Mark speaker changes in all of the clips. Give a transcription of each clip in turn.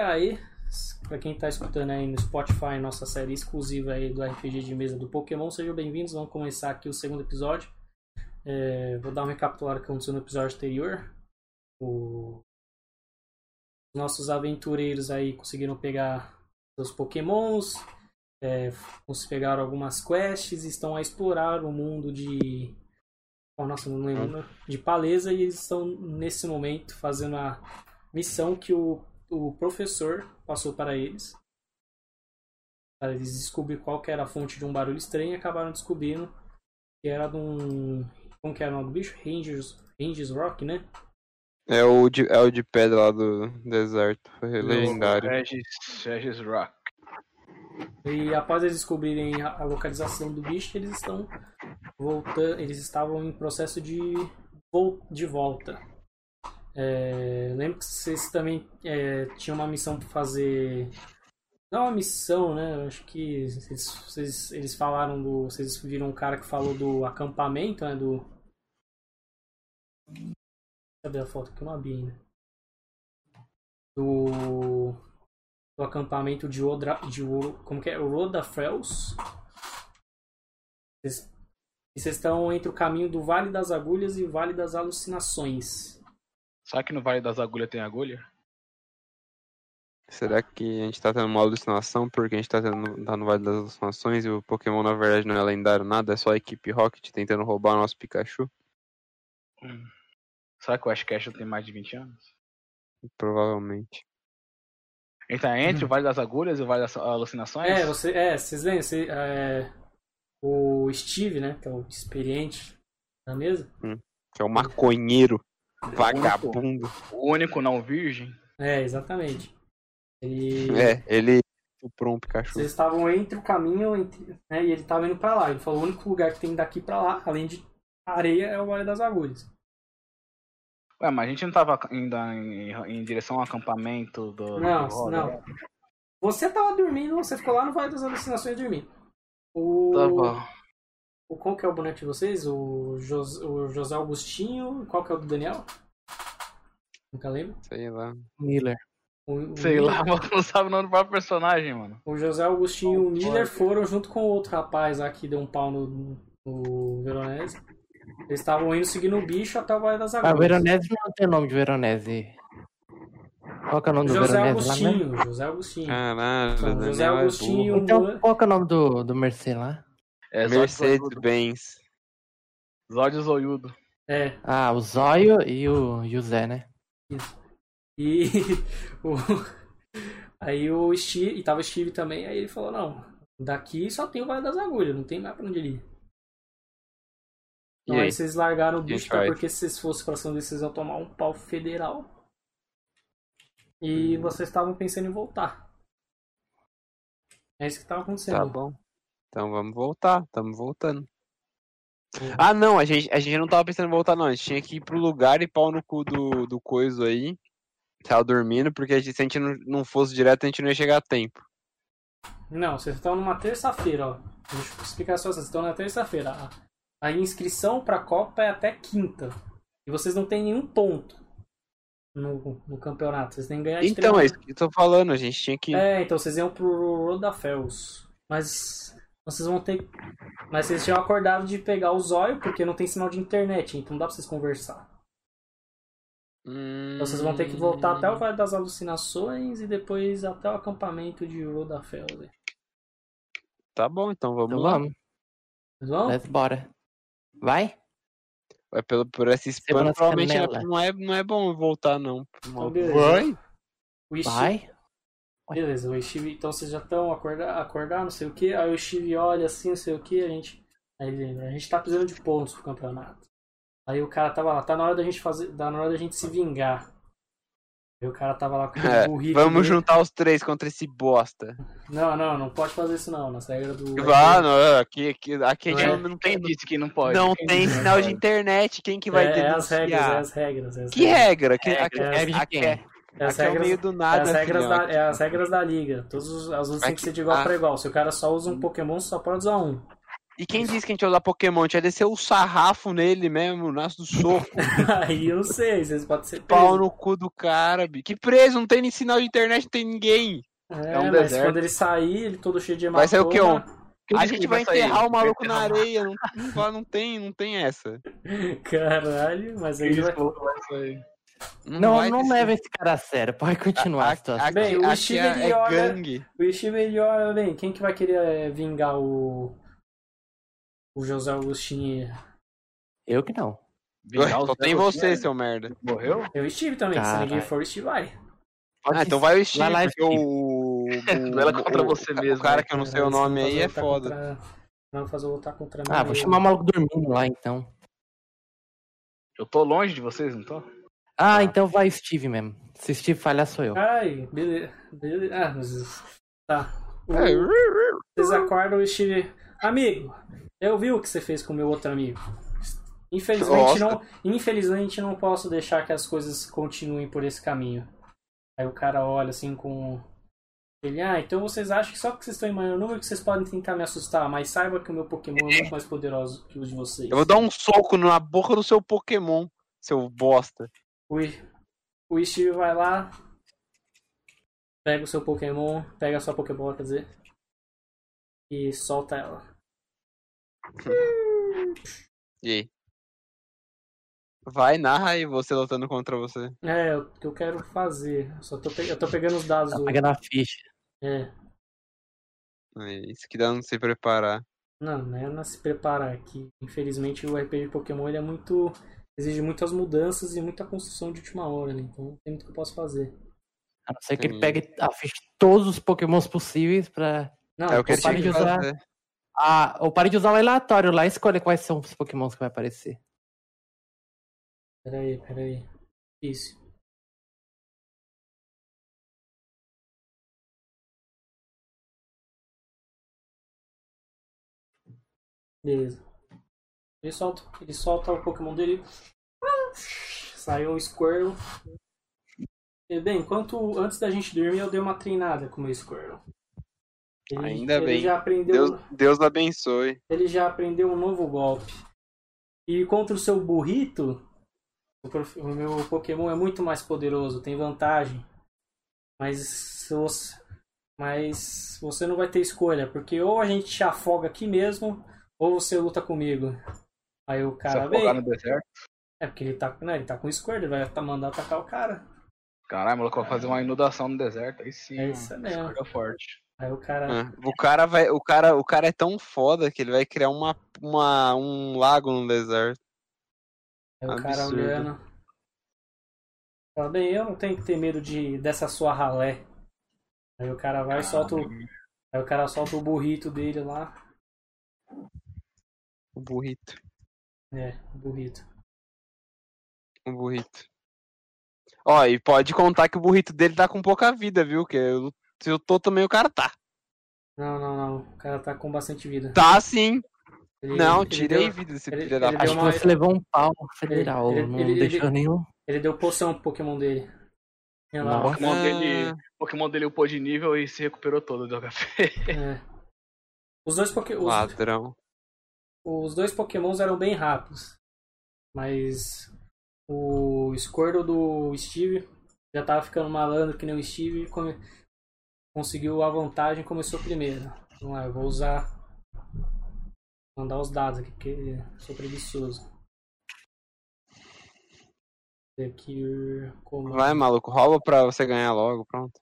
Speaker 1: aí, pra quem tá escutando aí no Spotify, nossa série exclusiva aí do RPG de mesa do Pokémon, sejam bem-vindos. Vamos começar aqui o segundo episódio. É, vou dar um recapitular do que aconteceu no episódio anterior. O... Nossos aventureiros aí conseguiram pegar seus Pokémons, é, pegaram algumas quests e estão a explorar o mundo de. Oh, nossa, não lembro. De Paleza e eles estão nesse momento fazendo a missão que o, o professor passou para eles. Para eles descobrir qual que era a fonte de um barulho estranho e acabaram descobrindo que era de um. Como que era o nome do bicho? Rangers, Rangers Rock, né?
Speaker 2: É o, de, é o de pedra lá do deserto. Foi legendário.
Speaker 3: Regis, Regis Rock.
Speaker 1: E após eles descobrirem a a localização do bicho, eles estão voltando, eles estavam em processo de vol- de volta. É, lembro que vocês também é, tinham uma missão para fazer. Não uma missão, né? Eu Acho que vocês, vocês- eles falaram do. Vocês viram um cara que falou do acampamento, né? Do. Cadê a foto que eu não abri ainda? Do do acampamento de Odra, de Oro, como que é? Rodafels. Vocês e vocês estão entre o caminho do Vale das Agulhas e o Vale das Alucinações.
Speaker 3: Será que no Vale das Agulhas tem agulha?
Speaker 2: Será que a gente tá tendo uma alucinação porque a gente tá, tendo, tá no Vale das Alucinações e o Pokémon na verdade não é lendário nada, é só a equipe Rocket tentando roubar o nosso Pikachu?
Speaker 3: Será que o Ash Ketchum tem mais de 20 anos?
Speaker 2: Provavelmente.
Speaker 3: Então, entre o Vale das Agulhas e o Vale das Alucinações?
Speaker 1: Hum. É, você, é, vocês lembram? Você, é, o Steve, né, que é o experiente na mesa,
Speaker 2: Que é o maconheiro, vagabundo.
Speaker 3: O único não virgem?
Speaker 1: é, exatamente. Ele,
Speaker 2: É, ele estuprou um Pikachu.
Speaker 1: Vocês estavam entre o caminho entre- né, e ele estava indo para lá. Ele falou: o único lugar que tem daqui para lá, além de areia, é o Vale das Agulhas.
Speaker 3: Ué, mas a gente não tava ainda em, em direção ao acampamento do.
Speaker 1: Não,
Speaker 3: do Roda?
Speaker 1: não. Você tava dormindo, você ficou lá no Vale das Alucinações dormindo. O,
Speaker 3: Tá bom.
Speaker 1: o qual que é o boneco de vocês? O, Jos, o José Augustinho, qual que é o do Daniel? Nunca lembro.
Speaker 2: Sei lá.
Speaker 4: Miller.
Speaker 1: O, o
Speaker 3: Sei
Speaker 1: Miller-
Speaker 3: lá, mano, não sabe o nome do próprio personagem, mano.
Speaker 1: O José Augustinho e o
Speaker 4: Não
Speaker 1: Miller
Speaker 4: pode.
Speaker 1: foram junto com o outro rapaz lá que deu um pau no, no Veronese. Eles estavam indo seguindo o bicho até o Vale das
Speaker 4: Ah,
Speaker 1: Agulhas.
Speaker 4: Veronese não tem nome de Veronese. Qual que é o nome do
Speaker 1: José
Speaker 4: Veronese lá, né?
Speaker 1: Augustinho, José Augustinho.
Speaker 3: Ah.
Speaker 2: Caralho,
Speaker 1: Então,
Speaker 2: Daniel
Speaker 1: José
Speaker 2: é burro.
Speaker 1: Agostinho.
Speaker 4: Então, qual que é o nome do, do Mercê lá?
Speaker 3: É
Speaker 2: Mercedes-Benz.
Speaker 3: Zódio Zoiudo.
Speaker 1: É,
Speaker 4: Ah, o Zóio e o, e o Zé, né?
Speaker 1: E o... aí o Steve, e tava o Steve também, aí ele falou, não, daqui só tem o Vale das Agulhas, não tem mais pra onde ele ir.
Speaker 2: E
Speaker 1: Então aí
Speaker 2: aí?
Speaker 1: vocês largaram o bicho,
Speaker 2: gente
Speaker 1: tá?
Speaker 2: vai?
Speaker 1: porque se vocês fossem pra São Luís, vocês iam tomar um pau federal.
Speaker 2: Hum.
Speaker 1: E vocês estavam pensando em voltar. É isso que tava acontecendo.
Speaker 2: Tá bom. Então vamos voltar, estamos voltando.
Speaker 1: Uhum.
Speaker 2: Ah não, a gente, a gente não tava pensando em voltar não, a gente tinha que ir pro lugar e pau no cu do, do coiso aí. Tava dormindo, porque a gente, se a gente não, não fosse direto, a gente não ia chegar a tempo.
Speaker 1: Não, vocês estão numa terça-feira, ó. Deixa eu explicar só, vocês estão na terça-feira. A, a inscrição pra Copa é até quinta. E vocês não têm nenhum ponto no, no campeonato. Vocês têm que ganhar de
Speaker 2: Então,
Speaker 1: três.
Speaker 2: é isso que eu tô falando, a gente tinha que.
Speaker 1: É, então vocês iam pro Rodafels. Mas vocês vão ter. Mas vocês tinham acordado de pegar o zóio, porque não tem sinal de internet, então não dá pra vocês conversar.
Speaker 2: Hum.
Speaker 1: Então vocês vão ter que voltar até o Vale das Alucinações e depois até o acampamento de Rodafels.
Speaker 2: Tá bom, então vamos
Speaker 4: Então
Speaker 2: lá.
Speaker 4: vamos,
Speaker 1: Vocês vão?
Speaker 4: let's bora. Vai?
Speaker 2: É pelo, por esse
Speaker 4: Semana
Speaker 2: spam, provavelmente é-
Speaker 4: canela.
Speaker 2: não, é, não é bom voltar, não.
Speaker 1: Então, beleza. O Ishi-
Speaker 4: Vai?
Speaker 1: Beleza, o Steve, então vocês já estão acordar, acordar, não sei o que. Aí o Steve olha assim, não sei o que, a gente. Aí ele lembra, a gente tá precisando de pontos pro campeonato. Aí o cara tava lá, tá na hora da gente fazer. Tá na hora da gente se vingar. Aí o cara tava lá com o
Speaker 2: É,
Speaker 1: burrito.
Speaker 2: Vamos
Speaker 1: dele.
Speaker 2: juntar os três contra esse bosta.
Speaker 1: Não, não, não pode fazer isso não, nas regras do.
Speaker 2: Vá, não, aqui, aqui, aqui a gente
Speaker 1: É.
Speaker 2: não, não tem
Speaker 3: Quem disse que não pode?
Speaker 2: Não
Speaker 3: Quem
Speaker 2: tem
Speaker 3: disse que
Speaker 2: sinal de
Speaker 3: pode?
Speaker 2: internet, quem que
Speaker 1: É,
Speaker 2: vai
Speaker 1: é as regras, é
Speaker 2: denunciar?
Speaker 1: as regras. É as
Speaker 2: Que
Speaker 1: regras,
Speaker 2: regra? Que, aqui,
Speaker 4: Regra, regra de
Speaker 2: aqui
Speaker 4: quem?
Speaker 2: é,
Speaker 1: É as
Speaker 2: aqui é o
Speaker 1: regras-
Speaker 2: meio do
Speaker 1: é
Speaker 2: nada,
Speaker 1: as regras
Speaker 2: filhão.
Speaker 1: da, é as regras da liga. Todos os, as outras
Speaker 2: Vai
Speaker 1: têm que ser de
Speaker 2: que-
Speaker 1: igual
Speaker 2: ah.
Speaker 1: pra igual. Se o cara só usa um Pokémon, só pode usar um.
Speaker 2: E quem disse que a gente ia usar Pokémon? A gente ia descer o sarrafo nele mesmo, nasce do soco.
Speaker 1: Aí eu sei, vocês podem ser
Speaker 2: pau
Speaker 1: presos.
Speaker 2: no cu do cara, bi. Que preso, não tem nem sinal de internet, não tem ninguém.
Speaker 1: É,
Speaker 3: é um
Speaker 1: mas
Speaker 3: deserto.
Speaker 1: quando ele sair, ele todo cheio de
Speaker 2: Vai
Speaker 1: hematoma...
Speaker 2: sair o quê? Um-
Speaker 3: Quem
Speaker 2: A
Speaker 3: disse que
Speaker 2: gente
Speaker 3: ele
Speaker 2: vai
Speaker 3: sair?
Speaker 2: enterrar o maluco na
Speaker 3: Enterrar.
Speaker 2: areia. Não, não, não tem, não tem essa. Um-
Speaker 1: Caralho, mas
Speaker 3: Quem
Speaker 1: ele
Speaker 3: disse
Speaker 1: vai...
Speaker 3: que o Lula vai sair?
Speaker 4: Não,
Speaker 2: vai
Speaker 4: não,
Speaker 2: ter-
Speaker 4: leva esse cara a sério. Pode continuar a,
Speaker 2: Aqui,
Speaker 4: situação.
Speaker 1: Bem, o
Speaker 2: aqui, aqui
Speaker 1: Steven
Speaker 2: é, é
Speaker 1: Yeoga-
Speaker 2: gangue.
Speaker 1: O Steve, ele olha bem, quem que vai querer eh, vingar o... O José Augustinho?
Speaker 4: Eu que não.
Speaker 3: Vingar o
Speaker 2: Só
Speaker 3: Zé
Speaker 2: tem
Speaker 3: Agostinho,
Speaker 2: você,
Speaker 3: né?
Speaker 2: seu merda.
Speaker 3: Morreu?
Speaker 1: É o Steve também, se
Speaker 4: Caralho.
Speaker 1: ninguém for o Steve, vai.
Speaker 4: Pode
Speaker 2: ah, então vai o Steve,
Speaker 4: Vai lá,
Speaker 2: porque
Speaker 4: Steve.
Speaker 2: o, o-
Speaker 3: Duela contra
Speaker 2: o-
Speaker 3: você
Speaker 2: o,
Speaker 3: mesmo,
Speaker 2: O cara
Speaker 3: né?
Speaker 2: que eu não sei o nome aí é foda.
Speaker 1: Vamos fazer eu lutar contra mim.
Speaker 4: Ah, vou chamar o maluco dormindo lá então.
Speaker 3: Eu tô longe de vocês, não tô?
Speaker 4: Ah, então vai o Steve mesmo. Se o Steve falhar, sou eu. Tá
Speaker 1: Caralho, beleza. beleza. Ah, mas... Tá. O-
Speaker 2: É,
Speaker 1: Vocês acordam e Steve... Amigo, eu vi o que você fez com o meu outro amigo. Infelizmente
Speaker 2: Nossa.
Speaker 1: não, infelizmente não posso deixar que as coisas continuem por esse caminho. Aí o cara olha assim com... Ele, ah, então vocês acham que só porque vocês estão em maior número que vocês podem tentar me assustar, mas saiba que o meu Pokémon é muito mais poderoso que o de vocês.
Speaker 2: Eu vou dar um soco na boca do seu Pokémon, seu bosta.
Speaker 1: O, I- o Steve vai lá, pega o seu Pokémon, pega a sua Pokébola, quer dizer, e solta ela.
Speaker 2: E aí? Vai, narra aí você lutando contra você.
Speaker 1: É, é o que eu quero fazer. Só tô pe- Eu tô pegando os dados
Speaker 4: Tá
Speaker 1: do.
Speaker 4: pegando a ficha.
Speaker 1: É.
Speaker 2: É Isso que dá não se preparar.
Speaker 1: Não, não é não se preparar aqui. Infelizmente o RPG de Pokémon ele é muito. exige muitas mudanças e muita construção de última hora, né? Então não tem muito que eu posso fazer.
Speaker 4: A não ser que ele
Speaker 2: Entendi.
Speaker 4: pegue a ficha de todos os pokémons possíveis pra.
Speaker 1: Não,
Speaker 2: é o que
Speaker 1: eu
Speaker 2: ele
Speaker 4: pare
Speaker 1: pare
Speaker 2: tinha que
Speaker 4: de
Speaker 1: de...
Speaker 4: usar.
Speaker 2: fazer.
Speaker 4: Ah, ou pare de usar o aleatório lá e escolha quais são os pokémons que vai aparecer.
Speaker 1: Peraí, peraí. Difícil. Beleza. Ele solta, ele solta o Pokémon dele. Saiu um Squirrel. E, bem, enquanto antes da gente dormir, eu dei uma treinada com o meu Squirrel. Ele,
Speaker 2: Ainda
Speaker 1: ele
Speaker 2: bem.
Speaker 1: Já aprendeu,
Speaker 2: Deus, Deus abençoe.
Speaker 1: Ele já aprendeu um novo golpe. E contra o seu burrito, o prof- o meu Pokémon é muito mais poderoso, tem vantagem. Mas se você, mas você não vai ter escolha, porque ou a gente te afoga aqui mesmo, ou você luta comigo. Aí o
Speaker 3: Se
Speaker 1: cara vem.
Speaker 3: afogar no deserto.
Speaker 1: É porque ele tá, né, ele tá com esquerda, ele vai tá- mandar atacar o cara.
Speaker 3: Caralho, maluco, vai fazer uma inundação no deserto. Aí sim.
Speaker 1: É isso
Speaker 3: mano,
Speaker 1: mesmo.
Speaker 3: escorreu forte.
Speaker 1: Aí o cara.
Speaker 2: Ah, O cara vai, o cara, o cara é tão foda que ele vai criar uma, uma um lago no deserto.
Speaker 1: Aí É o cara
Speaker 2: Absurdo.
Speaker 1: olhando. Fala, bem, eu não tenho que ter medo de, dessa sua ralé. É. Aí o cara
Speaker 2: Ah,
Speaker 1: vai e solta o. Aí o cara solta o burrito dele lá.
Speaker 2: O burrito,
Speaker 1: É, o burrito.
Speaker 2: o burrito. Ó, e pode contar que o burrito dele tá com pouca vida, viu? Que eu, se eu tô também o cara tá.
Speaker 1: Não, não, não. O cara tá com bastante vida.
Speaker 2: Tá sim.
Speaker 1: Ele-
Speaker 2: Não,
Speaker 1: ele
Speaker 2: tirei
Speaker 1: deu-
Speaker 2: vida desse
Speaker 1: ele-
Speaker 2: filho da
Speaker 1: ele
Speaker 2: puta.
Speaker 4: Acho
Speaker 1: uma-
Speaker 4: que você levou um pau federal.
Speaker 1: ele-
Speaker 4: não
Speaker 1: ele- ele-
Speaker 4: deixou nenhum.
Speaker 1: Ele deu poção pro Pokémon dele. Olha lá, né?
Speaker 4: Nossa.
Speaker 3: Pokémon dele-
Speaker 2: Ah,
Speaker 3: O Pokémon dele upou de nível e se recuperou todo do HP.
Speaker 1: é. Os dois Poké- os-
Speaker 2: Ladrão.
Speaker 1: Os dois pokémons eram bem rápidos. Mas o Squirtle do Steve já tava ficando malandro que nem o Steve e come- conseguiu a vantagem e começou primeiro. Vamos lá, eu vou usar. Mandar os dados aqui, porque eu sou preguiçoso. Aqui, comando
Speaker 2: Vai, maluco, rola pra você ganhar logo, pronto.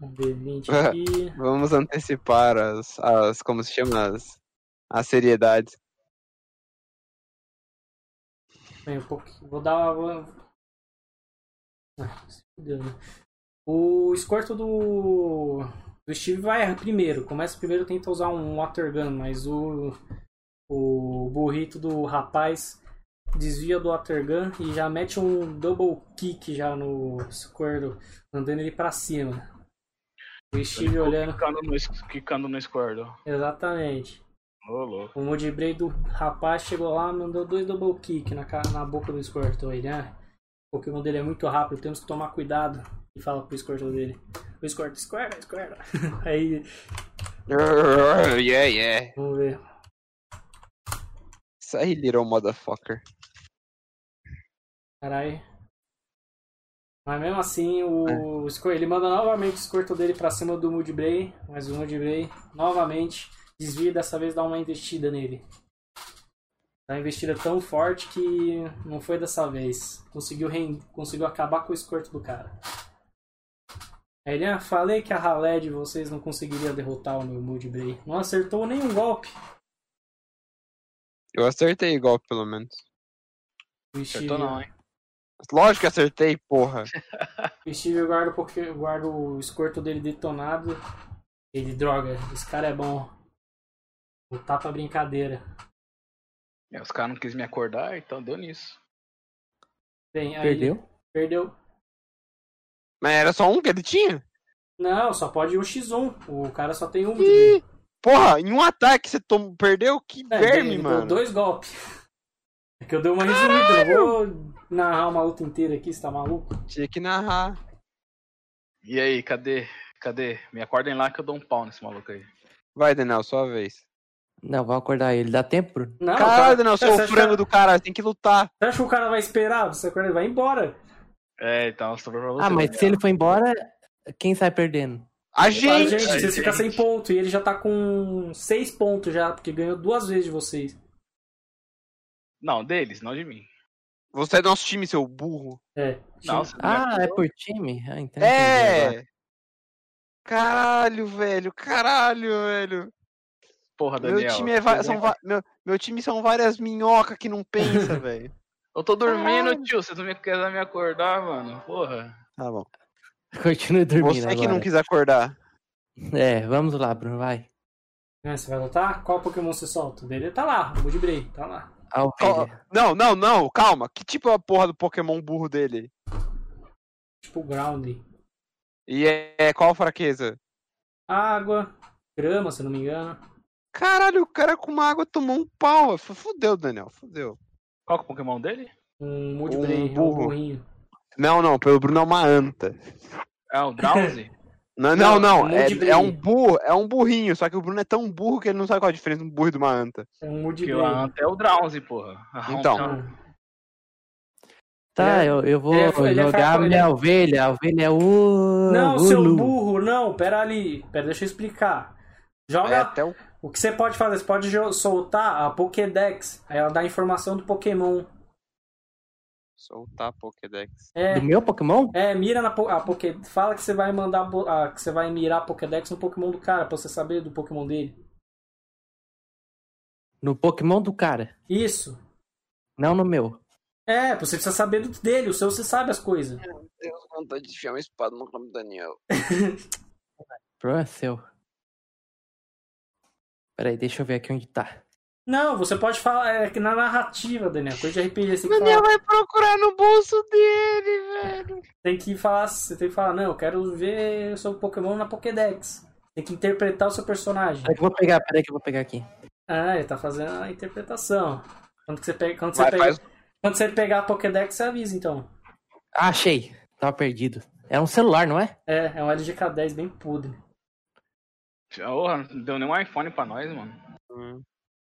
Speaker 1: um D20 aqui.
Speaker 2: Vamos antecipar as, as como se chama, as, as seriedades.
Speaker 1: Bem, um pouquinho. Vou dar uma. vou- Ah, se fudeu, né? O escorto do. Do Steve vai primeiro. Começa primeiro, tenta usar um water gun, mas o. O burrito do rapaz desvia do water gun e já mete um double kick já no Squirtle, mandando ele pra cima. O
Speaker 3: Tá
Speaker 1: Steve olhando.
Speaker 3: Quicando no, es- quicando no Squirtle.
Speaker 1: Exatamente.
Speaker 3: Ô, louco.
Speaker 1: O Modibrei do rapaz chegou lá, mandou dois double kick na, ca- na boca do Squirtle, ele, né? O Pokémon dele é muito rápido, temos que tomar cuidado. E fala pro Squirtle dele. O Squirtle, Squirtle, Squirtle. Aí
Speaker 2: Yeah, yeah.
Speaker 1: Vamos ver.
Speaker 2: Isso aí, little motherfucker.
Speaker 1: Caralho. Mas mesmo assim, o Score, ele manda novamente o escorto dele pra cima do Mudbray, mas o Mudbray novamente desvia e dessa vez dá uma investida nele. Dá uma investida tão forte que não foi dessa vez. Conseguiu, ren- conseguiu acabar com o escorto do cara. Aí Ele, ah, falei que a ralé de vocês não conseguiria derrotar o meu Mudbray. Não acertou nenhum golpe.
Speaker 2: Eu acertei o golpe, pelo menos.
Speaker 1: O Steve-
Speaker 3: Acertou não, hein?
Speaker 2: Lógico que acertei, porra.
Speaker 1: O Steve guarda, o poke- guarda o escorto dele detonado. Ele, droga, esse cara é bom. Voltar pra brincadeira.
Speaker 3: É, Os caras não quis me acordar, então deu nisso.
Speaker 1: Bem, aí ele
Speaker 4: Perdeu?
Speaker 1: perdeu.
Speaker 2: Mas era só um que ele tinha?
Speaker 1: Não, só pode o X1. O cara só tem um.
Speaker 2: Ih, porra, em um ataque você tom- perdeu? Que
Speaker 1: É,
Speaker 2: verme,
Speaker 1: ele
Speaker 2: mano.
Speaker 1: Deu dois golpes. É que eu dei uma resumida. Eu vou narrar uma luta inteira aqui, você tá maluco?
Speaker 2: Tinha que narrar.
Speaker 3: E aí, cadê? Cadê? Me acordem lá que eu dou um pau nesse maluco aí.
Speaker 2: Vai, Daniel, sua vez.
Speaker 4: Não, vou acordar ele. Dá tempo, Bruno?
Speaker 1: Não,
Speaker 2: Caralho, Daniel,
Speaker 1: você
Speaker 2: sou o
Speaker 1: acha-
Speaker 2: frango do cara, tem que lutar.
Speaker 1: Você acha que o cara vai esperar? Você acorda, ele vai embora.
Speaker 3: É, então sobrou pra você.
Speaker 4: Ah, mas
Speaker 3: Daniel.
Speaker 4: se ele for embora, quem sai perdendo?
Speaker 2: A
Speaker 1: Fala,
Speaker 2: gente!
Speaker 1: gente,
Speaker 3: ai,
Speaker 1: você fica sem
Speaker 3: gente.
Speaker 1: ponto. E ele já tá com seis pontos já, porque ganhou duas vezes de vocês.
Speaker 3: Não, deles, não de mim.
Speaker 2: Você é do nosso time, seu burro.
Speaker 1: É.
Speaker 3: Não, você me
Speaker 4: Ah, é
Speaker 3: acordou.
Speaker 4: por time? Ah, então entendi agora.
Speaker 2: É! Caralho, velho, caralho, velho.
Speaker 3: Porra,
Speaker 2: Meu
Speaker 3: Daniel.
Speaker 2: time, é
Speaker 3: eu
Speaker 2: va-
Speaker 3: tô
Speaker 2: são
Speaker 3: dormindo.
Speaker 2: va- meu, meu time são várias minhocas que não pensa, velho.
Speaker 3: Eu tô dormindo,
Speaker 2: Caralho.
Speaker 3: tio. Vocês não me querem me acordar, mano. Porra.
Speaker 2: Tá bom.
Speaker 4: Continua dormindo
Speaker 2: Você
Speaker 4: agora.
Speaker 2: que não quis acordar.
Speaker 4: É, vamos lá, Bruno, vai.
Speaker 1: Ah, Você vai lutar? Qual Pokémon você solta? O dele tá lá, o Budbray, tá lá.
Speaker 4: A ovelha.
Speaker 2: Não, não, não, calma. Que tipo é a porra do Pokémon burro dele?
Speaker 1: Tipo Ground.
Speaker 2: E é, é qual a fraqueza?
Speaker 1: Água, grama, se eu não me engano.
Speaker 2: Caralho, o cara com uma água tomou um pau. F- Fudeu, Daniel, fudeu.
Speaker 3: Qual que é o Pokémon dele?
Speaker 1: Um Mudbray, um,
Speaker 2: burro.
Speaker 1: burrinho.
Speaker 2: Não, não, pelo Bruno é uma anta.
Speaker 3: É o Drowsy?
Speaker 2: Não, não,
Speaker 1: Não, é
Speaker 2: não.
Speaker 1: um
Speaker 2: É,
Speaker 1: monte de
Speaker 2: é um
Speaker 1: brilho.
Speaker 2: burro, é um burrinho, só que o Bruno é tão burro que ele não sabe qual a diferença de um burro e de uma anta.
Speaker 1: É um
Speaker 3: que
Speaker 1: Mudbray.
Speaker 3: o Anta é o Drowsy, porra. Ah, um
Speaker 2: Então.
Speaker 1: Não.
Speaker 4: Tá,
Speaker 1: Ele é-
Speaker 4: eu, eu vou
Speaker 1: ele é fra- ele é
Speaker 4: jogar a
Speaker 1: fraco, ele
Speaker 4: minha
Speaker 1: é-
Speaker 4: ovelha. A ovelha é o.
Speaker 1: Não,
Speaker 4: o
Speaker 1: seu
Speaker 4: Lu.
Speaker 1: burro, não, pera ali. Pera, deixa eu explicar. Joga.
Speaker 2: É até o
Speaker 1: O que você pode fazer? Você pode jo- soltar a Pokédex. Aí ela dá a informação do Pokémon.
Speaker 2: soltar Pokédex.
Speaker 1: É.
Speaker 4: Do meu Pokémon?
Speaker 1: É, mira na po a Poké. Fala que você vai mandar. po- a- que você vai mirar a Pokédex no Pokémon do cara, pra você saber do Pokémon dele.
Speaker 4: No Pokémon do cara.
Speaker 1: Isso.
Speaker 4: Não no meu.
Speaker 1: É, você precisa saber do dele. O seu você sabe as coisas.
Speaker 2: Deus, vontade de enfiar uma espada no nome do Daniel.
Speaker 4: Pro é seu. Peraí, deixa eu ver aqui onde tá.
Speaker 1: Não, você pode falar é, que na narrativa, Daniel. Coisa de RPG, você tem que,
Speaker 2: Daniel
Speaker 1: falar,
Speaker 2: vai procurar no bolso dele, velho.
Speaker 1: tem que falar- Você tem que falar, não, eu quero ver o seu Pokémon na Pokédex. Tem que interpretar o seu personagem.
Speaker 4: Peraí que eu vou pegar, peraí que eu vou pegar aqui.
Speaker 1: Ah, ele tá fazendo a interpretação. Quando, que você, pega, quando, você,
Speaker 2: Vai,
Speaker 1: pega,
Speaker 2: faz...
Speaker 1: quando você pegar a Pokédex, você avisa, então.
Speaker 4: Ah, achei. Tava perdido. É um celular, não é?
Speaker 1: É, é um LGK10 bem podre.
Speaker 3: Porra, não deu nenhum iPhone pra nós, mano.
Speaker 2: Hum,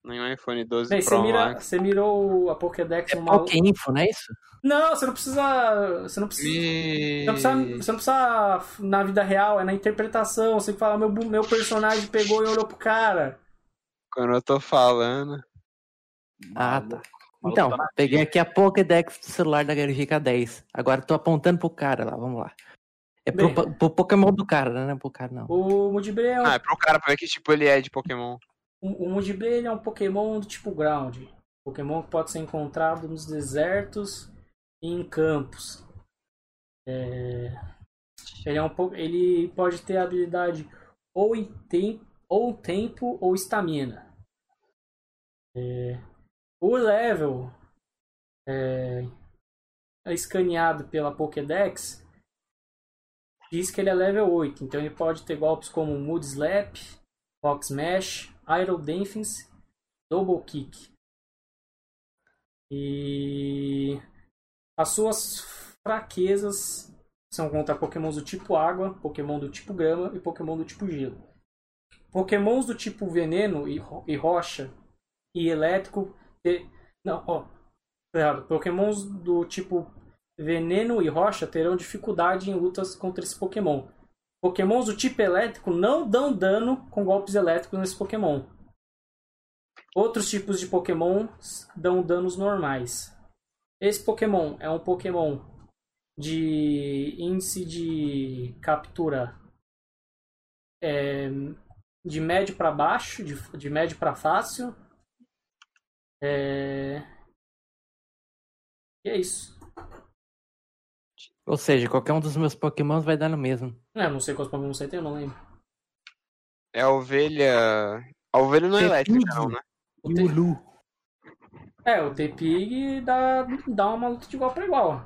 Speaker 2: Nenhum iPhone 12
Speaker 1: Bem, você,
Speaker 2: Pro
Speaker 1: mira,
Speaker 2: Max.
Speaker 1: você mirou a Pokédex numa.
Speaker 4: Poké Info, não é isso?
Speaker 1: Não, você não precisa. Você não precisa. Você não precisa, você não precisa na vida real, é na interpretação. Você fala, meu, bu- meu personagem pegou e olhou pro cara.
Speaker 2: Quando eu tô falando.
Speaker 4: Ah,
Speaker 3: Maluco.
Speaker 4: tá.
Speaker 3: Maluco
Speaker 4: Então,
Speaker 3: tá na
Speaker 4: peguei
Speaker 3: fila.
Speaker 4: aqui a Pokédex do celular da GLGK10. Agora tô apontando pro cara lá, vamos lá. É
Speaker 1: Bem.
Speaker 4: pro, po- pro Pokémon do cara, né? Não é pro cara, não.
Speaker 1: O Mudibre é um,
Speaker 2: Ah, é pro cara pra ver que tipo ele é de Pokémon.
Speaker 1: o Mudibre, ele é um Pokémon do tipo Ground. Pokémon que pode ser encontrado nos desertos e em campos. É, Ele, é um, po- ele pode ter a habilidade ou, em tem, ou tempo ou estamina. É, O level é, é escaneado pela Pokédex diz que ele é level 8, então ele pode ter golpes como Mood Slap, Rock Smash, Iron Defense, Double Kick. E as suas fraquezas são contra pokémons do tipo água, pokémon do tipo grama e pokémon do tipo gelo. Pokémons do tipo veneno e, ro- e rocha e elétrico. te- Não, ó. tá Errado. Pokémons do tipo veneno e rocha terão dificuldade em lutas contra esse Pokémon. Pokémons do tipo elétrico não dão dano com golpes elétricos nesse Pokémon. Outros tipos de Pokémon dão danos normais. Esse Pokémon é um Pokémon de índice de captura é, de médio para baixo, de, de médio para fácil. É... E é isso.
Speaker 4: Ou seja, qualquer um dos meus pokémons vai dar no mesmo.
Speaker 1: É, não sei quantos Pokémon você tem, eu não lembro.
Speaker 2: É a ovelha. A ovelha não é
Speaker 4: Tetudo.
Speaker 2: elétrica, não, né?
Speaker 1: O T- É, o T-Pig dá, dá uma luta de igual para igual.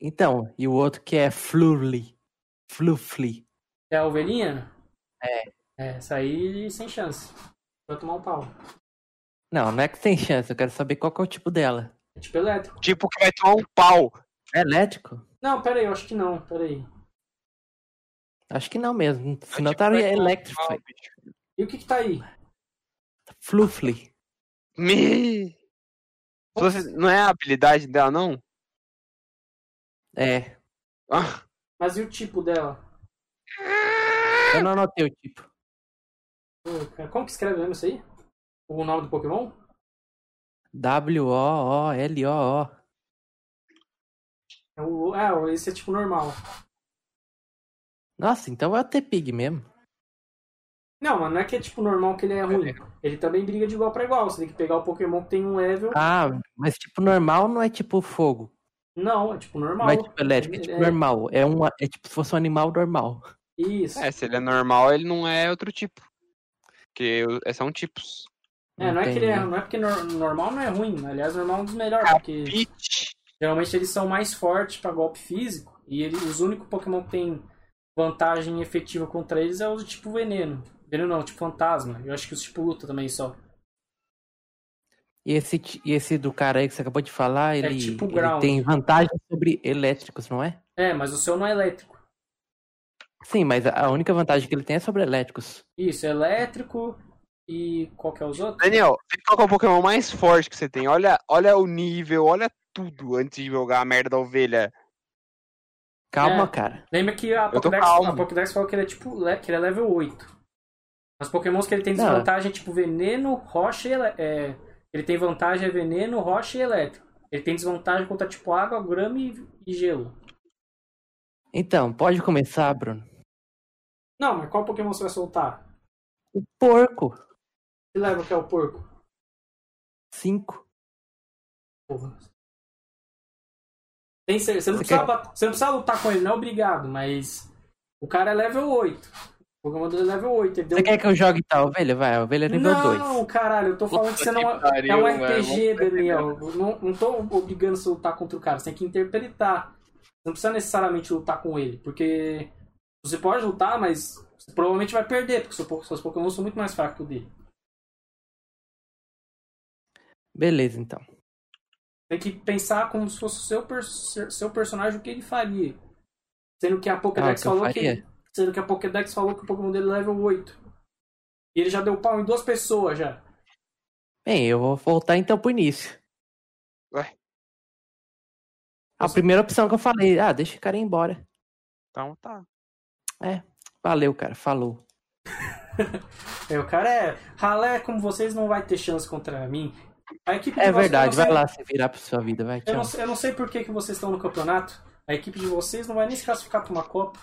Speaker 4: Então, e o outro que é Flurly. Flufly.
Speaker 1: É a ovelhinha? É. essa aí sem chance. Vai tomar um pau.
Speaker 4: Não, não é que tem chance, eu quero saber qual que é o tipo dela.
Speaker 1: É tipo elétrico.
Speaker 2: Tipo que vai tomar um pau.
Speaker 4: É elétrico?
Speaker 1: Não, pera aí, eu acho que não, pera aí.
Speaker 4: Acho que não mesmo.
Speaker 1: É
Speaker 4: Senão
Speaker 1: tá
Speaker 2: tipo,
Speaker 4: estaria
Speaker 2: vai tomar um pau,
Speaker 4: é Electrify.
Speaker 2: bicho.
Speaker 1: E o que que tá aí?
Speaker 4: Flufly.
Speaker 2: Me... Se você- Não é a habilidade dela, não?
Speaker 4: É.
Speaker 2: Ah,
Speaker 1: Mas e o tipo dela?
Speaker 4: Eu não anotei o tipo.
Speaker 1: Pô, cara, Como que escreve mesmo isso aí? O nome do Pokémon?
Speaker 4: W-O-O-L-O-O.
Speaker 1: É, o, é, esse é tipo normal.
Speaker 4: Nossa, então é o T-Pig mesmo.
Speaker 1: Não, mas não é que é tipo normal que ele é ruim. Ele também briga de igual pra igual. Você tem que pegar o Pokémon que tem um level.
Speaker 4: Ah, mas tipo normal não é tipo fogo.
Speaker 1: Não, é tipo normal.
Speaker 4: Não é tipo elétrico, é tipo
Speaker 1: É.
Speaker 4: normal. É, um, é tipo se fosse um animal normal.
Speaker 1: Isso. É,
Speaker 2: é, se ele é normal, ele não é outro tipo. Porque o- é- são tipos.
Speaker 1: não é que ele é,
Speaker 4: Entendi.
Speaker 1: não é porque nor- normal não é ruim. Aliás, normal é um dos melhores,
Speaker 2: Ah,
Speaker 1: porque
Speaker 2: Peach.
Speaker 1: geralmente eles são mais fortes pra golpe físico. E ele, os únicos Pokémon que tem vantagem efetiva contra eles é o do tipo veneno. Veneno não, tipo fantasma. Eu acho que os tipo luta também só.
Speaker 4: E esse, ti- e esse do cara aí que você acabou de falar, ele,
Speaker 1: tipo
Speaker 4: ele
Speaker 1: ground.
Speaker 4: tem vantagem sobre elétricos, não é?
Speaker 1: É, mas o seu não é elétrico.
Speaker 4: Sim, mas a a única vantagem que ele tem é sobre elétricos.
Speaker 1: Isso, é elétrico e qual que é os outros?
Speaker 2: Daniel, vê qual que é o Pokémon mais forte que você tem. Olha, olha o nível, olha tudo antes de jogar a merda da ovelha.
Speaker 4: Calma,
Speaker 1: É.
Speaker 4: cara.
Speaker 1: Lembra que a
Speaker 2: tô
Speaker 1: Pokédex,
Speaker 2: calmo.
Speaker 1: a Pokédex falou que ele é tipo le- que ele é level 8. Mas Pokémons que ele tem
Speaker 4: Não.
Speaker 1: desvantagem é tipo veneno, rocha e ele- é, ele tem vantagem é veneno, rocha e elétrico. Ele tem desvantagem contra tipo água, grama e, e gelo.
Speaker 4: Então, pode começar, Bruno.
Speaker 1: Não, mas qual Pokémon você vai soltar?
Speaker 4: O porco.
Speaker 1: Que level que é o porco?
Speaker 4: 5.
Speaker 1: Porra. Tem cer- você, não
Speaker 4: Você
Speaker 1: precisa,
Speaker 4: quer-
Speaker 1: bat- você não precisa lutar com ele, não é obrigado, mas o cara é level 8. O Pokémon dele é level 8. Ele deu
Speaker 4: Você quer que eu jogue tal ovelha? Vai, a ovelha é nível
Speaker 1: não,
Speaker 4: 2.
Speaker 1: caralho, eu tô falando que você não
Speaker 3: Puta
Speaker 1: é
Speaker 3: que
Speaker 1: é um
Speaker 3: pariu, né?
Speaker 1: RPG, Daniel. Não, não tô obrigando você a lutar contra o cara, você tem que interpretar. Você não precisa necessariamente lutar com ele, porque você pode lutar, mas você provavelmente vai perder, porque seu po- seus Pokémon são muito mais fracos que o dele.
Speaker 4: Beleza, então.
Speaker 1: Tem que pensar como se fosse o seu, per- ser- seu personagem o que ele faria. Sendo que a
Speaker 4: Ah, o
Speaker 1: Pokédex
Speaker 4: que eu
Speaker 1: falou que
Speaker 4: faria?
Speaker 1: Sendo que a Pokédex falou que o Pokémon dele é level 8. E ele já deu pau em duas pessoas já.
Speaker 4: Bem, eu vou voltar então pro início.
Speaker 2: Ué?
Speaker 4: A primeira opção que eu falei, ah, deixa o cara ir embora.
Speaker 2: Então tá.
Speaker 4: Valeu, cara, falou.
Speaker 1: É, o cara é. Ralé, como vocês não vai ter chance contra mim. A equipe de
Speaker 4: É
Speaker 1: vocês-
Speaker 4: verdade,
Speaker 1: eu não
Speaker 4: vai
Speaker 1: sei-
Speaker 4: lá se virar pra sua vida, vai,
Speaker 1: Eu
Speaker 4: tchau.
Speaker 1: não, sei- eu não sei por que, que vocês estão no campeonato. A equipe de vocês não vai nem se classificar pra uma Copa.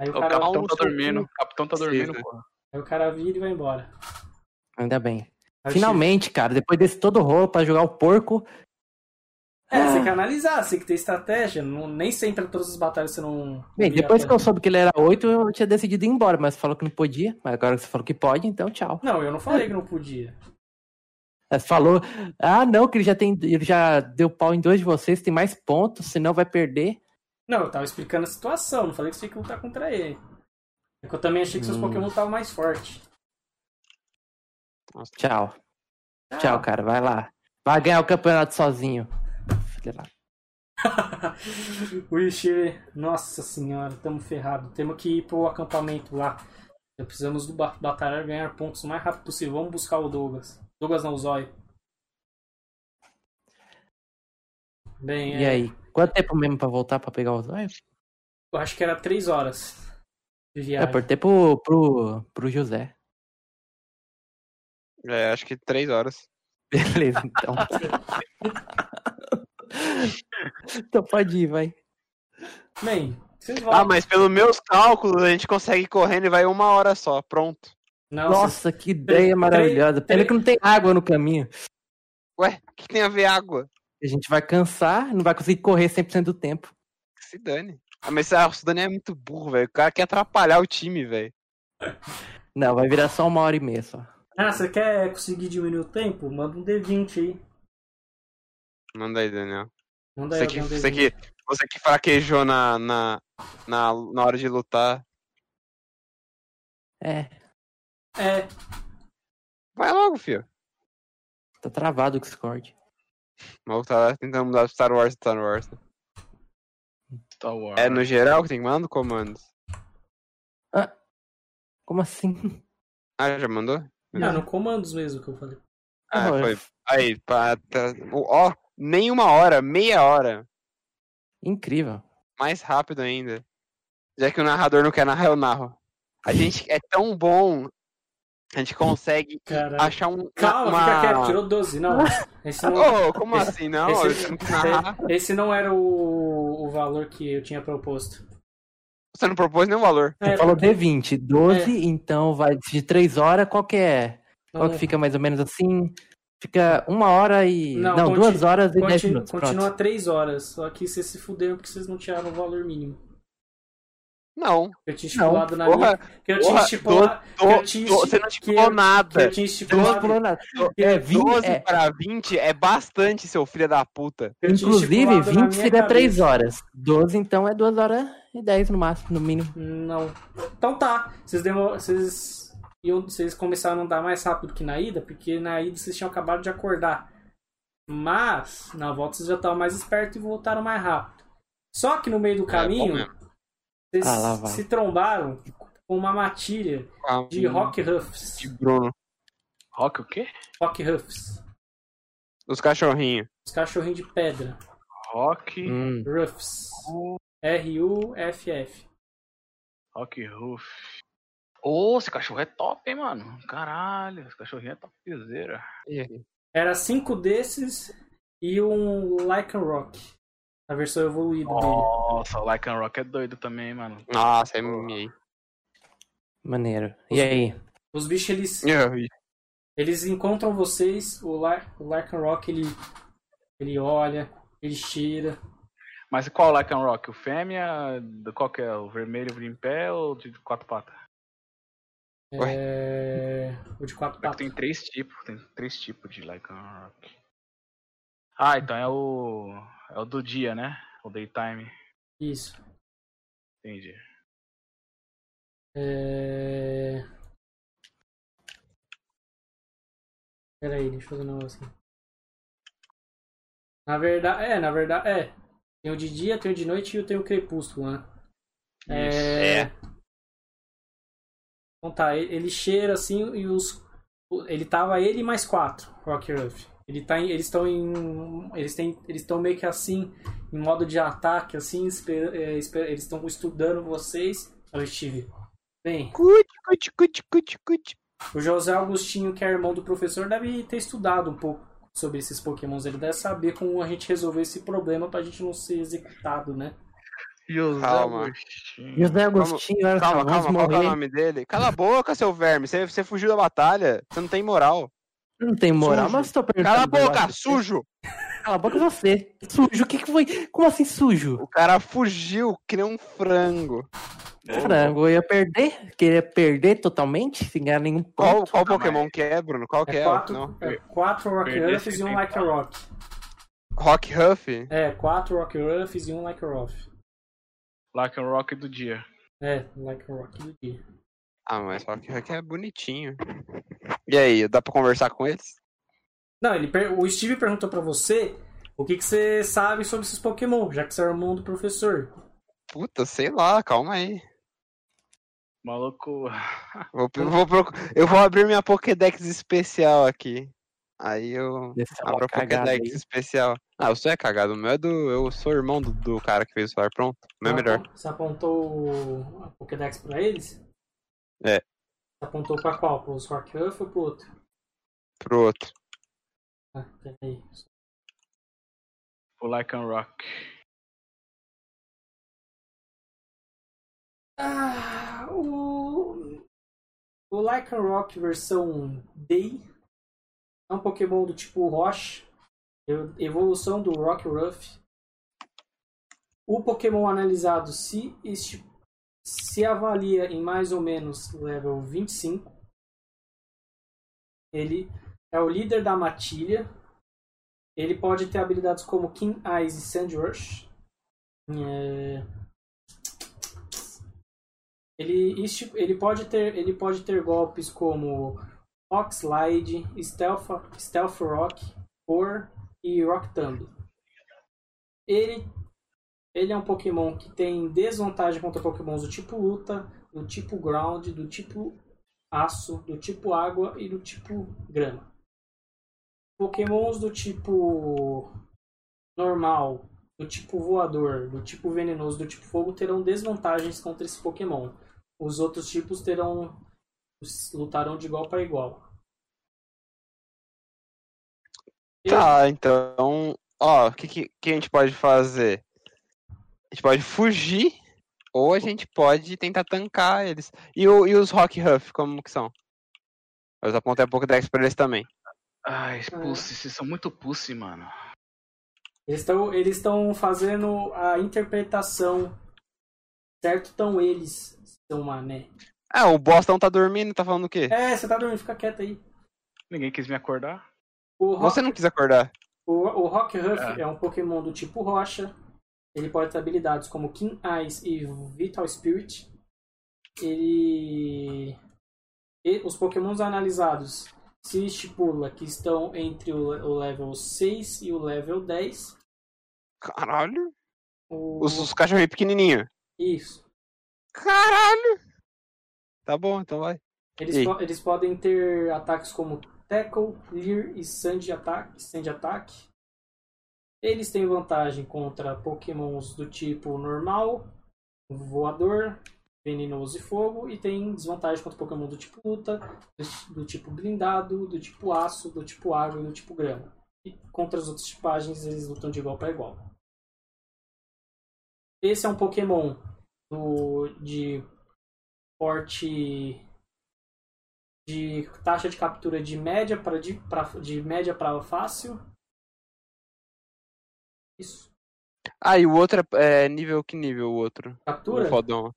Speaker 1: Aí o,
Speaker 3: O
Speaker 1: cara,
Speaker 3: capitão tá
Speaker 1: o-
Speaker 3: dormindo. O capitão tá dormindo,
Speaker 2: Precisa.
Speaker 3: porra.
Speaker 1: aí o cara vira e vai embora.
Speaker 4: Ainda bem.
Speaker 1: Aí o
Speaker 4: Finalmente, cara, depois desse todo rolo pra jogar o porco,
Speaker 1: Chico- É, você
Speaker 4: Ah.
Speaker 1: tem que analisar, você tem que ter estratégia. Não- nem sempre todas as batalhas você não.
Speaker 4: Bem,
Speaker 1: vira
Speaker 4: depois que
Speaker 1: pra-
Speaker 4: eu soube que ele era 8, eu tinha decidido ir embora, mas falou que não podia. Mas agora que você falou que pode, então tchau.
Speaker 1: Não, eu não falei que não podia.
Speaker 4: Mas falou, ah não, que ele já tem. Ele já deu pau em dois de vocês, tem mais pontos, senão vai perder.
Speaker 1: Não, eu tava explicando a situação, não falei que você tinha que lutar contra ele. É que eu também achei que seus
Speaker 4: Hum.
Speaker 1: Pokémon estavam mais fortes.
Speaker 4: Tchau.
Speaker 1: Ah,
Speaker 4: Tchau, cara. Vai lá. Vai ganhar o campeonato sozinho. Filha da-
Speaker 1: Wish, nossa senhora, tamo ferrado. Temos que ir pro acampamento lá. Precisamos do ba- batalhar e ganhar pontos o mais rápido possível. Vamos buscar o Douglas. Douglas não, o Zóio. Bem,
Speaker 4: E
Speaker 1: é,
Speaker 4: aí? Quanto tempo mesmo pra voltar pra pegar o zóio?
Speaker 1: eu acho que era 3 horas de
Speaker 4: É,
Speaker 1: viagem.
Speaker 4: por tempo pro, pro José.
Speaker 2: É, acho que três horas.
Speaker 4: Beleza, então. então pode ir, vai.
Speaker 1: Bem, vocês vão.
Speaker 2: Ah, mas pelos meus cálculos, a gente consegue ir correndo e vai uma hora só. Pronto.
Speaker 1: Nossa,
Speaker 4: Nossa, que ideia maravilhosa. Pena que não tem água no caminho.
Speaker 2: Ué, o que tem a ver água?
Speaker 4: A gente vai cansar, não vai conseguir correr 100% do tempo.
Speaker 2: Que se dane. Ah, mas ah, o Sudani é muito burro, velho. O cara quer atrapalhar o time, velho.
Speaker 4: Não, vai virar só uma hora e meia só.
Speaker 1: Ah, você quer conseguir diminuir o tempo? Manda um D20 aí.
Speaker 2: Manda aí, Daniel.
Speaker 1: Manda um aí
Speaker 2: Você que,
Speaker 1: algum
Speaker 2: você,
Speaker 1: D20.
Speaker 2: que, você que fraquejou na, na, na, na hora de lutar.
Speaker 4: É,
Speaker 1: É,
Speaker 2: Vai logo, filho.
Speaker 4: tá travado o Discord.
Speaker 2: O maluco tá lá tentando mudar pro Star Wars Star Wars.
Speaker 3: Star Wars.
Speaker 1: né?
Speaker 2: É no geral que tem que mandar no comandos.
Speaker 4: Como assim?
Speaker 2: Ah, já mandou?
Speaker 1: não, no comandos mesmo que eu falei.
Speaker 2: Ah,
Speaker 4: Não,
Speaker 2: foi. Aí, pá, tá- ó, nem uma hora, meia hora.
Speaker 4: Incrível.
Speaker 2: Mais rápido ainda. Já que o narrador não quer narrar, eu narro. A gente é tão bom. A gente consegue
Speaker 1: Caralho.
Speaker 2: achar um.
Speaker 1: Calma,
Speaker 2: uma...
Speaker 1: fica quieto, tirou 12. Não, esse não,
Speaker 2: Ô, como assim? Não,
Speaker 1: esse- é.
Speaker 2: eu tenho que narrar.
Speaker 1: esse não era o, o valor que eu tinha proposto.
Speaker 2: Você não propôs nenhum valor.
Speaker 4: Você
Speaker 1: É,
Speaker 4: falou D20, 12, então vai de 3 horas, qual que é? Qual que
Speaker 1: Não,
Speaker 4: fica mais ou menos assim? Fica uma hora e.
Speaker 1: Não,
Speaker 4: Não,
Speaker 1: conti-
Speaker 4: duas horas e 10
Speaker 1: continu-
Speaker 4: minutos.
Speaker 1: continua
Speaker 4: Pronto.
Speaker 1: 3 horas, só que vocês se fuderam porque vocês não tiraram o valor mínimo.
Speaker 2: Não.
Speaker 1: Eu tinha estipulado na
Speaker 2: Porra,
Speaker 1: minha. Que eu tinha
Speaker 2: porra,
Speaker 1: estipulado.
Speaker 2: tô-
Speaker 1: que eu tinha
Speaker 2: tô-
Speaker 1: esti-
Speaker 2: você não
Speaker 1: que
Speaker 2: te
Speaker 1: eu- que é
Speaker 2: nada.
Speaker 1: eu tinha
Speaker 4: Não
Speaker 1: estipulado.
Speaker 4: falou nada.
Speaker 1: É,
Speaker 4: É 20,
Speaker 2: 12
Speaker 4: é,
Speaker 2: pra 20 é bastante, seu filho da puta.
Speaker 1: eu tinha
Speaker 4: inclusive,
Speaker 1: estipulado na minha
Speaker 4: 20 seria 3
Speaker 1: cabeça.
Speaker 4: horas. 12, então, é 2 horas e 10 no máximo, no mínimo.
Speaker 1: Não. Então tá. Vocês demo... vocês... iam- vocês começaram a andar mais rápido que na ida, porque na ida vocês tinham acabado de acordar. Mas na volta vocês já estavam mais espertos e voltaram mais rápido. Só que no meio do
Speaker 2: É, bom
Speaker 1: caminho,
Speaker 2: mesmo.
Speaker 1: vocês
Speaker 4: Ah, lá vai.
Speaker 1: se trombaram com uma matilha
Speaker 2: Com a-
Speaker 1: de Rock Ruffs.
Speaker 2: de Bruno.
Speaker 3: Rock o quê?
Speaker 1: Rock Ruffs.
Speaker 2: Os cachorrinhos.
Speaker 1: Os cachorrinhos de pedra.
Speaker 3: Rock.
Speaker 4: Hum.
Speaker 1: Ruffs. R-U-F-F.
Speaker 3: Rock Roof. Ô, esse cachorro é top, hein, mano? Caralho, esse cachorrinho é topzera.
Speaker 1: Era cinco desses e um Lycan Rock. A versão evoluída dele.
Speaker 3: Nossa, o Lycan Rock é doido também, mano.
Speaker 2: Nossa, é mimei.
Speaker 4: Maneiro. E aí?
Speaker 1: Os bichos, eles,
Speaker 2: É,
Speaker 1: eles encontram vocês, o, Lar o Larkin Rock, ele, ele olha, ele tira.
Speaker 3: Mas qual é o Lycan Rock? O fêmea? do- Qual que é? O vermelho em pé ou de quatro patas?
Speaker 2: Ué.
Speaker 1: É... O de quatro
Speaker 3: É que
Speaker 1: patas.
Speaker 3: Tem três tipos, tem três tipos de Lycan Rock. Ah, então é o. É o do dia, né? O daytime.
Speaker 1: Isso.
Speaker 3: Entendi.
Speaker 1: É... Pera aí, deixa eu fazer um negócio aqui. Na verdade, é, na verdade, é. Tem o de dia, tem o de noite e tem o crepúsculo, né? É... Então tá, e- ele cheira assim e os. o- Ele tava ele e mais quatro, Rock Ruff. Ele tá em- eles estão em. Eles têm, eles estão meio que assim, em modo de ataque, assim, esper- é, esper- eles estão estudando vocês. Olha o Steve. Bem,
Speaker 2: Cuti, cuti, cuti, cuti, cuti.
Speaker 1: o José Augustinho, que é irmão do professor, deve ter estudado um pouco sobre esses pokémons. Ele deve saber como a gente resolver esse problema pra gente não ser executado, né?
Speaker 3: José
Speaker 2: Calma.
Speaker 3: Agostinho.
Speaker 4: José Agostinho, olha só,
Speaker 2: Calma,
Speaker 4: vamos
Speaker 2: calma, qual que é o
Speaker 4: morrer.
Speaker 2: nome dele? Cala a boca, seu verme. Você, você fugiu da batalha. Você não tem moral.
Speaker 4: Não tem moral,
Speaker 2: Sujo.
Speaker 4: mas tô perguntando.
Speaker 1: tá
Speaker 2: Cala a
Speaker 4: eu
Speaker 2: boca,
Speaker 4: acho.
Speaker 2: sujo!
Speaker 4: Cala a boca você. Sujo, o que que foi? Como assim sujo?
Speaker 2: O cara fugiu que nem um frango.
Speaker 4: Frango, eu ia perder? Queria perder totalmente? Sem ganhar nenhum
Speaker 2: Qual,
Speaker 4: ponto?
Speaker 2: qual
Speaker 3: Calma
Speaker 2: Pokémon que é, Bruno? Qual que
Speaker 1: É
Speaker 2: é?
Speaker 1: quatro,
Speaker 2: Não.
Speaker 1: é quatro Rock
Speaker 3: Perder
Speaker 1: Ruffs e um
Speaker 3: sem
Speaker 1: Like Rock.
Speaker 2: Rock Huff?
Speaker 1: É, quatro Rock Ruffs e um Like Ruff.
Speaker 3: Lycan Rock do dia.
Speaker 1: É, um Like Rock do dia.
Speaker 2: Ah, mas Rock Huff é bonitinho. E aí, dá pra conversar com eles?
Speaker 1: Não, ele per- o Steve perguntou pra você o que, que você sabe sobre esses um Pokémon, já que você é irmão do professor.
Speaker 2: Puta, sei lá, calma aí.
Speaker 3: Maluco.
Speaker 2: Vou, eu, vou procu- eu vou abrir minha Pokédex especial aqui. Aí eu
Speaker 4: Desse é uma
Speaker 2: abro a
Speaker 4: cagada
Speaker 2: Pokédex
Speaker 4: aí.
Speaker 2: especial. Ah, o seu é cagado. O meu é do. Eu sou irmão do, do cara que fez o celular. Pronto. O meu é
Speaker 1: Você
Speaker 2: melhor.
Speaker 1: apon- Você apontou a Pokédex pra eles?
Speaker 2: É.
Speaker 1: Você apontou pra qual? Pro Swartruff ou pro outro?
Speaker 2: Pro outro.
Speaker 1: Ah, peraí.
Speaker 3: O Lycan Rock.
Speaker 1: Ah, o. O Lycanroc versão Day é um Pokémon do tipo Roche, evo- evolução do Rockruff. O Pokémon analisado se, esti- se avalia em mais ou menos level 25. Ele é o líder da matilha. Ele pode ter habilidades como King Eyes e Sand Rush. É, ele, isti- ele, pode ter, ele pode ter golpes como Rock Slide, Stealth, Stealth Rock, Or e Rock Thumb. Ele, ele é um Pokémon que tem desvantagem contra Pokémons do tipo luta, do tipo ground, do tipo aço, do tipo água e do tipo grama. Pokémons do tipo normal, do tipo voador, do tipo venenoso, do tipo fogo terão desvantagens contra esse Pokémon. Os outros tipos terão lutarão de igual para igual. Eu-
Speaker 2: Tá, então. Ó, o que, que, que a gente pode fazer? A gente pode fugir ou a gente pode tentar tancar eles. E, o, e os Rock Huff, como que são? Eu já apontei a Pokédex pra eles também.
Speaker 3: Ai, pussy, vocês são muito pussy, mano.
Speaker 1: Eles estão eles estão fazendo a interpretação certo estão eles são mané.
Speaker 2: Ah, o Bostão tá dormindo, tá falando o quê?
Speaker 1: É, você tá dormindo, fica quieto aí.
Speaker 3: Ninguém quis me acordar.
Speaker 1: O Rock,
Speaker 2: Você não quis acordar.
Speaker 1: o, o Rock Ruff é. um Pokémon do tipo rocha. Ele pode ter habilidades como King Eyes e Vital Spirit. Ele e os Pokémons analisados se estipula que estão entre o, le- o level 6 e o level 10.
Speaker 2: Caralho.
Speaker 1: O-
Speaker 2: Os, os cachorrinhos pequenininhos.
Speaker 1: Isso.
Speaker 2: Caralho. Tá bom, então vai.
Speaker 1: Eles,
Speaker 2: E aí?
Speaker 1: po- eles podem ter ataques como Tackle, Leer e Sand Attack. Sand attack. Eles têm vantagem contra pokémons do tipo normal, voador, venenoso e fogo. E tem desvantagem contra pokémon do tipo luta, do, do tipo blindado, do tipo aço, do tipo água e do tipo grama. E contra as outras tipagens eles lutam de igual para igual. Esse é um pokémon do, de porte de taxa de captura de média para de, pra, de média para fácil. Isso.
Speaker 2: Ah, e o outro é, é nível que nível o outro? O
Speaker 1: Captura?
Speaker 2: fodão.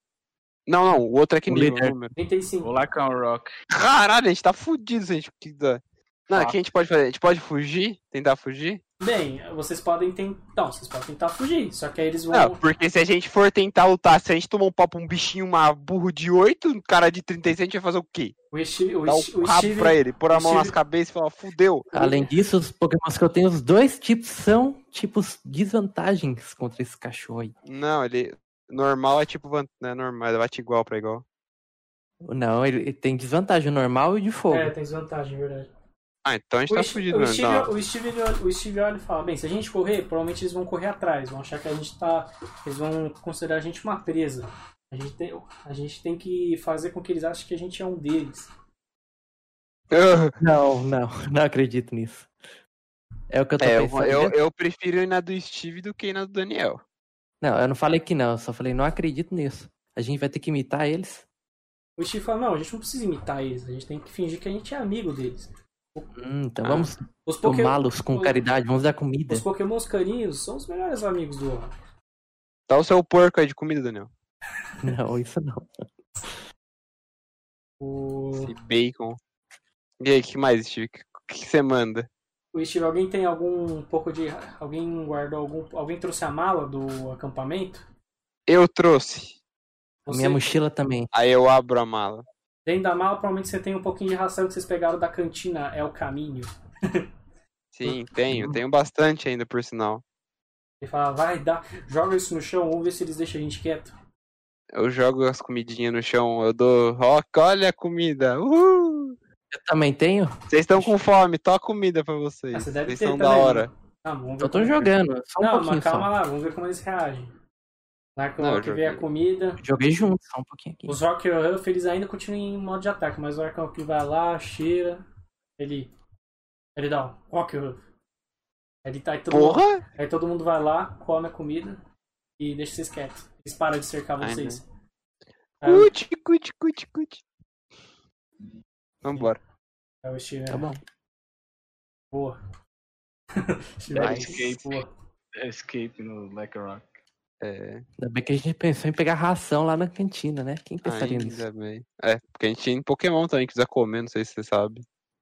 Speaker 2: Não, não, o outro é que
Speaker 4: O
Speaker 2: nível,
Speaker 4: líder.
Speaker 2: o número.
Speaker 1: 35.
Speaker 3: O Lycan Rock.
Speaker 2: Caralho, a gente tá fudido se a gente quiser. Não, o que a gente pode fazer? A gente pode fugir? Tentar fugir?
Speaker 1: Bem, vocês podem tentar. Não, vocês podem tentar fugir. Só que aí eles vão.
Speaker 2: Não, porque se a gente for tentar lutar, se a gente tomar um pau pra um bichinho, uma burro de 8, um cara de 36, a gente vai fazer o quê?
Speaker 1: o Steve, o
Speaker 2: Dar
Speaker 1: Steve-
Speaker 2: o
Speaker 1: o
Speaker 2: um rabo
Speaker 1: Steve-
Speaker 2: pra ele, pôr a
Speaker 1: o
Speaker 2: mão nas
Speaker 1: Steve-
Speaker 2: cabeças e falar, fudeu.
Speaker 4: Além disso, os Pokémons que eu tenho, os dois tipos são tipos desvantagens contra esse cachorro aí.
Speaker 2: Não, ele. Normal é tipo. van- Não é normal, ele bate igual pra igual.
Speaker 4: Não, ele, ele tem desvantagem o normal e de fogo.
Speaker 1: É, tem desvantagem, é verdade.
Speaker 2: Ah, então a gente tá
Speaker 1: Steve-
Speaker 2: fudido mesmo.
Speaker 1: Steve,
Speaker 2: Então,
Speaker 1: o, Steve, ele olha- o Steve olha e fala: Bem, se a gente correr, provavelmente eles vão correr atrás, vão achar que a gente tá. Eles vão considerar a gente uma presa. A gente tem, a gente tem que fazer com que eles achem que a gente é um deles.
Speaker 4: Não, não, não acredito nisso. É o que eu tô
Speaker 2: é, eu,
Speaker 4: pensando.
Speaker 2: eu, eu prefiro ir na do Steve do que ir na do Daniel.
Speaker 4: Não, eu não falei que não, eu só falei, não acredito nisso. A gente vai ter que imitar eles.
Speaker 1: O Steve fala, não, a gente não precisa imitar eles, a gente tem que fingir que a gente é amigo deles.
Speaker 4: Hum, então
Speaker 2: Ah,
Speaker 4: vamos
Speaker 1: Os, poké...
Speaker 4: tomá-los com
Speaker 1: o-
Speaker 4: caridade, vamos dar comida.
Speaker 1: os pokémons carinhos são os melhores amigos do homem.
Speaker 2: Dá o seu porco aí de comida, Daniel.
Speaker 4: Não, isso não.
Speaker 1: O...
Speaker 2: Esse bacon. E aí, o que mais, Steve? O que que você manda?
Speaker 1: o Steve, alguém tem algum pouco de... Alguém guardou algum... Alguém trouxe a mala do acampamento?
Speaker 2: Eu trouxe.
Speaker 1: Você-
Speaker 4: Minha mochila também.
Speaker 2: Aí eu abro a mala.
Speaker 1: Dentro da mala, provavelmente você tem um pouquinho de ração que vocês pegaram da cantina É o Caminho. Hum.
Speaker 2: Sim, tenho. Tenho bastante ainda, por sinal.
Speaker 1: Ele fala, vai, dá, joga isso no chão, vamos ver se eles deixam a gente quieto.
Speaker 2: Eu jogo as comidinhas no chão, eu dou. Ó, olha a comida! Uhul!
Speaker 4: Eu também tenho.
Speaker 2: Vocês estão com fome, tô a comida pra vocês.
Speaker 1: Ah, você deve
Speaker 2: vocês
Speaker 1: ter
Speaker 2: são da
Speaker 1: também, né?
Speaker 2: hora.
Speaker 1: Ah, vamos ver
Speaker 4: Eu tô
Speaker 1: como- é.
Speaker 4: jogando. Só um
Speaker 1: não,
Speaker 4: pouquinho
Speaker 1: mas calma
Speaker 4: só.
Speaker 1: lá, vamos ver como eles reagem. Lá que
Speaker 2: Não,
Speaker 1: hora
Speaker 2: eu
Speaker 1: que vem a
Speaker 2: joguei.
Speaker 1: comida.
Speaker 4: Joguei junto, só um pouquinho aqui.
Speaker 1: Os Rock Your Huff, eles ainda continuam em modo de ataque, mas o Arcão que vai lá, cheira, ele. Ele dá um Rock Your Huff. Aí Ele tá aí todo, mundo,
Speaker 2: Porra!
Speaker 1: aí todo mundo vai lá, come a comida e deixa vocês quietos. Eles param de cercar
Speaker 2: Ai,
Speaker 1: vocês. É, Aí o-
Speaker 2: Cuti, cuti, cuti, cuti. Vambora.
Speaker 1: aí é, o Steven.
Speaker 4: Tá bom.
Speaker 1: Boa.
Speaker 2: Vai,
Speaker 1: Steven, boa.
Speaker 3: Escape é no Black Rock.
Speaker 2: É,
Speaker 4: Ainda bem que a gente pensou em pegar ração lá na cantina, né?
Speaker 2: Ah,
Speaker 4: Quem pensaria nisso?
Speaker 2: ainda bem. É, porque a gente tem Pokémon também, quiser comer, não sei se você sabe.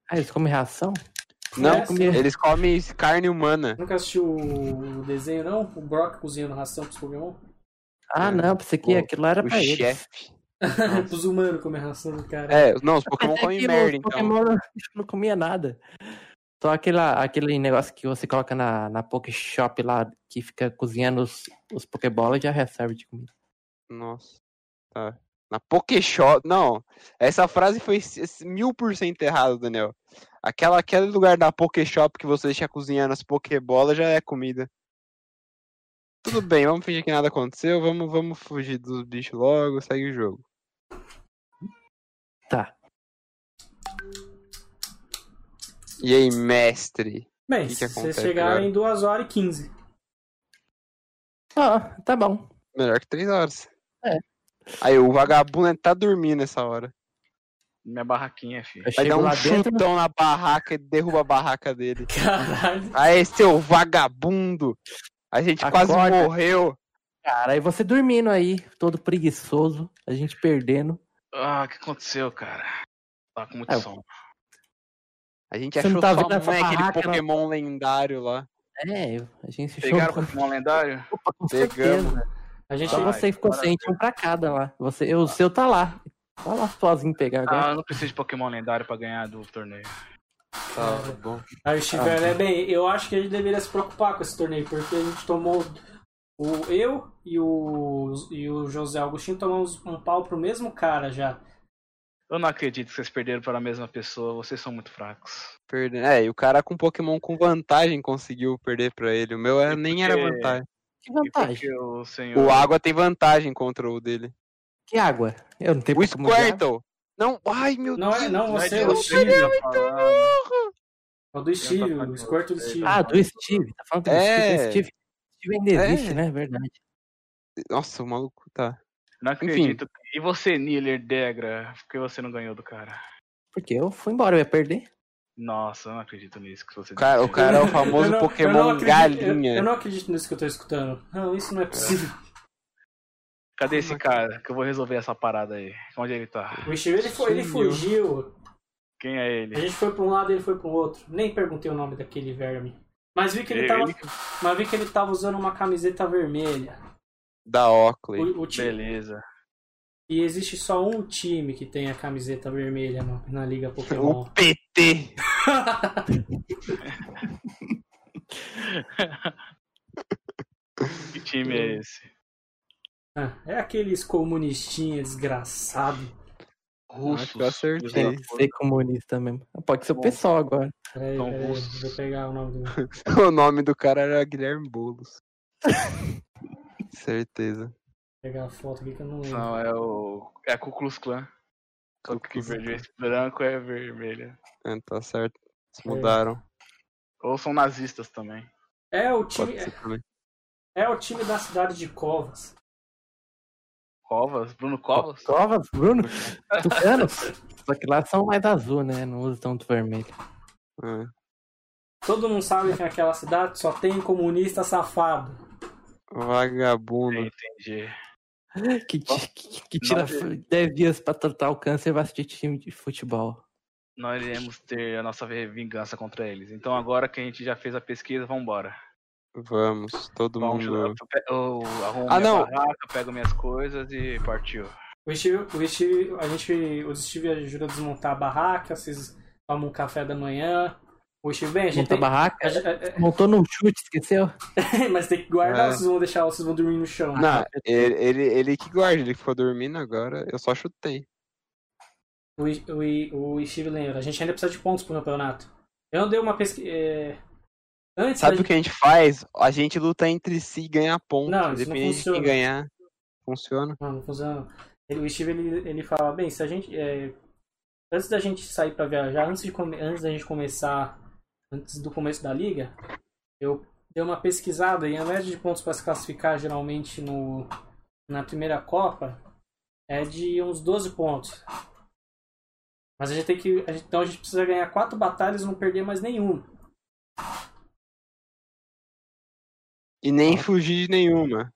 Speaker 4: Ah, eles comem ração?
Speaker 2: Não,
Speaker 1: Essa-
Speaker 2: eles comem carne humana.
Speaker 1: Nunca assistiu o o desenho, não? O Brock cozinhando ração pros Pokémon?
Speaker 4: Ah,
Speaker 2: É.
Speaker 4: não, pensei que
Speaker 2: O-
Speaker 4: aquilo lá era
Speaker 2: O
Speaker 4: pra eles.
Speaker 2: chefe. Nossa.
Speaker 1: pros humanos comer ração do cara.
Speaker 2: É, não, os Pokémon
Speaker 4: Até
Speaker 2: comem
Speaker 4: que
Speaker 2: merda,
Speaker 4: os
Speaker 2: então.
Speaker 4: Pokémon não, não comia nada. Só aquela, aquele negócio que você coloca na, na Pokéshop lá, que fica cozinhando os, os Pokébolas, já reserva de comida.
Speaker 2: Nossa. Tá. Na Pokéshop. Não, essa frase foi c- c- mil por cento errada, Daniel. Aquela, aquele lugar da Pokéshop que você deixa cozinhando as Pokébolas já é comida. Tudo bem, vamos fingir que nada aconteceu, vamos, vamos fugir dos bichos logo, segue o jogo.
Speaker 4: Tá.
Speaker 2: E aí, mestre?
Speaker 1: Bem,
Speaker 2: que que
Speaker 1: vocês
Speaker 2: acontece
Speaker 1: chegaram
Speaker 2: agora?
Speaker 1: em 2 horas e 15.
Speaker 4: Ah, tá bom.
Speaker 2: Melhor que três horas.
Speaker 4: É.
Speaker 2: Aí o vagabundo ele tá dormindo essa hora.
Speaker 3: Minha barraquinha, filho.
Speaker 4: Eu
Speaker 2: Vai dar
Speaker 4: chego
Speaker 2: um
Speaker 4: lá
Speaker 2: chutão
Speaker 4: dentro, né?
Speaker 2: na barraca e derruba a barraca dele.
Speaker 1: Caralho.
Speaker 2: Aí, seu vagabundo! A gente quase
Speaker 4: Acorda.
Speaker 2: morreu.
Speaker 4: cara, e você dormindo aí, todo preguiçoso, a gente perdendo.
Speaker 3: Ah, o que aconteceu, cara? Tá com muito
Speaker 4: Ah, eu-
Speaker 3: sono.
Speaker 2: A gente
Speaker 4: Você
Speaker 2: achou
Speaker 4: não tá
Speaker 2: só
Speaker 4: vendo essa
Speaker 2: né, aquele
Speaker 4: barraca,
Speaker 2: Pokémon lendário lá.
Speaker 4: É, a gente
Speaker 3: Pegaram o
Speaker 4: chegou
Speaker 3: Pokémon lendário?
Speaker 4: Opa, com
Speaker 2: Pegamos.
Speaker 4: certeza.
Speaker 1: A gente.
Speaker 4: Só
Speaker 3: Ai,
Speaker 4: você ficou
Speaker 3: agora-
Speaker 4: sem, tinha um pra cada lá. Você, o seu tá lá. Tá lá sozinho né? pegar agora.
Speaker 3: Ah, eu não preciso de Pokémon lendário pra ganhar do torneio.
Speaker 4: É.
Speaker 2: Tá bom.
Speaker 1: Aí o Steven, é bem, eu acho que a gente deveria se preocupar com esse torneio, porque a gente tomou. O, eu e o, e o José Agostinho tomamos um pau pro mesmo cara já.
Speaker 3: Eu não acredito que vocês perderam para a mesma pessoa, vocês são muito fracos.
Speaker 2: Perde- É, e o cara com Pokémon com vantagem conseguiu perder pra ele. O meu era-
Speaker 3: E
Speaker 2: nem era
Speaker 3: porque-
Speaker 2: vantagem.
Speaker 4: que
Speaker 3: E
Speaker 4: vantagem.
Speaker 3: porque o senhor.
Speaker 2: O Água tem vantagem contra o dele.
Speaker 4: Que água? Eu não tenho
Speaker 2: O tá-
Speaker 4: Pokémon de água.
Speaker 2: Squirtle! Não, ai meu
Speaker 1: Não é,
Speaker 2: Deus.
Speaker 1: não,
Speaker 3: Não é
Speaker 1: você,
Speaker 3: de
Speaker 1: o
Speaker 3: vocês
Speaker 1: Steven.
Speaker 3: a palavra.
Speaker 1: É o do Steve,
Speaker 3: falando
Speaker 1: o Squirtle do
Speaker 3: de-
Speaker 1: Steve.
Speaker 4: Ah, do Steve. Tá falando do
Speaker 2: É.
Speaker 4: Steve. Steve. Steve ainda
Speaker 2: É.
Speaker 4: existe, né? Verdade.
Speaker 2: Nossa, o maluco tá.
Speaker 3: Não
Speaker 2: Enfim.
Speaker 3: acredito. E você, Niller Degra, por que você não ganhou do cara?
Speaker 4: Porque eu fui embora, eu ia perder.
Speaker 3: Nossa, eu não acredito nisso que você
Speaker 2: O cara, o cara é o famoso
Speaker 1: Eu não- eu não
Speaker 2: Pokémon
Speaker 1: acredito-
Speaker 2: galinha.
Speaker 1: Eu, eu não acredito nisso que eu tô escutando. Não, isso não é possível.
Speaker 3: Cadê esse cara? Que eu vou resolver essa parada aí. Onde ele tá?
Speaker 1: O Steve ele, foi, ele
Speaker 2: Sumiu.
Speaker 1: fugiu.
Speaker 3: Quem é
Speaker 1: A
Speaker 3: ele?
Speaker 1: gente foi pra um lado, ele foi pro outro. Nem perguntei o nome daquele verme. Mas vi que ele,
Speaker 3: Ele-
Speaker 1: tava, mas vi que ele tava usando uma camiseta vermelha.
Speaker 2: Da Oakley.
Speaker 1: O, o time-
Speaker 3: Beleza.
Speaker 1: e existe só um time que tem a camiseta vermelha no- na Liga Pokémon.
Speaker 2: O PT.
Speaker 3: Que time é esse?
Speaker 1: Ah, é aqueles comunistinha desgraçado.
Speaker 2: Acho Ah, que eu acertei.
Speaker 3: filhos
Speaker 4: Tem
Speaker 3: da
Speaker 4: que
Speaker 3: puta.
Speaker 4: ser comunista mesmo. Pode ser o
Speaker 3: Bom.
Speaker 4: pessoal agora.
Speaker 1: Peraí,
Speaker 3: São
Speaker 1: peraí,
Speaker 3: russos.
Speaker 1: vou pegar o nome do.
Speaker 2: O nome do cara era Guilherme Boulos. Certeza.
Speaker 1: pegar a foto aqui que eu não lembro.
Speaker 3: Não, é o. É a Ku Klux Klan. Só que verde, branco é vermelha.
Speaker 2: É, tá certo. Eles
Speaker 1: É.
Speaker 2: mudaram.
Speaker 3: Ou são nazistas também.
Speaker 1: É o time.
Speaker 2: Pode ser também.
Speaker 1: É o time da cidade de Covas.
Speaker 3: Covas? Bruno Covas?
Speaker 4: Covas, Bruno, Tucanos. Só que lá são mais azul, né? Não usam tanto vermelho.
Speaker 2: É.
Speaker 1: Todo mundo sabe que naquela cidade só tem comunista safado.
Speaker 2: Vagabundo.
Speaker 3: Entendi.
Speaker 4: Que, ti- que- que tira
Speaker 3: Nossa.
Speaker 4: f- 10 dias pra tratar o câncer e vai assistir time de futebol.
Speaker 3: Nós iremos ter a nossa ve- vingança contra eles. Então agora que a gente já fez a pesquisa, vambora.
Speaker 2: Vamos, todo
Speaker 3: Vamos, eu,
Speaker 2: mundo.
Speaker 3: pe- eu arrumo
Speaker 2: Ah,
Speaker 3: minha
Speaker 2: não.
Speaker 3: barraca, pego minhas coisas e partiu.
Speaker 1: O Steve, o Steve, a gente, o Steve ajuda a desmontar a barraca, vocês tomam um café da manhã, O Steve Ben, a gente tem...
Speaker 4: Montou a barraca,
Speaker 1: a gente- é,
Speaker 4: montou num chute, esqueceu?
Speaker 1: é, mas tem que guardar,
Speaker 2: É.
Speaker 1: ou vocês vão deixar, ou vocês vão dormir no chão.
Speaker 2: Não, ele, ele, ele que guarda, ele ficou dormindo agora, eu só chutei.
Speaker 1: O, I- o, I- o Steve lembra, a gente ainda precisa de pontos pro campeonato. Eu dei uma pesquisa. Antes
Speaker 2: Sabe
Speaker 1: da
Speaker 2: o que a gente faz? A gente luta entre si e ganha ponto.
Speaker 1: Não, isso não
Speaker 2: Depende de
Speaker 1: funciona.
Speaker 2: quem ganhar. Funciona.
Speaker 1: Não, não funciona. não. Ele, o Steve ele, ele fala, bem, se a gente. é, antes da gente sair pra viajar, antes, de come- antes da gente começar, antes do começo da liga, eu dei uma pesquisada e a média de pontos para se classificar geralmente no, na primeira Copa é de uns 12 pontos. Mas a gente tem que. a gente- então a gente precisa ganhar quatro batalhas e não perder mais nenhuma.
Speaker 2: E nem fugir de nenhuma.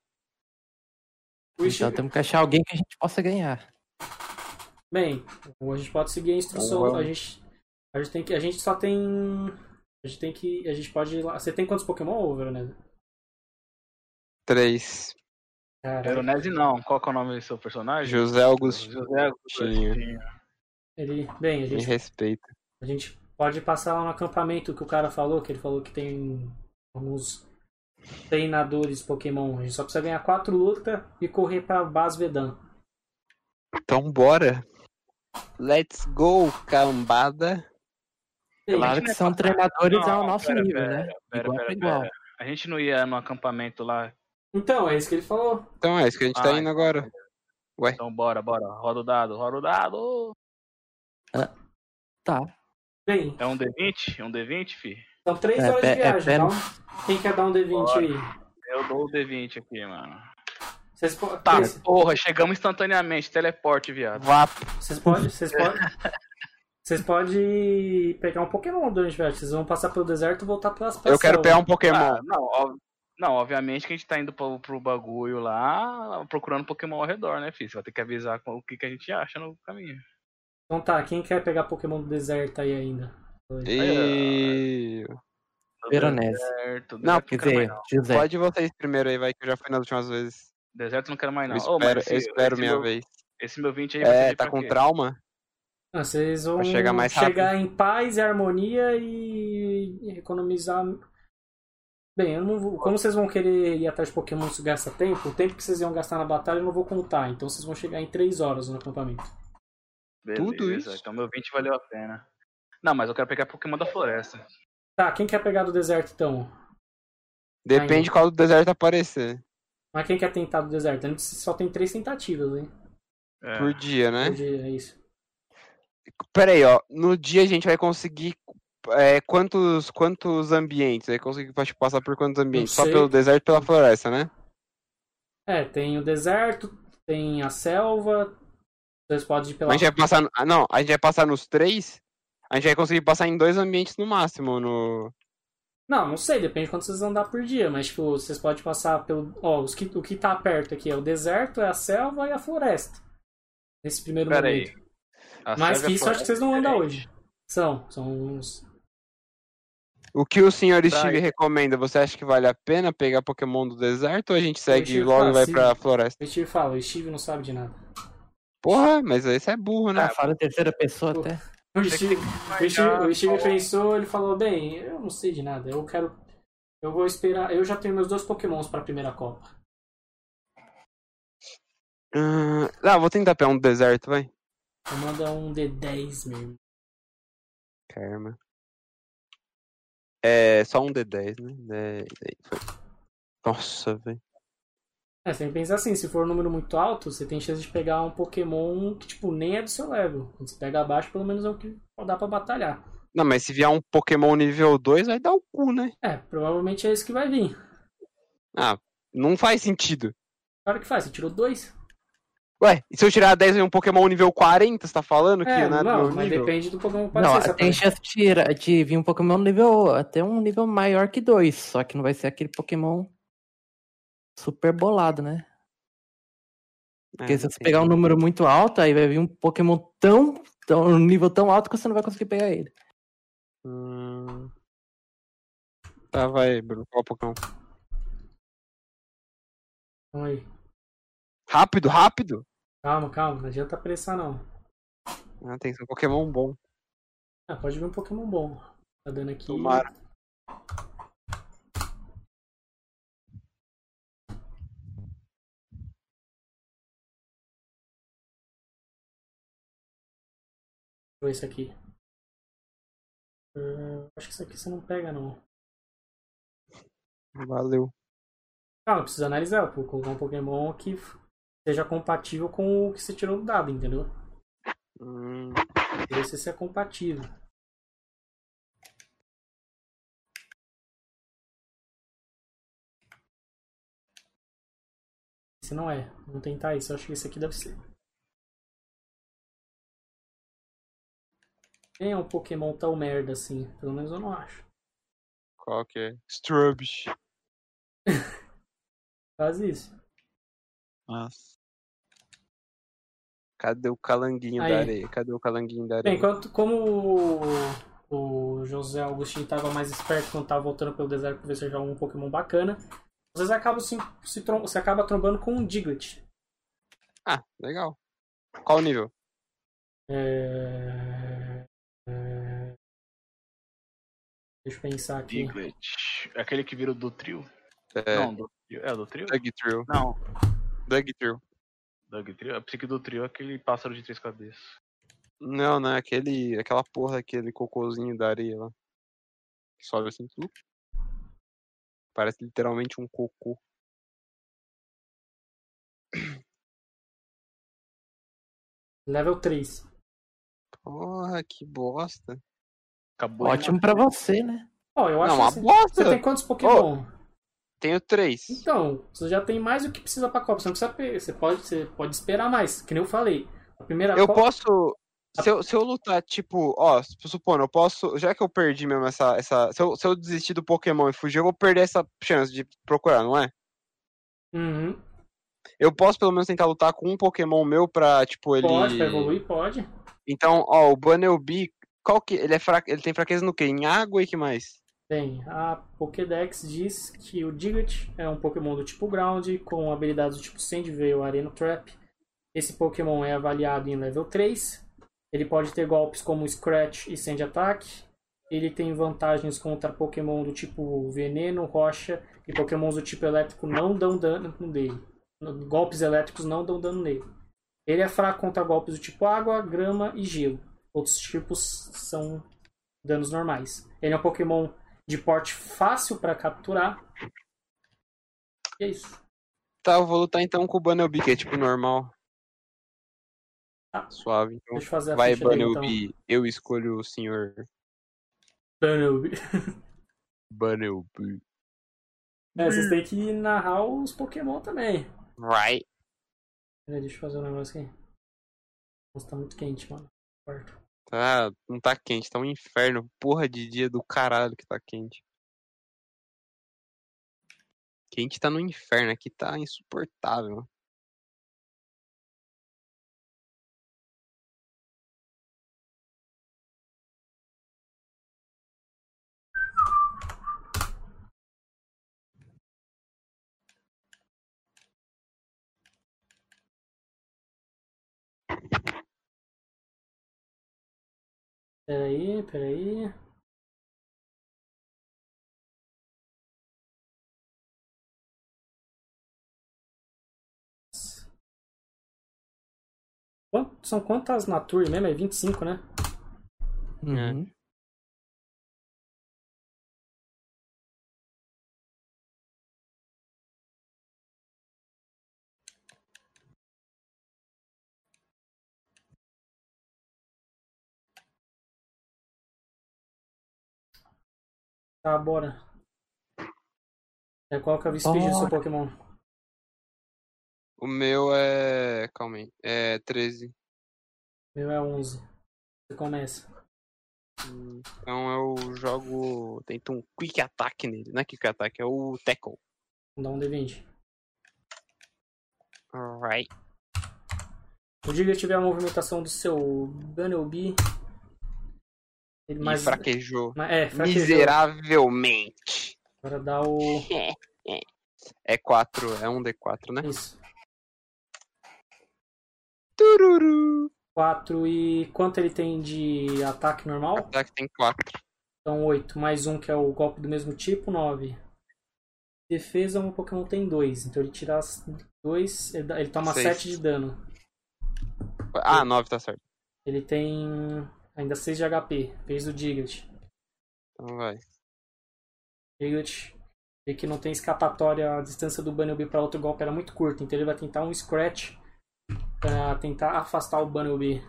Speaker 1: O
Speaker 4: Então
Speaker 1: Steve-
Speaker 4: temos que achar alguém que a gente possa ganhar.
Speaker 1: Bem, a gente pode seguir a instrução.
Speaker 2: Então vamos.
Speaker 1: a gente, a gente tem que, a gente só tem, a gente tem que, a gente pode ir lá. Você tem quantos Pokémon over, né?
Speaker 2: Três.
Speaker 1: Cara,
Speaker 3: Veronese não. Qual que é o nome do seu personagem?
Speaker 2: José Augustinho.
Speaker 3: José Agostinho.
Speaker 1: ele, bem, a
Speaker 2: Me
Speaker 1: gente,
Speaker 4: Uhum.
Speaker 2: respeita.
Speaker 1: a gente pode passar lá no acampamento que o cara falou, que ele falou que tem alguns treinadores Pokémon. A gente só precisa ganhar quatro lutas e correr pra base Vedan.
Speaker 2: Então bora. Let's go, cambada.
Speaker 1: Bem,
Speaker 4: Claro
Speaker 3: gente
Speaker 4: que
Speaker 3: não é
Speaker 4: são
Speaker 3: patrão.
Speaker 4: treinadores
Speaker 3: Não,
Speaker 4: ao nosso
Speaker 3: pera,
Speaker 4: nível,
Speaker 3: pera,
Speaker 4: né?
Speaker 3: pera,
Speaker 4: igual
Speaker 3: pera,
Speaker 4: pra igual.
Speaker 3: pera. A gente não ia no acampamento lá.
Speaker 1: Então, é isso que ele falou.
Speaker 2: Então é isso que a gente tá
Speaker 3: Ah,
Speaker 2: indo agora. Ué,
Speaker 3: Então bora, bora. Roda o dado, roda o dado.
Speaker 1: Bem,
Speaker 3: É um D20? É um D20, fi?
Speaker 1: são três
Speaker 4: É,
Speaker 1: horas de
Speaker 4: pé- é
Speaker 1: viagem,
Speaker 4: pé
Speaker 1: tá?
Speaker 4: no-
Speaker 1: Quem quer dar um D20
Speaker 3: Bora.
Speaker 1: aí?
Speaker 3: Eu dou o D20 aqui, mano.
Speaker 1: Vocês po-
Speaker 3: Tá,
Speaker 1: vocês-
Speaker 3: porra, chegamos instantaneamente. Teleporte, viado.
Speaker 2: vá
Speaker 1: Vocês podem. Vocês podem. Vocês podem pegar um Pokémon durante o viagem. Vocês vão passar pelo deserto e voltar pelas
Speaker 3: tá
Speaker 2: Eu quero pegar um Pokémon.
Speaker 3: Ah, não, ob- não, obviamente que a gente tá indo pro, pro bagulho lá, procurando Pokémon ao redor, né, filho? Você vai ter que avisar com- o que, que a gente acha no caminho.
Speaker 1: Então tá, quem quer pegar Pokémon do deserto aí ainda?
Speaker 2: E...
Speaker 4: Veronese.
Speaker 3: Deserto,
Speaker 2: Não,
Speaker 3: deserto
Speaker 4: Quer
Speaker 3: quero mais
Speaker 4: dizer, José.
Speaker 2: Pode vocês primeiro aí, vai, que eu já fui nas últimas vezes.
Speaker 3: Deserto não quero mais
Speaker 2: Eu
Speaker 3: não. Ô,
Speaker 2: espero,
Speaker 3: mas
Speaker 2: eu
Speaker 3: esse-
Speaker 2: espero
Speaker 3: esse
Speaker 2: minha
Speaker 3: meu-
Speaker 2: vez.
Speaker 3: Esse meu 20 aí vai
Speaker 2: É,
Speaker 3: servir
Speaker 2: tá
Speaker 3: pra
Speaker 2: com
Speaker 3: quê?
Speaker 2: trauma?
Speaker 1: Ah, vocês vão
Speaker 2: Pra chegar mais
Speaker 1: chegar em paz e harmonia e economizar. Bem, eu não vou... como vocês vão querer ir atrás de Pokémon se gasta tempo, o tempo que vocês iam gastar na batalha eu não vou contar, então vocês vão chegar em 3 horas no acampamento.
Speaker 2: Tudo
Speaker 3: Beleza,
Speaker 2: isso?
Speaker 3: Então meu 20 valeu a pena. Não, mas eu quero pegar Pokémon da floresta.
Speaker 1: Tá, quem quer pegar do deserto então?
Speaker 2: Depende qual do deserto aparecer.
Speaker 1: Mas quem quer tentar do deserto? Antes só tem três tentativas, hein?
Speaker 3: É.
Speaker 2: Por dia, né?
Speaker 1: Hoje É isso.
Speaker 2: Pera aí, ó. No dia a gente vai conseguir é, quantos, quantos ambientes? Vai conseguir pa- tipo, passar por quantos ambientes? Só
Speaker 1: sei.
Speaker 2: pelo deserto e pela floresta, né?
Speaker 1: É, tem o deserto, tem a selva. Vocês podem ir
Speaker 2: Mas
Speaker 1: pela.
Speaker 2: A gente vai passar. no- ah, Não, a gente vai passar nos três. A gente vai conseguir passar em dois ambientes no máximo. No...
Speaker 1: Não, não sei, depende de quanto vocês andar por dia, mas tipo, vocês podem passar pelo. Ó, os que... o que tá perto aqui é o deserto, é a selva e a floresta. Nesse primeiro
Speaker 3: Pera aí.
Speaker 1: momento. Mas que isso eu acho que vocês não andam
Speaker 3: andam
Speaker 1: hoje. São, são uns.
Speaker 2: O que o senhor
Speaker 3: Tá,
Speaker 2: Steve recomenda? Você acha que vale a pena pegar Pokémon do deserto ou a gente segue
Speaker 1: Steve
Speaker 2: logo e
Speaker 1: fala,
Speaker 2: vai
Speaker 1: sim.
Speaker 2: pra floresta?
Speaker 1: O Steve fala, o Steve não sabe de nada.
Speaker 2: Porra, mas esse é burro, né?
Speaker 4: Ah, fala em terceira pessoa até.
Speaker 1: O
Speaker 3: Tem que
Speaker 1: Steve, o Steve,
Speaker 3: marcar,
Speaker 1: o Steve
Speaker 3: falou.
Speaker 1: pensou, ele falou, bem, eu não sei de nada, eu quero. Eu vou esperar. Eu já tenho meus dois pokémons pra primeira Copa.
Speaker 2: Ah, ah, vou tentar pegar um do deserto, vai.
Speaker 1: Eu mando um D10 mesmo.
Speaker 2: Karma. É só um D10, né? 10, aí foi. Nossa, velho.
Speaker 1: É, você tem que pensar assim, se for um número muito alto, você tem chance de pegar um Pokémon que, tipo, nem é do seu level. Quando você pega abaixo, pelo menos é o que dá pra batalhar.
Speaker 2: Não, mas se vier um Pokémon nível 2, vai dar o cu, né?
Speaker 1: É, provavelmente é esse que vai vir.
Speaker 2: Não faz sentido.
Speaker 1: Claro que faz, você tirou dois.
Speaker 2: Ué, e se eu tirar 10 e um Pokémon nível 40, você tá falando que
Speaker 1: É,
Speaker 2: não é do meu
Speaker 1: não, mas
Speaker 2: nível?
Speaker 1: depende do Pokémon que
Speaker 4: Não,
Speaker 1: aparecer. se
Speaker 4: tem
Speaker 1: aparecer-
Speaker 4: chance de, tirar- de vir um Pokémon nível até um nível maior que dois, só que não vai ser aquele Pokémon super bolado, né? Porque
Speaker 2: É,
Speaker 4: se você
Speaker 2: entendi.
Speaker 4: pegar um número muito alto, aí vai vir um Pokémon tão, tão um nível tão alto que você não vai conseguir pegar ele.
Speaker 2: Hum. Tá, vai, Bruno. Qual Pokémon?
Speaker 1: Calma aí.
Speaker 2: Rápido, rápido!
Speaker 1: Calma, calma, não adianta apressar não.
Speaker 2: Ah, tem que ser um Pokémon bom.
Speaker 1: Ah, pode vir um Pokémon bom. Tá dando aqui.
Speaker 2: Tomara.
Speaker 1: Deixa eu ver esse aqui. Ah, acho que isso aqui você não pega, não.
Speaker 2: Valeu.
Speaker 1: Calma, precisa Ah, analisar. Vou colocar um Pokémon que f- seja compatível com o que você tirou do dado, entendeu?
Speaker 2: Hum,
Speaker 1: Tem que ver se isso é compatível. Esse não é. Vamos tentar isso. Eu acho que esse aqui deve ser. Nem é um Pokémon tão merda assim. Pelo menos eu não acho.
Speaker 2: qual que é? Strubs.
Speaker 1: Faz isso.
Speaker 2: Nossa. Cadê o calanguinho
Speaker 1: Aí.
Speaker 2: da areia? Cadê o calanguinho da
Speaker 1: Bem,
Speaker 2: areia?
Speaker 1: quanto, como o, o José Augustinho estava mais esperto quando estava voltando pelo deserto para ver se achava um Pokémon bacana, vocês acabam se, se trom- você acaba trombando com um Diglett.
Speaker 2: Ah, legal. Qual o nível?
Speaker 1: É... é, Deixa eu pensar aqui.
Speaker 3: Diglett. É aquele que vira o do trio?
Speaker 2: É,
Speaker 3: Não, do trio. É o do trio?
Speaker 2: Dugtrio.
Speaker 3: Não.
Speaker 2: Dugtrio.
Speaker 3: Doug Trio. Eu pensei que do trio é aquele pássaro de três cabeças.
Speaker 2: Não, não, é aquele, aquela porra daquele cocôzinho da areia lá. Que sobe assim tudo. Parece literalmente um cocô.
Speaker 1: Level 3.
Speaker 2: Porra, que bosta.
Speaker 3: Acabou de
Speaker 4: Ótimo pra você, né?
Speaker 1: Ó, eu acho
Speaker 2: não, uma
Speaker 1: que você,
Speaker 2: bosta!
Speaker 1: você tem quantos Pokémon?
Speaker 2: Tenho três.
Speaker 1: Então, você já tem mais do que precisa pra Copa. Você não precisa. pe- Você pode, você pode esperar mais, que nem eu Ah. falei. A primeira
Speaker 2: Eu
Speaker 1: Copa-
Speaker 2: posso. Se eu, se eu lutar, tipo, ó, sup- supondo, eu posso. Já que eu perdi mesmo essa. essa se, eu, se eu desistir do Pokémon e fugir, eu vou perder essa chance de procurar, não é?
Speaker 1: Uhum.
Speaker 2: Eu posso pelo menos tentar lutar com um Pokémon meu pra, tipo, ele.
Speaker 1: Pode, pra evoluir, pode.
Speaker 2: Então, ó, o Banelby, qual que. Ele, é fraque... ele tem fraqueza no quê? Em água e que mais?
Speaker 1: Bem, a Pokédex diz que o Diglett é um Pokémon do tipo Ground, com habilidades do tipo Sand Veil, Arena Trap. Esse Pokémon é avaliado em level 3. Ele pode ter golpes como Scratch e Sand Attack. Ele tem vantagens contra Pokémon do tipo Veneno, Rocha e Pokémons do tipo Elétrico não dão dano nele. Golpes elétricos não dão dano nele. Ele é fraco contra golpes do tipo Água, Grama e Gelo. Outros tipos são danos normais. Ele é um Pokémon de porte fácil pra capturar. E é isso.
Speaker 2: Tá, eu vou lutar então com o Banelby, que é tipo normal.
Speaker 1: Tá.
Speaker 2: Suave. Então,
Speaker 1: Deixa eu fazer a
Speaker 2: vai,
Speaker 1: ficha dele,
Speaker 2: Banelby. Eu escolho o senhor
Speaker 1: então. Banelby.
Speaker 2: Banelby.
Speaker 1: É, vocês têm que narrar os Pokémon também.
Speaker 2: Right.
Speaker 1: Peraí, deixa eu fazer um negócio aqui. Nossa, tá muito quente, mano. Quarto.
Speaker 2: Tá, não tá quente, tá um inferno. Porra de dia do caralho que tá quente. Quente tá no inferno, aqui tá insuportável.
Speaker 1: Peraí, peraí. Quant- São quantas Nature mesmo? É 25, né?
Speaker 4: Uhum.
Speaker 1: Tá, bora. É, qual que é o speed do seu
Speaker 4: Bora.
Speaker 1: Pokémon?
Speaker 2: O meu é. Calma aí. É 13.
Speaker 1: Meu é 11. Você começa.
Speaker 2: Então eu jogo. Tento um quick attack nele. Não é quick attack, é o tackle.
Speaker 1: Dá um D20.
Speaker 2: Alright.
Speaker 1: O Digger tiver a movimentação do seu Bunnelby. Ele
Speaker 2: E
Speaker 1: mais.
Speaker 2: fraquejou.
Speaker 1: ma- É, fraquejou.
Speaker 2: Miseravelmente.
Speaker 1: Agora dá o.
Speaker 2: É 4, é um D4, né?
Speaker 1: Isso.
Speaker 2: Tururu.
Speaker 1: 4 e. Quanto ele tem de ataque normal?
Speaker 2: Ataque tem 4.
Speaker 1: Então 8, mais um que é o golpe do mesmo tipo, 9. Defesa, um Pokémon tem 2, então ele tira 2, ele, dá- ele toma
Speaker 2: Seis.
Speaker 1: 7 de dano.
Speaker 2: Ah, 9 tá certo.
Speaker 1: Ele tem ainda 6 de HP, fez do Diglett.
Speaker 2: Então vai.
Speaker 1: Diglett vê que não tem escapatória, a distância do Bunnelby para outro golpe era muito curta, então ele vai tentar um Scratch para tentar afastar o Bunnelby.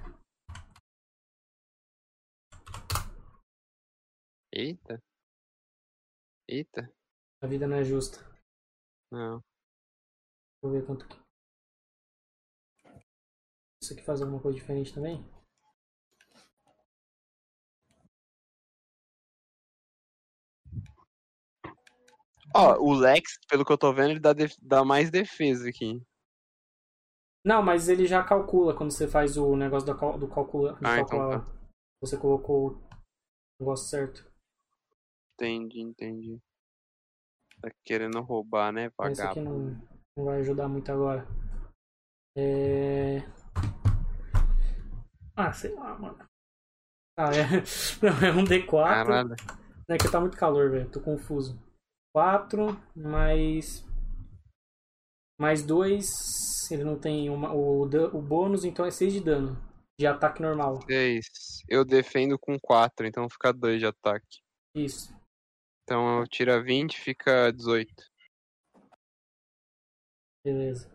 Speaker 2: Eita. Eita.
Speaker 1: A vida não é justa. Deixa
Speaker 2: Não.
Speaker 1: eu ver quanto que. Isso aqui faz alguma coisa diferente também?
Speaker 2: Ó, o Lex, pelo que eu tô vendo, ele dá, def- dá mais defesa aqui.
Speaker 1: Não, mas ele já calcula quando você faz o negócio do, cal do calcula. do
Speaker 2: Ah, então
Speaker 1: calcular. Você colocou o negócio certo.
Speaker 2: Entendi, entendi. Tá querendo roubar, né,
Speaker 1: Então Isso aqui
Speaker 2: vagabundo?
Speaker 1: não, não vai ajudar muito agora. É... Ah, sei lá, mano. Ah, é. Não, é um D4.
Speaker 2: Caralho.
Speaker 1: É que tá muito calor, velho. Tô confuso. 4 mais. Mais 2. Ele não tem uma- o, dan- o bônus, então é 6 de dano. De ataque normal.
Speaker 2: 6. Eu defendo com 4, então fica 2 de ataque.
Speaker 1: Isso.
Speaker 2: Então
Speaker 1: Tá.
Speaker 2: eu tira 20, fica 18.
Speaker 1: Beleza.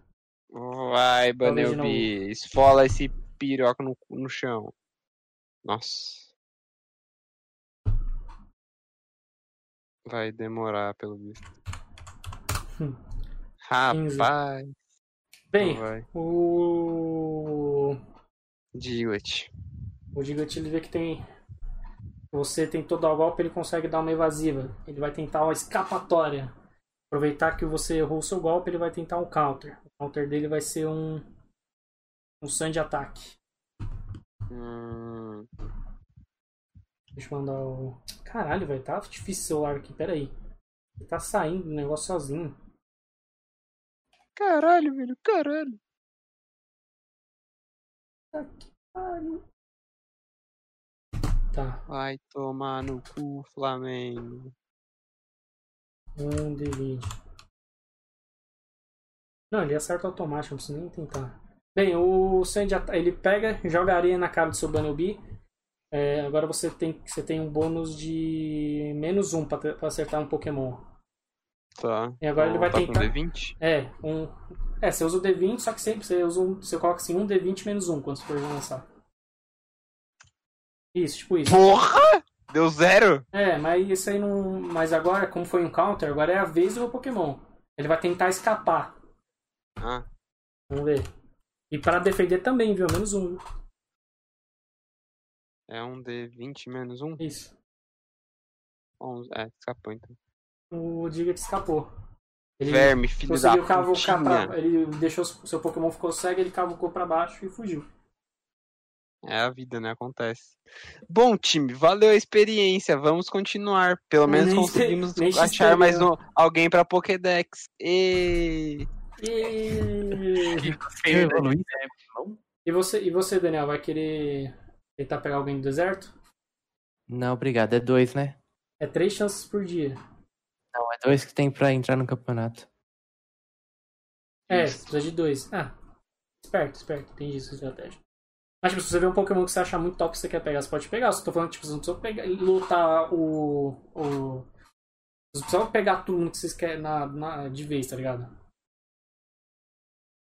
Speaker 2: Vai,
Speaker 1: Talvez Tá de novo.
Speaker 2: Banelbi. Esfola esse piroca no, no chão. Nossa. Vai demorar, pelo visto.
Speaker 1: Hum.
Speaker 2: Rapaz,
Speaker 1: Quinze. Bem,
Speaker 2: então vai.
Speaker 1: o.
Speaker 2: Diglett.
Speaker 1: O Diglett ele vê que tem. Você tentou dar o golpe, ele consegue dar uma evasiva. Ele vai tentar uma escapatória. Aproveitar que você errou o seu golpe, ele vai tentar um counter. O counter dele vai ser um. Um sun de ataque.
Speaker 2: Hum,
Speaker 1: Deixa eu mandar o. Caralho, velho, tá difícil o celular aqui, peraí. Ele tá saindo do negócio sozinho.
Speaker 2: Caralho, velho, caralho.
Speaker 1: Tá que pariu. Tá,
Speaker 2: Vai tomar no cu, Flamengo.
Speaker 1: um de 20. Não, ele acerta automático, não precisa nem tentar. Bem, o Sandy ata- ele pega, joga areia na cara do seu Bunnelby. É, agora você tem, você tem um bônus de menos um pra te- pra acertar um Pokémon.
Speaker 2: Tá.
Speaker 1: E agora ele
Speaker 2: então
Speaker 1: vai
Speaker 2: tá
Speaker 1: tentar-
Speaker 2: com D20?
Speaker 1: É, um. É, você usa o D20, só que sempre você, usa um, você coloca assim um D20 menos um quando você for lançar. Isso, tipo isso.
Speaker 2: Porra! Deu zero?
Speaker 1: É, mas isso aí não. Mas agora, como foi um counter, agora é a vez do Pokémon. Ele vai tentar escapar.
Speaker 2: Ah,
Speaker 1: Vamos ver. E para defender também, viu? Menos um. viu?
Speaker 2: é um D20 menos um?
Speaker 1: Isso.
Speaker 2: 11. É, escapou então.
Speaker 1: O Diglett escapou. Ele
Speaker 2: Verme, filho da
Speaker 1: conseguiu cavucar
Speaker 2: putinha.
Speaker 1: pra. Ele deixou. Seu Pokémon ficou cego, ele cavucou pra baixo e fugiu.
Speaker 2: É a vida, né? Acontece. Bom, time, valeu a experiência. Vamos continuar. Pelo
Speaker 1: Eu
Speaker 2: menos
Speaker 1: nem sei-
Speaker 2: conseguimos
Speaker 1: nem se
Speaker 2: achar mais um- alguém pra Pokédex. E...
Speaker 1: E...
Speaker 4: Eu
Speaker 3: Feio, né?
Speaker 4: evoluí.
Speaker 1: E você, e você, Daniel, vai querer tentar pegar alguém do deserto?
Speaker 4: Não, obrigado. É dois, né?
Speaker 1: É três chances por dia.
Speaker 4: Não, é dois que tem pra entrar no campeonato.
Speaker 1: É,
Speaker 2: Isso.
Speaker 1: precisa de dois. Ah, esperto, esperto. Entendi essa estratégia. Mas, tipo, se você vê um Pokémon que você acha muito top que você quer pegar, você pode pegar. Só tô falando, tipo, você não precisa pegar, lutar o... o... Você não precisa pegar todo mundo que vocês querem na, na- de vez, tá ligado?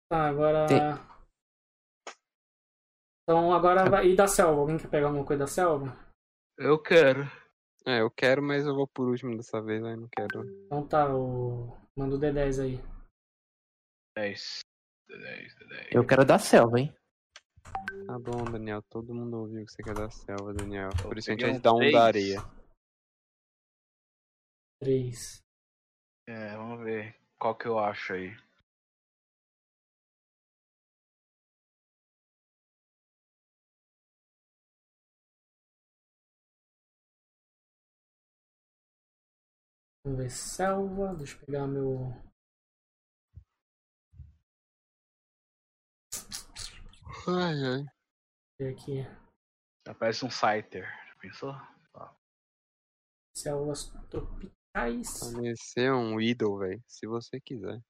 Speaker 1: Tá, agora...
Speaker 4: Tem-
Speaker 1: Então, agora vai... E da selva? Alguém quer pegar alguma coisa da selva?
Speaker 3: Eu quero.
Speaker 2: É, eu quero, mas eu vou por último dessa vez. Né? Não quero.
Speaker 1: Então tá, o... Manda o D10 aí.
Speaker 3: 10. 10, 10.
Speaker 4: Eu quero da selva, hein?
Speaker 2: Tá bom, Daniel. Todo mundo ouviu que você quer da selva, Daniel. Por isso que a gente vai
Speaker 3: peguei
Speaker 2: te dar um
Speaker 3: seis.
Speaker 2: da areia.
Speaker 1: Três.
Speaker 3: É, vamos ver qual que eu acho aí.
Speaker 1: Vamos ver selva, deixa eu pegar meu.
Speaker 2: Ai, ai.
Speaker 1: ver aqui.
Speaker 3: Já parece um Scyther. Já Pensou?
Speaker 1: Células é tropicais.
Speaker 2: Conhecer um Idol, velho. Se você quiser.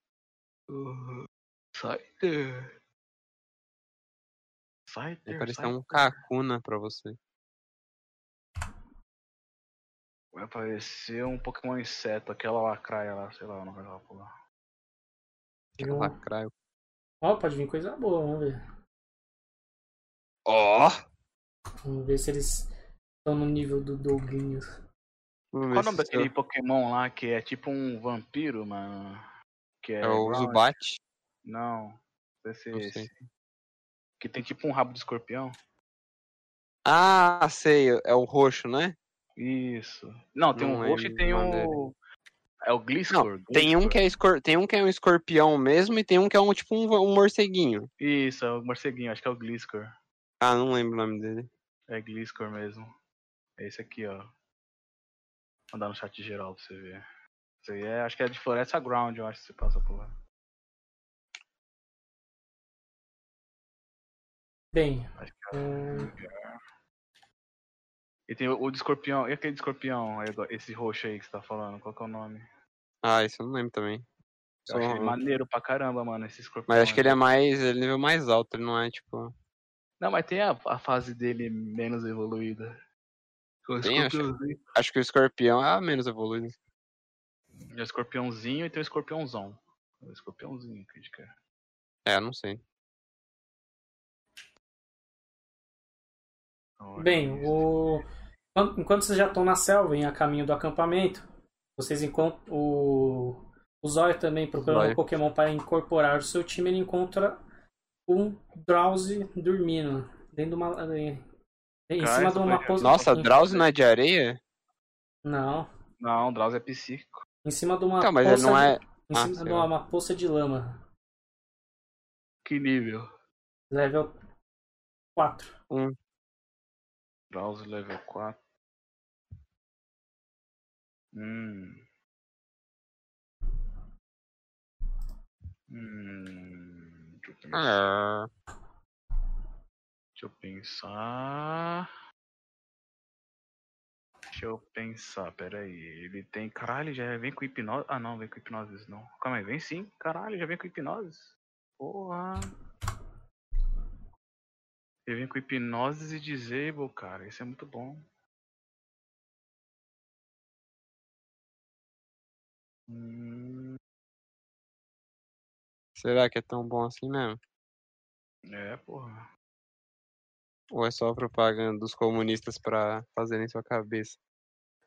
Speaker 3: Cider.
Speaker 2: Vai
Speaker 3: Cider.
Speaker 2: parecer
Speaker 3: cider.
Speaker 2: um Kakuna pra você.
Speaker 3: Vai aparecer um Pokémon inseto, aquela lacraia lá, sei lá, eu não vai lá pular.
Speaker 1: Viu?
Speaker 2: tipo, Lacraio.
Speaker 1: Ó, pode vir coisa boa, vamos ver.
Speaker 2: Ó!
Speaker 1: Vamos ver se eles estão no nível do Doguinho.
Speaker 2: Vamos ver
Speaker 3: Qual o
Speaker 2: se
Speaker 3: nome daquele
Speaker 2: isso
Speaker 3: Pokémon lá que é tipo um vampiro, mano? Que é,
Speaker 2: É o
Speaker 3: igual-
Speaker 2: Zubat.
Speaker 3: Não, esse, é
Speaker 2: Não
Speaker 3: esse.
Speaker 2: sei.
Speaker 3: Que tem tipo um rabo de escorpião.
Speaker 2: Ah, sei. É o roxo, né?
Speaker 3: Isso. Não, tem
Speaker 2: Não
Speaker 3: um roxo e
Speaker 2: lembro
Speaker 3: tem
Speaker 2: o
Speaker 3: um.
Speaker 2: nome
Speaker 3: É o Gliscor.
Speaker 2: Tem um,
Speaker 3: Gliscor.
Speaker 2: que é escor... tem um que é um escorpião mesmo e tem um que é um tipo um, um morceguinho.
Speaker 3: Isso, é o morceguinho, acho que é o Gliscor.
Speaker 2: Ah, não lembro o nome dele.
Speaker 3: É Gliscor mesmo. É esse aqui, ó. Vou mandar no chat geral pra você ver. Isso aí é, acho que é de Floresta Ground, eu acho que você passa por lá.
Speaker 1: Bem,
Speaker 3: Acho que é.
Speaker 1: hum,
Speaker 3: E tem o, o de escorpião, e aquele de escorpião, aí agora, esse roxo aí que você tá falando, qual que é o nome?
Speaker 2: Ah, isso eu não lembro também.
Speaker 3: Eu acho
Speaker 2: Só-
Speaker 3: ele maneiro pra caramba, mano, esse escorpião.
Speaker 2: Mas acho que
Speaker 3: aí.
Speaker 2: ele é mais. Ele é nível mais alto, ele não é tipo.
Speaker 3: Não, mas tem a, a fase dele menos evoluída. O
Speaker 2: Tem, acho.
Speaker 3: escorpiãozinho.
Speaker 2: Acho que o escorpião é a menos evoluído.
Speaker 3: Tem o escorpiãozinho e tem o escorpiãozão. O escorpiãozinho, que a gente quer.
Speaker 2: É, não sei.
Speaker 3: Então,
Speaker 2: um
Speaker 3: é
Speaker 1: Bem,
Speaker 3: isso.
Speaker 1: o... enquanto- enquanto vocês já estão na selva, em a caminho do acampamento, vocês encontram o, o Zóio também procurando
Speaker 2: Zóio.
Speaker 1: um Pokémon para incorporar o seu time, ele encontra um Drowsy dormindo dentro de uma em em cima
Speaker 3: Cara,
Speaker 1: de
Speaker 3: isso
Speaker 1: uma
Speaker 3: foi-
Speaker 1: poça.
Speaker 2: Nossa, Drauzio não é de areia?
Speaker 1: Não,
Speaker 3: Não, o Drauzio é psíquico.
Speaker 1: em cima de uma
Speaker 2: Então, mas ele
Speaker 1: poça
Speaker 2: não
Speaker 1: de-
Speaker 2: é.
Speaker 1: em
Speaker 2: Ah,
Speaker 1: cima
Speaker 2: sei
Speaker 1: de
Speaker 2: lá.
Speaker 1: uma, uma poça de lama,
Speaker 3: Que nível?
Speaker 1: level 4.
Speaker 3: Drauzio é level 4. Hum. Hum. Deixa eu pensar.
Speaker 2: Ah,
Speaker 3: Deixa eu pensar. Deixa eu pensar, peraí. Ele tem. Caralho, já vem com hipnose. Ah, não, vem com hipnose não. Calma aí, vem sim. Caralho, já vem com hipnose. Porra. Ele vem com hipnose e disable, cara. Isso é muito bom. Hum,
Speaker 2: Será que é tão bom assim mesmo?
Speaker 3: é, porra.
Speaker 2: Ou é só propaganda dos comunistas pra fazerem sua cabeça?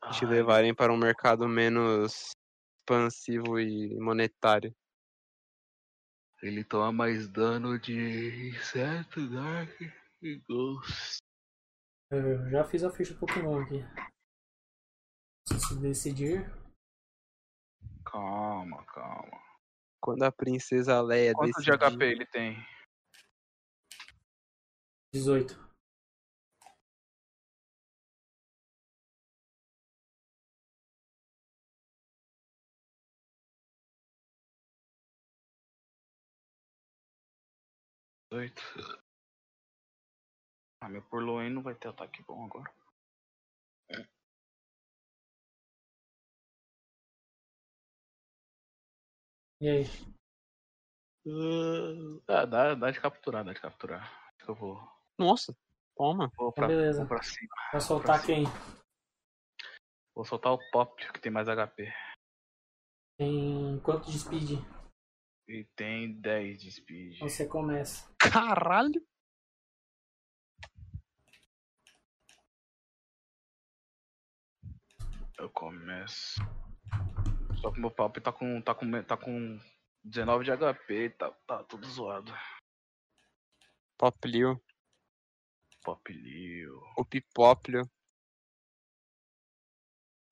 Speaker 2: E te
Speaker 3: Ai,
Speaker 2: levarem para um mercado menos expansivo e monetário.
Speaker 3: Ele toma mais dano de inseto, dark e ghost.
Speaker 1: Eu já fiz a ficha do Pokémon aqui. Se decidir.
Speaker 3: Calma, calma.
Speaker 2: Quando a princesa Leia
Speaker 3: Quanto de
Speaker 2: decidir-
Speaker 3: HP ele tem?
Speaker 1: 18.
Speaker 3: Oito. Ah, meu Purloin não vai ter ataque bom agora.
Speaker 1: E aí?
Speaker 3: Ah, dá, dá de capturar, dá de capturar. Acho que eu vou.
Speaker 2: Nossa, toma.
Speaker 3: Vou pra,
Speaker 1: beleza.
Speaker 3: vou pra cima.
Speaker 1: Vai soltar quem?
Speaker 3: Vou soltar o Pop, que tem mais HP.
Speaker 1: Tem quanto de speed?
Speaker 3: E tem 10 de speed.
Speaker 1: Você começa.
Speaker 2: Caralho.
Speaker 3: Eu começo. Só que meu papo tá com. tá com. tá com 19 de HP, tá, tá tudo zoado.
Speaker 2: Poplio.
Speaker 3: Pop Liu.
Speaker 2: O Pipoplio.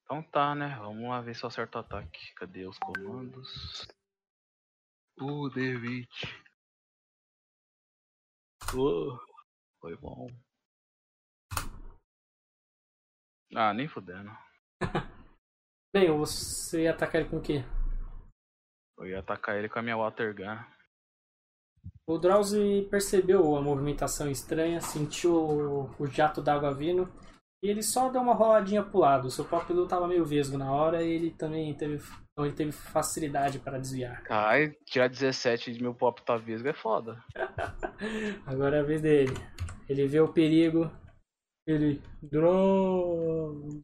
Speaker 3: Então tá, né? Vamos lá ver se eu acerto o ataque. Cadê os comandos? O D20. Oh, foi bom. Ah, nem fudendo.
Speaker 1: Bem, você ia atacar ele com o quê?
Speaker 3: Eu ia atacar ele com a minha Water Gun.
Speaker 1: O Drowsy percebeu a movimentação estranha, sentiu o jato d'água vindo E ele só deu uma roladinha pro lado. O seu Popilu tava meio vesgo na hora e ele também teve, então ele teve facilidade para desviar.
Speaker 3: Ai, tirar 17 de meu pop tá vesgo é foda.
Speaker 1: Agora é a vez dele. Ele vê o perigo. Ele. Drone!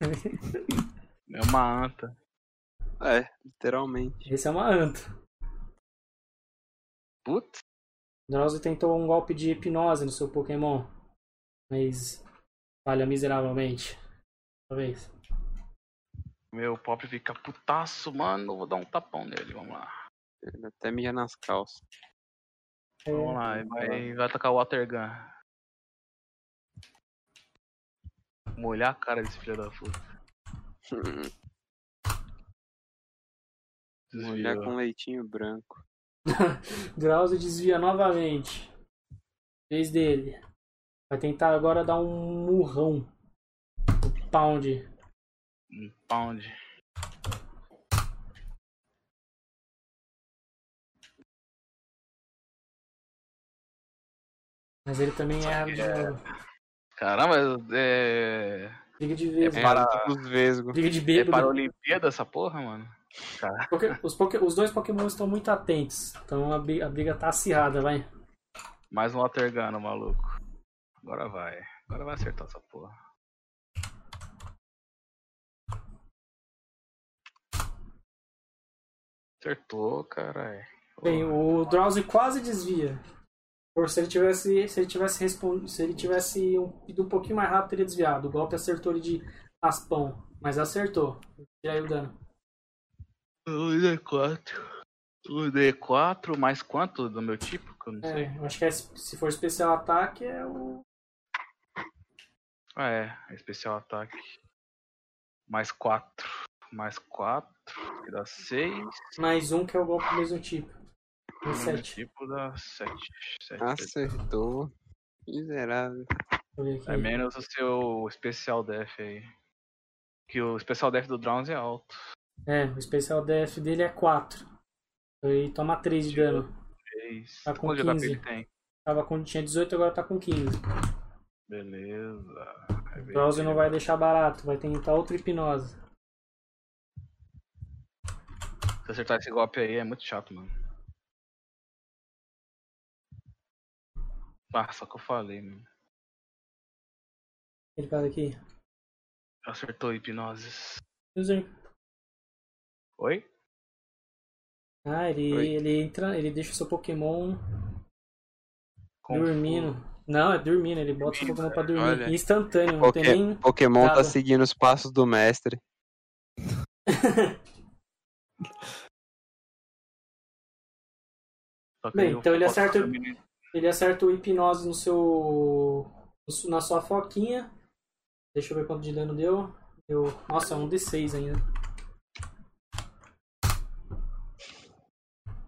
Speaker 3: É uma anta.
Speaker 2: É, literalmente.
Speaker 1: Esse é uma anta.
Speaker 3: Putz,
Speaker 1: Drowsy tentou um golpe de hipnose no seu Pokémon, mas falha miseravelmente. Talvez.
Speaker 3: meu pop fica putaço, mano. Vou dar um tapão nele, vamos lá.
Speaker 2: Ele até mija nas calças.
Speaker 3: Então, Vamos lá, e vai, vai atacar o Water Gun. Molhar a cara desse filho da puta.
Speaker 2: Mulher
Speaker 3: Desviou.
Speaker 2: com leitinho branco.
Speaker 1: Drowsy desvia novamente. Vez dele. Vai tentar agora dar um murrão. Um pound.
Speaker 3: Um pound.
Speaker 1: Mas ele também erra de
Speaker 3: É.
Speaker 1: novo.
Speaker 3: Caramba, é.
Speaker 1: Briga de
Speaker 2: É,
Speaker 1: vez.
Speaker 2: para
Speaker 3: Ah.
Speaker 2: os vesgo.
Speaker 1: Briga de
Speaker 3: É para a
Speaker 1: bêbado.
Speaker 3: Olimpíada essa porra, mano?
Speaker 1: Poké- Os, poké- os dois Pokémon estão muito atentos. Então a briga, a briga tá acirrada, vai.
Speaker 3: Mais um Water Gun, maluco. Agora vai. Agora vai acertar essa porra. Acertou, caralho.
Speaker 1: Bem, o Drowsy quase desvia. Por se ele tivesse, se ele tivesse respondido, se ele tivesse um- ido um pouquinho mais rápido, teria desviado. O golpe acertou ele de raspão, mas acertou. Tira aí o dano.
Speaker 3: Um D4. Um D4 mais quanto do meu tipo? Que eu não sei.
Speaker 1: É, eu acho que é- se for especial ataque é o
Speaker 3: Ah, é. Especial ataque. Mais 4. Mais 4. Que dá 6.
Speaker 1: mais um que é o golpe do mesmo tipo. Um
Speaker 3: Meu
Speaker 1: sete.
Speaker 3: tipo dá 7.
Speaker 2: Ah,
Speaker 3: 7.
Speaker 2: Acertou. Miserável.
Speaker 1: Deixa eu ver aqui.
Speaker 3: É menos o seu especial def aí. Que o especial def do Drowns é alto.
Speaker 1: É, o especial DF dele é 4. Ele toma 3 de
Speaker 3: Tipo.
Speaker 1: dano.
Speaker 3: Três.
Speaker 1: Tá com
Speaker 3: Quanto de HP
Speaker 1: 15.
Speaker 3: ele tem?
Speaker 1: Tava com, tinha 18, agora tá com 15.
Speaker 3: Beleza. É
Speaker 1: O Drowsy não vai deixar barato, vai tentar outra hipnose.
Speaker 3: Se acertar esse golpe aí é muito chato, mano. Ah, só que eu falei, mano.
Speaker 1: Ele faz aqui.
Speaker 3: Acertou hipnoses.
Speaker 1: User
Speaker 3: Oi?
Speaker 1: Ah, ele,
Speaker 2: Oi.
Speaker 1: ele entra, ele deixa o seu Pokémon
Speaker 3: Confuso.
Speaker 1: dormindo. Não, é dormindo, ele bota o seu Pokémon pra dormir.
Speaker 2: olha.
Speaker 1: Instantâneo, não
Speaker 2: Poké-
Speaker 1: tem nem.
Speaker 2: Pokémon
Speaker 1: Nada.
Speaker 2: tá seguindo os passos do mestre.
Speaker 3: Só que
Speaker 1: Bem,
Speaker 3: aí eu
Speaker 1: então ele
Speaker 3: posso
Speaker 1: acerta-
Speaker 3: dormir.
Speaker 1: Ele acerta o hipnose no seu. no su- na sua foquinha. Deixa eu ver quanto de dano deu. Deu. Nossa, é um D6 ainda.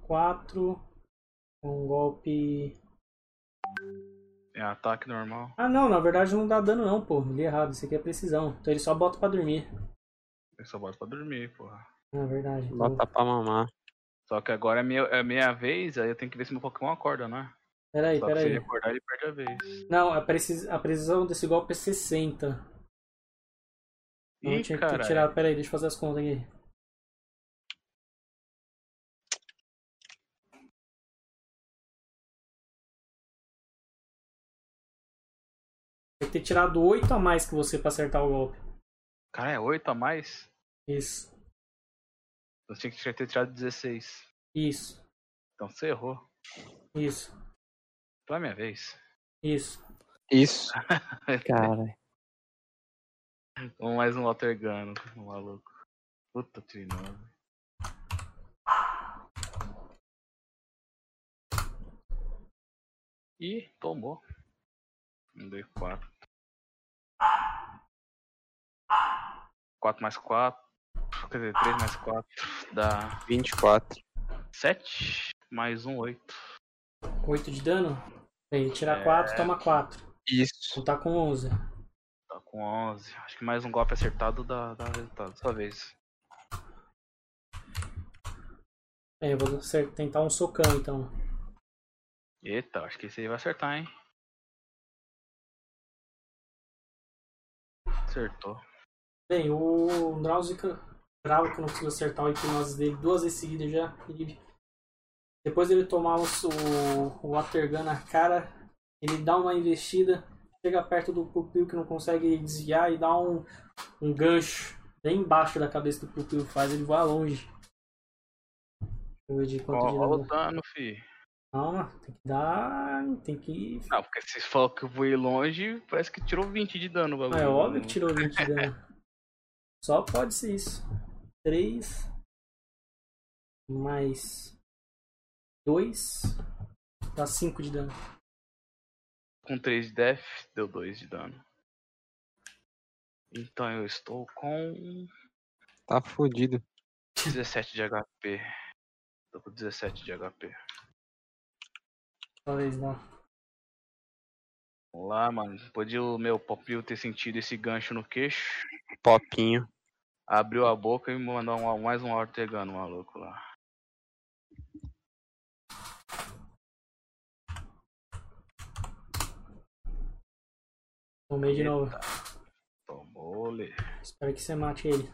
Speaker 1: 4. Um golpe.
Speaker 3: É ataque normal.
Speaker 1: Ah não, na verdade não dá dano não, pô. Li errado, isso aqui é precisão. Então ele só bota pra dormir.
Speaker 3: Eu só boto pra dormir, porra.
Speaker 1: Na verdade.
Speaker 3: Tá,
Speaker 1: Então,
Speaker 3: Hum.
Speaker 2: Bota pra mamar.
Speaker 3: Só que agora é minha, é minha vez, aí eu tenho que ver se meu Pokémon acorda, né?
Speaker 1: peraí,
Speaker 3: Só que se
Speaker 1: peraí.
Speaker 3: ele acordar, ele perde a vez.
Speaker 1: Não, a, precis... a precisão desse golpe é 60. Então eu
Speaker 3: Ih,
Speaker 1: tinha
Speaker 3: cara.
Speaker 1: que tirar. Pera aí, deixa eu fazer as contas aqui. Tem que ter tirado 8 a mais que você pra acertar o golpe.
Speaker 3: Cara, é 8 a mais?
Speaker 1: Isso,
Speaker 3: Eu tinha que ter tirado 16.
Speaker 1: isso,
Speaker 3: Então você errou.
Speaker 1: isso,
Speaker 3: Então é minha vez.
Speaker 1: isso.
Speaker 2: Isso.
Speaker 4: Cara,
Speaker 3: Vamos mais um Walter Gun, um maluco. Puta trinove. Ih, tomou. Um, dois, quatro. Quatro mais quatro. Quer dizer, três mais quatro. Dá
Speaker 2: 24.
Speaker 3: sete. Mais um, oito.
Speaker 1: 8 de dano? Bem, ele tira
Speaker 3: É.
Speaker 1: 4, toma 4.
Speaker 2: Isso.
Speaker 1: Então tá com 11.
Speaker 3: Tá com 11. Acho que mais um golpe acertado dá, dá resultado. Sua vez.
Speaker 1: Bem, É, eu vou acer- tentar um socão então.
Speaker 3: Eita, acho que esse aí vai acertar, hein? acertou.
Speaker 1: Bem, o Drauzica bravo que não conseguiu acertar o hipnose dele duas vezes seguidas já. Ele- depois dele tomar o, su- o Water Gun na cara, ele dá uma investida, chega perto do pupil que não consegue desviar e dá um, um gancho bem embaixo da cabeça do pupil, faz ele voar longe. Deixa eu ver de quanto de
Speaker 3: Olha o
Speaker 1: dano.
Speaker 3: dano, fi.
Speaker 1: Calma, tem que dar. Tem que.
Speaker 3: Não, porque se falou que eu vou ir longe, parece que tirou 20 de dano o bagulho.
Speaker 1: Ah, é óbvio que tirou 20 de dano. Só pode ser isso. 3 mais 2 dá 5 de dano.
Speaker 3: Com 3 de def, deu 2 de dano. Então eu estou com
Speaker 2: Tá fudido.
Speaker 3: 17 de HP. Tô com 17 de HP.
Speaker 1: Talvez não.
Speaker 3: Vamos lá, mano. Podia o meu Popil ter sentido esse gancho no queixo.
Speaker 2: Popinho.
Speaker 3: Abriu a boca e mandou um- mais um Ortegano maluco lá.
Speaker 1: Tomei de
Speaker 3: Eita.
Speaker 1: novo.
Speaker 3: Tomou-lhe.
Speaker 1: Espero que você mate ele.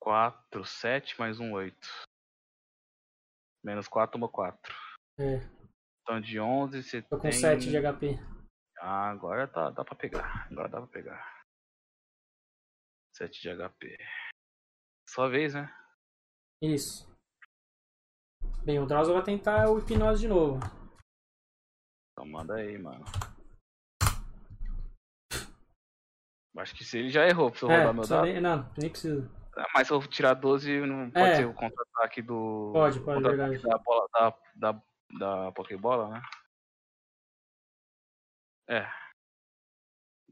Speaker 3: 4, 7 mais um 8. Menos 4, uma 4.
Speaker 1: É,
Speaker 3: Então de 11 você
Speaker 1: tô com
Speaker 3: tem...
Speaker 1: 7 de HP.
Speaker 3: Ah, agora tá, dá pra pegar. Agora dá pra pegar. 7 de HP. Sua vez, né?
Speaker 1: Isso. Bem, o Drauzio vai tentar o hipnose de novo.
Speaker 3: Então manda aí, mano. Acho que se ele já errou, pra eu
Speaker 1: é,
Speaker 3: rodar meu
Speaker 1: só
Speaker 3: dado.
Speaker 1: nem- não, nem precisa.
Speaker 3: Ah, Mas se eu tirar 12, não pode
Speaker 1: É.
Speaker 3: ser o contra-ataque do.
Speaker 1: Pode, pode,
Speaker 3: contra-ataque
Speaker 1: verdade.
Speaker 3: Da, bola, da, da, da Pokébola, né? É.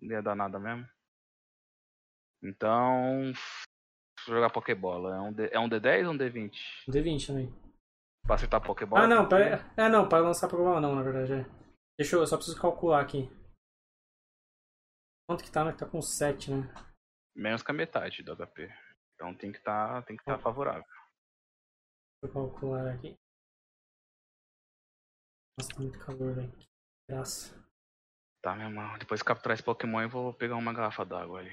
Speaker 3: Não ia dar nada mesmo. Então. Vou jogar Pokébola. É um, D, é um D10 ou um D20?
Speaker 1: Um D20 também.
Speaker 3: Pra acertar Pokébola?
Speaker 1: Ah, não, pera.
Speaker 2: né?
Speaker 1: É, não, para lançar programa não, na verdade. É. Deixa eu, eu só preciso calcular aqui. Quanto que tá, né? Tá com 7, né?
Speaker 3: Menos que a metade do HP. Então tem que tá, tem que estar favorável.
Speaker 1: Deixa eu calcular aqui. Nossa, tá muito calor, velho. Que graça.
Speaker 3: Tá, meu irmão. Depois que capturar esse Pokémon, eu vou pegar uma garrafa d'água ali.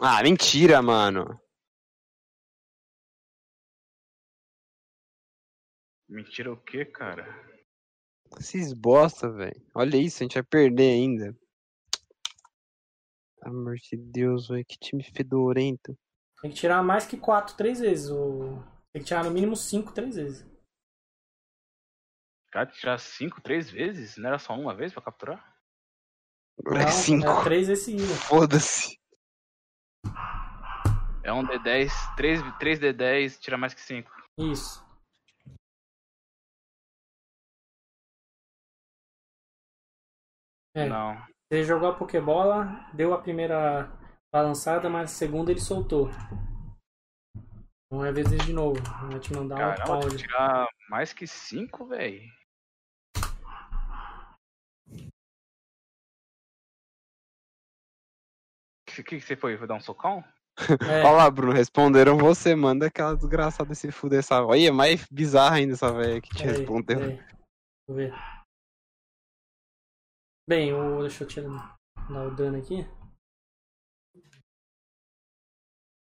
Speaker 2: Ah, mentira, mano.
Speaker 3: Mentira o quê, cara?
Speaker 2: Esses bosta, velho. Olha isso, a gente vai perder ainda. Amor de Deus, velho. Que time fedorento.
Speaker 1: Tem que tirar mais que 4 três vezes. Ou... Tem que tirar no mínimo 5 três vezes.
Speaker 3: Cara, tirar cinco, três vezes? Não era só uma vez pra capturar?
Speaker 2: É cinco.
Speaker 1: é 3 vezes seguida.
Speaker 2: Foda-se.
Speaker 3: É um D10, três, três D10, tira mais que cinco.
Speaker 1: Isso. É.
Speaker 3: Não.
Speaker 1: Ele jogou a Pokébola, deu a primeira balançada, mas a segunda ele soltou. Não é vez dele de novo. Vai te mandar um
Speaker 3: Caramba, tem que
Speaker 1: pound.
Speaker 3: tirar mais que cinco, velho. O que, que você foi? Foi dar um socão?
Speaker 1: É,
Speaker 2: Olha lá, Bruno, responderam você, manda aquela desgraçada se fuder essa. Olha, é mais bizarra ainda essa velha que te né?
Speaker 1: peraí,
Speaker 2: respondeu.
Speaker 1: peraí. Deixa eu ver. Bem, o, deixa eu tirar dar o dano aqui.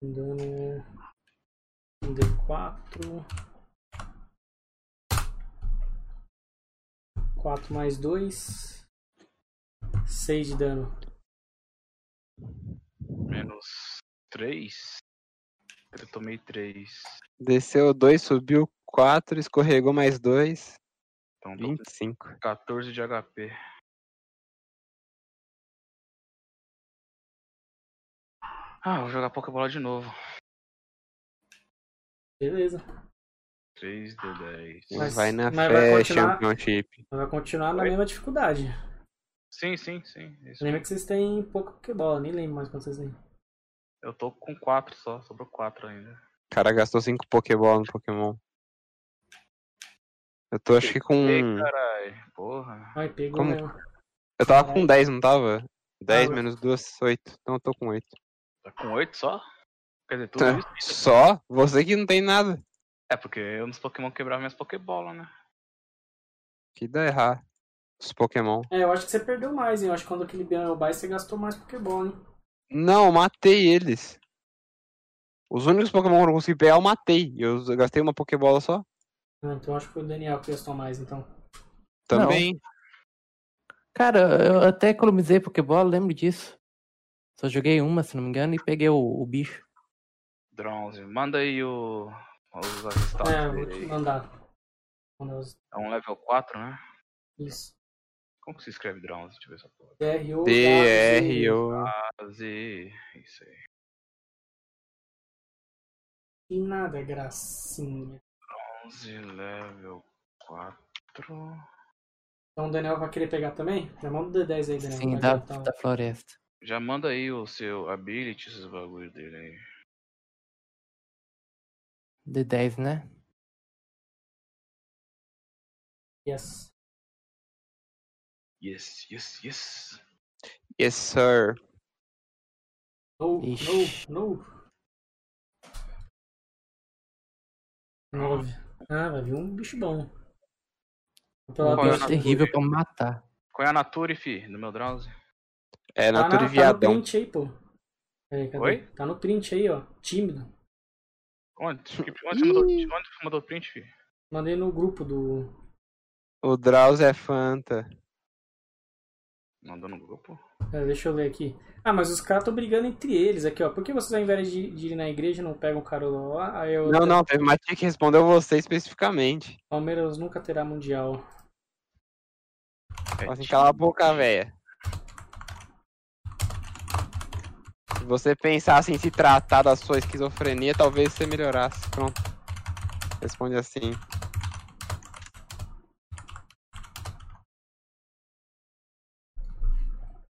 Speaker 1: O dano é. Um D4. 4 mais 2. 6 de dano.
Speaker 3: Menos três. Eu tomei três.
Speaker 2: Desceu 2, subiu 4, escorregou mais 2,
Speaker 3: Então, tô com
Speaker 2: 25.
Speaker 3: 14 de HP. Ah, vou jogar Pokébola de novo.
Speaker 1: Beleza.
Speaker 3: 3D10.
Speaker 1: Mas-
Speaker 2: vai na
Speaker 1: mas
Speaker 2: fé,
Speaker 1: vai continuar-
Speaker 2: Championship.
Speaker 1: Mas Então Vai continuar na
Speaker 3: Oi?
Speaker 1: mesma dificuldade.
Speaker 3: Sim, sim, sim. Isso.
Speaker 1: Lembra que vocês têm pouca Pokébola, nem lembro mais quanto vocês têm.
Speaker 3: Eu tô com 4 só, sobrou 4 ainda.
Speaker 2: O cara gastou 5 Pokébola no Pokémon. Eu tô, acho que com.
Speaker 1: Hum.
Speaker 3: Ei, caralho. Porra.
Speaker 1: Ai, pegou
Speaker 2: Como-
Speaker 1: mesmo.
Speaker 2: Eu tava com 10, não tava? 10
Speaker 1: Tava.
Speaker 2: menos 2, 8. Então eu tô com 8.
Speaker 3: Tá com oito só? Quer dizer,
Speaker 1: É.
Speaker 3: tudo isso?
Speaker 2: Só? Você que não tem nada.
Speaker 3: É porque eu nos Pokémon quebrava minhas Pokébolas, né?
Speaker 2: Que dá errar. Os Pokémon.
Speaker 1: É, eu acho que você perdeu mais, hein? Eu acho que quando aquele Bionobai você gastou mais Pokébola, hein?
Speaker 2: Não, eu matei eles. Os únicos Pokémon que eu não consegui pegar, eu matei. Eu us- eu gastei uma Pokébola só.
Speaker 1: Ah, então eu acho que foi o Daniel que gastou mais, então.
Speaker 2: Também.
Speaker 4: Cara, eu até economizei Pokébola, lembro disso. Só joguei uma, se não me engano, e peguei o, o bicho.
Speaker 3: Bronze. Manda aí o. Os resultados
Speaker 1: é, eu vou te
Speaker 3: dele aí.
Speaker 1: mandar. Mandar os-
Speaker 3: É um level 4, né?
Speaker 1: Isso.
Speaker 3: Como que se escreve Drowns? Deixa eu ver essa porra.
Speaker 1: DRU.
Speaker 2: D-R-O.
Speaker 3: Fazer. Isso aí.
Speaker 1: E nada, gracinha.
Speaker 3: 11 level 4.
Speaker 1: Então o Daniel vai querer pegar também? Já manda o D10 aí, Daniel. Vai
Speaker 4: Sim, assim, da,
Speaker 1: botar um-
Speaker 4: da floresta.
Speaker 3: Já manda aí o seu ability, esses bagulhos dele aí.
Speaker 4: D10, né?
Speaker 1: Yes.
Speaker 3: Yes, yes, yes.
Speaker 2: Yes, sir.
Speaker 1: No,
Speaker 4: Ixi.
Speaker 1: no, no. Nove. Ah, vai vir um bicho bom.
Speaker 4: Um
Speaker 3: Qual é o
Speaker 4: bicho
Speaker 3: nome
Speaker 4: terrível
Speaker 3: do
Speaker 4: pra matar.
Speaker 3: Qual é a nature, fi, do meu Drowns?
Speaker 2: É
Speaker 1: Tá
Speaker 2: Natura e
Speaker 1: no
Speaker 2: Viadão.
Speaker 1: print aí, pô. Peraí, cadê?
Speaker 3: Oi?
Speaker 1: Tá no print aí, ó. Tímido.
Speaker 3: Onde?
Speaker 1: Tipo,
Speaker 3: Que- Onde você mandou, onde você mandou o print, fi?
Speaker 1: Mandei no grupo do.
Speaker 2: O Drauzio é Fanta.
Speaker 3: Mandou no grupo?
Speaker 1: é, deixa eu ler aqui. Ah, mas os caras estão brigando entre eles aqui, ó. Por que vocês, ao invés de, de ir na igreja, não pegam o cara lá? Aí eu...
Speaker 2: Não, não, teve uma tia que respondeu você especificamente.
Speaker 1: Palmeiras nunca terá mundial.
Speaker 3: É,
Speaker 2: Fala assim, cala a boca, véia. Se você pensasse em se tratar da sua esquizofrenia, talvez você melhorasse. Pronto. Responde assim.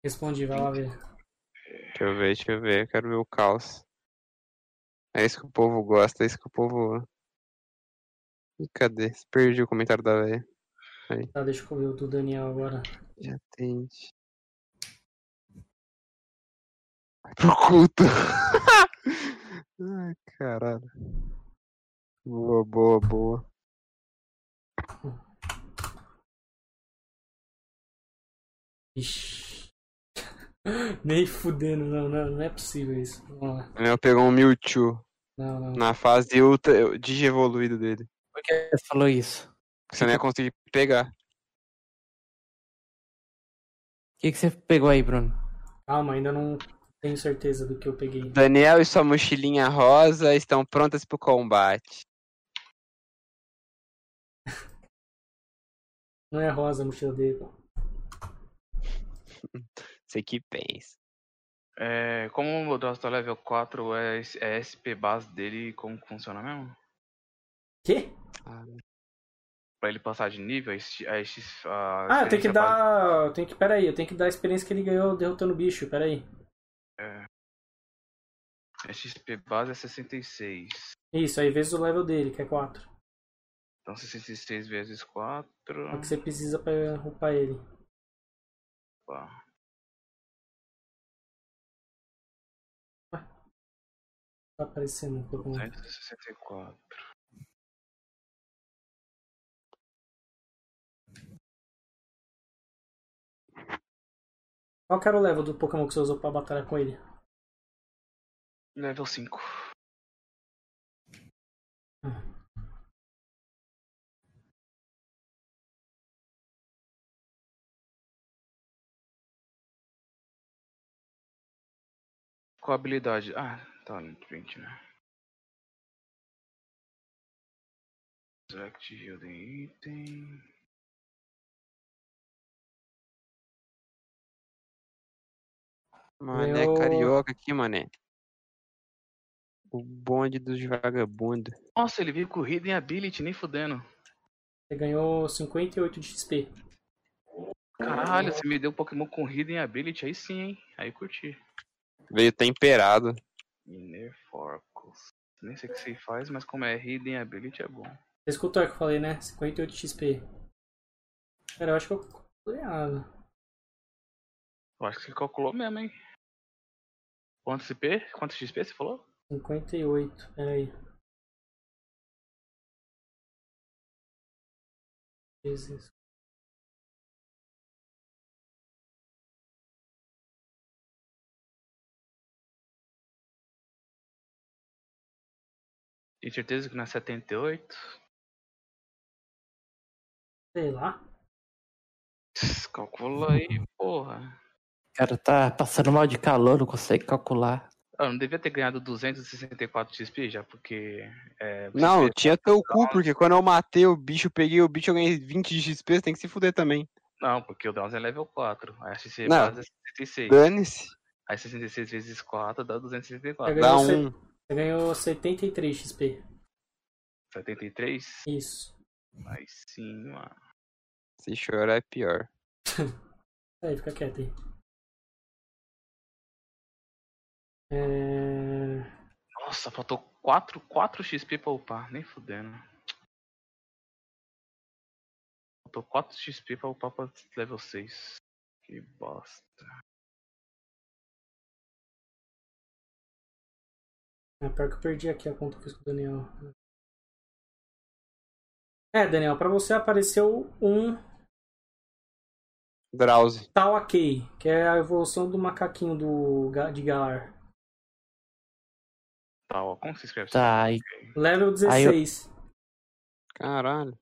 Speaker 1: Respondi, vai lá ver.
Speaker 2: Deixa eu ver, deixa eu ver. Eu quero ver o caos. É isso que o povo gosta, é isso que o povo. Ih, cadê? Perdi o comentário da véia.
Speaker 1: Tá, deixa eu ver o do Daniel agora.
Speaker 2: Já tem. Pro culto. Ai, caralho. Boa, boa, boa.
Speaker 1: Ixi. Nem fudendo, não, não, não é possível isso. Vamos lá.
Speaker 2: Eu pegou um Mewtwo
Speaker 1: Não, não.
Speaker 2: na fase ultra digievoluído dele.
Speaker 4: Por que você falou isso?
Speaker 2: Que você não ia conseguir pegar.
Speaker 4: O que, que você pegou aí, Bruno?
Speaker 1: Calma, ainda não tenho certeza do que eu peguei.
Speaker 2: Daniel e sua mochilinha rosa estão prontas pro combate.
Speaker 1: Não é rosa a mochila dele. pô.
Speaker 2: Você que pensa.
Speaker 3: É, como o meu Drowns tá level 4, é, esse- é SP base dele, como que funciona mesmo?
Speaker 1: Quê?
Speaker 3: Pra ele passar de nível, a, esti- a, esti- a
Speaker 1: Ah, eu tenho que
Speaker 3: experiência base-
Speaker 1: dar. Eu tenho que. Pera aí, eu tenho que dar a experiência que ele ganhou derrotando o bicho, pera aí.
Speaker 3: A XP base é 66.
Speaker 1: Isso, aí vezes o level dele, que é 4.
Speaker 3: Então 66 vezes
Speaker 1: É o
Speaker 3: 4.
Speaker 1: que você precisa pra upar ele.
Speaker 3: Opa.
Speaker 1: Tá aparecendo um pouco.
Speaker 3: né, 264.
Speaker 1: Qual que era o level do Pokémon que você usou pra batalhar com ele?
Speaker 3: Level 5. Qual a habilidade? Ah, tá no print, né? Select Hilden Item.
Speaker 2: Mané
Speaker 1: Eu-
Speaker 2: carioca aqui, mané. O bonde dos vagabundos.
Speaker 3: Nossa, ele veio com Hidden Ability, nem fudendo.
Speaker 1: Você ganhou 58 de XP.
Speaker 3: Caralho, você me deu um Pokémon com Hidden Ability, aí sim, hein? Aí eu curti.
Speaker 2: Veio temperado.
Speaker 3: Minerforcos. Nem sei o que você faz, mas como é Hidden Ability é bom.
Speaker 1: Você escutou o que eu falei, né? 58 de XP. Cara, eu acho que eu. tô errado.
Speaker 3: Eu acho que você calculou mesmo, hein? Quantos IP? Quantos XP você falou?
Speaker 1: 58, peraí. 16.
Speaker 3: Tem certeza que não é 78?
Speaker 1: Sei lá.
Speaker 3: Calcula aí, porra.
Speaker 4: O cara tá passando mal de calor, não consegue calcular.
Speaker 3: Ah, Eu não devia ter ganhado 264 XP já, porque. É, você
Speaker 2: Não,
Speaker 3: fez-
Speaker 2: tinha teu cu, porque quando eu matei o bicho, eu peguei o bicho, eu ganhei 20 de XP, você tem que se fuder também.
Speaker 3: Não, porque o Downs é level 4. A XP
Speaker 2: Não.
Speaker 3: base é 66.
Speaker 2: Dane-se.
Speaker 3: Aí 66 vezes 4 dá 264.
Speaker 1: Pega
Speaker 2: Dá
Speaker 1: você.
Speaker 2: um.
Speaker 1: Você ganhou 73 XP.
Speaker 3: 73?
Speaker 1: Isso.
Speaker 3: Aí sim, mano.
Speaker 2: Se chorar é pior.
Speaker 1: Aí, fica quieto aí. É...
Speaker 3: Nossa, faltou 4, 4 XP pra upar. Nem fudendo. Faltou 4 XP pra upar pra level 6. Que bosta.
Speaker 1: É, pior que eu perdi aqui a conta que eu fiz com o Daniel. É, Daniel, pra você apareceu um
Speaker 2: Drowsy.
Speaker 1: Tawakei, que é a evolução do macaquinho do, Ga- de Galar.
Speaker 3: Tá, ó. Como se escreve isso?
Speaker 4: Tá, aí,
Speaker 1: Level
Speaker 4: Aí eu-
Speaker 1: 16.
Speaker 2: Caralho.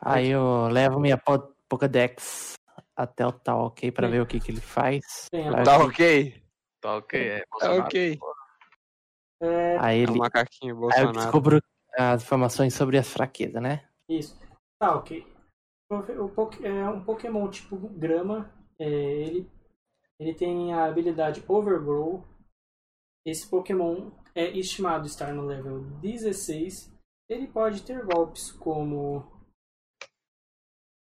Speaker 4: aí eu levo minha po- Pokédex até o tal, ok? Pra ver o que, que ele faz.
Speaker 1: Tem a
Speaker 4: Lá-
Speaker 2: Tá ok?
Speaker 3: Tá ok, é.
Speaker 2: Tá
Speaker 3: Bolsonaro.
Speaker 2: ok.
Speaker 1: É,
Speaker 4: Aí
Speaker 2: É o
Speaker 4: ele.
Speaker 2: macaquinho
Speaker 4: Aí eu
Speaker 2: Bolsonaro.
Speaker 4: descubro as informações sobre as fraquezas, né?
Speaker 1: Isso. Tá, ok. O Pok- É um Pokémon tipo grama. é, ele, ele tem a habilidade Overgrow. Esse Pokémon é estimado estar no level 16. Ele pode ter golpes como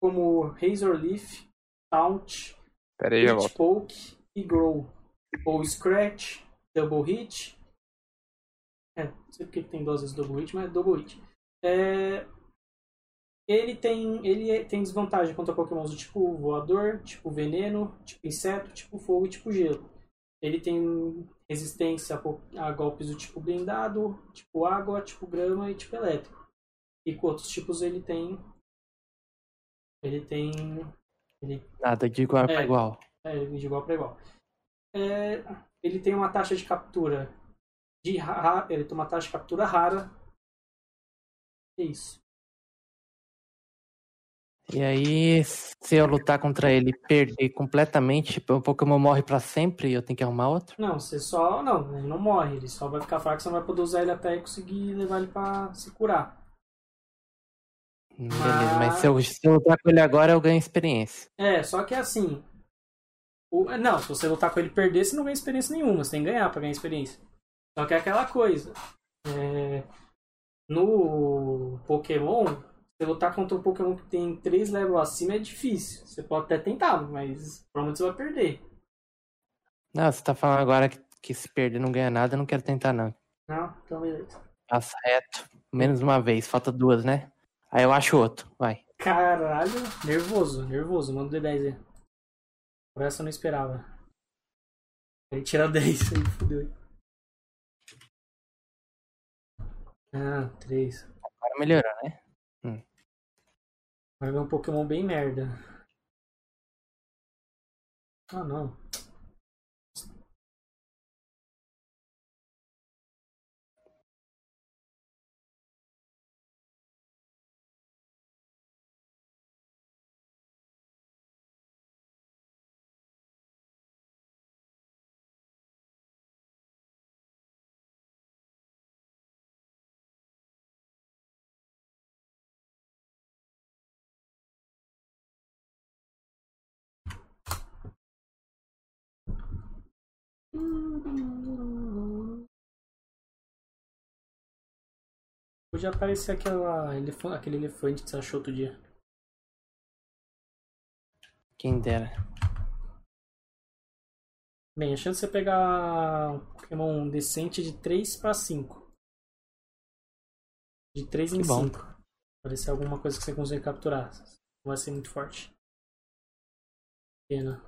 Speaker 1: como Razor Leaf, Taunt,
Speaker 2: Pera aí, já volto.
Speaker 1: Hit Poke e Grow. Ou Scratch, Double Hit. É, não sei porque tem duas vezes Double Hit, mas é Double Hit. É, Ele tem, ele é- tem desvantagem contra pokémons do tipo voador, tipo veneno, tipo inseto, tipo fogo e tipo gelo. Ele tem resistência a po- a golpes do tipo blindado, tipo água, tipo grama e tipo elétrico. E com outros tipos ele tem... Ele tem
Speaker 4: Nada de igual pra
Speaker 1: É.
Speaker 4: igual.
Speaker 1: é, de igual para igual. É, ele tem uma taxa de captura de ra- ra- ele tem uma taxa de captura rara. É isso.
Speaker 4: E aí, se eu lutar contra ele e perder completamente, o Pokémon morre pra sempre e eu tenho que arrumar outro?
Speaker 1: Não, você só não, ele não morre, ele só vai ficar fraco, você não vai poder usar ele até conseguir levar ele pra se curar.
Speaker 4: Beleza, mas
Speaker 1: Ah.
Speaker 4: se eu, se eu lutar com ele agora, eu ganho experiência.
Speaker 1: É, só que é assim. o- é, não, se você lutar com ele e perder, você não ganha experiência nenhuma, você tem que ganhar pra ganhar experiência. Só que é aquela coisa. é, no Pokémon, você lutar contra um Pokémon que tem 3 levels acima é difícil. Você pode até tentar, mas provavelmente você vai perder.
Speaker 4: Não, você tá falando agora que, que se perder não ganha nada, eu não quero tentar, não.
Speaker 1: Não, então beleza.
Speaker 4: Passa reto. Menos uma vez, falta duas, né? Aí eu acho outro, vai.
Speaker 1: Caralho, nervoso, nervoso. Manda o D10 aí. Por essa eu não esperava. Ele tira 10 aí, fudeu. Ah, 3.
Speaker 4: Agora melhorou, né?
Speaker 1: Vai ver um Pokémon bem merda. Ah, não. Podia aparecer aquela elefan- aquele elefante que você achou outro dia.
Speaker 4: Quem dera.
Speaker 1: Bem, a chance de você pegar um Pokémon decente é de 3 pra 5. De 3 em
Speaker 4: Que bom.
Speaker 1: 5. Parecer é alguma coisa que você consiga capturar. Não vai ser muito forte. Pena.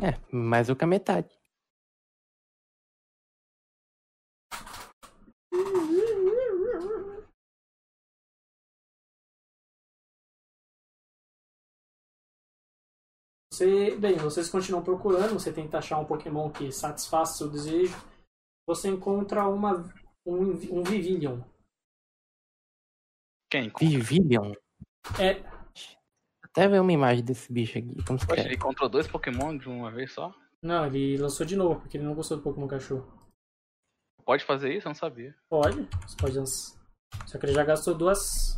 Speaker 4: É, mais do que a metade.
Speaker 1: Você, bem, vocês continuam procurando, você tenta achar um Pokémon que satisfaça seu desejo. Você encontra uma, um, um Vivillion.
Speaker 3: Quem? encontra?
Speaker 4: Vivillion.
Speaker 1: É,
Speaker 4: Até ver uma imagem desse bicho aqui. Como se
Speaker 3: Poxa,
Speaker 4: quer.
Speaker 3: ele encontrou dois Pokémon de uma vez só?
Speaker 1: não, ele lançou de novo, porque ele não gostou do Pokémon Cachorro.
Speaker 3: Pode fazer isso? Eu não sabia.
Speaker 1: Pode, você pode lançar. Só que ele já gastou duas.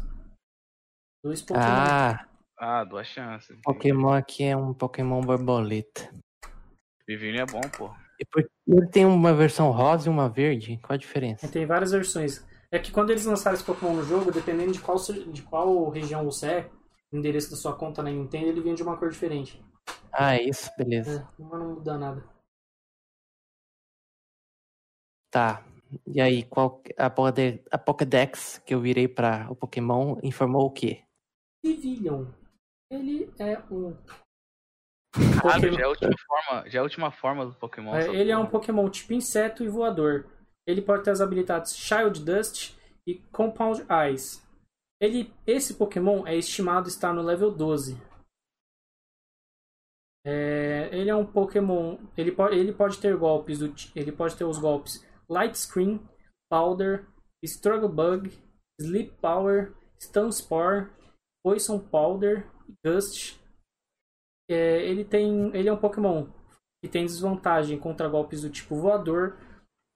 Speaker 1: Dois Pokémon.
Speaker 4: Ah,
Speaker 3: Ah, duas chances.
Speaker 4: Pokémon aqui é um Pokémon borboleta.
Speaker 3: Vivinho é bom, pô.
Speaker 4: E por- Ele tem uma versão rosa e uma verde. Qual a diferença?
Speaker 1: Tem várias versões. É que quando eles lançaram esse Pokémon no jogo, dependendo de qual, ser- de qual região você é, o endereço da sua conta na Nintendo, ele vinha de uma cor diferente.
Speaker 4: Ah, isso, beleza.
Speaker 1: É, mas não muda nada.
Speaker 4: Tá. E aí, qual que- a, Pode- a Pokédex que eu virei pra o Pokémon informou o quê?
Speaker 1: Vivillion. Ele é um.
Speaker 3: Claro,
Speaker 1: Pokémon-
Speaker 3: já é a última forma, já é a última forma do Pokémon.
Speaker 1: É,
Speaker 3: essa
Speaker 1: ele é um
Speaker 3: porra.
Speaker 1: Pokémon tipo inseto e voador. Ele pode ter as habilidades Child Dust e Compound Eyes. Ele, esse Pokémon é estimado estar no level 12. É, ele é um Pokémon. Ele, po- ele pode ter golpes. do ti- Ele pode ter os golpes Light Screen, Powder, Struggle Bug, Sleep Power, Stun Spore, Poison Powder, Gust. É, ele tem. Ele é um Pokémon que tem desvantagem contra golpes do tipo voador,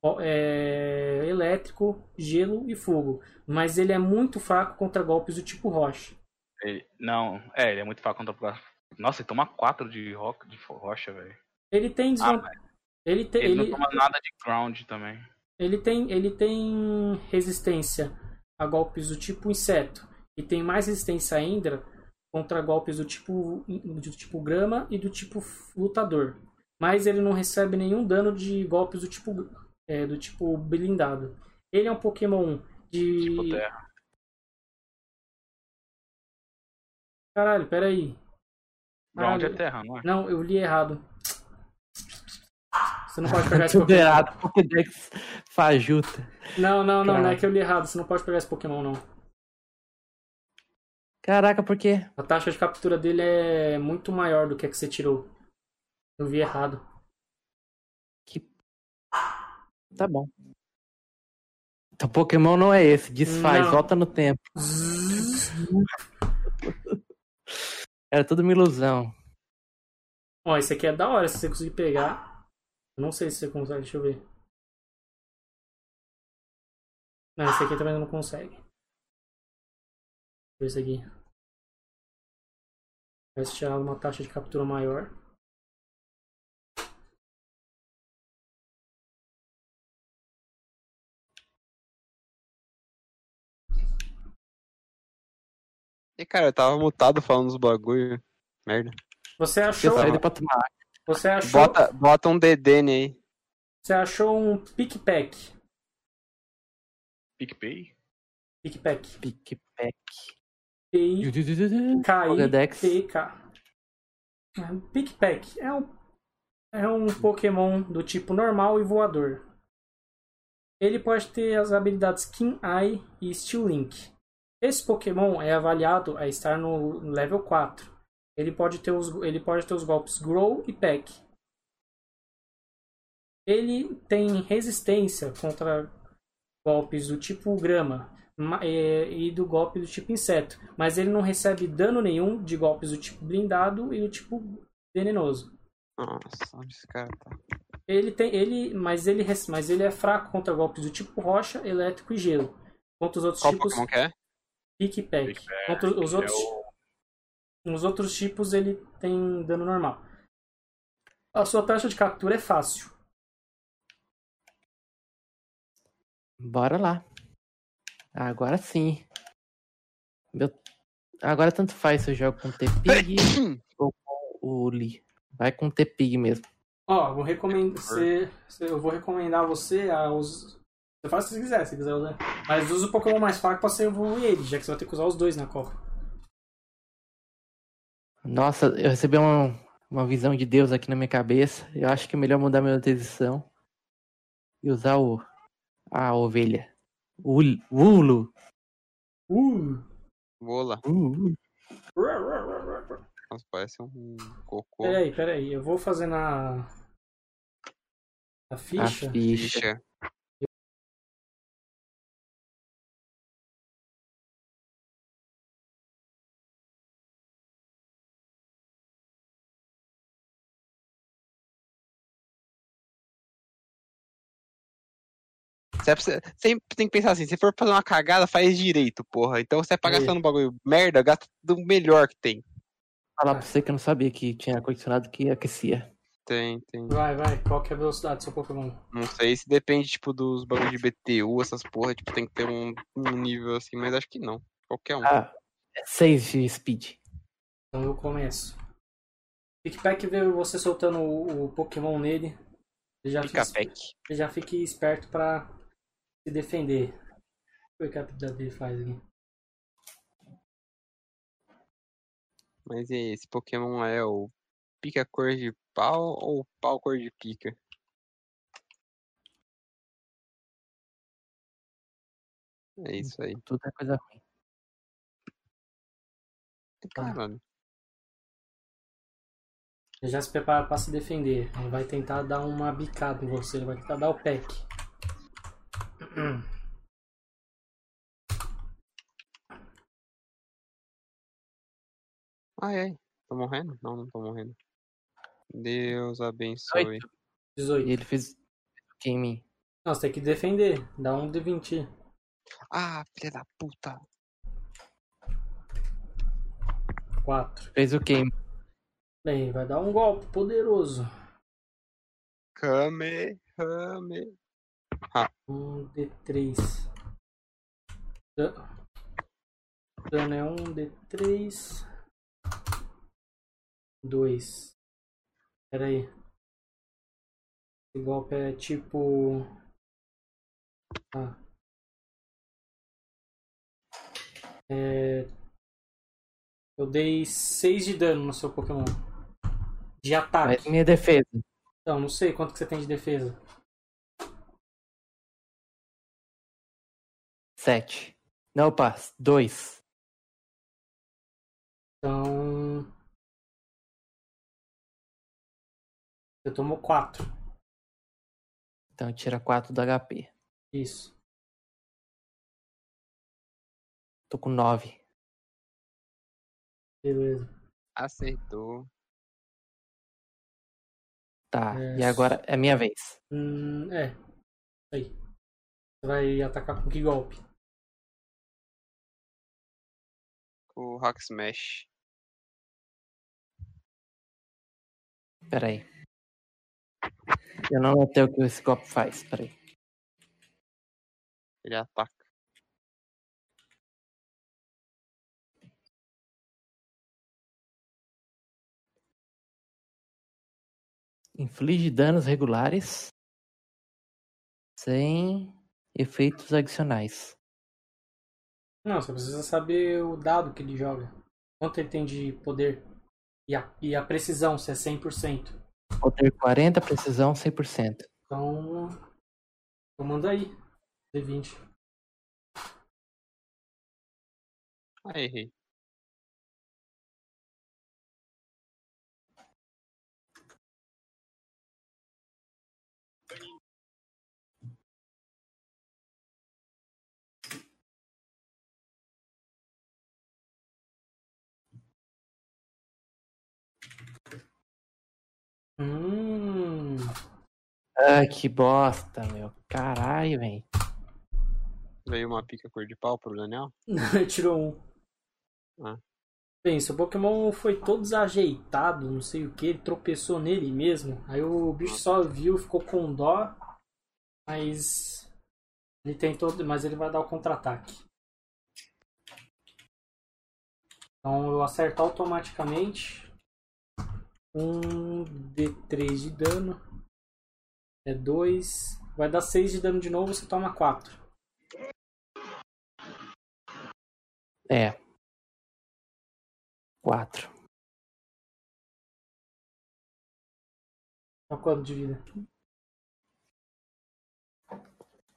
Speaker 1: ó, é, elétrico, gelo e fogo. Mas ele é muito fraco contra golpes do tipo rocha.
Speaker 3: Ele- Não, é, ele é muito fraco contra o próximo. Nossa, ele toma 4 de, roca, de fo- rocha, velho.
Speaker 1: Ele tem desvantagem. ele, tem,
Speaker 3: Ah, Ele, não
Speaker 1: ele,
Speaker 3: toma nada de ground também.
Speaker 1: ele, tem, ele tem resistência a golpes do tipo inseto. E tem mais resistência ainda contra golpes do tipo, do tipo grama e do tipo lutador. Mas ele não recebe nenhum dano de golpes do tipo, é, do tipo blindado. Ele é um Pokémon de.
Speaker 3: Tipo terra.
Speaker 1: Caralho, peraí.
Speaker 3: Ground
Speaker 1: Caralho.
Speaker 3: é terra, não é?
Speaker 1: Não, eu li errado. Você não pode pegar esse Pokémon.
Speaker 4: Tuberado, Pokédex fajuta.
Speaker 1: Não, não, não, não é
Speaker 4: Caralho.
Speaker 1: que eu li errado. Você não pode pegar esse Pokémon, não.
Speaker 4: Caraca, por quê?
Speaker 1: A taxa de captura dele é muito maior do que a que você tirou. Eu vi errado.
Speaker 4: Tá bom. Então, Pokémon não é esse. Desfaz,
Speaker 1: Não.
Speaker 4: volta no tempo. Era tudo uma ilusão.
Speaker 1: Ó, esse aqui é da hora se você conseguir pegar. Eu não sei se você consegue, deixa eu ver. Não, esse aqui também não consegue. Deixa eu ver esse aqui. Vai tirar uma taxa de captura maior.
Speaker 2: E cara, eu tava mutado falando os bagulho. Merda.
Speaker 1: Você
Speaker 4: Eu
Speaker 1: achou.
Speaker 4: saí pra tomar água.
Speaker 1: Você achou.
Speaker 2: Bota, bota um DDN aí.
Speaker 1: Você achou um pick-pack.
Speaker 3: PicPay?
Speaker 1: Pick-pack.
Speaker 4: pique-pack.
Speaker 1: P-I-K-I-P-K.
Speaker 4: Pokédex.
Speaker 1: É, um Pick-pack é um, é um Pokémon do tipo normal e voador. Ele pode ter as habilidades King Eye e Steel Link. Esse Pokémon é avaliado a estar no level 4. Ele pode ter os, ele pode ter os golpes Grow e Pack. Ele tem resistência contra golpes do tipo grama ma- é, e do golpe do tipo inseto, mas ele não recebe dano nenhum de golpes do tipo blindado e do tipo venenoso.
Speaker 2: Nossa, onde esse cara tá?
Speaker 1: Ele tem, ele, mas ele, rec- mas ele é fraco contra golpes do tipo rocha, elétrico e gelo. Contra os outros
Speaker 2: Qual
Speaker 1: tipos,
Speaker 2: Pokémon que é?
Speaker 1: pique pack.
Speaker 3: Pick Pack,
Speaker 1: Contra os outros,
Speaker 3: É o-
Speaker 1: nos outros tipos ele tem dano normal. A sua taxa de captura é fácil.
Speaker 4: Bora lá. Agora sim. Meu- Agora tanto faz se eu jogo com o T-Pig ou com o Uli. Vai com o T-Pig mesmo.
Speaker 1: Ó, vou recomendar. Você, você- eu vou recomendar você a us- Você faz o que você quiser, se quiser usar. Mas usa o Pokémon mais fraco pra você evoluir ele, já que você vai ter que usar os dois na Copa.
Speaker 4: Nossa, eu recebi um, uma visão de Deus aqui na minha cabeça. Eu acho que é melhor mudar minha transição e usar o a ovelha. O Ulo.
Speaker 1: Uh!
Speaker 2: Bola.
Speaker 4: Uh, uh.
Speaker 2: Nossa, parece um cocô.
Speaker 1: Peraí, peraí. Eu vou fazer na. Na
Speaker 4: A
Speaker 1: ficha.
Speaker 4: ficha.
Speaker 2: Ficha. Você precisa- Sempre tem que pensar assim, se for fazer uma cagada, faz direito, porra. Então você tá
Speaker 1: Aí.
Speaker 2: gastando um bagulho merda, gasta do melhor que tem.
Speaker 4: Falar pra você que eu não sabia que tinha condicionado que aquecia.
Speaker 2: Tem, tem.
Speaker 1: Vai, vai. Qual que é a velocidade do seu Pokémon?
Speaker 2: Não sei se depende, tipo, dos bagulhos de BTU, essas porra, tipo, tem que ter um, um nível assim, mas acho que não. Qualquer um.
Speaker 4: Ah, 6 de speed.
Speaker 1: Então eu começo. Pickpack vê você soltando o, o Pokémon nele. Ele já,
Speaker 2: Fica
Speaker 1: fica,
Speaker 2: pack.
Speaker 1: ele já fica esperto pra se defender. O que o cap da dele faz aqui?
Speaker 2: Mas e aí, esse Pokémon é o pica cor de pau ou pau cor de pica? É isso aí.
Speaker 4: Tudo é coisa ruim.
Speaker 1: Tá.
Speaker 2: Caralho.
Speaker 1: Ele já se prepara pra se defender. Ele vai tentar dar uma bicada em você. Ele vai tentar dar o pack.
Speaker 2: Ai, ai. Ah, é? Tô morrendo? Não, não tô morrendo. Deus abençoe.
Speaker 1: 18.
Speaker 4: E ele fez o que em mim?
Speaker 1: Não, você tem que defender. Dá um de 20.
Speaker 2: Ah, filha da puta.
Speaker 1: 4.
Speaker 4: Fez o que em mim?
Speaker 1: Bem, vai dar um golpe poderoso.
Speaker 2: Kame, Kame.
Speaker 1: Um D3. Dan- Dano é um D3. 2. Pera aí. Esse golpe é tipo. Tá. É... Eu dei 6 de dano no seu Pokémon. De
Speaker 4: Mas
Speaker 1: ataque.
Speaker 4: Ah, minha defesa.
Speaker 1: Então, não sei quanto que você tem de defesa.
Speaker 4: 7. Não, opa, 2.
Speaker 1: Então. Você tomou 4.
Speaker 4: Então tira 4 do HP.
Speaker 1: Isso.
Speaker 4: Tô com 9.
Speaker 1: Beleza.
Speaker 2: Acertou.
Speaker 4: Tá. E
Speaker 1: Yes.
Speaker 4: agora é minha vez.
Speaker 1: Hum, é. Aí. Você vai atacar com que golpe?
Speaker 2: O Rock Smash.
Speaker 4: Pera aí. Eu não notei o que esse golpe faz. Pera aí.
Speaker 2: Ele é ataca.
Speaker 4: Inflige danos regulares. Sem efeitos adicionais.
Speaker 1: Não, você precisa saber o dado que ele joga. Quanto ele tem de poder. E a, e a precisão, se é 100%.
Speaker 4: Poder 40, precisão 100%.
Speaker 1: Então. Então manda aí. D20.
Speaker 2: Ah, errei.
Speaker 1: Hum.
Speaker 4: Ah, que bosta, meu. Caralho, velho.
Speaker 2: Veio uma pica cor de pau pro Daniel.
Speaker 1: Tirou um.
Speaker 2: Ah.
Speaker 1: Bem, seu Pokémon foi todo desajeitado, não sei o que, ele tropeçou nele mesmo. Aí o bicho só viu, ficou com dó, mas ele tentou, mas ele vai dar o contra-ataque. Então eu acerto automaticamente um D3 de dano. É 2. Vai dar 6 de dano de novo, você toma 4.
Speaker 4: É. 4.
Speaker 1: Tá quanto de vida?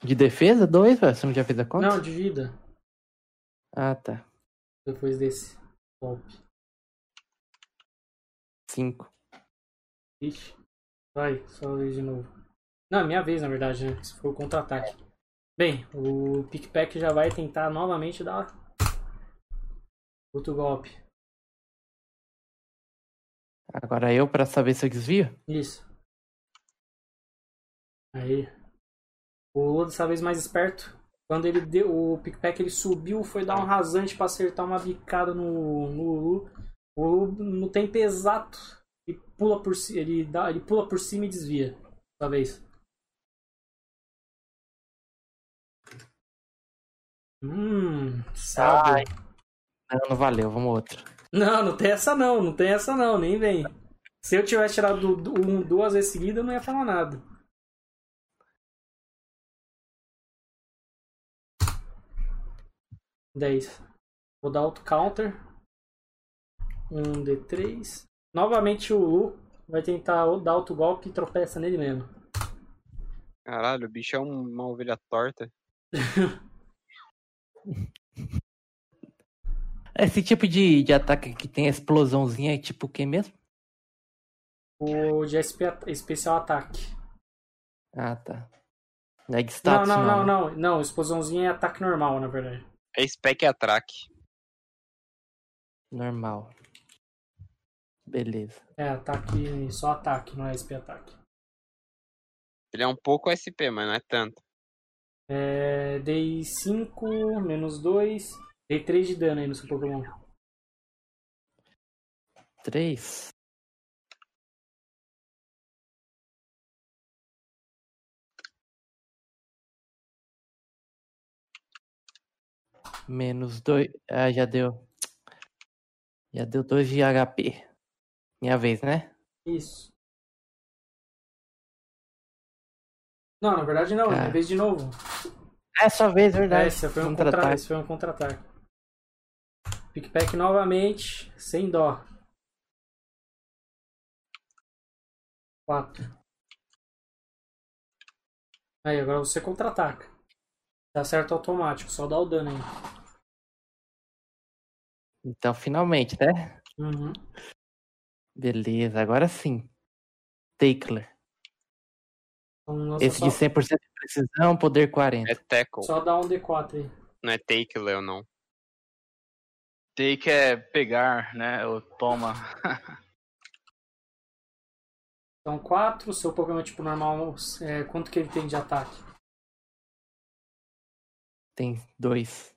Speaker 4: De defesa? Dois, velho? Você não já fez a conta?
Speaker 1: Não, de vida.
Speaker 4: Ah, tá.
Speaker 1: Depois desse golpe.
Speaker 4: Cinco.
Speaker 1: Ixi. Vai, só vez de novo. Não, é minha vez, na verdade, né? Se for o contra-ataque. Bem, o Pickpack já vai tentar novamente dar outro golpe.
Speaker 4: Agora eu pra saber se eu desvio?
Speaker 1: Isso. Aí. O Lua dessa vez mais esperto. Quando ele deu. O pickpack ele subiu, foi dar um rasante pra acertar uma bicada no, no Lulu. O Lulu no tempo exato. Ele pula por cima. Ele, dá, ele pula por cima e desvia. Dessa vez. Hum, sábio.
Speaker 4: Ai. Não, não valeu, vamos outro.
Speaker 1: Não, não tem essa não, não tem essa não, nem vem. Se eu tivesse tirado du- du- um, duas vezes seguida, eu não ia falar nada. Dez. Vou dar outro counter. Um D3. Novamente o Lu vai tentar ou dar outro golpe e tropeça nele mesmo.
Speaker 2: Caralho, o bicho é um- uma ovelha torta.
Speaker 4: Esse tipo de, de ataque que tem a explosãozinha é tipo o que mesmo?
Speaker 1: O de SP, at- especial ataque.
Speaker 4: Ah, tá. Não é de
Speaker 1: Não,
Speaker 4: status,
Speaker 1: não, não,
Speaker 4: né?
Speaker 1: não. Não, explosãozinha é ataque normal, na verdade.
Speaker 2: É spec e atraque.
Speaker 4: Normal. Beleza.
Speaker 1: É, ataque. Só ataque, não é SP ataque.
Speaker 2: Ele é um pouco SP, mas não é tanto.
Speaker 1: É, dei 5, menos 2. Dei 3 de dano aí no seu Pokémon.
Speaker 4: Três. Menos dois. Ah, já deu. Já deu dois de HP. Minha vez, né?
Speaker 1: Isso. Não, na verdade não,
Speaker 4: Cara.
Speaker 1: é vez de novo.
Speaker 4: É sua vez, verdade.
Speaker 1: É, esse foi um
Speaker 4: Contra-ataque.
Speaker 1: contra-ataque. Esse foi um contra-ataque. Pickpack novamente, sem dó. 4. Aí, agora você contra-ataca. Dá certo automático, só dá o dano aí.
Speaker 4: Então, finalmente, né?
Speaker 1: Uhum.
Speaker 4: Beleza, agora sim. Tackler.
Speaker 1: Então, lança
Speaker 4: Esse
Speaker 1: só,
Speaker 4: de 100% de precisão, poder 40.
Speaker 2: É tackle,
Speaker 1: só dá um D4 aí.
Speaker 2: não é take, Leo, não.
Speaker 3: Take é pegar, né? Ou toma.
Speaker 1: Então 4, seu Pokémon tipo normal, é, quanto que ele tem de ataque?
Speaker 4: Tem dois.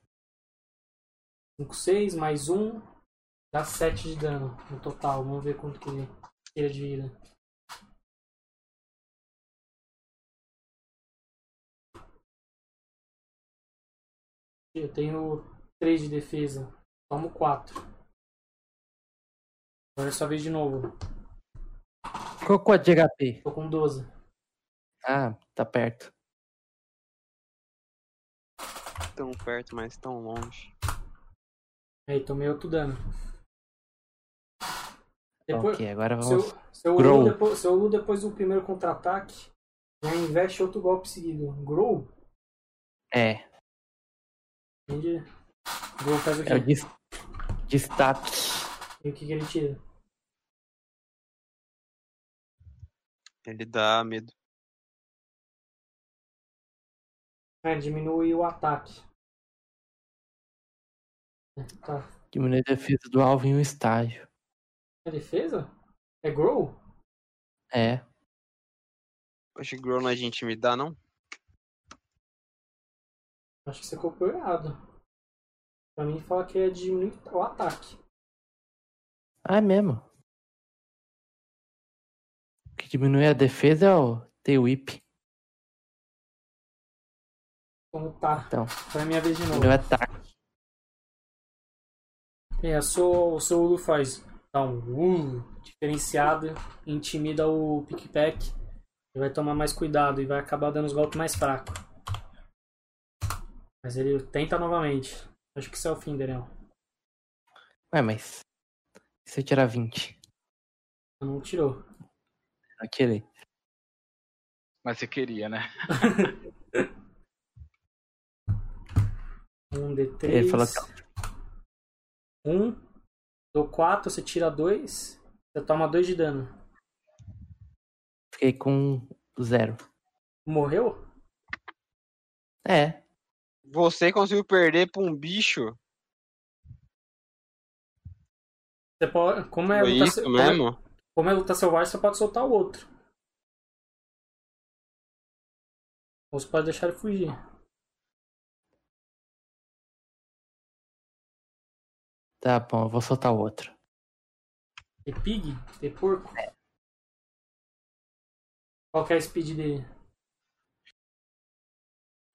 Speaker 1: 5, 6, mais 1, dá 7 de dano no total. Vamos ver quanto que ele tira de vida. Eu tenho 3 de defesa, tomo 4. Agora é sua vez de novo,
Speaker 4: Qual quanto de HP?
Speaker 1: tô com 12.
Speaker 4: Ah, tá perto.
Speaker 2: Tão perto, mas tão longe.
Speaker 1: Aí, tomei outro dano. Depois,
Speaker 4: Ok, agora
Speaker 1: Seu,
Speaker 4: vamos.
Speaker 1: seu,
Speaker 4: Grow.
Speaker 1: Ulu depois, seu Ulu depois do primeiro contra-ataque já investe outro golpe seguido. Grow?
Speaker 4: É,
Speaker 1: Entende? Grow faz o quê?
Speaker 4: é o de, de status.
Speaker 1: E o que, que ele tira?
Speaker 2: Ele dá medo.
Speaker 1: É, diminui o ataque. É, Tá.
Speaker 4: Diminui a defesa do alvo em um estágio.
Speaker 1: É defesa? É Grow?
Speaker 4: É.
Speaker 2: Acho que Grow não é de intimidar, não?
Speaker 1: Acho que você copiou errado. Pra mim fala que é diminuir o ataque.
Speaker 4: Ah, é mesmo. O que diminui a defesa é o T-Whip.
Speaker 1: Então tá.
Speaker 4: Então.
Speaker 1: Foi a minha vez de novo.
Speaker 4: Diminui o ataque.
Speaker 1: É, o seu, o seu Ulu faz dá um uh, diferenciado, intimida o pick-pack. Ele vai tomar mais cuidado e vai acabar dando os golpes mais fracos. Mas ele tenta novamente. Acho que isso é o fim, Daniel.
Speaker 4: Ué, mas. E se eu tirar 20?
Speaker 1: Não tirou.
Speaker 4: Não tirei.
Speaker 3: Mas você queria, né?
Speaker 1: Um D3.
Speaker 4: Ele falou assim,
Speaker 1: Um. Dou 4, você tira 2. Você toma 2 de dano.
Speaker 4: Fiquei com zero.
Speaker 1: Morreu?
Speaker 4: É.
Speaker 2: Você conseguiu perder pra um bicho?
Speaker 1: Você pode, como, é
Speaker 2: Foi
Speaker 1: luta,
Speaker 2: isso
Speaker 1: como, é,
Speaker 2: mesmo?
Speaker 1: como é luta selvagem, você pode soltar o outro. Ou você pode deixar ele fugir.
Speaker 4: Tá bom, eu vou soltar o outro.
Speaker 1: Tem pig? Tem porco? Qual que é a speed dele?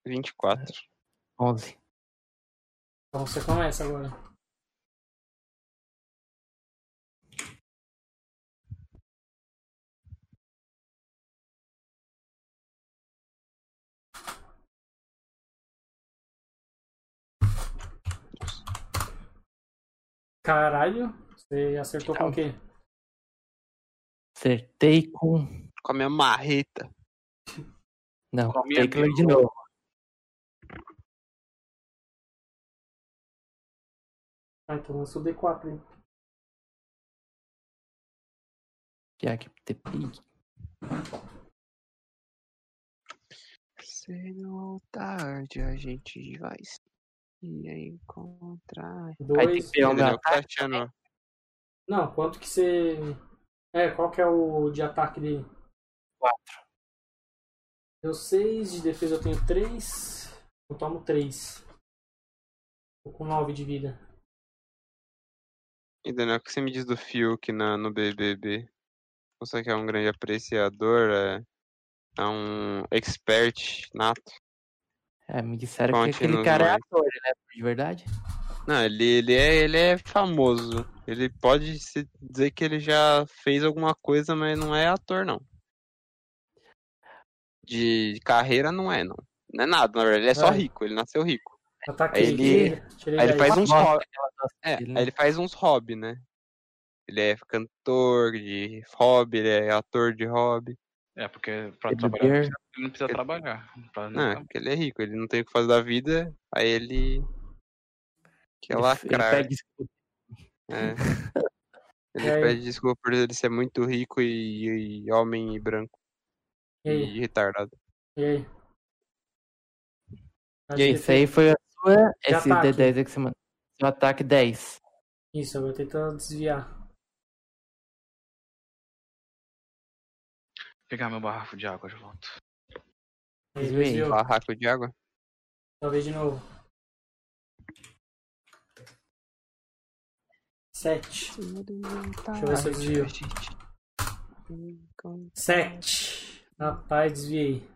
Speaker 2: 24.
Speaker 4: 11.
Speaker 1: Então você começa agora. Caralho, você acertou com o quê?
Speaker 4: Acertei com.
Speaker 2: Com a minha marreta.
Speaker 4: Não,
Speaker 3: Com a minha
Speaker 4: tem que ler de novo.
Speaker 1: Ah, então lança o D4 aí.
Speaker 4: Jack the Pig.
Speaker 2: Cedo ou tarde a gente vai se encontrar. Aí tem
Speaker 1: Dois.
Speaker 2: que
Speaker 4: pegar o meu
Speaker 2: entendeu?
Speaker 4: ataque
Speaker 2: Cristiano.
Speaker 1: Não, quanto que você. É, qual que é o de ataque dele?
Speaker 4: Quatro.
Speaker 1: Deu 6, de defesa eu tenho 3. Eu tomo 3. Tô com 9 de vida.
Speaker 2: E Daniel, o que você me diz do Fiuk na, no BBB? Você que é um grande apreciador, é, é um expert nato.
Speaker 4: É, me disseram
Speaker 2: Conte
Speaker 4: que aquele
Speaker 2: nos
Speaker 4: cara é
Speaker 2: mais.
Speaker 4: ator, ele é ator de verdade?
Speaker 2: Não, ele, ele, é, ele é famoso. Ele pode se dizer que ele já fez alguma coisa, mas não é ator, não. De carreira não é, não. Não é nada, na verdade. Ele é só
Speaker 1: Vai.
Speaker 2: rico, ele nasceu rico.
Speaker 1: Ataque
Speaker 2: Aí ele-
Speaker 1: Tirei
Speaker 2: Aí ele
Speaker 1: dez.
Speaker 2: faz uns
Speaker 4: Nossa,
Speaker 2: hobbies.
Speaker 4: aquela nossa
Speaker 2: É,
Speaker 4: dele,
Speaker 2: aí
Speaker 4: né?
Speaker 2: ele faz uns hobby, né? Ele é cantor de hobby, ele é ator de hobby.
Speaker 3: É, porque pra
Speaker 4: Ele
Speaker 3: trabalhar
Speaker 4: beer.
Speaker 3: ele não precisa
Speaker 2: É-
Speaker 3: trabalhar. Pra
Speaker 2: Não, é porque ele é rico, ele não tem o que fazer da vida, aí ele. Que é
Speaker 4: Ele- ele
Speaker 2: lacrar.
Speaker 4: pega isso-
Speaker 2: É.
Speaker 1: E
Speaker 2: Ele
Speaker 1: aí?
Speaker 2: pede desculpa por ele ser muito rico e, e homem e branco
Speaker 1: E aí?
Speaker 2: e retardado.
Speaker 1: E aí?
Speaker 2: E aí,
Speaker 1: Acho que
Speaker 4: Isso aí foi a sua.
Speaker 1: De
Speaker 4: Esse
Speaker 1: ataque.
Speaker 4: D10 aí que você mandou. Seu ataque 10.
Speaker 1: Isso, eu vou tentar desviar.
Speaker 3: pegar meu barrafo de água de volta.
Speaker 1: Aí,
Speaker 4: Desviei.
Speaker 1: desviou.
Speaker 2: Barraco de água.
Speaker 1: Talvez Então, de novo. 7. Deixa eu ver se eu desvio. 7. Rapaz, desviei.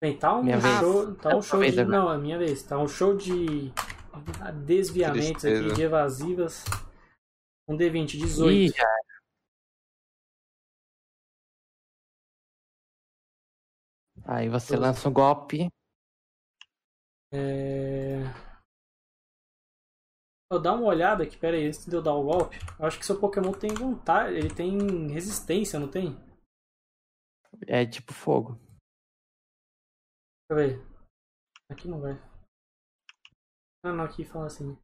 Speaker 1: Bem, tá um
Speaker 4: Minha vez.
Speaker 1: show. Tá um
Speaker 4: Minha
Speaker 1: show
Speaker 4: vez
Speaker 1: de.
Speaker 4: agora.
Speaker 1: Não, é minha vez. Tá um show de desviamentos aqui,
Speaker 2: Tristeza.
Speaker 1: de evasivas. Um D20, 18.
Speaker 4: Ih, já. Aí você
Speaker 1: Doze.
Speaker 4: lança um golpe.
Speaker 1: É... Eu dar uma olhada aqui, pera aí, antes de eu dar o golpe. Eu acho que seu Pokémon tem vontade, ele tem resistência, não tem? Deixa
Speaker 4: É tipo fogo.
Speaker 1: eu ver. Aqui não vai. Ah não, aqui fala assim.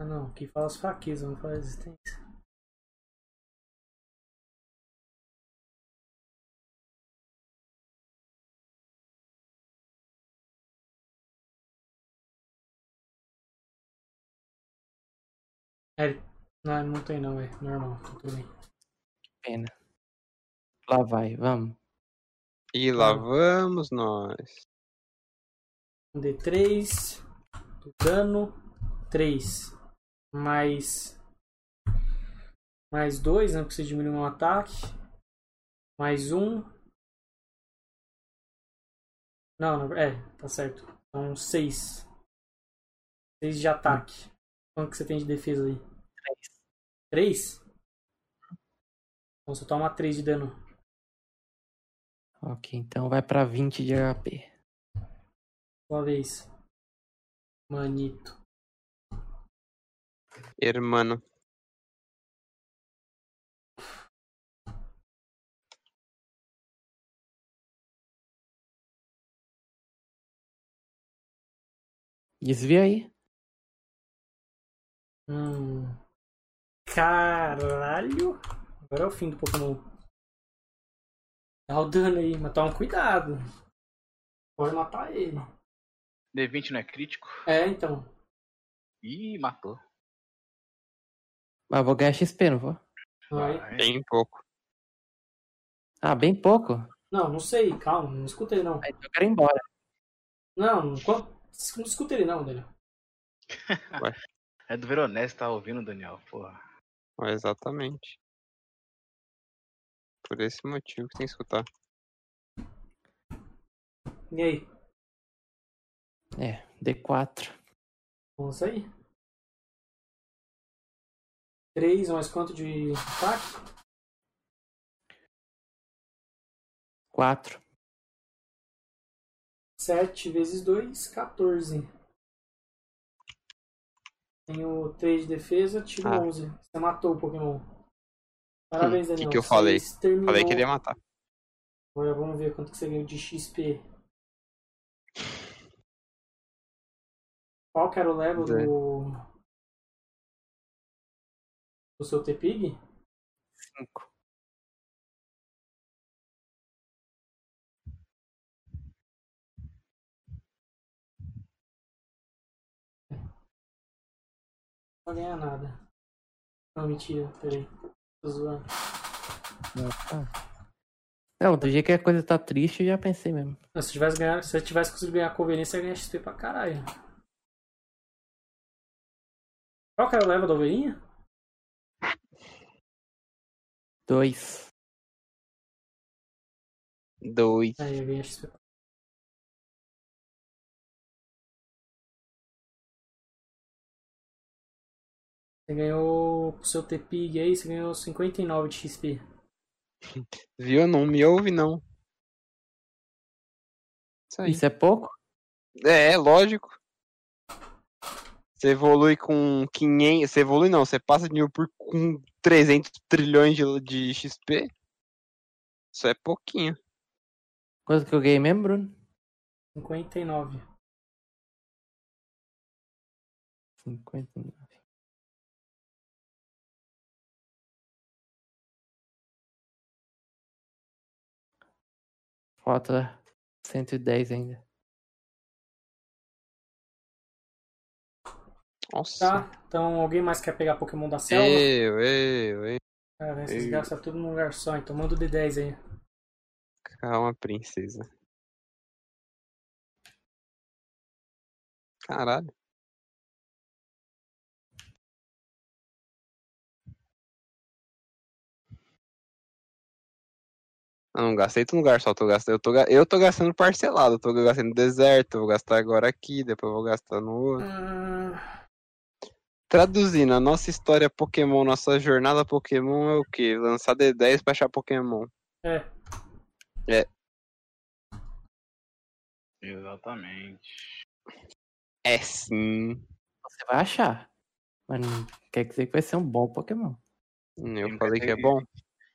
Speaker 1: Ah não, aqui fala as fraquezas, não fala resistência. É, não, não tem não, é normal, tá tudo bem.
Speaker 4: Pena. Lá vai, vamos.
Speaker 2: E lá
Speaker 1: Ah.
Speaker 2: vamos nós.
Speaker 1: Um D3 do dano 3 mais mais 2, né? Porque você diminui um ataque. Mais um. Não, não, é, tá certo. Então 6. 6 de ataque. Quanto que você tem de defesa aí? 3. 3? Então você toma 3 de dano.
Speaker 4: Ok, então vai pra 20 de HP.
Speaker 1: Uma vez. Manito.
Speaker 2: Hermano.
Speaker 4: Desvia aí.
Speaker 1: Hum. Caralho. Agora é o fim do Pokémon. Dá o dano aí, mas toma cuidado. Pode matar ele.
Speaker 3: D20 não é crítico.
Speaker 1: É, então.
Speaker 3: Ih, matou.
Speaker 4: Mas vou ganhar XP, não vou?
Speaker 1: Vai.
Speaker 3: Vai.
Speaker 2: Bem pouco.
Speaker 4: Ah, bem pouco.
Speaker 1: Não, não sei, calma, não escutei não.
Speaker 4: Ah, Então eu quero ir embora.
Speaker 1: Não, não, qual- não escutei não, Daniel.
Speaker 3: É do Veronese tá ouvindo, Daniel. Porra.
Speaker 2: Ó, Exatamente. Por esse motivo que tem que escutar.
Speaker 1: E aí?
Speaker 4: É, D4.
Speaker 1: Vamos sair? 3 mais quanto de ataque?
Speaker 4: 4.
Speaker 1: 7 vezes 2, 14. Tenho 3 de defesa, tiro
Speaker 2: Ah.
Speaker 1: 11. Você matou o Pokémon. Parabéns,
Speaker 2: Hum, que
Speaker 1: Daniel.
Speaker 2: que eu falei?
Speaker 1: Você exterminou-
Speaker 2: Falei que ele é um- ia matar.
Speaker 1: Agora vamos ver quanto que você ganhou de XP. Qual que era o level
Speaker 2: Zero.
Speaker 1: do. do seu T-Pig?
Speaker 4: 5.
Speaker 1: Não vai ganhar nada. Não, mentira, peraí. Tô zoando.
Speaker 4: Não, do jeito que a coisa tá triste, eu já pensei mesmo.
Speaker 1: Não, se, tivesse ganhar, se eu tivesse conseguido ganhar a conveniência, eu ia ganhar XP pra caralho. Qual que era o level da ovelhinha?
Speaker 4: 2.
Speaker 2: Dois.
Speaker 1: Aí, eu ganhei XP. Você ganhou pro seu T-Pig aí, você ganhou 59 de XP.
Speaker 2: Viu? Não me ouve, não. Isso aí.
Speaker 4: Isso é pouco?
Speaker 2: É, lógico. Você evolui com 500. Você evolui não, você passa de nível por com 300 trilhões de, de XP. Isso é pouquinho.
Speaker 4: Quanto que eu ganhei mesmo, Bruno?
Speaker 1: 59.
Speaker 4: 59. Falta 110 ainda.
Speaker 2: Nossa.
Speaker 1: Tá, então alguém mais quer pegar Pokémon da selva?
Speaker 2: Eu, eu, eu.
Speaker 1: Cara, esses
Speaker 2: eu-
Speaker 1: gastam tudo num lugar só, então manda o D10 aí.
Speaker 2: Calma, princesa. Caralho. Eu não gastei tudo no lugar só, eu tô gastando, eu tô, ga- eu tô gastando parcelado, eu tô gastando no deserto, eu vou gastar agora aqui, depois eu vou gastar no outro.
Speaker 1: Hum,
Speaker 2: Traduzindo, a nossa história Pokémon, nossa jornada Pokémon é o quê? Lançar D10 pra achar Pokémon.
Speaker 1: é,
Speaker 3: Exatamente.
Speaker 2: É sim,
Speaker 4: Você vai achar. Mas não quer dizer que vai ser um bom Pokémon.
Speaker 2: eu
Speaker 3: Sim,
Speaker 2: falei que é
Speaker 3: mas-
Speaker 2: bom.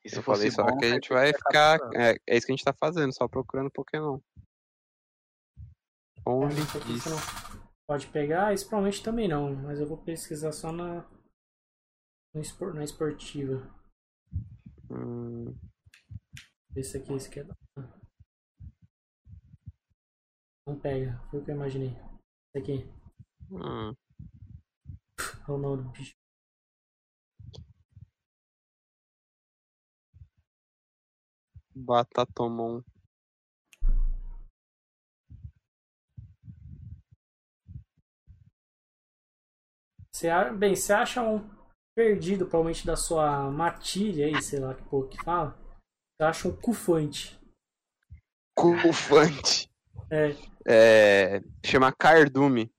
Speaker 3: E
Speaker 2: eu falei só
Speaker 3: bom,
Speaker 2: que a
Speaker 3: aí
Speaker 2: gente vai
Speaker 3: tá
Speaker 2: ficar.
Speaker 3: capturando.
Speaker 2: É, é isso que a gente tá fazendo, só procurando Pokémon. Only
Speaker 1: isso aqui
Speaker 2: this.
Speaker 1: você não pode pegar, isso provavelmente também não, mas eu vou pesquisar só na, no espor- na esportiva.
Speaker 2: Hum,
Speaker 1: Esse aqui, esse aqui é da. Não pega, foi o que eu imaginei. Esse aqui,
Speaker 2: hum.
Speaker 1: olha o nome do bicho.
Speaker 2: Batatomon.
Speaker 1: Você, a- bem, você acha um perdido, provavelmente da sua matilha aí, sei lá que pouco que fala. Você acha um cufante.
Speaker 2: Cufante.
Speaker 1: É.
Speaker 2: É. Chama Cardume.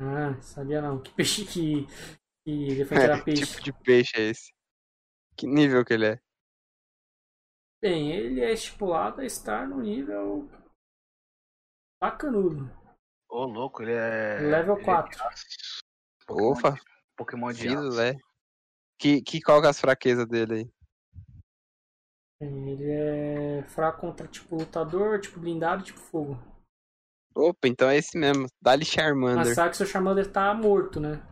Speaker 1: Ah, sabia não. Que peixe que. Que elefante era
Speaker 2: Que
Speaker 1: peixe.
Speaker 2: tipo de peixe é esse? Que nível que ele é?
Speaker 1: Bem, ele é estipulado a estar no nível. bacanudo.
Speaker 3: Ô, louco, ele é.
Speaker 1: Level
Speaker 3: ele é de
Speaker 1: 4.
Speaker 3: aço. Pokémon
Speaker 2: Opa,
Speaker 3: de- Pokémon de aço.
Speaker 2: filé. Que, que qual que é as fraquezas dele aí?
Speaker 1: Bem, Ele é fraco contra tipo lutador, tipo blindado, tipo fogo.
Speaker 2: Opa, então é esse mesmo. Dali Charmander.
Speaker 1: Mas sabe que seu Charmander tá morto, né?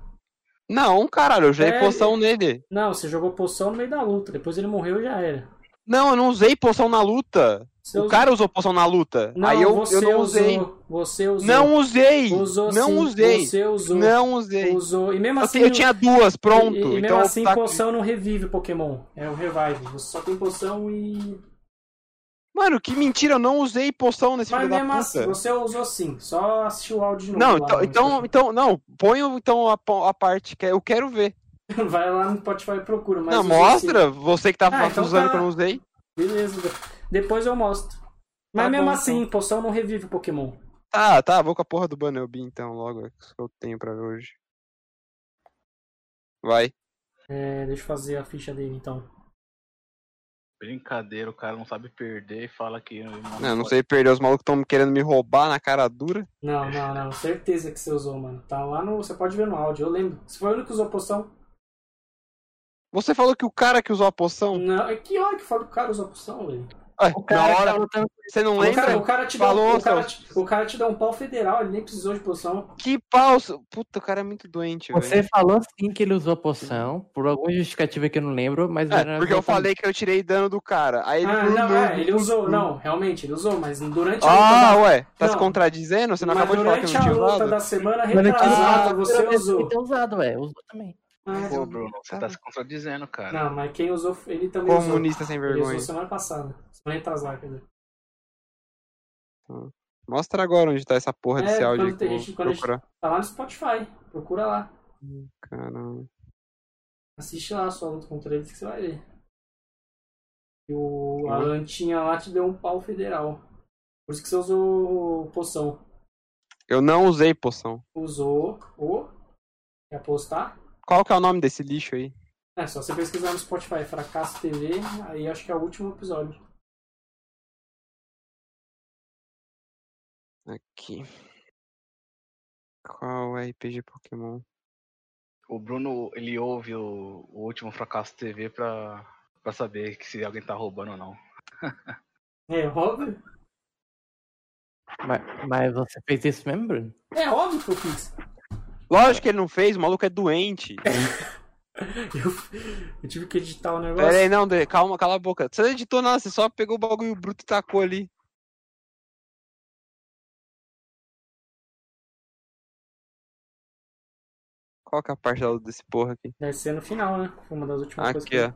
Speaker 2: Não, caralho, eu usei
Speaker 1: É,
Speaker 2: poção nele.
Speaker 1: Não, você jogou poção no meio da luta. Depois ele morreu e já era.
Speaker 2: Não, eu não usei poção na luta.
Speaker 1: Você
Speaker 2: O
Speaker 1: usou-
Speaker 2: cara usou poção na luta.
Speaker 1: Não,
Speaker 2: Aí eu,
Speaker 1: você
Speaker 2: eu não usei.
Speaker 1: Usou, você usou.
Speaker 2: Não usei!
Speaker 1: Usou
Speaker 2: não
Speaker 1: sim,
Speaker 2: usei!
Speaker 1: Você usou.
Speaker 2: Não usei!
Speaker 1: Usou. E mesmo
Speaker 2: Eu,
Speaker 1: assim.
Speaker 2: te- eu tinha duas, pronto.
Speaker 1: E, e mesmo
Speaker 2: então
Speaker 1: assim,
Speaker 2: tá-
Speaker 1: poção não revive o Pokémon. É um revive. Você só tem poção e.
Speaker 2: Mano, que mentira, eu não usei poção nesse
Speaker 1: Mas
Speaker 2: filho da
Speaker 1: mesmo
Speaker 2: puta.
Speaker 1: assim, você usou sim. Só assistiu o áudio de novo.
Speaker 2: Não,
Speaker 1: lá
Speaker 2: então,
Speaker 1: no
Speaker 2: então, então, não, põe então a, po- a parte que eu quero ver.
Speaker 1: Spotify. Vai lá no Spotify e procura. Mas
Speaker 2: então- não,
Speaker 1: usou
Speaker 2: mostra você que tava
Speaker 1: Ah, então
Speaker 2: usando
Speaker 1: tá.
Speaker 2: que eu não usei.
Speaker 1: sim. Beleza. Depois eu mostro. Mas
Speaker 2: Tá
Speaker 1: mesmo
Speaker 2: bom,
Speaker 1: assim, poção não revive o Pokémon.
Speaker 2: Tá, tá, vou com a porra do Banelby então, logo, que eu tenho pra ver hoje. Vai.
Speaker 1: É, deixa eu fazer a ficha dele então.
Speaker 3: Brincadeira, o cara não sabe perder e fala que.
Speaker 2: Não, não sei perder, os malucos tão querendo me roubar na cara dura.
Speaker 1: Não, não, não. Certeza que você usou, mano. Tá lá no. Você pode ver no áudio, eu lembro. Você foi o único que usou poção?
Speaker 2: Você falou que o cara que usou a poção.
Speaker 1: Não. É que hora que fala que o cara usou poção, velho?
Speaker 2: Ai,
Speaker 4: O cara
Speaker 2: na
Speaker 4: que
Speaker 2: hora,
Speaker 4: tá lutando
Speaker 2: você não
Speaker 1: O cara,
Speaker 2: lembra?
Speaker 1: o cara te dá
Speaker 2: Falou, então.
Speaker 1: o, cara te, o cara te dá um pau federal, ele nem precisou de poção.
Speaker 2: Que pau! seu- Puta, o cara é muito doente, velho.
Speaker 4: Você falou sim que ele usou poção, por alguma justificativa que eu não lembro, mas
Speaker 2: É, porque eu falei que eu tirei dano do cara. Aí ele.
Speaker 1: Ah, não, é, ele usou. Não, realmente, ele usou, mas durante a
Speaker 2: Ah,
Speaker 1: luta.
Speaker 2: ué, tá
Speaker 1: Não.
Speaker 2: se contradizendo? Você não
Speaker 1: mas
Speaker 2: acabou de falar que eu
Speaker 1: durante
Speaker 2: não tinha
Speaker 1: a luta
Speaker 2: usado?
Speaker 1: da semana
Speaker 2: Ah,
Speaker 1: retrasada, você usou.
Speaker 4: Ter usado, é, usou também.
Speaker 1: Ah,
Speaker 3: Pô,
Speaker 1: então-
Speaker 3: Bruno, você tá se contradizendo, cara.
Speaker 1: não, mas quem usou, ele também usou.
Speaker 2: Comunista sem
Speaker 1: Ele usou
Speaker 2: vergonha.
Speaker 1: semana passada. Semana retrasada, quer dizer.
Speaker 2: Mostra agora onde tá essa porra
Speaker 1: É,
Speaker 2: desse áudio
Speaker 1: quando
Speaker 2: aí que
Speaker 1: tem
Speaker 2: eu vou
Speaker 1: gente- quando a gente-
Speaker 2: procurar.
Speaker 1: Tá lá no Spotify, procura lá.
Speaker 2: Caramba.
Speaker 1: Assiste lá a sua luta contra eles que você vai ver. E o a lantinha lá te deu um pau federal. Por isso que você usou poção.
Speaker 2: Eu não usei poção.
Speaker 1: Usou o. Quer apostar?
Speaker 2: Qual que é o nome desse lixo aí?
Speaker 1: É, só você pesquisar no Spotify, Fracasso TV, aí acho que é o último episódio.
Speaker 2: Aqui. Qual é RPG Pokémon?
Speaker 3: O Bruno, ele ouve o, o último fracasso TV pra, pra saber que se alguém tá roubando ou não.
Speaker 1: É óbvio?
Speaker 4: Mas, mas você fez isso mesmo, Bruno?
Speaker 1: É óbvio que eu fiz.
Speaker 2: Lógico que ele não fez, o maluco é doente.
Speaker 1: Eu, eu tive que editar o negócio.
Speaker 2: Pera aí, não, Dre, calma, cala a boca. Você não editou nada, você só pegou o bagulho bruto e tacou ali. Qual que é a parte da- desse porra aqui?
Speaker 1: Deve ser no final, né? Foi uma das últimas coisas
Speaker 2: Aqui,
Speaker 1: que
Speaker 2: ó.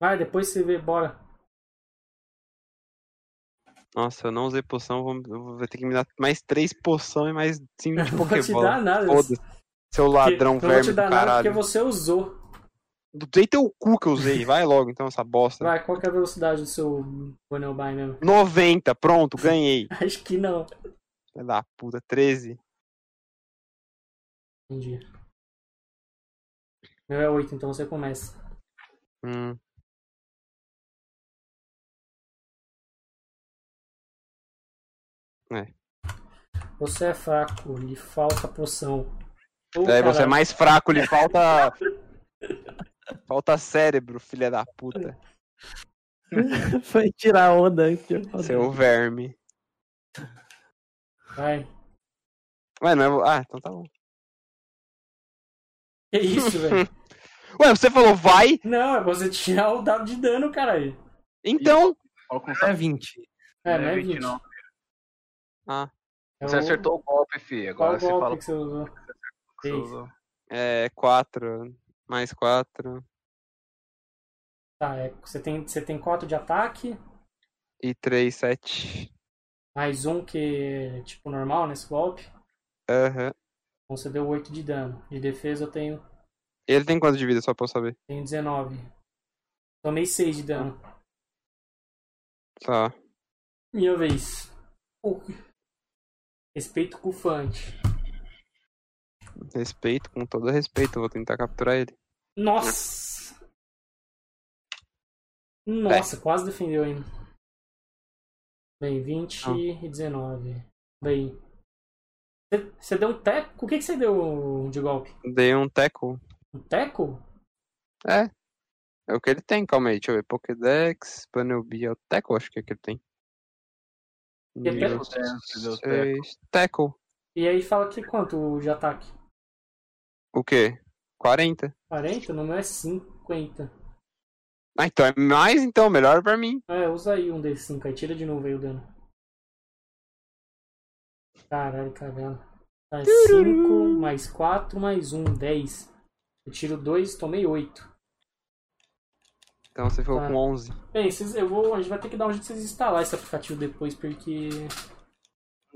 Speaker 1: Vai, depois você vê, bora.
Speaker 2: Nossa, eu não usei poção, vou, eu vou ter que me dar mais três poção e mais cinco de
Speaker 1: Não vou te
Speaker 2: Pokébola.
Speaker 1: dar nada.
Speaker 2: Foda-se, seu ladrão
Speaker 1: Porque- não vou
Speaker 2: verme
Speaker 1: te
Speaker 2: do
Speaker 1: dar nada
Speaker 2: caralho.
Speaker 1: porque você usou.
Speaker 2: Dei teu cu que eu usei, vai logo então essa bosta.
Speaker 1: Vai, qual que é a velocidade do seu Bonelby mesmo?
Speaker 2: 90, pronto, ganhei.
Speaker 1: Acho que não.
Speaker 2: Filha da puta, 13.
Speaker 1: Entendi. Meu é 8, então você começa.
Speaker 2: Hum.
Speaker 1: Você é fraco, lhe falta poção. Ô,
Speaker 2: Daí você é
Speaker 1: caralho.
Speaker 2: mais fraco, lhe falta. falta cérebro, filha da puta.
Speaker 4: Foi tirar onda. que eu falei.
Speaker 2: Seu verme.
Speaker 1: Vai.
Speaker 2: Ué, não é. vo- Ah, então tá bom.
Speaker 1: Que isso, velho?
Speaker 2: Ué, você falou vai?
Speaker 1: Não, é você tirar o dado de dano, caralho.
Speaker 2: Então.
Speaker 3: Olha como
Speaker 4: É 20.
Speaker 1: É, não é 20.
Speaker 3: não.
Speaker 2: Ah,
Speaker 1: É
Speaker 3: Você
Speaker 1: o-
Speaker 3: acertou o golpe, fi.
Speaker 1: Qual
Speaker 3: Agora você
Speaker 1: golpe
Speaker 3: fala
Speaker 1: que você usou?
Speaker 3: o que você
Speaker 1: fez?
Speaker 3: usou.
Speaker 2: é 4. Mais 4.
Speaker 1: Tá, é, você, tem, você tem 4 de ataque,
Speaker 2: E 3, 7.
Speaker 1: mais um que é tipo normal nesse golpe.
Speaker 2: Aham.
Speaker 1: Então você deu 8 de dano. De defesa eu tenho,
Speaker 2: Ele tem quanto de vida, só pra eu saber?
Speaker 1: tenho 19. Tomei 6 de dano.
Speaker 2: Tá.
Speaker 1: Minha vez. O- Respeito com o Fante.
Speaker 2: Respeito, com todo respeito, eu vou tentar capturar ele.
Speaker 1: Nossa! Nossa, quase defendeu ainda. Bem, 20
Speaker 2: Não.
Speaker 1: e 19. Bem. Você- Você deu um teco? O que, que você deu de golpe?
Speaker 2: Dei um teco.
Speaker 1: Um teco?
Speaker 2: É. É o que ele tem, calma aí, deixa eu ver. Pokédex, Panel Bioteco, acho que é que ele tem.
Speaker 1: E, até-
Speaker 3: Meu Deus, meu Deus.
Speaker 2: Seis, Teco.
Speaker 1: e aí fala que quanto de ataque?
Speaker 2: O quê? 40.
Speaker 1: 40? No meu é 50.
Speaker 2: Ah, então é mais, então, melhor pra mim.
Speaker 1: É, usa aí um D5 aí, tira de novo aí o dano. Caralho, cagada. Tá 5 mais 4 mais 1, 10. Eu tiro 2, tomei 8.
Speaker 2: Então você ficou
Speaker 1: Tá.
Speaker 2: com 11.
Speaker 1: Bem, vocês, eu vou, a gente vai ter que dar um jeito de vocês instalar esse aplicativo depois, porque.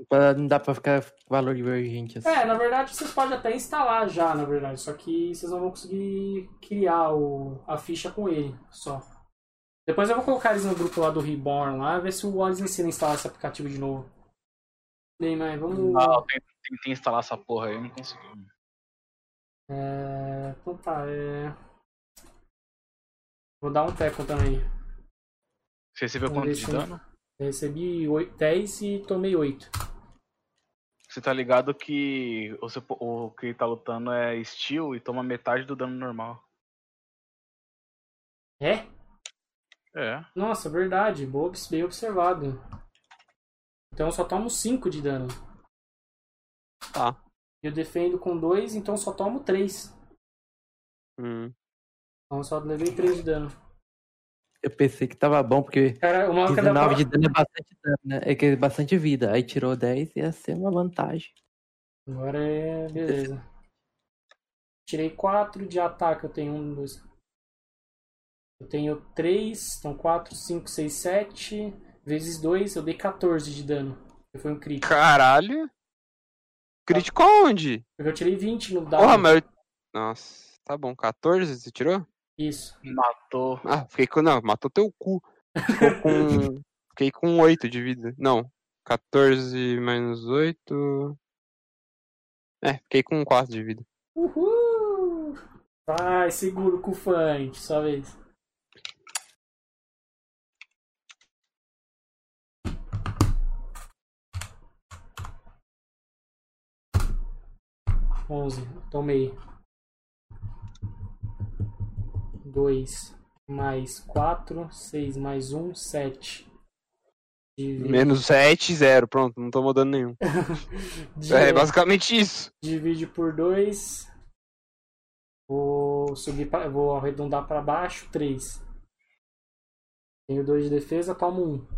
Speaker 4: Pra- Não dá pra ficar com valor divergente assim.
Speaker 1: É, na verdade vocês podem até instalar já, na verdade, só que vocês não vão conseguir criar o, a ficha com ele só. Depois eu vou colocar eles no grupo lá do Reborn lá, ver se o Wallace ensina a instalar esse aplicativo de novo. Bem, mas vamos.
Speaker 3: Ah, eu tentei- tentei instalar essa porra aí, não consegui.
Speaker 1: É, então tá, é... Vou dar um teco também.
Speaker 3: Você recebeu
Speaker 1: Vamos
Speaker 3: quanto
Speaker 1: ver
Speaker 3: de
Speaker 1: se-
Speaker 3: dano?
Speaker 1: Eu recebi oito 10 e tomei 8.
Speaker 3: Você tá ligado que o, seu po- o que tá lutando é steel e toma metade do dano normal.
Speaker 1: É?
Speaker 3: É.
Speaker 1: Nossa, verdade. Boa, obs- bem observado. Então eu só tomo 5 de dano.
Speaker 2: Tá.
Speaker 1: Eu defendo com 2, então eu só tomo 3.
Speaker 2: Hum.
Speaker 1: Então eu só levei 3 de dano.
Speaker 4: Eu pensei que tava bom, porque
Speaker 1: Cara, o maluco é da
Speaker 4: 19 de dano é bastante dano, né? É que é bastante vida. Aí tirou 10 ia ser uma vantagem.
Speaker 1: Agora é. Beleza. Tirei 4 de ataque. Eu tenho 1, 2. Eu tenho 3. Então 4, 5, 6, 7. Vezes 2, eu dei 14 de dano. que Foi um crítico.
Speaker 2: Caralho. Crítico aonde?
Speaker 1: Porque eu tirei 20 no dado.
Speaker 2: Porra, mas. eu- Nossa, tá bom. 14 você tirou?
Speaker 1: Isso.
Speaker 3: Matou.
Speaker 2: Ah, fiquei com. Não, matou teu cu. Ficou com. fiquei com 8 de vida. Não. 14 menos 8. É, fiquei com 4 de vida.
Speaker 1: Uhul! Vai, seguro com o funk. Sua vez. Onze. Tomei. Dois mais quatro, seis mais um, sete. De, vi-
Speaker 2: Menos 7, 0. Pronto, não tomou dano nenhum.
Speaker 1: de-
Speaker 2: É basicamente isso.
Speaker 1: divide por 2. Vou subir pra, vou arredondar para baixo, 3. Tenho 2 de defesa, tomo 1. Um.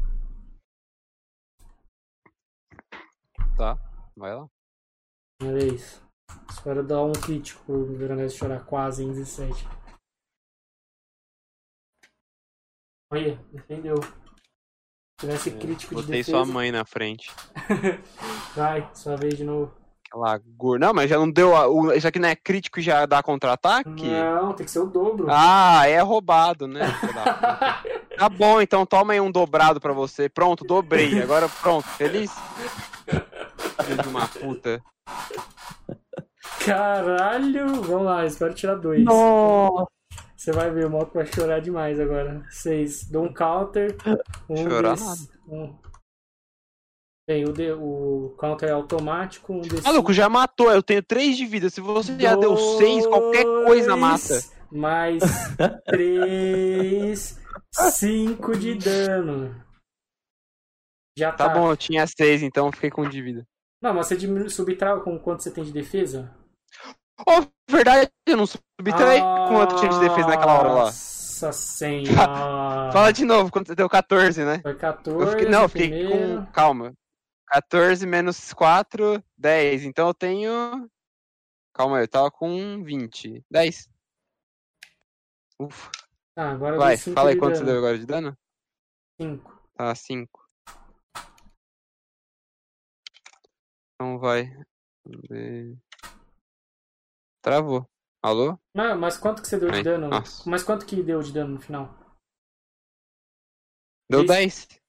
Speaker 2: Vai lá.
Speaker 1: Minha vez. Espero dar um crítico por Veronese chorar quase em 17. Olha, defendeu. Se tivesse crítico Tipo de
Speaker 2: É, Botei
Speaker 1: defesa.
Speaker 2: sua mãe na frente.
Speaker 1: Vai, sua vez de novo.
Speaker 2: Aquela gorda. Não, mas já não deu. a- o- Isso aqui não é crítico e já dá contra-ataque?
Speaker 1: Não, tem que ser o dobro.
Speaker 2: Ah, é roubado, né? filho da puta. Tá bom, então toma aí um dobrado pra você. Pronto, dobrei. Agora pronto, feliz? Filho de uma puta.
Speaker 1: Caralho! Vamos lá, espero tirar 2.
Speaker 4: Nossa!
Speaker 1: Você vai ver, o Malco vai chorar demais agora. Seis. Dou um counter. Um
Speaker 2: Chorar
Speaker 1: desse- um- Bem, o, de- o counter é automático. Um desse...
Speaker 2: Maluco, já matou. Eu tenho 3 de vida. Se você já deu 6, qualquer coisa mata.
Speaker 1: Dois Mais três. Cinco de dano. Já tá.
Speaker 2: Tá bom, eu tinha 6, então eu fiquei com um de vida.
Speaker 1: Não, mas você diminui, subtrai com quanto você tem de defesa?
Speaker 2: Oh, verdade, eu não subtrai
Speaker 1: Ah.
Speaker 2: quanto tinha de defesa naquela hora lá.
Speaker 1: Nossa senhora.
Speaker 2: Fala de novo, quanto você deu 14, né?
Speaker 1: Foi 14.
Speaker 2: Eu fiquei, não, eu fiquei
Speaker 1: primeiro.
Speaker 2: com. Calma. 14 menos 4, 10. Então eu tenho. Calma aí, eu tava com 20. 10. Ufa.
Speaker 1: Tá, agora eu
Speaker 2: Vai,
Speaker 1: dei cinco
Speaker 2: fala aí
Speaker 1: de
Speaker 2: quanto você
Speaker 1: dano.
Speaker 2: deu agora de dano.
Speaker 1: Cinco.
Speaker 2: Tá, 5. Então vai. Vamos ver. Travou. Alô?
Speaker 1: Mas, mas quanto que você deu de
Speaker 2: Aí, Ah.
Speaker 1: dano?
Speaker 2: nossa.
Speaker 1: Mas quanto que deu de dano no final?
Speaker 2: Deu
Speaker 1: Isso.
Speaker 2: 10.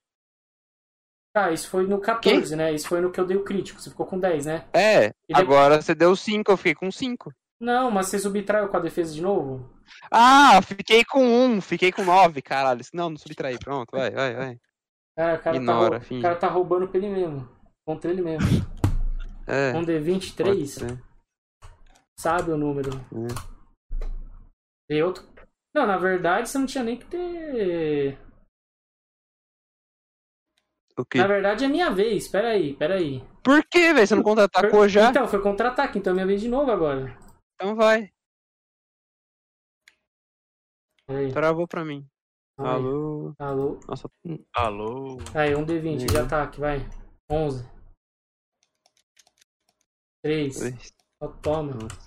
Speaker 1: Tá, isso foi no 14, né? Isso foi no que eu dei o crítico. Você ficou com 10, né?
Speaker 2: É,
Speaker 1: E de-
Speaker 2: agora você deu 5, eu fiquei com 5.
Speaker 1: Não, mas você subtraiu com a defesa de novo?
Speaker 2: Ah, fiquei com 1, um, fiquei com 9, caralho. Não, não subtraí. Pronto, vai, vai, vai.
Speaker 1: Cara, o cara,
Speaker 2: Ignora,
Speaker 1: tá, rou-
Speaker 2: finge.
Speaker 1: o cara tá roubando pra ele mesmo. Contra ele mesmo.
Speaker 2: É.
Speaker 1: Um
Speaker 2: pode
Speaker 1: D23,
Speaker 2: ser.
Speaker 1: sabe o número.
Speaker 2: É.
Speaker 1: Dei outro Não, na verdade você não tinha nem que ter.
Speaker 2: O quê?
Speaker 1: Na verdade é minha vez, peraí, peraí.
Speaker 2: Por quê, velho? Você não contra-atacou já?
Speaker 1: Então, foi contra-ataque, então é minha vez de novo agora.
Speaker 2: Então vai.
Speaker 1: Peraí.
Speaker 2: Travou pra mim.
Speaker 1: Alô.
Speaker 2: Alô.
Speaker 1: Alô.
Speaker 2: Nossa,
Speaker 3: Alô?
Speaker 1: Aí, um D20 de
Speaker 2: Uhum.
Speaker 1: ataque, vai. 11. 3.
Speaker 2: dois.
Speaker 1: Toma.
Speaker 2: Nossa.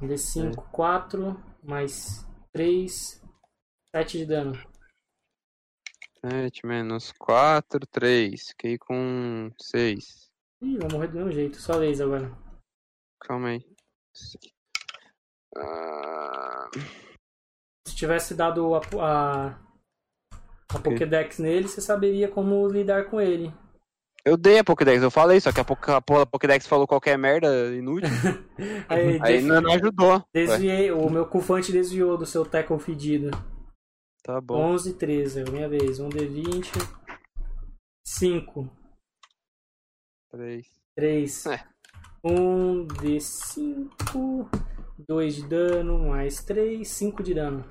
Speaker 1: Um D5,
Speaker 2: É.
Speaker 1: 4. Mais 3. 7 de dano.
Speaker 2: 7 menos 4, 3. Fiquei com 6.
Speaker 1: Ih, vai morrer do mesmo jeito. Sua vez agora.
Speaker 2: Calma aí. Ah,
Speaker 1: Se tivesse dado a, po- a, a
Speaker 2: Ok.
Speaker 1: Pokédex nele, você saberia como lidar com ele.
Speaker 2: eu dei a Pokédex, eu falei, só que a, Poké- a porra da Pokédex falou qualquer merda inútil.
Speaker 1: Aí,
Speaker 2: aí
Speaker 1: des-
Speaker 2: não, não ajudou. Ué,
Speaker 1: desviei, o meu cufante desviou do seu tackle fedido.
Speaker 2: tá bom.
Speaker 1: 11 e 13, é minha vez. 1 D20. 5,
Speaker 2: 3.
Speaker 1: 3.
Speaker 2: É.
Speaker 1: 1 D5. 2 de dano, mais 3, 5 de dano.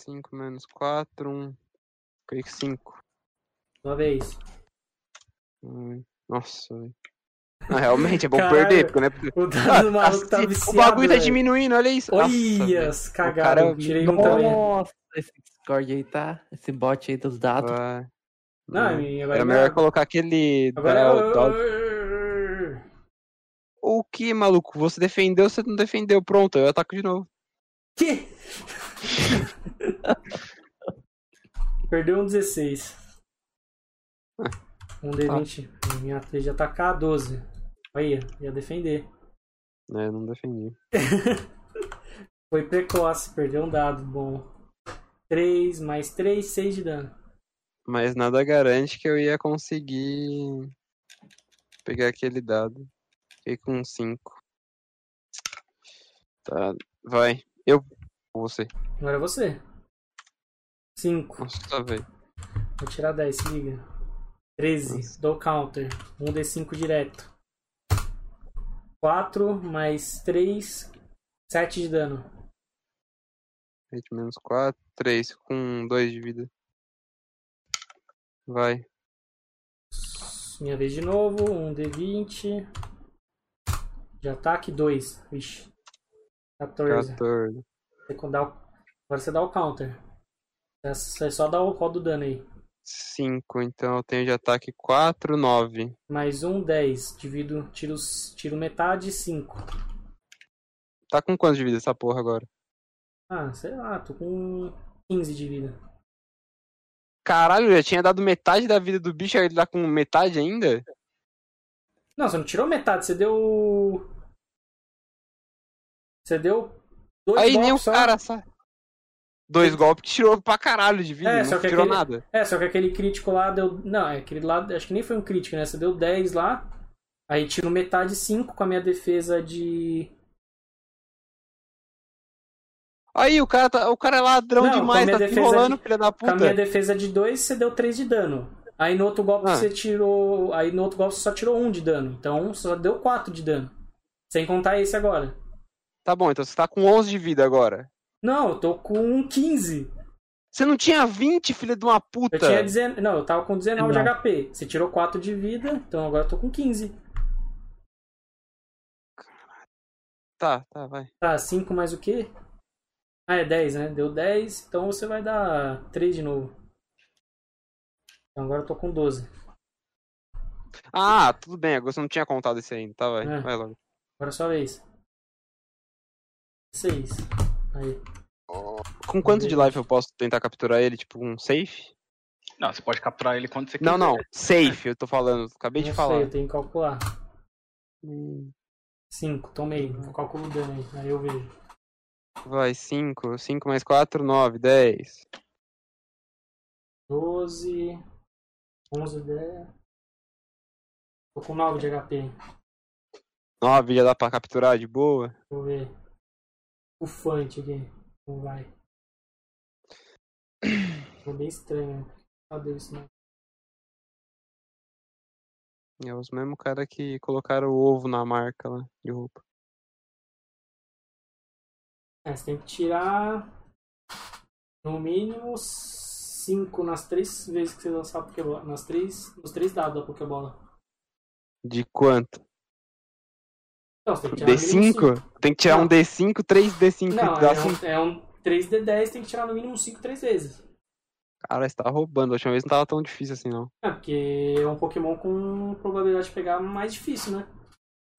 Speaker 2: 5 menos 4, 1. Fiquei com 5.
Speaker 1: Uma vez.
Speaker 2: Nossa, velho. Ah, realmente é bom
Speaker 1: Caralho.
Speaker 2: perder, porque não é possível.
Speaker 1: O dano do maluco tá
Speaker 2: se-
Speaker 1: viciado.
Speaker 2: o bagulho tá
Speaker 1: velho.
Speaker 2: diminuindo, olha isso. Nossa, velho.
Speaker 1: Olha,
Speaker 2: cara é
Speaker 1: cagaram.
Speaker 2: um-
Speaker 1: Tirei um também.
Speaker 4: Nossa, esse Discord aí tá. Esse bot aí dos dados.
Speaker 2: Vai.
Speaker 1: Não,
Speaker 2: Hum.
Speaker 1: e agora
Speaker 2: Era melhor colocar aquele.
Speaker 1: Agora
Speaker 2: da-
Speaker 1: eu-
Speaker 2: da-
Speaker 1: eu- eu-
Speaker 2: O que, maluco? Você defendeu, você não defendeu. Pronto, eu ataco de novo.
Speaker 1: Que? Perdeu um 16.
Speaker 2: É.
Speaker 1: Um
Speaker 2: Tá.
Speaker 1: D20. Minha 3 de atacar, 12. Olha, ia defender.
Speaker 2: É, não defendi.
Speaker 1: Foi precoce, perdeu um dado. Bom. 3 mais 3, 6 de dano.
Speaker 2: Mas nada garante que eu ia conseguir pegar aquele dado. Fiquei com 5. Tá, vai. Eu. Você.
Speaker 1: Agora é você. 5.
Speaker 2: Nossa, velho.
Speaker 1: Vou tirar 10, se liga. 13. Dou counter. 1 D5 direto. 4 mais 3, 7 de dano.
Speaker 2: 8 menos 4, 3. Com 2 de vida. Vai.
Speaker 1: Minha vez de novo, um D20. De ataque, 2. Vixe. 14.
Speaker 2: 14.
Speaker 1: Você dá o- Agora você dá o counter. Você só dá o roda o dano aí.
Speaker 2: 5. Então eu tenho de ataque 4, 9.
Speaker 1: Mais um, 10. Divido, tiro, os- tiro metade, 5.
Speaker 2: Tá com quanto de vida essa porra agora?
Speaker 1: Ah, sei lá, tô com 15 de vida.
Speaker 2: Caralho, já tinha dado metade da vida do bicho, aí ele tá com metade ainda?
Speaker 1: Não, você não tirou metade, você deu. Você deu. Dois
Speaker 2: aí
Speaker 1: golpes
Speaker 2: nem o
Speaker 1: só.
Speaker 2: cara sai. Dois golpes que tirou pra caralho de vida,
Speaker 1: É,
Speaker 2: não
Speaker 1: só que
Speaker 2: tirou
Speaker 1: aquele-
Speaker 2: nada.
Speaker 1: É, só que aquele crítico lá deu. Não, é, aquele lá. Acho que nem foi um crítico, né? Você deu 10 lá. Aí tiro metade 5 com a minha defesa de.
Speaker 2: Aí o cara, tá, o cara é ladrão
Speaker 1: Não, com a
Speaker 2: demais,
Speaker 1: minha
Speaker 2: tá se
Speaker 1: defesa
Speaker 2: enrolando,
Speaker 1: de-
Speaker 2: filha da
Speaker 1: Com a minha
Speaker 2: puta.
Speaker 1: defesa de 2, você deu 3 de dano. Aí no outro golpe
Speaker 2: Ah.
Speaker 1: você tirou. Aí no outro golpe você só tirou 1 um de dano. Então só deu 4 de dano. Sem contar esse agora.
Speaker 2: Tá bom, então você tá com 11 de vida agora.
Speaker 1: Não, eu tô com 15.
Speaker 2: Você não tinha 20, filha de uma puta.
Speaker 1: Eu tinha 19. Não, eu tava com 19 de
Speaker 4: Não.
Speaker 1: HP. Você tirou 4 de vida, então agora eu tô com 15.
Speaker 2: Tá, tá, vai.
Speaker 1: Tá, 5 mais o quê? Ah, é 10, né? Deu 10, então você vai dar 3 de novo. Então agora eu tô com 12.
Speaker 2: Ah, tudo bem, agora você não tinha contado esse ainda, tá, vai.
Speaker 1: É.
Speaker 2: Vai logo.
Speaker 1: Agora é sua vez. 6. Aí.
Speaker 2: Com quanto de life eu posso tentar capturar ele? Tipo, um safe?
Speaker 3: Não, você pode capturar ele quando você quiser.
Speaker 2: Não, não, safe, eu tô falando, acabei de
Speaker 1: não
Speaker 2: falar.
Speaker 1: sei, eu tenho que calcular.
Speaker 2: Hum.
Speaker 1: 5, tomei. Eu calculo o dano aí, aí eu vejo.
Speaker 2: Vai, 5. 5 mais 4, 9, 10.
Speaker 1: 12, 11, 10. Tô com 9 de HP. Deixa
Speaker 2: 9 já dá pra capturar de boa.
Speaker 1: eu ver. Ufante aqui. Não vai. Foi bem estranho. Cadê isso, né? mano?
Speaker 2: É os mesmos cara que colocaram o ovo na marca lá de roupa.
Speaker 1: É, você tem que tirar no mínimo 5 nas três vezes que você lançar a Pokébola. Nas três, nos três dados da Pokébola.
Speaker 2: De quanto?
Speaker 1: Então, você tem que tirar no mínimo cinco.
Speaker 2: D5? Tem que tirar um
Speaker 1: Não.
Speaker 2: D5, 3 D5.
Speaker 1: Não,
Speaker 2: dá
Speaker 1: é
Speaker 2: cinco.
Speaker 1: um, é um 3D10, tem que tirar no mínimo 5 três vezes.
Speaker 2: Cara, você tá roubando. A última vez não tava tão difícil assim, não.
Speaker 1: É, porque é um Pokémon com probabilidade de pegar mais difícil, né?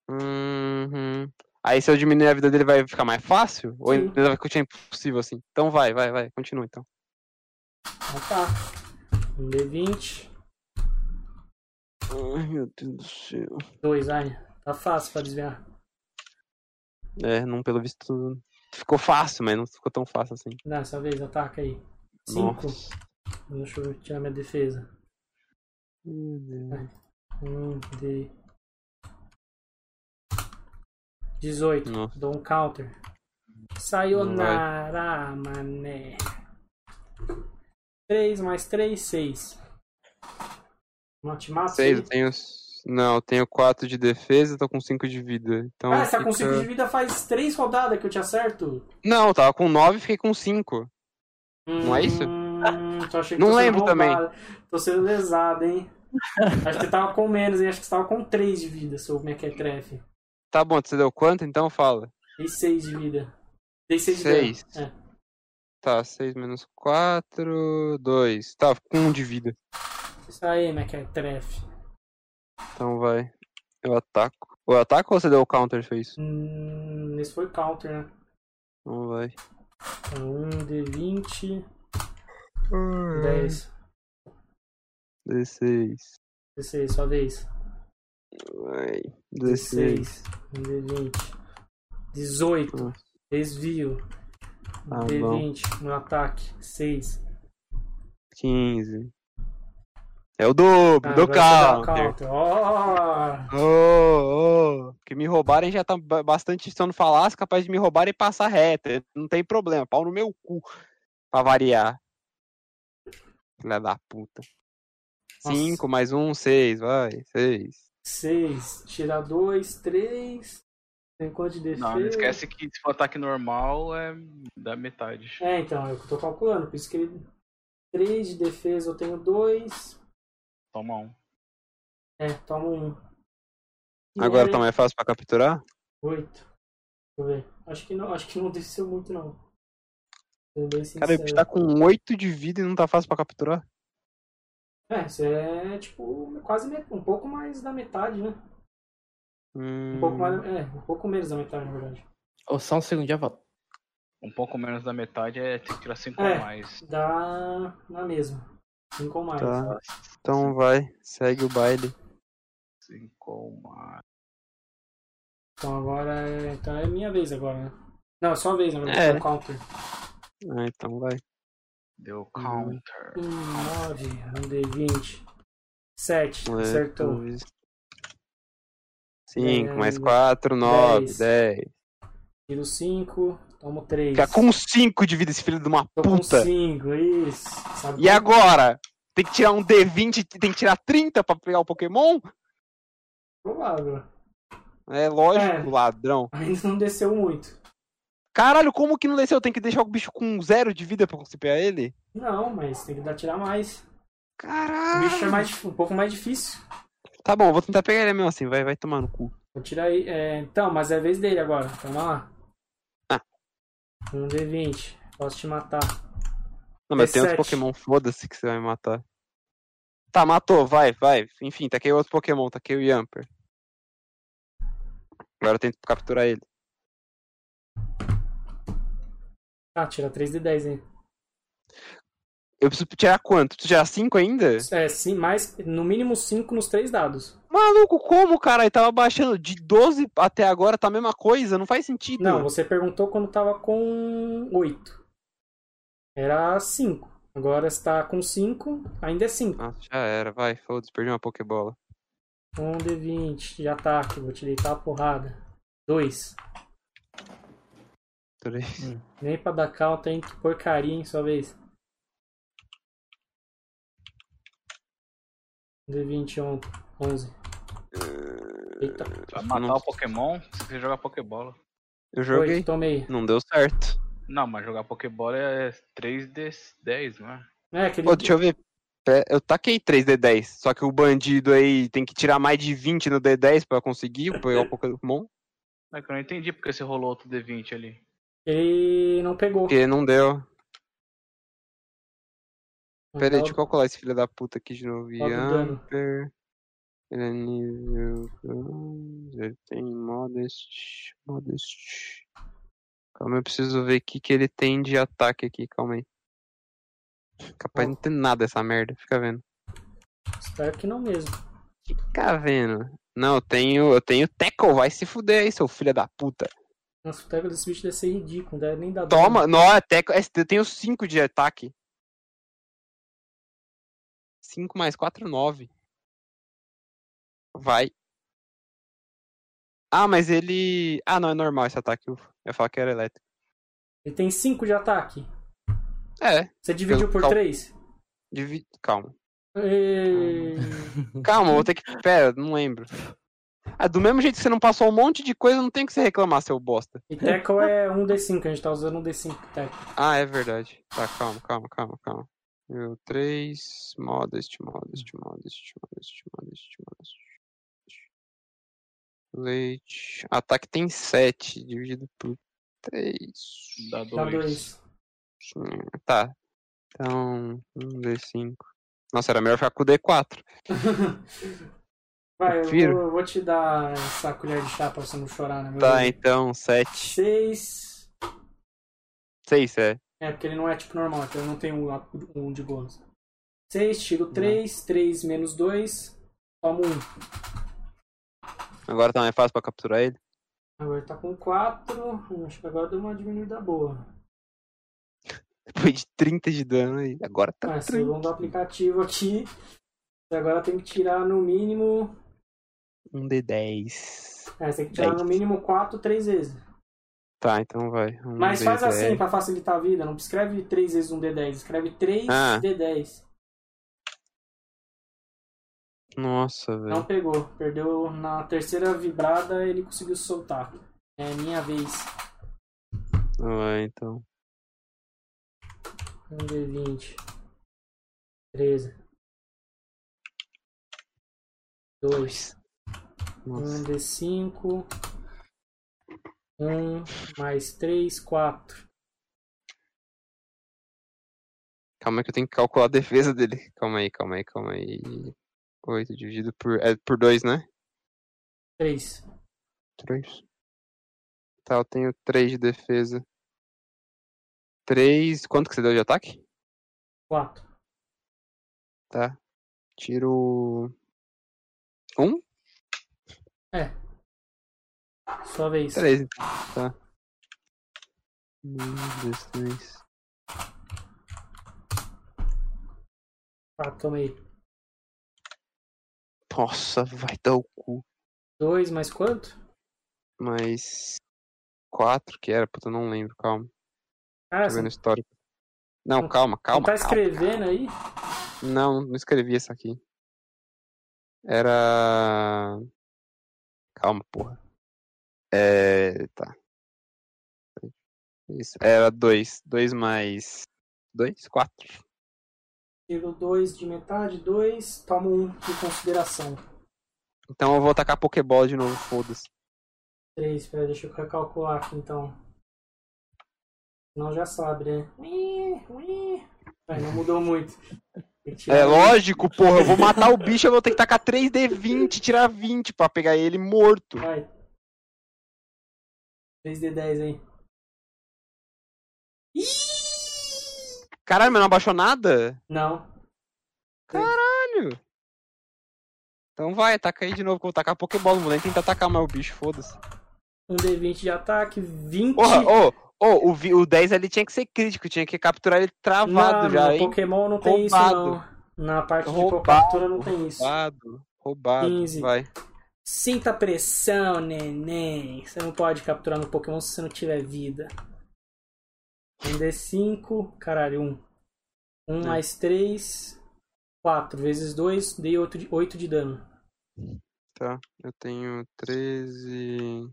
Speaker 2: Uhum. Aí se eu diminuir a vida dele vai ficar mais fácil? Ou
Speaker 1: Sim.
Speaker 2: ainda vai continuar impossível assim? Então vai, vai, vai. Continua então.
Speaker 1: Ah tá. Um D20.
Speaker 2: Ai, meu Deus do céu.
Speaker 1: Dois, ai. Tá fácil pra desviar.
Speaker 2: É, não, pelo visto. Ficou fácil, mas não ficou tão fácil assim.
Speaker 1: Dessa vez, ataca aí. Cinco.
Speaker 2: Nossa.
Speaker 1: Deixa eu tirar minha defesa.
Speaker 2: Meu Deus.
Speaker 1: Um D. 18.
Speaker 2: Nossa.
Speaker 1: Dou um counter. Sayonara, mané. 3 mais Um 3, 6. Não te mata?
Speaker 2: Seis, eu
Speaker 1: aí?
Speaker 2: tenho. Não, eu tenho 4 de defesa, tô com 5 de vida. Então.
Speaker 1: Ah, você tá
Speaker 2: fica-
Speaker 1: com 5 de vida faz 3 rodadas que eu te acerto?
Speaker 2: Não, eu tava com 9 e fiquei com 5. Não é isso?
Speaker 1: Hum, tô achando que
Speaker 2: Não
Speaker 1: tô sendo
Speaker 2: lembro também.
Speaker 1: roubado. Tô sendo lesado, hein? Acho que você tava com menos, hein? Acho que você tava com 3 de vida, seu mequetrefe.
Speaker 2: Tá bom, você deu quanto? Então fala.
Speaker 1: Dei 6 de vida. Dei 6 de dano.
Speaker 2: 6.
Speaker 1: É.
Speaker 2: Tá, 6 menos 4, 2. Tá, com 1 de vida.
Speaker 1: Isso aí, mequetrefe.
Speaker 2: Então vai. Eu ataco. Ou eu ataco ou você deu o counter, foi isso?
Speaker 1: Hum, esse foi counter, né?
Speaker 2: Então vai.
Speaker 1: Então, 1 de 20,
Speaker 2: Hum.
Speaker 1: 10,
Speaker 2: 16.
Speaker 1: 16, só 10.
Speaker 2: Vai.
Speaker 1: 16,
Speaker 2: 16.
Speaker 1: 1 de 20, 18,
Speaker 2: Nossa.
Speaker 1: desvio. 1
Speaker 2: Ah,
Speaker 1: de
Speaker 2: bom.
Speaker 1: 20, no ataque, 6.
Speaker 2: 15. É o
Speaker 1: Ah,
Speaker 2: dobro, do counter.
Speaker 1: um Ó!
Speaker 2: Oh, oh. Que me roubarem já tá ba- bastante se eu não falasse, capaz de me roubarem e passar reta. Não tem problema, pau no meu cu. Pra variar. Filha da puta.
Speaker 1: Nossa.
Speaker 2: 5 mais 1, 6, vai. 6.
Speaker 1: 6, tira 2, 3. Tem quanto de defesa?
Speaker 3: Não, não esquece que se for ataque normal é da metade.
Speaker 1: É, então, eu tô calculando, por isso que ele. 3 de defesa eu tenho 2.
Speaker 3: Toma um.
Speaker 1: É, toma 1.
Speaker 2: Agora tá mais fácil pra capturar?
Speaker 1: 8. Deixa eu ver. Acho que não, acho que não desceu muito, não. Sendo bem
Speaker 2: Cara, o
Speaker 1: sincero.
Speaker 2: bicho tá com 8 de vida e não tá fácil pra capturar?
Speaker 1: É, isso é tipo quase me- um pouco mais da metade, né? Um
Speaker 2: Hum,
Speaker 1: pouco mais. É, um pouco menos da metade, na verdade.
Speaker 2: Ah.
Speaker 4: Ou só um segundo já volto.
Speaker 3: Um pouco menos da metade é tem que tirar cinco
Speaker 1: É.
Speaker 3: ou mais.
Speaker 1: Dá na mesma. 5 ou mais.
Speaker 2: Tá. Então vai, segue o baile.
Speaker 3: Cinco ou mais.
Speaker 1: Então agora é. Então é minha vez agora, né? Não, é só a vez, na verdade,
Speaker 2: É.
Speaker 1: é. o counter.
Speaker 2: Ah, então vai.
Speaker 3: Deu counter.
Speaker 1: 1, 9, 1 de 20. 7,
Speaker 2: É,
Speaker 1: acertou.
Speaker 2: 5 mais
Speaker 1: Dez.
Speaker 2: 4, 9,
Speaker 1: Dez.
Speaker 2: 10.
Speaker 1: Tiro 5, tomo 3.
Speaker 2: Fica com 5 de vida esse filho de uma
Speaker 1: Tô com
Speaker 2: puta.
Speaker 1: 5, isso. Sabe é
Speaker 2: E agora? Tem que tirar um D20, tem que tirar 30 pra pegar o Pokémon?
Speaker 1: Provável.
Speaker 2: É lógico,
Speaker 1: É.
Speaker 2: ladrão.
Speaker 1: Ainda não desceu muito.
Speaker 2: Caralho, como que não desceu? Tem que deixar o bicho com zero de vida pra conseguir pegar ele?
Speaker 1: Não, mas tem que dar tirar mais. O bicho é
Speaker 2: Caralho.
Speaker 1: mais, dif- um pouco mais difícil.
Speaker 2: Tá bom, vou tentar pegar ele mesmo assim, vai, vai tomar no cu.
Speaker 1: Vou tirar aí. é, então, mas é a vez dele agora. Calma lá.
Speaker 2: Ah.
Speaker 1: Um D20. Posso te matar.
Speaker 2: Não, mas tem
Speaker 1: 17.
Speaker 2: outro Pokémon, foda-se que você vai me matar. Tá, matou, vai, vai. Enfim, taquei outro Pokémon, taquei o Yamper. Agora eu tento capturar ele.
Speaker 1: Ah, tira 3 de 10, hein?
Speaker 2: Eu preciso tirar quanto? Preciso tirar 5 ainda?
Speaker 1: É, sim, mais, no mínimo 5 nos três dados.
Speaker 2: Maluco, como, cara? E tava baixando de 12 até agora, tá a mesma coisa? Não faz sentido.
Speaker 1: Não, você perguntou quando tava com 8. Era 5. Agora está com 5, ainda é 5.
Speaker 2: Nossa, já era, vai, foda-se, perdi uma Pokébola.
Speaker 1: Um D20 de ataque, vou te deitar a porrada. 2.
Speaker 2: Três.
Speaker 1: Nem pra dar counter, hein? Que porcaria, hein? Sua vez. D21, 11. Eita,
Speaker 3: Vai matar
Speaker 2: Não.
Speaker 3: o Pokémon, você joga Pokébola.
Speaker 2: Eu
Speaker 1: Joguei.
Speaker 2: joguei,
Speaker 1: tomei.
Speaker 2: não deu certo.
Speaker 3: Não, mas jogar Pokébola é 3D10, não é?
Speaker 1: É, aquele.
Speaker 2: Pô, deixa eu ver. Pé, Eu taquei 3 D10, só que o bandido aí tem que tirar mais de 20 no D10 pra conseguir pegar o Pokémon,
Speaker 3: É que eu não entendi porque você rolou outro D20 ali.
Speaker 1: Ele não pegou.
Speaker 2: porque não deu. Pera aí,
Speaker 1: Então,
Speaker 2: deixa eu calcular esse filho da puta aqui de novo.
Speaker 1: Roda o dano.
Speaker 2: Yamper. Ele é nível. dois, Ele tem modest. Modest. Calma, eu preciso ver o que, que ele tem de ataque aqui, calma aí. Capaz de não ter nada essa merda, fica vendo.
Speaker 1: Espero que não mesmo.
Speaker 2: Fica vendo. Não, eu tenho. Eu tenho Tackle, vai se fuder aí, seu filho da puta.
Speaker 1: Nossa, o tackle desse bicho deve ser ridículo, não deve nem dar dano.
Speaker 2: Toma, não, é Tackle. é, Eu tenho 5 de ataque. 5 mais 4, 9. Vai. Ah, mas ele. Ah, não, é normal esse ataque. Eu ia falar que era elétrico.
Speaker 1: Ele tem 5 de ataque.
Speaker 2: É,
Speaker 1: Você dividiu por
Speaker 2: Cal-
Speaker 1: 3?
Speaker 2: divi... calma.
Speaker 1: E...
Speaker 2: Calma, eu vou ter que. Pera, não lembro. Ah, do mesmo jeito que você não passou um monte de coisa, não tem que você reclamar, seu bosta.
Speaker 1: e tackle é 1d5, a gente tá usando 1d5 tackle.
Speaker 2: Ah, é verdade. Tá, calma, calma, calma, calma. Nível 3, modest, modest, modest, modest, modest, modest. Leite. Ataque tem 7, dividido por 3.
Speaker 3: Dá
Speaker 1: Dá
Speaker 3: dois.
Speaker 1: 2.
Speaker 2: Tá. Então, 1, D5. Nossa, era melhor ficar com o D4.
Speaker 1: Vai, eu
Speaker 2: Prefiro.
Speaker 1: vou, eu vou te dar essa colher de chá pra você não chorar, né?
Speaker 2: Tá, então, 7.
Speaker 1: 6.
Speaker 2: 6, é.
Speaker 1: É, porque ele não é tipo normal, então ele não tem um, um de bônus. 6, tiro 3, 3 menos um. 2, toma 1.
Speaker 2: Agora tá mais fácil pra capturar ele.
Speaker 1: Agora tá com 4. Acho que agora deu uma diminuída boa.
Speaker 2: Depois de 30 de dano aí. Agora tá.
Speaker 1: Mas
Speaker 2: tranquilo.
Speaker 1: segundo o Ah, aplicativo aqui, você agora tem que tirar no mínimo.
Speaker 2: 1 D10.
Speaker 1: É, você tem que tirar no
Speaker 2: Dez.
Speaker 1: mínimo 4, 3 vezes.
Speaker 2: Tá, então vai. Um
Speaker 1: Mas faz
Speaker 2: D10.
Speaker 1: assim pra facilitar a vida. Não escreve 3 vezes um D10, escreve 3
Speaker 2: Ah.
Speaker 1: D10.
Speaker 2: Nossa, velho.
Speaker 1: Não pegou, perdeu na terceira vibrada, ele conseguiu soltar. É minha vez.
Speaker 2: Ah, então.
Speaker 1: Um D20. 13. 2.
Speaker 2: Nossa.
Speaker 1: Um D5. Um, mais três, quatro.
Speaker 2: Calma aí que eu tenho que calcular a defesa dele. Calma aí, calma aí, calma aí. 8 dividido por. É por 2, né?
Speaker 1: Três.
Speaker 2: 3. Tá, eu tenho 3 de defesa. 3. Quanto que você deu de ataque?
Speaker 1: Quatro.
Speaker 2: Tá. Tiro. 1?
Speaker 1: Sua vez.
Speaker 2: 3. Tá. 1, 2, 3.
Speaker 1: Ah, toma aí.
Speaker 2: Nossa, vai dar o cu.
Speaker 1: Dois, mais quanto?
Speaker 2: Mais 4 que era, puta, eu não lembro, calma.
Speaker 1: Cara, Ah,
Speaker 2: Tá
Speaker 1: você
Speaker 2: vendo o
Speaker 1: não
Speaker 2: histórico. Não, calma, calma.
Speaker 1: tá
Speaker 2: calma.
Speaker 1: escrevendo aí?
Speaker 2: Não, não escrevi essa aqui. Era. Calma, porra. É. Tá. É Isso. Era 2. 2 mais. 2? 4.
Speaker 1: Tiro dois de metade, dois. Toma um de consideração.
Speaker 2: Então eu vou tacar Pokébola de novo, foda-se.
Speaker 1: Três, pera, deixa eu recalcular aqui então. Senão já sabe, né? Ui, ui. Aí não mudou muito. Tem que tirar
Speaker 2: É
Speaker 1: um.
Speaker 2: lógico, porra. Eu vou matar o bicho, eu vou ter que tacar 3D20, tirar 20 pra pegar ele morto.
Speaker 1: Vai. 3D10 aí.
Speaker 2: Caralho, mas não abaixou nada?
Speaker 1: Não.
Speaker 2: Caralho. Então vai, taca aí de novo que eu vou tacar Pokébola. Não vou nem tentar tacar mais o bicho, foda-se.
Speaker 1: Um D20 de ataque, 20.
Speaker 2: Porra, ô, ô, o, vi- o 10 ali tinha que ser crítico, tinha que capturar ele travado
Speaker 1: não,
Speaker 2: já,
Speaker 1: no
Speaker 2: hein?
Speaker 1: Pokémon não tem isso,
Speaker 2: Roubado.
Speaker 1: não. Na parte de
Speaker 2: Roubado.
Speaker 1: captura não tem isso.
Speaker 2: Roubado, roubado,
Speaker 1: 15.
Speaker 2: vai.
Speaker 1: Sinta a pressão, neném. Você não pode capturar no Pokémon se você não tiver vida. Um D5, caralho, 1. 1
Speaker 2: É.
Speaker 1: mais 3, 4 vezes 2, dei 8 de, 8 de dano.
Speaker 2: Tá, eu Ah, tenho 13...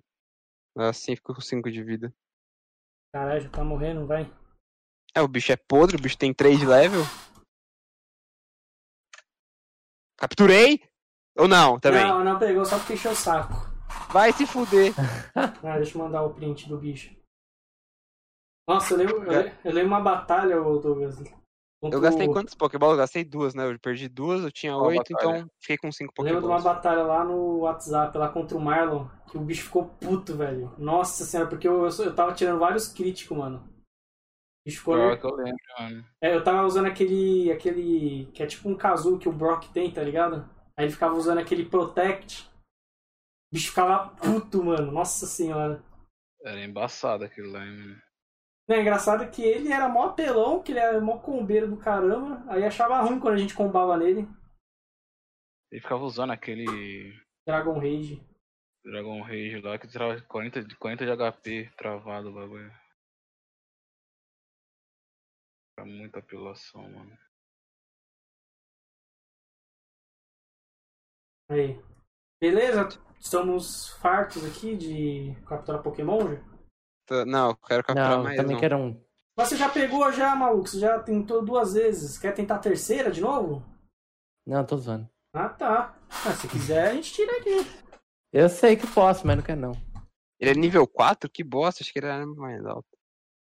Speaker 2: Assim, fico com 5 de vida.
Speaker 1: Caralho, já tá morrendo, não vai.
Speaker 2: É, o bicho é podre, o bicho tem 3 de level. Capturei? Ou não, também?
Speaker 1: Não, não pegou, só porque encheu o saco.
Speaker 2: Vai se fuder.
Speaker 1: Ah, deixa eu mandar o print do bicho. Nossa, eu lembro, eu lembro, eu lembro uma batalha, ô Douglas. contra
Speaker 2: É. Eu
Speaker 1: o-
Speaker 2: gastei quantas Pokébola? Eu gastei duas, né? Eu perdi duas, eu tinha
Speaker 3: Qual
Speaker 2: oito,
Speaker 3: batalha?
Speaker 2: então fiquei com cinco
Speaker 1: Eu lembro de uma
Speaker 2: Pokébolas.
Speaker 1: batalha lá no WhatsApp, lá contra o Marlon, que o bicho ficou puto, velho. Nossa senhora, porque eu, eu, sou- eu tava tirando vários críticos, mano. O bicho ficou.
Speaker 3: Pior que eu lembro, mano.
Speaker 1: É, eu tava usando aquele. aquele. que é tipo um casulo que o Brock tem, tá ligado? Aí ele ficava usando aquele Protect. O bicho ficava puto, mano. Nossa senhora.
Speaker 3: Era embaçado né? aquilo lá, hein, mano.
Speaker 1: Não, é engraçado que ele era mó apelão, que ele era mó combeiro do caramba. Aí achava ruim quando a gente combava nele.
Speaker 3: Ele ficava usando aquele
Speaker 1: Dragon Rage.
Speaker 3: Dragon Rage lá que tirava 40, de 40 de HP travado o bagulho. Era muita apelação, mano.
Speaker 1: Aí. Beleza? Estamos fartos aqui de capturar Pokémon? já?
Speaker 2: Tá- Não, eu quero capturar
Speaker 4: não, eu
Speaker 2: mais
Speaker 4: também
Speaker 2: um.
Speaker 4: quero um.
Speaker 1: Mas você já pegou já, maluco? Você já tentou duas vezes. Quer tentar a terceira de novo?
Speaker 4: Não, tô zoando.
Speaker 1: Ah, tá. Ah, se quiser, a gente tira aqui.
Speaker 4: Eu sei que posso, mas não quero não.
Speaker 2: Ele é nível 4? Que bosta, acho que ele era mais alto.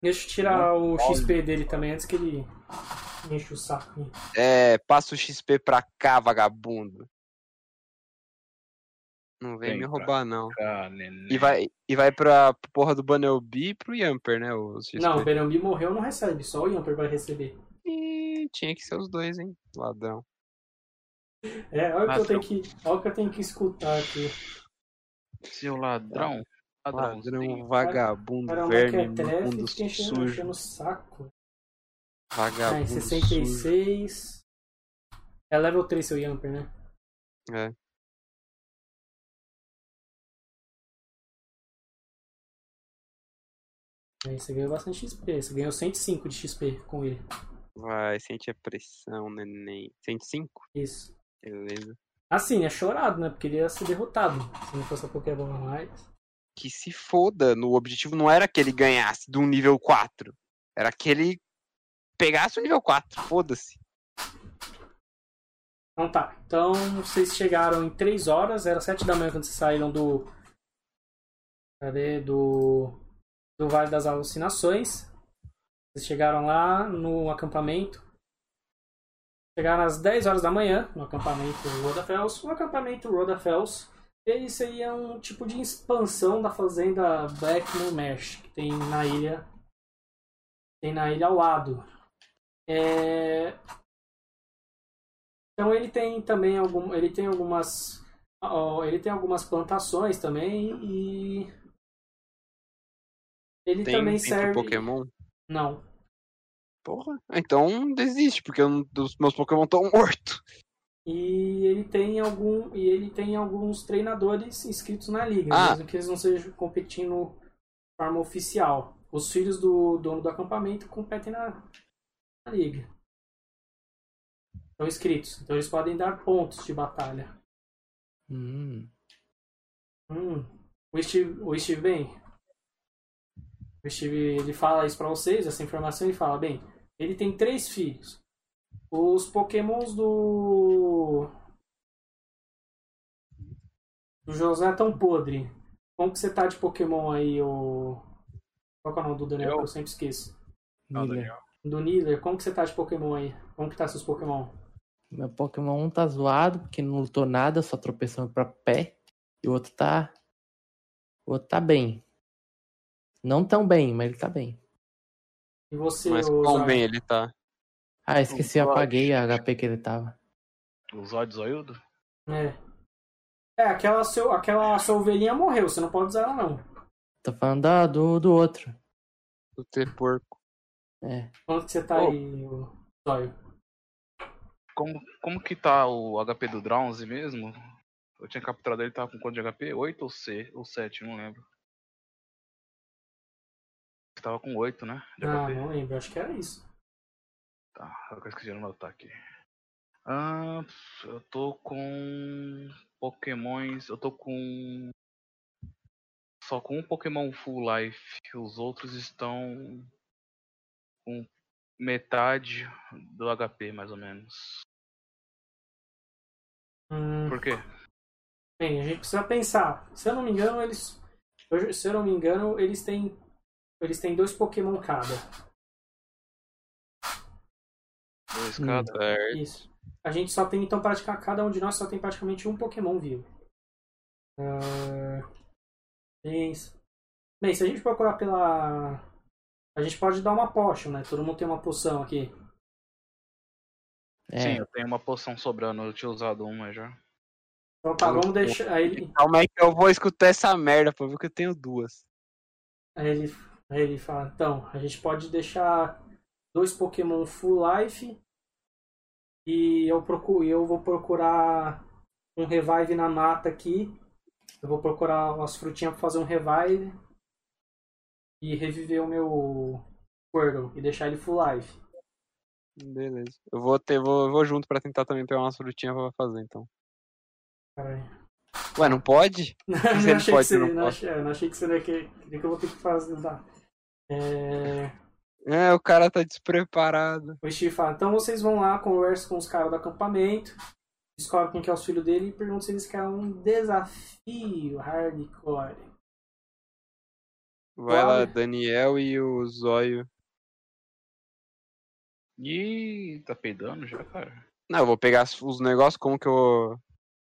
Speaker 1: Deixa eu tirar o XP dele também antes que ele enche o saco. aqui.
Speaker 2: É, passa o XP pra cá, vagabundo. Não vem
Speaker 3: Vem
Speaker 2: me
Speaker 3: pra
Speaker 2: roubar, não.
Speaker 3: Cara, neném.
Speaker 2: E vai, e vai pra porra do Banelby e pro Yamper, né? Os XP.
Speaker 1: Não, o Berambi morreu, não recebe. Só o Yamper vai receber.
Speaker 2: Ih, tinha que ser os dois, hein? Ladrão.
Speaker 1: É, olha o que eu
Speaker 3: Ladrão.
Speaker 1: tenho que, olha o que, eu tenho que escutar aqui.
Speaker 3: Seu ladrão.
Speaker 2: Ladrão,
Speaker 3: Ladrão.
Speaker 2: vagabundo,
Speaker 1: Cara, é um
Speaker 2: verme,
Speaker 1: mequetrefe
Speaker 2: mundo
Speaker 1: que fica enchendo,
Speaker 2: sujo.
Speaker 1: enchendo o saco. Ah, em
Speaker 2: Vagabundo 66.
Speaker 1: 66. É level 3 seu Yamper, né?
Speaker 2: É.
Speaker 1: Aí você ganhou bastante XP. Você ganhou 105 de XP com ele.
Speaker 2: Vai, sente a pressão, neném. 105?
Speaker 1: Isso.
Speaker 2: Beleza.
Speaker 1: Assim, é chorado, né? Porque ele ia ser derrotado. Se não fosse a Pokébola mais.
Speaker 2: Que se foda. No objetivo não era que ele ganhasse de um nível 4. Era que ele pegasse o nível 4. Foda-se.
Speaker 1: Então tá. Então vocês chegaram em 3 horas. Era 7 da manhã quando vocês saíram do. Cadê? Do. Do Vale das Alucinações. Vocês chegaram lá no acampamento. Chegaram às 10 horas da manhã no acampamento Rodafels. O Um acampamento Rodafels ele seria um tipo de expansão da fazenda Blackmoor Mesh, que tem na ilha. Tem na ilha ao lado. É, então ele tem também algum, ele tem algumas, ó, ele tem algumas plantações também e ele
Speaker 2: Tem,
Speaker 1: também
Speaker 2: tem
Speaker 1: serve.
Speaker 2: teu Pokémon?
Speaker 1: Não,
Speaker 2: Porra. Então desiste, porque eu não- os meus Pokémon estão mortos.
Speaker 1: E ele tem algum e ele tem alguns treinadores inscritos na liga,
Speaker 2: Ah.
Speaker 1: mesmo que eles não sejam competindo de forma oficial. Os filhos do dono do acampamento competem na, na liga. São inscritos, então eles podem dar pontos de batalha.
Speaker 4: Hum.
Speaker 1: Hum. O Steve, o Steve bem. O Steve ele fala isso pra vocês, essa informação ele fala bem. Ele tem três filhos. Os Pokémons do do José tão podre. Como que você tá de Pokémon aí, o qual que é o nome do Daniel?
Speaker 3: Eu?
Speaker 1: Que eu sempre esqueço.
Speaker 2: Ah,
Speaker 3: Não,
Speaker 4: Miller.
Speaker 3: Daniel.
Speaker 1: Do Niler, como que você tá de Pokémon aí? Como que tá seus Pokémon?
Speaker 4: Meu Pokémon um tá zoado, porque não lutou nada, só tropeçou pra pé. E o outro tá. O outro tá bem. Não tão bem, mas ele tá bem.
Speaker 1: E você,
Speaker 2: Mas
Speaker 1: o
Speaker 2: quão
Speaker 1: Zor?
Speaker 2: bem ele tá.
Speaker 4: Ah, esqueci,
Speaker 3: Não
Speaker 4: eu
Speaker 3: pode.
Speaker 4: apaguei a HP que ele tava.
Speaker 3: O Zod Zoildo?
Speaker 1: É. É, aquela seu, aquela sua ovelhinha morreu, você não pode usar ela não.
Speaker 4: Tô falando da- do, do outro.
Speaker 2: Do ter porco.
Speaker 4: É.
Speaker 1: Quanto que você tá
Speaker 3: Ô.
Speaker 1: aí, o Zóio?
Speaker 3: Como, como que tá o HP do Drowns mesmo? Eu tinha capturado ele, tava com quanto de HP? 8 ou C? Ou 7, não lembro. Tava com 8, né? De
Speaker 1: Ah,
Speaker 3: HP.
Speaker 1: não lembro, acho que era isso.
Speaker 3: Tá, agora eu esqueci de anotar aqui. Ah, pf, eu tô com Pokémons. Eu tô com. só com um Pokémon Full Life. Os outros estão com metade do HP, mais ou menos.
Speaker 1: Hum,
Speaker 3: Por quê?
Speaker 1: Bem, a gente precisa pensar. Se eu não me engano, eles. eu- Se eu não me engano, eles têm. Eles têm dois Pokémon cada.
Speaker 3: Dois
Speaker 4: Hum.
Speaker 3: cada.
Speaker 2: Certo.
Speaker 1: Isso. A gente só tem, então, praticar cada um de nós só tem praticamente um Pokémon vivo. Ah, pensa. Bem, se a gente procurar pela. A gente pode dar uma potion, né? Todo mundo tem uma poção aqui.
Speaker 4: É,
Speaker 3: Sim, eu tenho uma poção sobrando, eu tinha usado uma já.
Speaker 1: Então tá, vamos deixar. Aí ele,
Speaker 2: Calma aí que eu vou escutar essa merda pra ver que eu tenho duas.
Speaker 1: aí ele, aí ele fala, então, a gente pode deixar dois Pokémon full life. E eu procuro, eu vou procurar um revive na mata aqui. Eu vou procurar umas frutinhas pra fazer um revive. E reviver o meu Squirtle e deixar ele full life.
Speaker 2: Beleza. Eu vou ter, vou, eu vou junto pra tentar também pegar umas frutinhas pra fazer, então.
Speaker 1: Caralho.
Speaker 2: Ué, não pode?
Speaker 1: não,
Speaker 2: ele
Speaker 1: achei
Speaker 2: pode,
Speaker 1: que você,
Speaker 2: não
Speaker 1: não,
Speaker 2: pode.
Speaker 1: achei, é, não achei que você não ia querer queria que eu vou ter que fazer. Tá. É...
Speaker 2: É, o cara tá despreparado.
Speaker 1: O Steve fala, então vocês vão lá, conversam com os caras do acampamento, descobrem quem que é os filhos dele e perguntam se eles querem um desafio hardcore.
Speaker 2: Vai lá,
Speaker 1: Olha.
Speaker 2: Daniel e o Zóio.
Speaker 3: Ih, tá peidando já, cara?
Speaker 2: Não, eu vou pegar as- os negócios, como que eu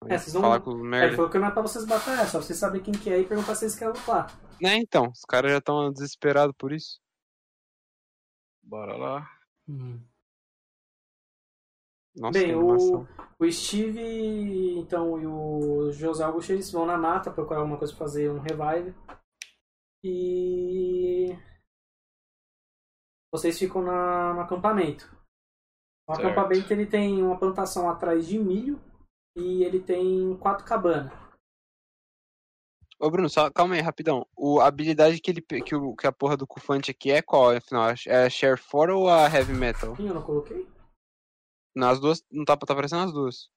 Speaker 2: vou
Speaker 1: É, vocês
Speaker 2: falar
Speaker 1: vão.
Speaker 2: com os
Speaker 1: É, ele
Speaker 2: merda?
Speaker 1: falou que não é pra vocês batalhar, é só pra vocês saberem quem que é e perguntar se eles querem lutar.
Speaker 2: Né, então, os caras já estão desesperados por isso.
Speaker 3: Bora lá.
Speaker 4: hum,
Speaker 2: Nossa,
Speaker 1: Bem,
Speaker 2: que
Speaker 1: o-
Speaker 2: animação.
Speaker 1: O Steve, então, e o José Augusto, eles vão na mata procurar alguma coisa pra fazer um revive. E. Vocês ficam na, no acampamento. O
Speaker 3: Certo.
Speaker 1: acampamento ele tem uma plantação atrás de milho e ele tem quatro cabanas.
Speaker 2: Ô, Bruno, só calma aí, rapidão. O, a habilidade que, ele, pe- que, o, que a porra do Cufante aqui é qual? Afinal, é a Share 4 ou a Heavy Metal?
Speaker 1: Ih, eu não coloquei?
Speaker 2: Não, as duas. Não tá, tá aparecendo as duas.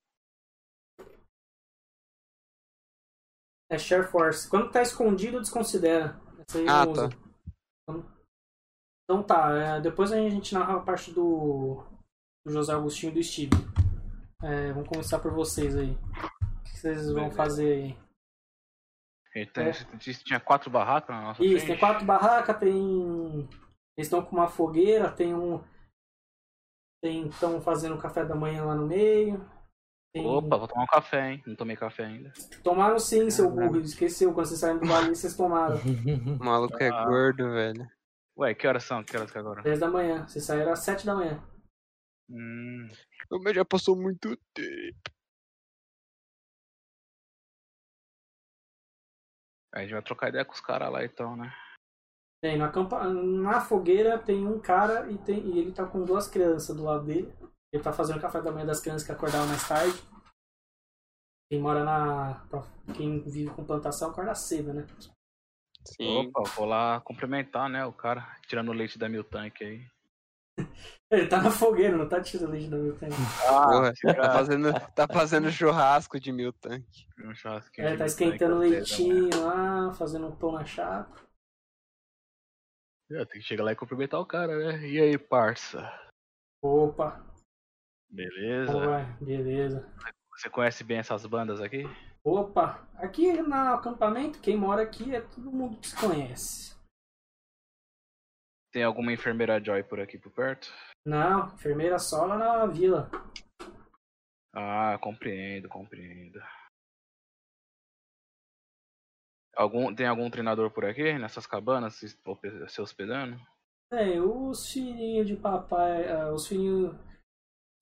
Speaker 1: É Share Force. Quando tá escondido, desconsidera. Essa aí
Speaker 2: Ah,
Speaker 1: eu uso. Então- Então tá, é, depois a gente narra a parte do, do José Agostinho e do Steve. É, vamos começar por vocês aí. O que vocês vão
Speaker 3: Beleza.
Speaker 1: fazer aí?
Speaker 3: Então,
Speaker 1: É.
Speaker 3: você disse que tinha quatro barracas na nossa
Speaker 1: Isso,
Speaker 3: frente?
Speaker 1: tem quatro barracas, tem. Eles estão com uma fogueira, tem um. Tem. Estão fazendo café da manhã lá no meio. Tem-
Speaker 3: Opa, vou tomar um café, hein? Não tomei café ainda.
Speaker 1: Tomaram sim, seu burro, esqueceu. Quando vocês saíram do vale, vocês tomaram.
Speaker 2: O maluco é
Speaker 3: Ah.
Speaker 2: gordo, velho.
Speaker 3: Ué, que horas são? Que horas que é agora?
Speaker 1: 10 da manhã. Vocês saíram às 7 da manhã.
Speaker 3: Hum,
Speaker 2: O meu já passou muito tempo.
Speaker 3: aí a gente vai trocar ideia com os caras lá então, né?
Speaker 1: Tem, na, campa- na fogueira tem um cara e, tem... e ele tá com duas crianças do lado dele. Ele tá fazendo café da manhã das crianças que acordaram mais tarde. Quem mora na. pra- Quem vive com plantação acorda cedo, né?
Speaker 2: Sim.
Speaker 3: Opa, vou lá cumprimentar, né, o cara, tirando o leite da meu tanque aí.
Speaker 1: Ele tá na fogueira, não tá tirando leite da minha tanque.
Speaker 2: Porra,
Speaker 3: esse cara-
Speaker 2: tá fazendo, tá fazendo churrasco de mil tanque.
Speaker 3: Um churrasquinho
Speaker 1: É,
Speaker 3: de
Speaker 1: tá
Speaker 3: Miltank
Speaker 1: esquentando
Speaker 3: às 10 da manhã. né?
Speaker 1: leitinho lá, fazendo um pão na chapa.
Speaker 3: É, Tem que chegar lá e cumprimentar o cara, né? E aí, parça?
Speaker 1: Opa, como
Speaker 3: Beleza?
Speaker 1: vai? Beleza.
Speaker 3: Você conhece bem essas bandas aqui?
Speaker 1: Opa, aqui no acampamento, quem mora aqui é todo mundo que se conhece.
Speaker 3: Tem alguma enfermeira Joy por aqui por perto?
Speaker 1: Não, enfermeira só lá na vila.
Speaker 3: Ah, compreendo, compreendo. Algum, tem algum treinador por aqui, nessas cabanas, se, hospe- se hospedando?
Speaker 1: É, os filhinhos de papai, ah, os filhinhos,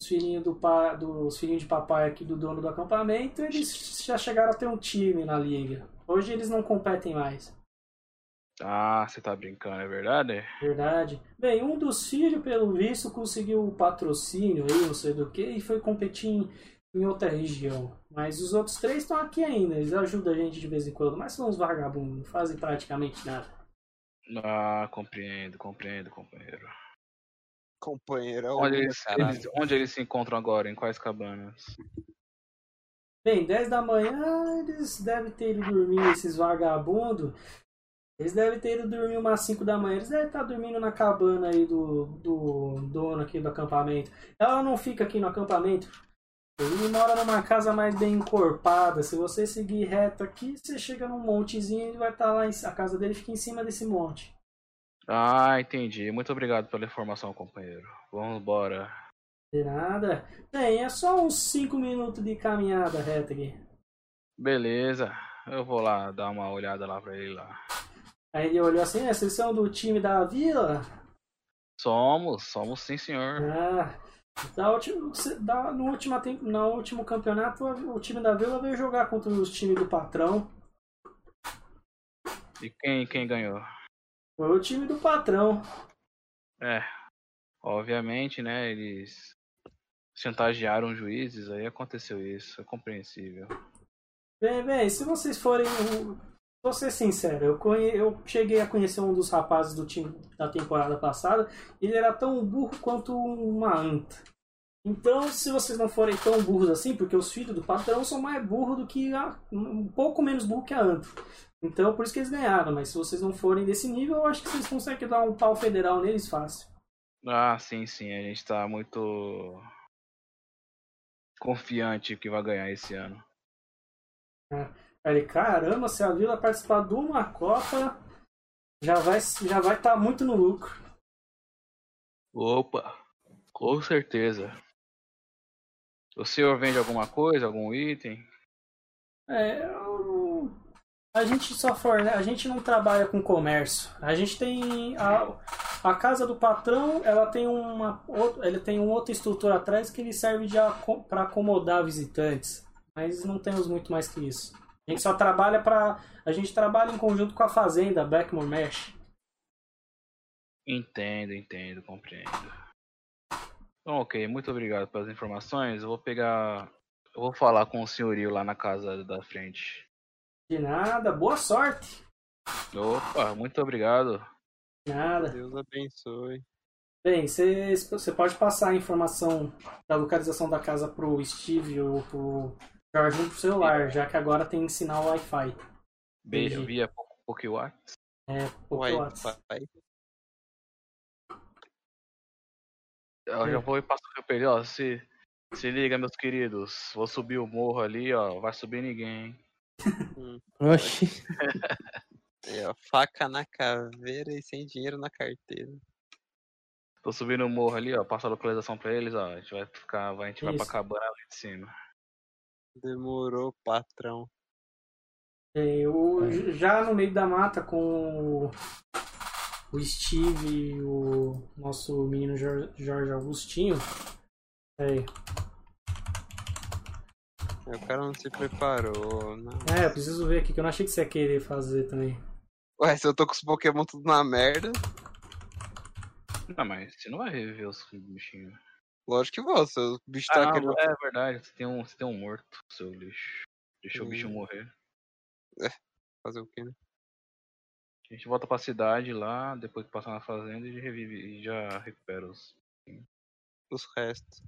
Speaker 1: os filhinhos do pa, dos filhinhos de papai aqui do dono do acampamento, eles já chegaram a ter um time na liga. Hoje eles não competem mais.
Speaker 3: Ah, você tá brincando, é verdade?
Speaker 1: Verdade. Bem, um dos filhos, pelo visto, conseguiu o patrocínio aí, não sei do que, e foi competir em, em outra região. Mas os outros três estão aqui ainda, eles ajudam a gente de vez em quando, mas são uns vagabundos, não fazem praticamente nada.
Speaker 3: Ah, compreendo, compreendo, companheiro.
Speaker 2: Companheiro,
Speaker 3: Onde eles, eles- onde eles se encontram agora? Em quais cabanas?
Speaker 1: Bem, 10 da manhã eles devem ter ido dormir, esses vagabundos. Eles devem ter ido dormir umas 5 da manhã. Eles devem estar dormindo na cabana aí do, do dono aqui do acampamento. Ela não fica aqui no acampamento. Ele mora numa casa mais bem encorpada. Se você seguir reto aqui, você chega num montezinho e vai estar lá. Em, a casa dele fica em cima desse monte.
Speaker 3: Ah, entendi. Muito obrigado pela informação, companheiro. Vamos embora.
Speaker 1: De nada. Bem, é só uns 5 minutos de caminhada reta aqui.
Speaker 3: Beleza. Eu vou lá dar uma olhada lá pra ele lá.
Speaker 1: Aí ele olhou assim, é, vocês são do time da vila?
Speaker 3: Somos, somos sim, senhor.
Speaker 1: Ah, da última, da, no, última, tem- no último campeonato, o time da vila veio jogar contra os times do patrão.
Speaker 3: E quem, quem ganhou?
Speaker 1: Foi o time do patrão.
Speaker 3: É. Obviamente, né? Eles chantagearam juízes, aí aconteceu isso. É compreensível.
Speaker 1: Bem, bem, se vocês forem. o- Vou ser sincero, eu, conhe... eu cheguei a conhecer um dos rapazes do time da temporada passada. Ele era tão burro quanto uma anta. Então, se vocês não forem tão burros assim, porque os filhos do patrão são mais burros do que a. um pouco menos burro que a anta. Então, por isso que eles ganharam. Mas se vocês não forem desse nível, eu acho que vocês conseguem dar um pau federal neles fácil.
Speaker 3: Ah, sim, sim. A gente tá muito confiante que vai ganhar esse ano.
Speaker 1: Aí ele, caramba, se a Vila participar de uma Copa, já vai estar já vai tá muito no lucro.
Speaker 3: Opa, com certeza. O senhor vende alguma coisa, algum item?
Speaker 1: É, eu- a gente só forne... a gente não trabalha com comércio. A gente tem a, a casa do patrão, ela tem uma outro- ele tem um outro estrutura atrás que ele serve de aco- pra acomodar visitantes, mas não temos muito mais que isso. A gente só trabalha para a gente trabalha em conjunto com a fazenda Blackmore Mesh.
Speaker 3: Entendo, entendo, compreendo. Então, ok, muito obrigado pelas informações. Eu vou pegar. Eu vou falar com o senhorio lá na casa da frente.
Speaker 1: De nada, boa sorte.
Speaker 3: Opa, muito obrigado.
Speaker 1: De nada.
Speaker 2: Deus abençoe.
Speaker 1: Bem, você pode passar a informação da localização da casa pro Steve ou pro Jorginho pro celular, já que agora tem sinal Wi-Fi.
Speaker 3: Be-
Speaker 1: Entendi.
Speaker 3: Via Po- Pokiwat.
Speaker 1: É, pouco
Speaker 2: Uai,
Speaker 1: WhatsApp.
Speaker 2: pai.
Speaker 3: Eu já vou passar o meu ó. Se, se liga, meus queridos. Vou subir o morro ali, ó. Vai subir ninguém. hein?
Speaker 4: Oxi.
Speaker 2: Aí, ó, faca na caveira e sem dinheiro na carteira.
Speaker 3: Tô subindo o morro ali, ó. Passa a localização pra eles, ó. A gente vai ficar. vai- a gente vai pra
Speaker 1: Isso.
Speaker 3: cabana ali de cima.
Speaker 2: Demorou, patrão.
Speaker 1: É, o- já no meio da mata com o, o Steve e o nosso menino Jor- Jorge Augustinho. É,
Speaker 2: O cara não se preparou. Não.
Speaker 1: é, eu preciso ver aqui, que eu não achei que você ia querer fazer também.
Speaker 2: Ué, se eu tô com os Pokémon tudo na merda,
Speaker 3: Não, mas você não vai reviver os bichinhos.
Speaker 2: lógico que vou. Se o bicho
Speaker 3: Ah,
Speaker 2: tá
Speaker 3: não,
Speaker 2: querendo.
Speaker 3: é verdade. Você tem um, você tem um morto, seu lixo. Deixa o bicho
Speaker 2: Hum.
Speaker 3: morrer.
Speaker 2: Fazer o quê, né?
Speaker 3: A gente volta pra cidade lá, depois que passar na fazenda e revive e já recupera os.
Speaker 2: Os restos.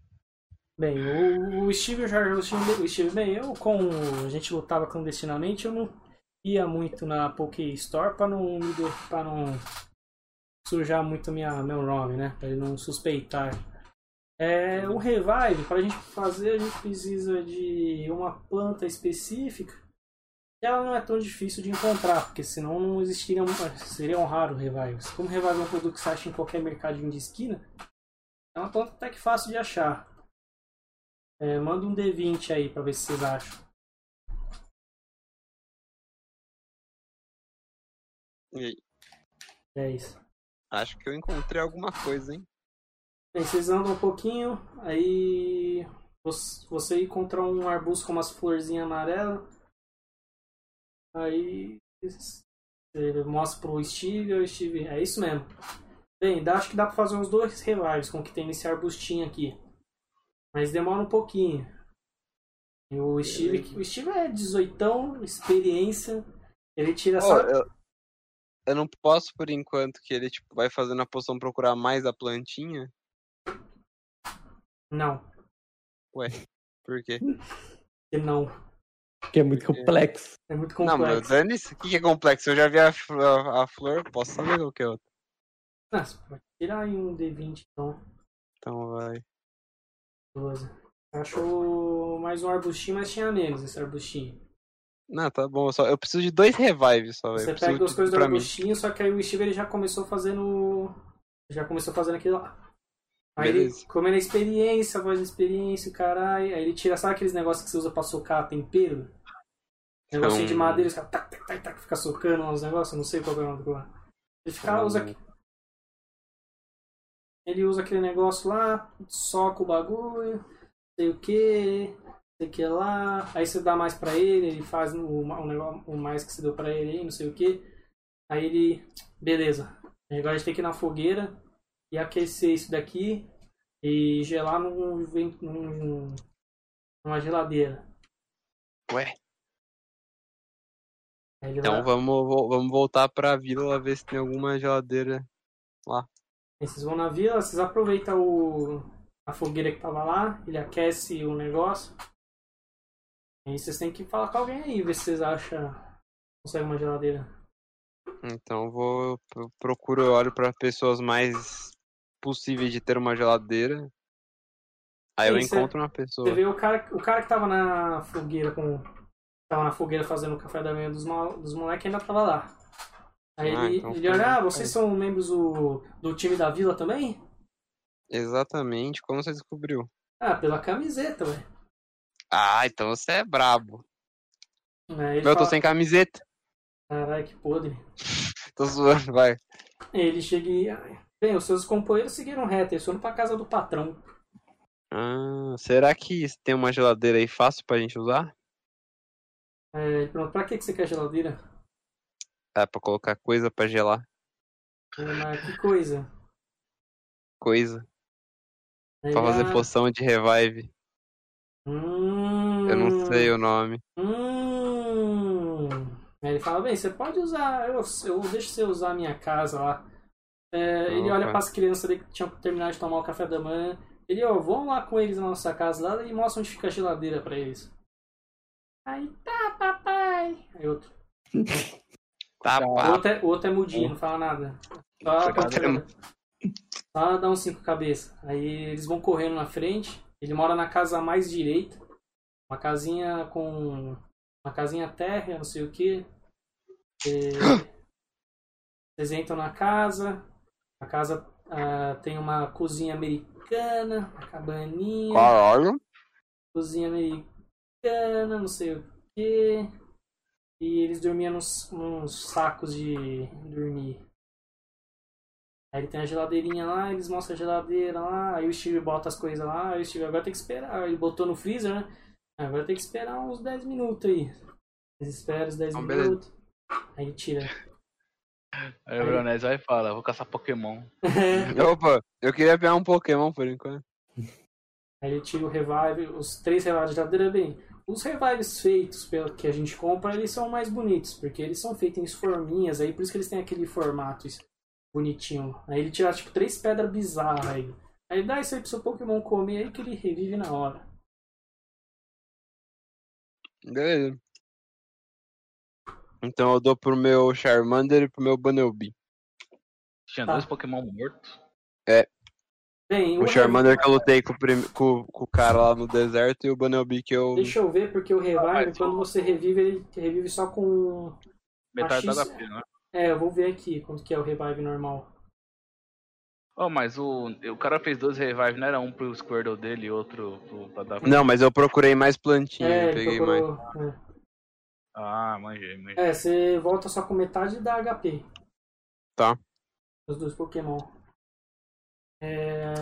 Speaker 1: Bem, o, o Steve e o Jorge Agostinho, o Steve, bem, eu com a gente lutava clandestinamente, eu não ia muito na Poké Store para não me de- pra não sujar muito minha meu nome, né? Para ele não suspeitar. É, o revive, para a gente fazer, a gente precisa de uma planta específica. E ela não é tão difícil de encontrar, porque senão não existiriam, seriam raros revives. Como revive é um produto que você acha em qualquer mercadinho de esquina, é uma planta até que fácil de achar. É, manda um D20 aí pra ver se vocês acham.
Speaker 2: E aí?
Speaker 1: 10.
Speaker 2: Acho que eu encontrei alguma coisa, hein?
Speaker 1: Bem, vocês andam um pouquinho, aí você, você encontra um arbusto com umas florzinhas amarelas. Aí você mostra pro Steve, o Steve. É isso mesmo. Bem, dá, acho que dá pra fazer uns dois revives com o que tem nesse arbustinho aqui. Mas demora um pouquinho. E o Steve, o Steve é 18, experiência. Ele tira
Speaker 2: Ó, é
Speaker 1: só.
Speaker 2: eu... eu não posso, por enquanto, que ele tipo, vai fazendo a poção procurar mais a plantinha.
Speaker 1: Não,
Speaker 2: Por quê?
Speaker 1: ele não.
Speaker 4: Que é muito
Speaker 2: Porque-
Speaker 4: complexo.
Speaker 1: É muito
Speaker 2: Não, mas
Speaker 1: complexo.
Speaker 2: dane-se. O que, que é complexo? Eu já vi a, fl- a- a flor, posso saber qual que é outra.
Speaker 1: Ah, você pode tirar aí um D20, então.
Speaker 2: Então vai.
Speaker 1: Beleza. Achou mais um arbustinho, mas tinha menos esse arbustinho.
Speaker 2: Não, tá bom. eu Só, eu preciso de dois revives só, velho.
Speaker 1: Você
Speaker 2: Eu preciso
Speaker 1: pega as
Speaker 2: de-
Speaker 1: coisas do
Speaker 2: pra mim.
Speaker 1: arbustinho, só que aí o Steve ele já começou fazendo. Já começou fazendo aquilo lá. Aí
Speaker 2: Beleza.
Speaker 1: ele comendo a experiência, a voz de experiência, o caralho. Aí ele tira, sabe aqueles negócios que você usa pra socar tempero? Negocinho de
Speaker 2: Hum.
Speaker 1: madeira, os caras tac, tac, tac, tac, fica socando lá os negócios, eu não sei qual que é o nome do lá. Ele fica,
Speaker 2: Ah,
Speaker 1: usa,
Speaker 2: não.
Speaker 1: ele usa aquele negócio lá, soca o bagulho, sei o que, sei o que lá. Aí você dá mais pra ele, ele faz o, ma- o, negócio, o mais que você deu pra ele aí, não sei o que. Aí ele, beleza. Agora a gente tem que ir na fogueira e aquecer isso daqui e gelar num, ven- num- numa geladeira.
Speaker 2: Ué.
Speaker 1: Aí ele
Speaker 2: Então
Speaker 1: vai-
Speaker 2: vamos, vo- vamos voltar pra vila lá ver se tem alguma geladeira.
Speaker 1: Aí Vocês vão na vila, vocês aproveitam o, a fogueira que tava lá, ele aquece o negócio. Aí vocês têm que falar com alguém aí, ver se vocês acham. Consegue uma geladeira.
Speaker 2: Então eu vou. Eu procuro, eu olho pra pessoas mais possíveis de ter uma geladeira. Aí eu
Speaker 1: Sim, cê-
Speaker 2: encontro uma pessoa.
Speaker 1: Você vê o cara, o cara que tava na fogueira com. Tava na fogueira fazendo o café da manhã dos, mal- dos moleques ainda tava lá. Aí
Speaker 2: Ah,
Speaker 1: ele,
Speaker 2: então
Speaker 1: ele
Speaker 2: foi-
Speaker 1: olha, ah, vocês são membros do, do time da vila também?
Speaker 2: Exatamente, como você descobriu?
Speaker 1: Ah, pela camiseta, ué.
Speaker 2: Ah, então você é brabo.
Speaker 1: Aí ele
Speaker 2: Eu tô
Speaker 1: fala,
Speaker 2: sem camiseta.
Speaker 1: Caralho, que podre.
Speaker 2: Tô zoando, vai.
Speaker 1: Ele chega e. "Ah, Bem, os seus companheiros seguiram reto, eles foram pra casa do patrão.
Speaker 2: Ah, será que tem uma geladeira aí fácil pra gente usar?
Speaker 1: É, ele pergunta, pra que, que você quer geladeira?
Speaker 2: Dá Ah, pra colocar coisa pra gelar.
Speaker 1: Ele, Mas que coisa.
Speaker 2: Coisa.
Speaker 1: Aí
Speaker 2: Pra
Speaker 1: ele,
Speaker 2: fazer
Speaker 1: "Ah,
Speaker 2: poção de revive.
Speaker 1: Hum,
Speaker 2: Eu não sei o nome.
Speaker 1: Hum. Aí ele fala, bem, você pode usar, eu, eu deixo você usar a minha casa lá. É, ele
Speaker 2: Opa.
Speaker 1: olha para as crianças ali que tinham terminado de tomar o café da manhã. Ele, ó, vão lá com eles na nossa casa lá e mostra onde fica a geladeira para eles. Aí tá, papai. Aí outro.
Speaker 2: Tá,
Speaker 1: O,
Speaker 2: pá.
Speaker 1: outro é, o outro é mudinho, não fala nada. Só,
Speaker 3: Obrigado,
Speaker 1: aponta- só dá uns cinco cabeças. Aí eles vão correndo na frente. Ele mora na casa mais direita. Uma casinha com. Uma casinha térrea, não sei o que. Vocês entram na casa. A casa ah, tem uma cozinha americana, uma cabaninha,
Speaker 2: Caralho.
Speaker 1: cozinha americana, não sei o que. E eles dormiam nos, nos sacos de dormir. Aí ele tem a geladeirinha lá, eles mostram a geladeira lá, aí o Steve bota as coisas lá, aí o Steve agora tem que esperar. Ele botou no freezer, né? Agora tem que esperar uns 10 minutos aí. Eles esperam os 10
Speaker 2: Então, beleza.
Speaker 1: minutos. Aí tira.
Speaker 3: Aí o Leonese vai e fala, vou caçar Pokémon.
Speaker 2: Opa, eu queria pegar um Pokémon por enquanto.
Speaker 1: Aí ele tira o revive, os três revives da geladeira bem. Os revives feitos pelo que a gente compra, eles são mais bonitos, porque eles são feitos em forminhas, aí por isso que eles têm aquele formato es- bonitinho. Aí ele tira tipo três pedras bizarras aí. Aí dá isso aí pro seu Pokémon comer aí que ele revive na hora.
Speaker 2: Beleza. Então eu dou pro meu Charmander e pro meu Bunnelby.
Speaker 3: Tinha
Speaker 1: Tá.
Speaker 3: dois Pokémon mortos.
Speaker 1: Bem,
Speaker 2: O
Speaker 1: revi-
Speaker 2: Charmander que eu lutei com o, prim- com- com o cara lá no deserto e o Bunnelby que eu.
Speaker 1: Deixa eu ver, porque o revive,
Speaker 3: Rapaz,
Speaker 1: quando você revive, ele revive só com.
Speaker 3: Metade da
Speaker 1: Achei
Speaker 3: HP, né?
Speaker 1: É, eu vou ver aqui quanto que é o revive normal.
Speaker 3: Oh, mas o, o cara fez dois revive, não era um pro Squirtle dele e outro pro, pra dar...
Speaker 2: Não, mas eu procurei mais plantinha,
Speaker 1: é,
Speaker 2: eu
Speaker 1: ele
Speaker 2: peguei mais.
Speaker 1: procurou.
Speaker 3: Ah, manjei, manjei.
Speaker 1: É, você volta só com metade da HP.
Speaker 2: Tá.
Speaker 1: Os dois Pokémon. É.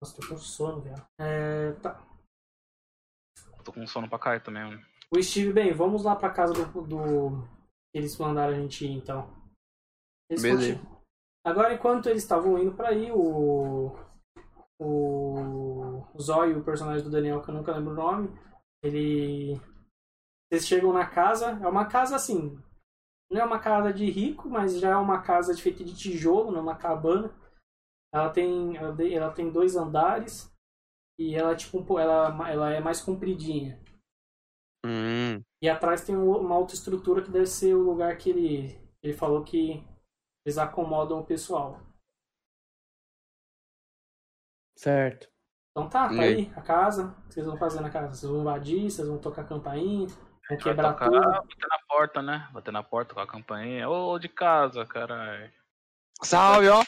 Speaker 1: Nossa, tô com sono, velho. É. Tá.
Speaker 3: Tô com sono pra cair também, né? mano.
Speaker 1: O Steve, bem, vamos lá pra casa do. do... Eles mandaram a gente ir, então. Eles
Speaker 2: Beleza.
Speaker 1: continuam. Agora, enquanto eles estavam indo pra ir, o. O. o Zóio, o personagem do Daniel, que eu nunca lembro o nome, ele. Vocês chegam na casa, é uma casa assim. Não é uma casa de rico, mas já é uma casa de- feita de tijolo, não é uma cabana. Ela tem, ela de- ela tem é dois andares e ela é tipo um po- ela, ela é mais compridinha.
Speaker 2: Hum.
Speaker 1: E atrás tem um- uma outra estrutura que deve ser o lugar que ele, ele falou que eles acomodam o pessoal.
Speaker 4: Certo.
Speaker 1: Então tá,
Speaker 2: E
Speaker 1: tá
Speaker 2: aí?
Speaker 1: aí a casa. O que vocês vão fazer na casa? Vocês vão invadir, vocês vão tocar campainha, vão
Speaker 3: Vai
Speaker 1: quebrar
Speaker 3: tocar,
Speaker 1: tudo.
Speaker 3: bater na porta, né? Bater na porta com a campainha. Ô, de casa, caralho.
Speaker 2: Salve, ó.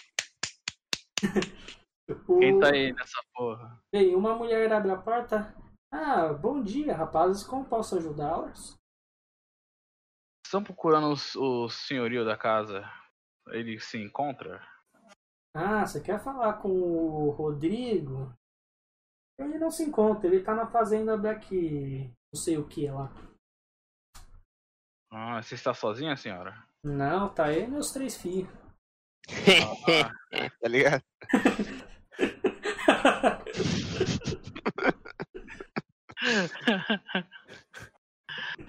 Speaker 3: Quem
Speaker 1: O-
Speaker 3: tá aí nessa porra?
Speaker 1: Bem, uma mulher abre a porta. Ah, bom dia, rapazes. Como posso ajudá-los?
Speaker 3: Estão procurando os- o senhorio da casa. Ele se encontra?
Speaker 1: Ah, você quer falar com o Rodrigo? Ele não se encontra, ele tá na fazenda daqui. Não sei o que lá.
Speaker 3: Ah, você está sozinha, senhora?
Speaker 1: Não, tá ele e meus três filhos.
Speaker 3: Ah,
Speaker 2: tá ligado?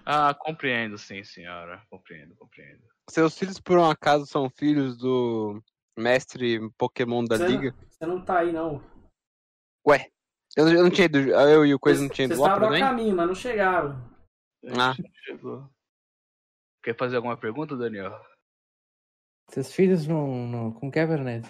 Speaker 3: ah, compreendo, sim, senhora. Compreendo, compreendo.
Speaker 2: Seus filhos, por um acaso, são filhos do mestre Pokémon da
Speaker 1: Você-
Speaker 2: liga?
Speaker 1: Você não tá aí, não.
Speaker 2: Eu, eu não tinha ido. Eu e o Coisa não tinha ido
Speaker 1: Vocês
Speaker 2: lá
Speaker 1: estavam
Speaker 2: pra
Speaker 1: a
Speaker 2: mim?
Speaker 1: caminho, mas não chegaram. É
Speaker 2: Ah.
Speaker 3: Chegou. Quer fazer alguma pergunta, Daniel?
Speaker 4: Seus filhos não. não... Como que é, Bernardo?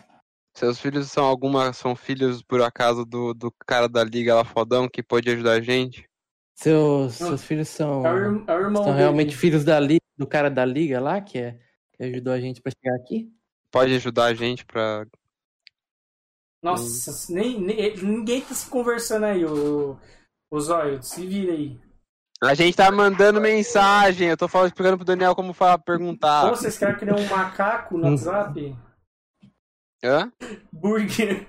Speaker 2: Seus filhos são alguma. São filhos, por acaso, do, do cara da liga lá fodão que pode ajudar a gente?
Speaker 4: Seus,
Speaker 1: Não.
Speaker 4: seus filhos são.
Speaker 1: É o, ir- é o irmão
Speaker 4: São
Speaker 1: dele.
Speaker 4: realmente filhos da liga, do cara da liga lá, que, é, que ajudou a gente pra chegar aqui?
Speaker 2: Pode ajudar a gente pra.
Speaker 1: Nossa, nem, nem- ninguém tá se conversando aí, ô, ô Zóio. Se vira aí.
Speaker 2: A gente tá mandando mensagem. Eu tô falando, explicando pro Daniel como falar, perguntar.
Speaker 1: Ou vocês querem criar um macaco no
Speaker 4: Hum.
Speaker 1: WhatsApp?
Speaker 2: Hã?
Speaker 1: Burger.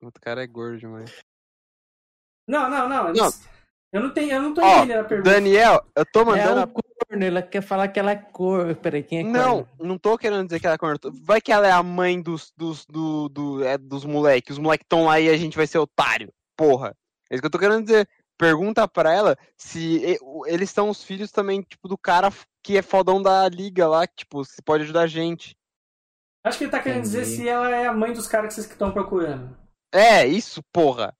Speaker 2: O outro cara é gordo demais.
Speaker 1: Não, não, não.
Speaker 2: Não.
Speaker 1: Eu não tenho, eu não tô
Speaker 2: Ó,
Speaker 1: entendendo a pergunta.
Speaker 2: Daniel, eu tô mandando.
Speaker 4: é
Speaker 2: a-
Speaker 4: um corno, ela quer falar que ela é corno. Peraí, quem é
Speaker 2: Não,
Speaker 4: corno?
Speaker 2: não tô querendo dizer que ela é corno. Vai que ela é a mãe dos dos, do, do, é, dos moleques. Os moleques estão lá e a gente vai ser otário. Porra. É isso que eu tô querendo dizer. Pergunta pra ela se e- o- eles são os filhos também, tipo, do cara f- que é fodão da liga lá, que, tipo, se pode ajudar a gente.
Speaker 1: Acho que ele tá querendo dizer
Speaker 4: Entendi.
Speaker 1: se ela é a mãe dos caras que vocês que estão procurando.
Speaker 2: É, isso, porra.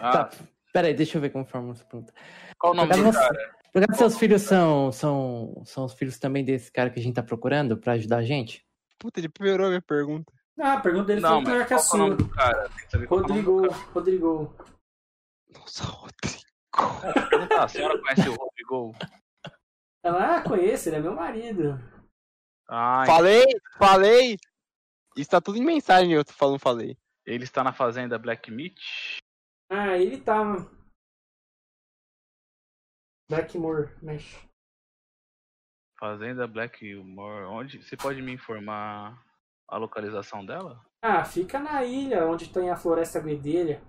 Speaker 1: Tá,
Speaker 3: Ah,
Speaker 4: Tá. Peraí, deixa eu ver como forma essa pergunta.
Speaker 3: qual o nome
Speaker 4: Ela
Speaker 3: do
Speaker 4: não-
Speaker 3: cara?
Speaker 4: Por acaso seus filhos são, são, são os filhos também desse cara que a gente tá procurando pra ajudar a gente?
Speaker 2: Puta, ele piorou a minha pergunta.
Speaker 1: Ah, a pergunta dele
Speaker 3: Não,
Speaker 1: foi pior
Speaker 3: mas
Speaker 1: que a
Speaker 3: qual que é o nome
Speaker 1: sua.
Speaker 3: do cara? Tem que saber qual que é o nome do
Speaker 1: Rodrigo, Rodrigo.
Speaker 2: Nossa, Rodrigo.
Speaker 3: Pergunta, a senhora conhece o Rodrigo?
Speaker 1: Ela, ah, conheço, ele é meu marido.
Speaker 3: Ah,
Speaker 2: Falei, falei. Isso tá tudo em mensagem, eu tô falando, falei.
Speaker 3: ele está na fazenda Black Meat.
Speaker 1: Ah, ele tá. Blackmore, mexe.
Speaker 3: Fazenda Blackmore. Onde? Você pode me informar a localização dela?
Speaker 1: Ah, fica na ilha onde tem a floresta guedelha.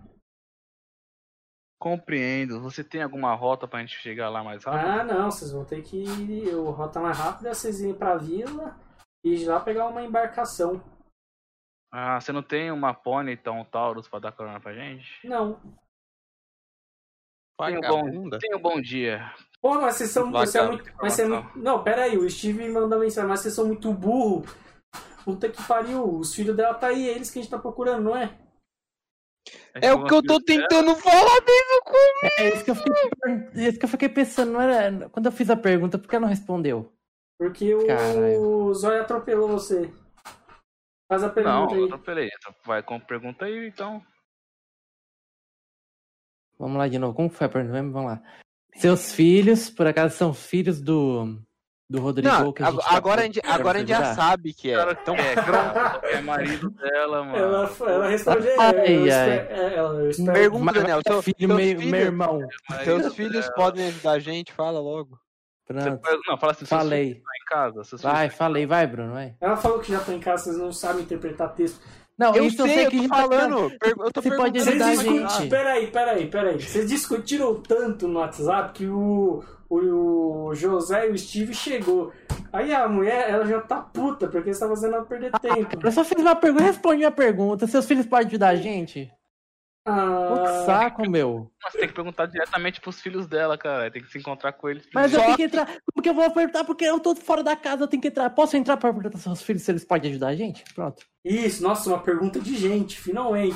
Speaker 3: Compreendo. Você tem alguma rota pra gente chegar lá mais rápido?
Speaker 1: Ah, não, vocês vão ter que ir. O rota mais rápida é vocês irem pra vila e de lá pegar uma embarcação.
Speaker 3: Ah, você não tem uma pônei, então, um Taurus pra dar carona pra gente?
Speaker 1: Não.
Speaker 3: Tem um bom-
Speaker 2: Vagabunda.
Speaker 3: Tenha um bom dia.
Speaker 1: Pô, mas vocês são,
Speaker 2: Vaca,
Speaker 1: vocês são muito.
Speaker 3: informação.
Speaker 1: Mas vocês são muito- não, pera aí, o Steve me mandou mensagem, mas vocês são muito burro. Puta que pariu, os filhos dela tá aí, eles que a gente tá procurando, não é?
Speaker 2: É o que eu tô tentando falar mesmo com
Speaker 4: É isso que eu fiquei, per- é isso que eu fiquei pensando, não era. Quando eu fiz a pergunta, por que ela não respondeu?
Speaker 1: Porque o
Speaker 4: Caralho.
Speaker 1: Zóio atropelou você. Faz a
Speaker 3: Não,
Speaker 1: pergunta
Speaker 3: eu
Speaker 1: aí.
Speaker 3: atropelei. Vai com pergunta aí, então.
Speaker 4: Vamos lá de novo. Como que foi a pergunta? mesmo? Vamos lá. Seus filhos, por acaso, são filhos do, do Rodrigo
Speaker 2: Não,
Speaker 4: que a gente
Speaker 2: ag-
Speaker 4: tá
Speaker 2: agora a gente,
Speaker 4: procurando
Speaker 2: agora a gente
Speaker 4: pra
Speaker 2: já
Speaker 4: ajudar?
Speaker 2: sabe que é.
Speaker 3: Cara,
Speaker 2: Então,
Speaker 3: É, cara, é marido dela, mano. É
Speaker 1: Ela, ela respondeu.
Speaker 4: Ai,
Speaker 1: eu espe-
Speaker 4: ai.
Speaker 1: ela- eu espero-
Speaker 2: Pergunta,
Speaker 4: Mas-
Speaker 2: Daniel,
Speaker 4: mas é
Speaker 2: seu-
Speaker 4: filho,
Speaker 2: seus
Speaker 4: meio,
Speaker 2: filhos-
Speaker 4: meu irmão.
Speaker 3: Marido
Speaker 2: seus filhos
Speaker 3: dela.
Speaker 2: podem ajudar a gente, fala logo.
Speaker 3: Você
Speaker 4: Pronto.
Speaker 3: pode- Não, fala assim, seus filhos
Speaker 4: Falei.
Speaker 3: estão em casa. Seus filhos
Speaker 4: Vai, falei, vai, Bruno, vai.
Speaker 1: ela falou que já tá em casa, vocês não sabem interpretar texto.
Speaker 4: Não,
Speaker 2: Eu
Speaker 4: isso
Speaker 2: sei, eu
Speaker 4: que
Speaker 2: tô
Speaker 4: já tá-
Speaker 2: falando. per- Eu tô
Speaker 4: Você pode
Speaker 2: perguntando
Speaker 1: Vocês
Speaker 4: ajudar a
Speaker 2: se vai ajudar.
Speaker 1: discutiram. Peraí, peraí, peraí. Vocês discutiram tanto no WhatsApp que o, o, o José e o Steve chegou. Aí a mulher, ela já tá puta, porque você tá fazendo ela perder tempo.
Speaker 4: Eu só fiz uma pergunta, respondi a pergunta. Seus filhos podem ajudar a gente? Pô, que
Speaker 1: Ah,
Speaker 4: saco, meu.
Speaker 3: Mas tem que perguntar diretamente pros filhos dela, cara. Tem que se encontrar com eles.
Speaker 4: Mas eu
Speaker 2: Só
Speaker 4: tenho que entrar. Como que eu vou perguntar? Porque eu tô fora da casa, eu tenho que entrar. Posso entrar pra perguntar pros seus filhos se eles podem ajudar a gente? Pronto.
Speaker 1: isso, nossa, uma pergunta de gente, finalmente.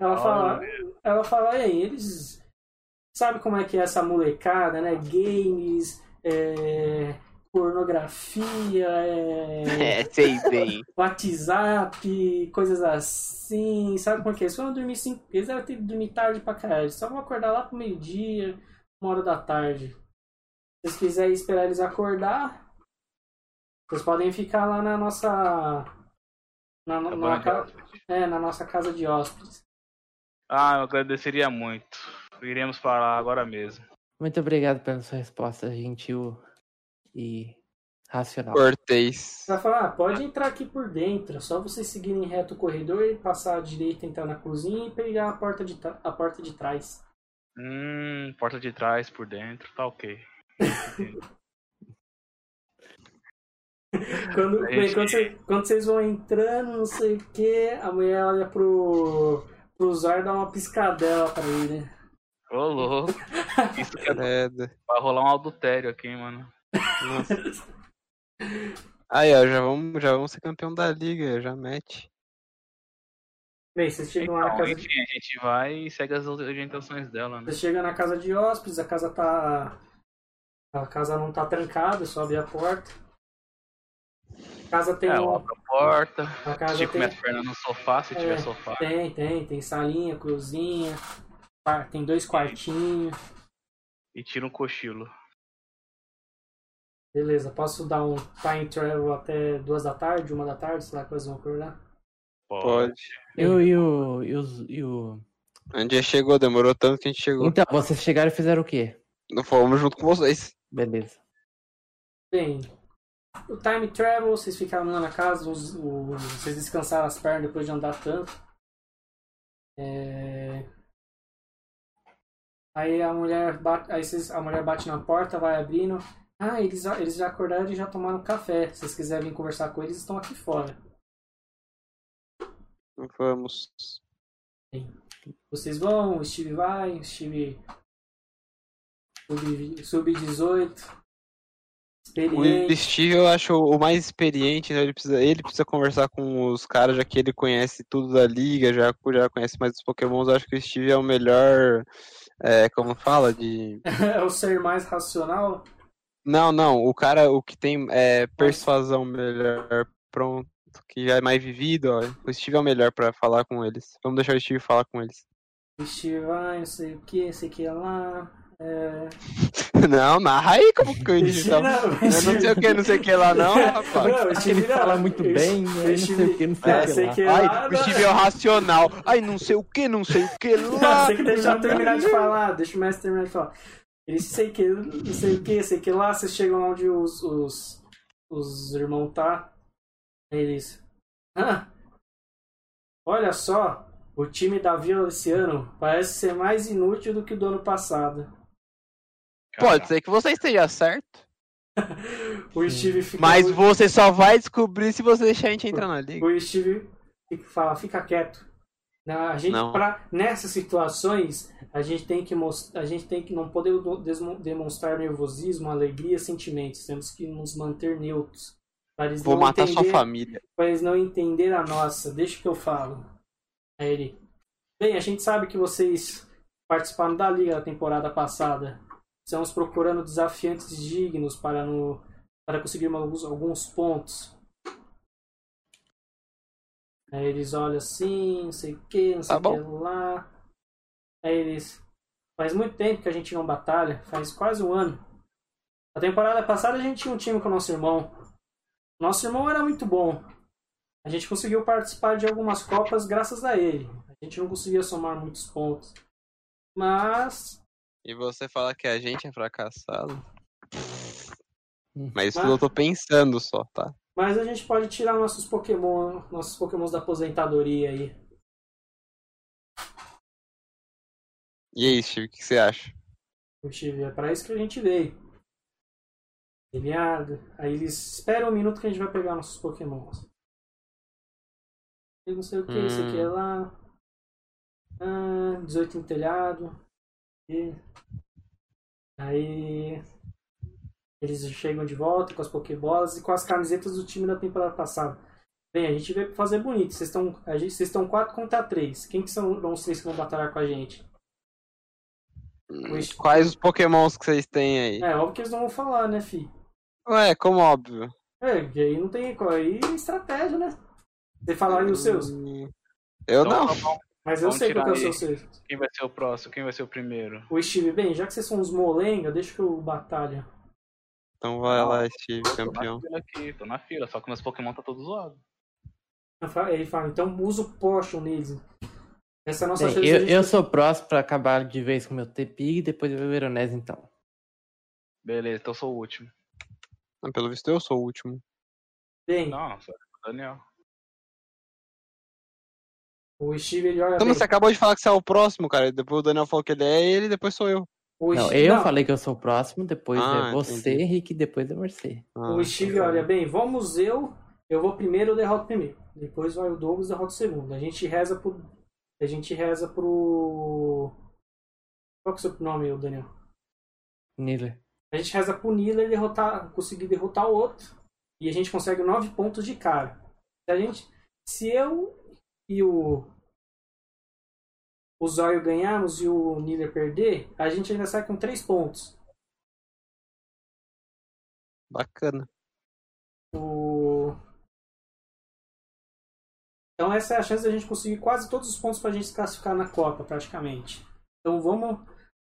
Speaker 1: Ela
Speaker 3: Olha.
Speaker 1: fala, ela fala, ei, eles Sabe como é que é essa molecada, né? Games, é, pornografia, é,
Speaker 2: É, sei bem.
Speaker 1: WhatsApp, coisas assim. Sabe como é que é? Se eu não dormir cinco. Eles devem ter que dormir tarde pra caralho. Só vão acordar lá pro meio-dia, uma hora da tarde. Se vocês quiserem esperar eles acordar, vocês podem ficar lá na nossa. Na,
Speaker 3: Tá
Speaker 1: na,
Speaker 3: bom,
Speaker 1: ca-
Speaker 3: então.
Speaker 1: é, na nossa casa de hóspedes.
Speaker 3: Ah, eu agradeceria muito. Iremos para lá agora mesmo.
Speaker 4: Muito obrigado pela sua resposta gentil e racional.
Speaker 2: Cortês.
Speaker 1: Você vai falar, ah, pode entrar aqui por dentro, é só vocês seguirem reto o corredor e passar à direita, entrar na cozinha e pegar a porta de, tra- a porta de trás.
Speaker 3: Hum, porta de trás, por dentro, tá ok.
Speaker 1: Quando,
Speaker 3: Aí,
Speaker 1: bem, quando, cê- quando vocês vão entrando, não sei o que, a mulher olha pro, pro Zor e dá uma piscadela pra ele. né?
Speaker 3: Ô, louco. Isso que é...
Speaker 2: Credo.
Speaker 3: Vai rolar um adultério aqui, hein, mano.
Speaker 2: Nossa. Aí, ó, já vamos, já vamos ser campeão da liga, já mete.
Speaker 1: Bem, vocês chegam lá na
Speaker 3: Então,
Speaker 1: casa de
Speaker 3: enfim, a gente vai e segue as orientações dela, né?
Speaker 1: Você chega na casa de hóspedes, a casa tá. A casa não tá trancada, é só abrir a porta. A casa tem.
Speaker 3: É, eu
Speaker 1: um-
Speaker 3: abro a porta,
Speaker 1: a casa
Speaker 3: estico
Speaker 1: tem,
Speaker 3: minhas pernas no sofá, se
Speaker 1: É.
Speaker 3: tiver sofá.
Speaker 1: tem, tem, tem salinha, cozinha, par- tem dois quartinhos.
Speaker 3: E tiro um cochilo.
Speaker 1: Beleza, posso dar um time travel até duas da tarde, uma da tarde, sei lá que elas vão acordar.
Speaker 2: Pode.
Speaker 4: Eu e o, e, os- e o.
Speaker 2: A gente já chegou, demorou tanto que a gente chegou.
Speaker 4: Então, vocês chegaram e fizeram o quê?
Speaker 2: Não fomos junto com vocês.
Speaker 4: Beleza.
Speaker 1: Bem, o time travel, vocês ficaram lá na casa, os- o- vocês descansaram as pernas depois de andar tanto. É, Aí a mulher bate, aí vocês- a mulher bate na porta, vai abrindo. Ah, eles, já- eles já acordaram e já tomaram café. Se vocês quiserem vir conversar com eles, estão aqui fora.
Speaker 2: Não Vamos.
Speaker 1: Vocês vão, o Steve vai, o Steve sub- sub-18.
Speaker 2: O
Speaker 1: experiente.
Speaker 2: Steve eu acho o mais experiente, né? Ele precisa, ele precisa conversar com os caras, já que ele conhece tudo da liga, já, já conhece mais dos pokémons. Eu acho que o Steve é o melhor. É, como fala? De.
Speaker 1: é o ser mais racional.
Speaker 2: Não, não. O cara, o que tem é persuasão melhor. Pronto. Que já é mais vivido, ó. O Steve é o melhor pra falar com eles. Vamos deixar o Steve falar com eles.
Speaker 1: O Steve vai, não sei o que, não sei o que lá. É...
Speaker 2: Não, narra aí como que o Steve tá. Eu não sei o
Speaker 1: que.
Speaker 2: que, não sei o que lá, não,
Speaker 1: Não,
Speaker 2: rapaz.
Speaker 1: eu
Speaker 4: Acho que
Speaker 1: tive-
Speaker 4: ele fala muito
Speaker 1: Ah, eu-
Speaker 4: bem,
Speaker 1: eu
Speaker 4: aí não sei
Speaker 1: tive-
Speaker 4: o que, não sei
Speaker 1: É,
Speaker 4: o que
Speaker 1: sei
Speaker 4: lá.
Speaker 1: que
Speaker 2: Ai,
Speaker 1: lá.
Speaker 2: o Steve é o racional. Ai, não sei o que, não sei o que lá.
Speaker 1: Você que deixar eu terminar de falar, deixa o mestre terminar de falar. Ele sei que, não sei o que, sei que lá, vocês chegam lá onde os, os, os irmãos tá. Aí Eles. Ah, olha só, o time da Vila esse ano parece ser mais inútil do que o do ano passado.
Speaker 2: Pode ser que você esteja certo.
Speaker 1: O Steve fica.
Speaker 2: Mas
Speaker 1: muito-
Speaker 2: você só vai descobrir se você deixar a gente entrar na liga.
Speaker 1: O Steve fica- fala, fica quieto. Na- A gente,
Speaker 2: Não.
Speaker 1: pra- nessas situações, a gente tem que mostrar, a gente tem que não poder do- desmo- demonstrar nervosismo, alegria, sentimentos. Temos que nos manter neutros. Para eles
Speaker 2: Vou
Speaker 1: não
Speaker 2: matar
Speaker 1: entender,
Speaker 2: sua família.
Speaker 1: Para eles não entender a nossa. Deixa que eu falo. Aí ele. Bem, a gente sabe que vocês participaram da liga na temporada passada. Estamos procurando desafiantes dignos para no, para conseguirmos alguns, alguns pontos. Aí eles olham assim, não sei o que, não sei
Speaker 2: Tá
Speaker 1: o
Speaker 2: bom.
Speaker 1: que lá. Aí eles. Faz muito tempo que a gente não batalha, faz quase um ano. Na temporada passada a gente tinha um time com o nosso irmão. Nosso irmão era muito bom. A gente conseguiu participar de algumas Copas graças a ele. A gente não conseguia somar muitos pontos. Mas.
Speaker 2: E você fala que a gente é fracassado.
Speaker 4: Hum.
Speaker 2: Mas isso eu tô pensando só, tá?
Speaker 1: Mas a gente pode tirar nossos Pokémon. Nossos Pokémons da aposentadoria aí.
Speaker 2: E aí, Steve, o que você acha?
Speaker 1: Steve, é pra isso que a gente veio. Ele, ah, aí eles esperam um minuto que a gente vai pegar nossos pokémons. E não sei o que, isso aqui é lá. Ah, 18 em telhado. E... Aí eles chegam de volta com as pokebolas e com as camisetas do time da temporada passada. Bem, a gente veio pra fazer bonito. Vocês estão a gente- vocês estão 4 contra 3. Quem que são os três que vão batalhar com a gente?
Speaker 2: Hum.
Speaker 1: Pois-
Speaker 2: Quais os pokémons que vocês têm aí?
Speaker 1: É, óbvio que eles não vão falar, né, fi?
Speaker 2: Ué, como óbvio.
Speaker 1: É, porque aí não tem. co- Aí é estratégia, né? Vocês falaram os seus.
Speaker 2: Hum, Eu não.
Speaker 3: tá bom.
Speaker 1: Mas eu
Speaker 3: Vamos
Speaker 1: sei qual que é o
Speaker 3: tirar
Speaker 1: seu sexto.
Speaker 3: Quem vai ser o próximo? Quem vai ser o primeiro?
Speaker 1: O Steve, bem, já que vocês são uns molenga, deixa que eu batalha.
Speaker 2: Então vai
Speaker 3: Não.
Speaker 2: lá, Steve,
Speaker 3: Tô na
Speaker 2: campeão.
Speaker 3: fila aqui, tô na fila, só que meus Pokémon tá todo zoado.
Speaker 1: Eu fa- Ele fala, então usa o potion neles. Essa é a nossa
Speaker 4: Bem,
Speaker 1: chance
Speaker 4: eu,
Speaker 1: de-
Speaker 4: eu sou próximo pra acabar de vez com meu T-Pig e depois o Veronese, então.
Speaker 3: Beleza, então eu sou o último.
Speaker 2: Ah, Pelo visto eu sou o último.
Speaker 1: Bem,
Speaker 3: Não, só o Daniel.
Speaker 1: o Steve ele olha.
Speaker 2: Então, mas
Speaker 1: bem.
Speaker 2: você acabou de falar que você é o próximo, cara. Depois o Daniel falou que ele é ele, depois sou eu.
Speaker 1: O
Speaker 4: Não,
Speaker 1: Steve-
Speaker 4: eu
Speaker 1: não,
Speaker 4: falei que eu sou o próximo, depois
Speaker 2: Ah,
Speaker 4: é você,
Speaker 2: entendi.
Speaker 4: Rick, depois é você.
Speaker 2: Ah,
Speaker 1: O Steve olha, bem, vamos eu, eu vou primeiro, eu derroto primeiro. Depois vai o Douglas, derrota o segundo. A gente reza pro. A gente reza pro. Qual que é o seu nome, ô, Daniel?
Speaker 4: Nila.
Speaker 1: A gente reza pro Nila e derrotar, conseguir derrotar o outro. E a gente consegue nove pontos de cara. Se a gente. Se eu e o. O Zóio ganharmos e o Nila perder, a gente ainda sai com três pontos.
Speaker 2: Bacana.
Speaker 1: O... Então essa é a chance da gente conseguir quase todos os pontos pra gente se classificar na Copa, praticamente. Então vamos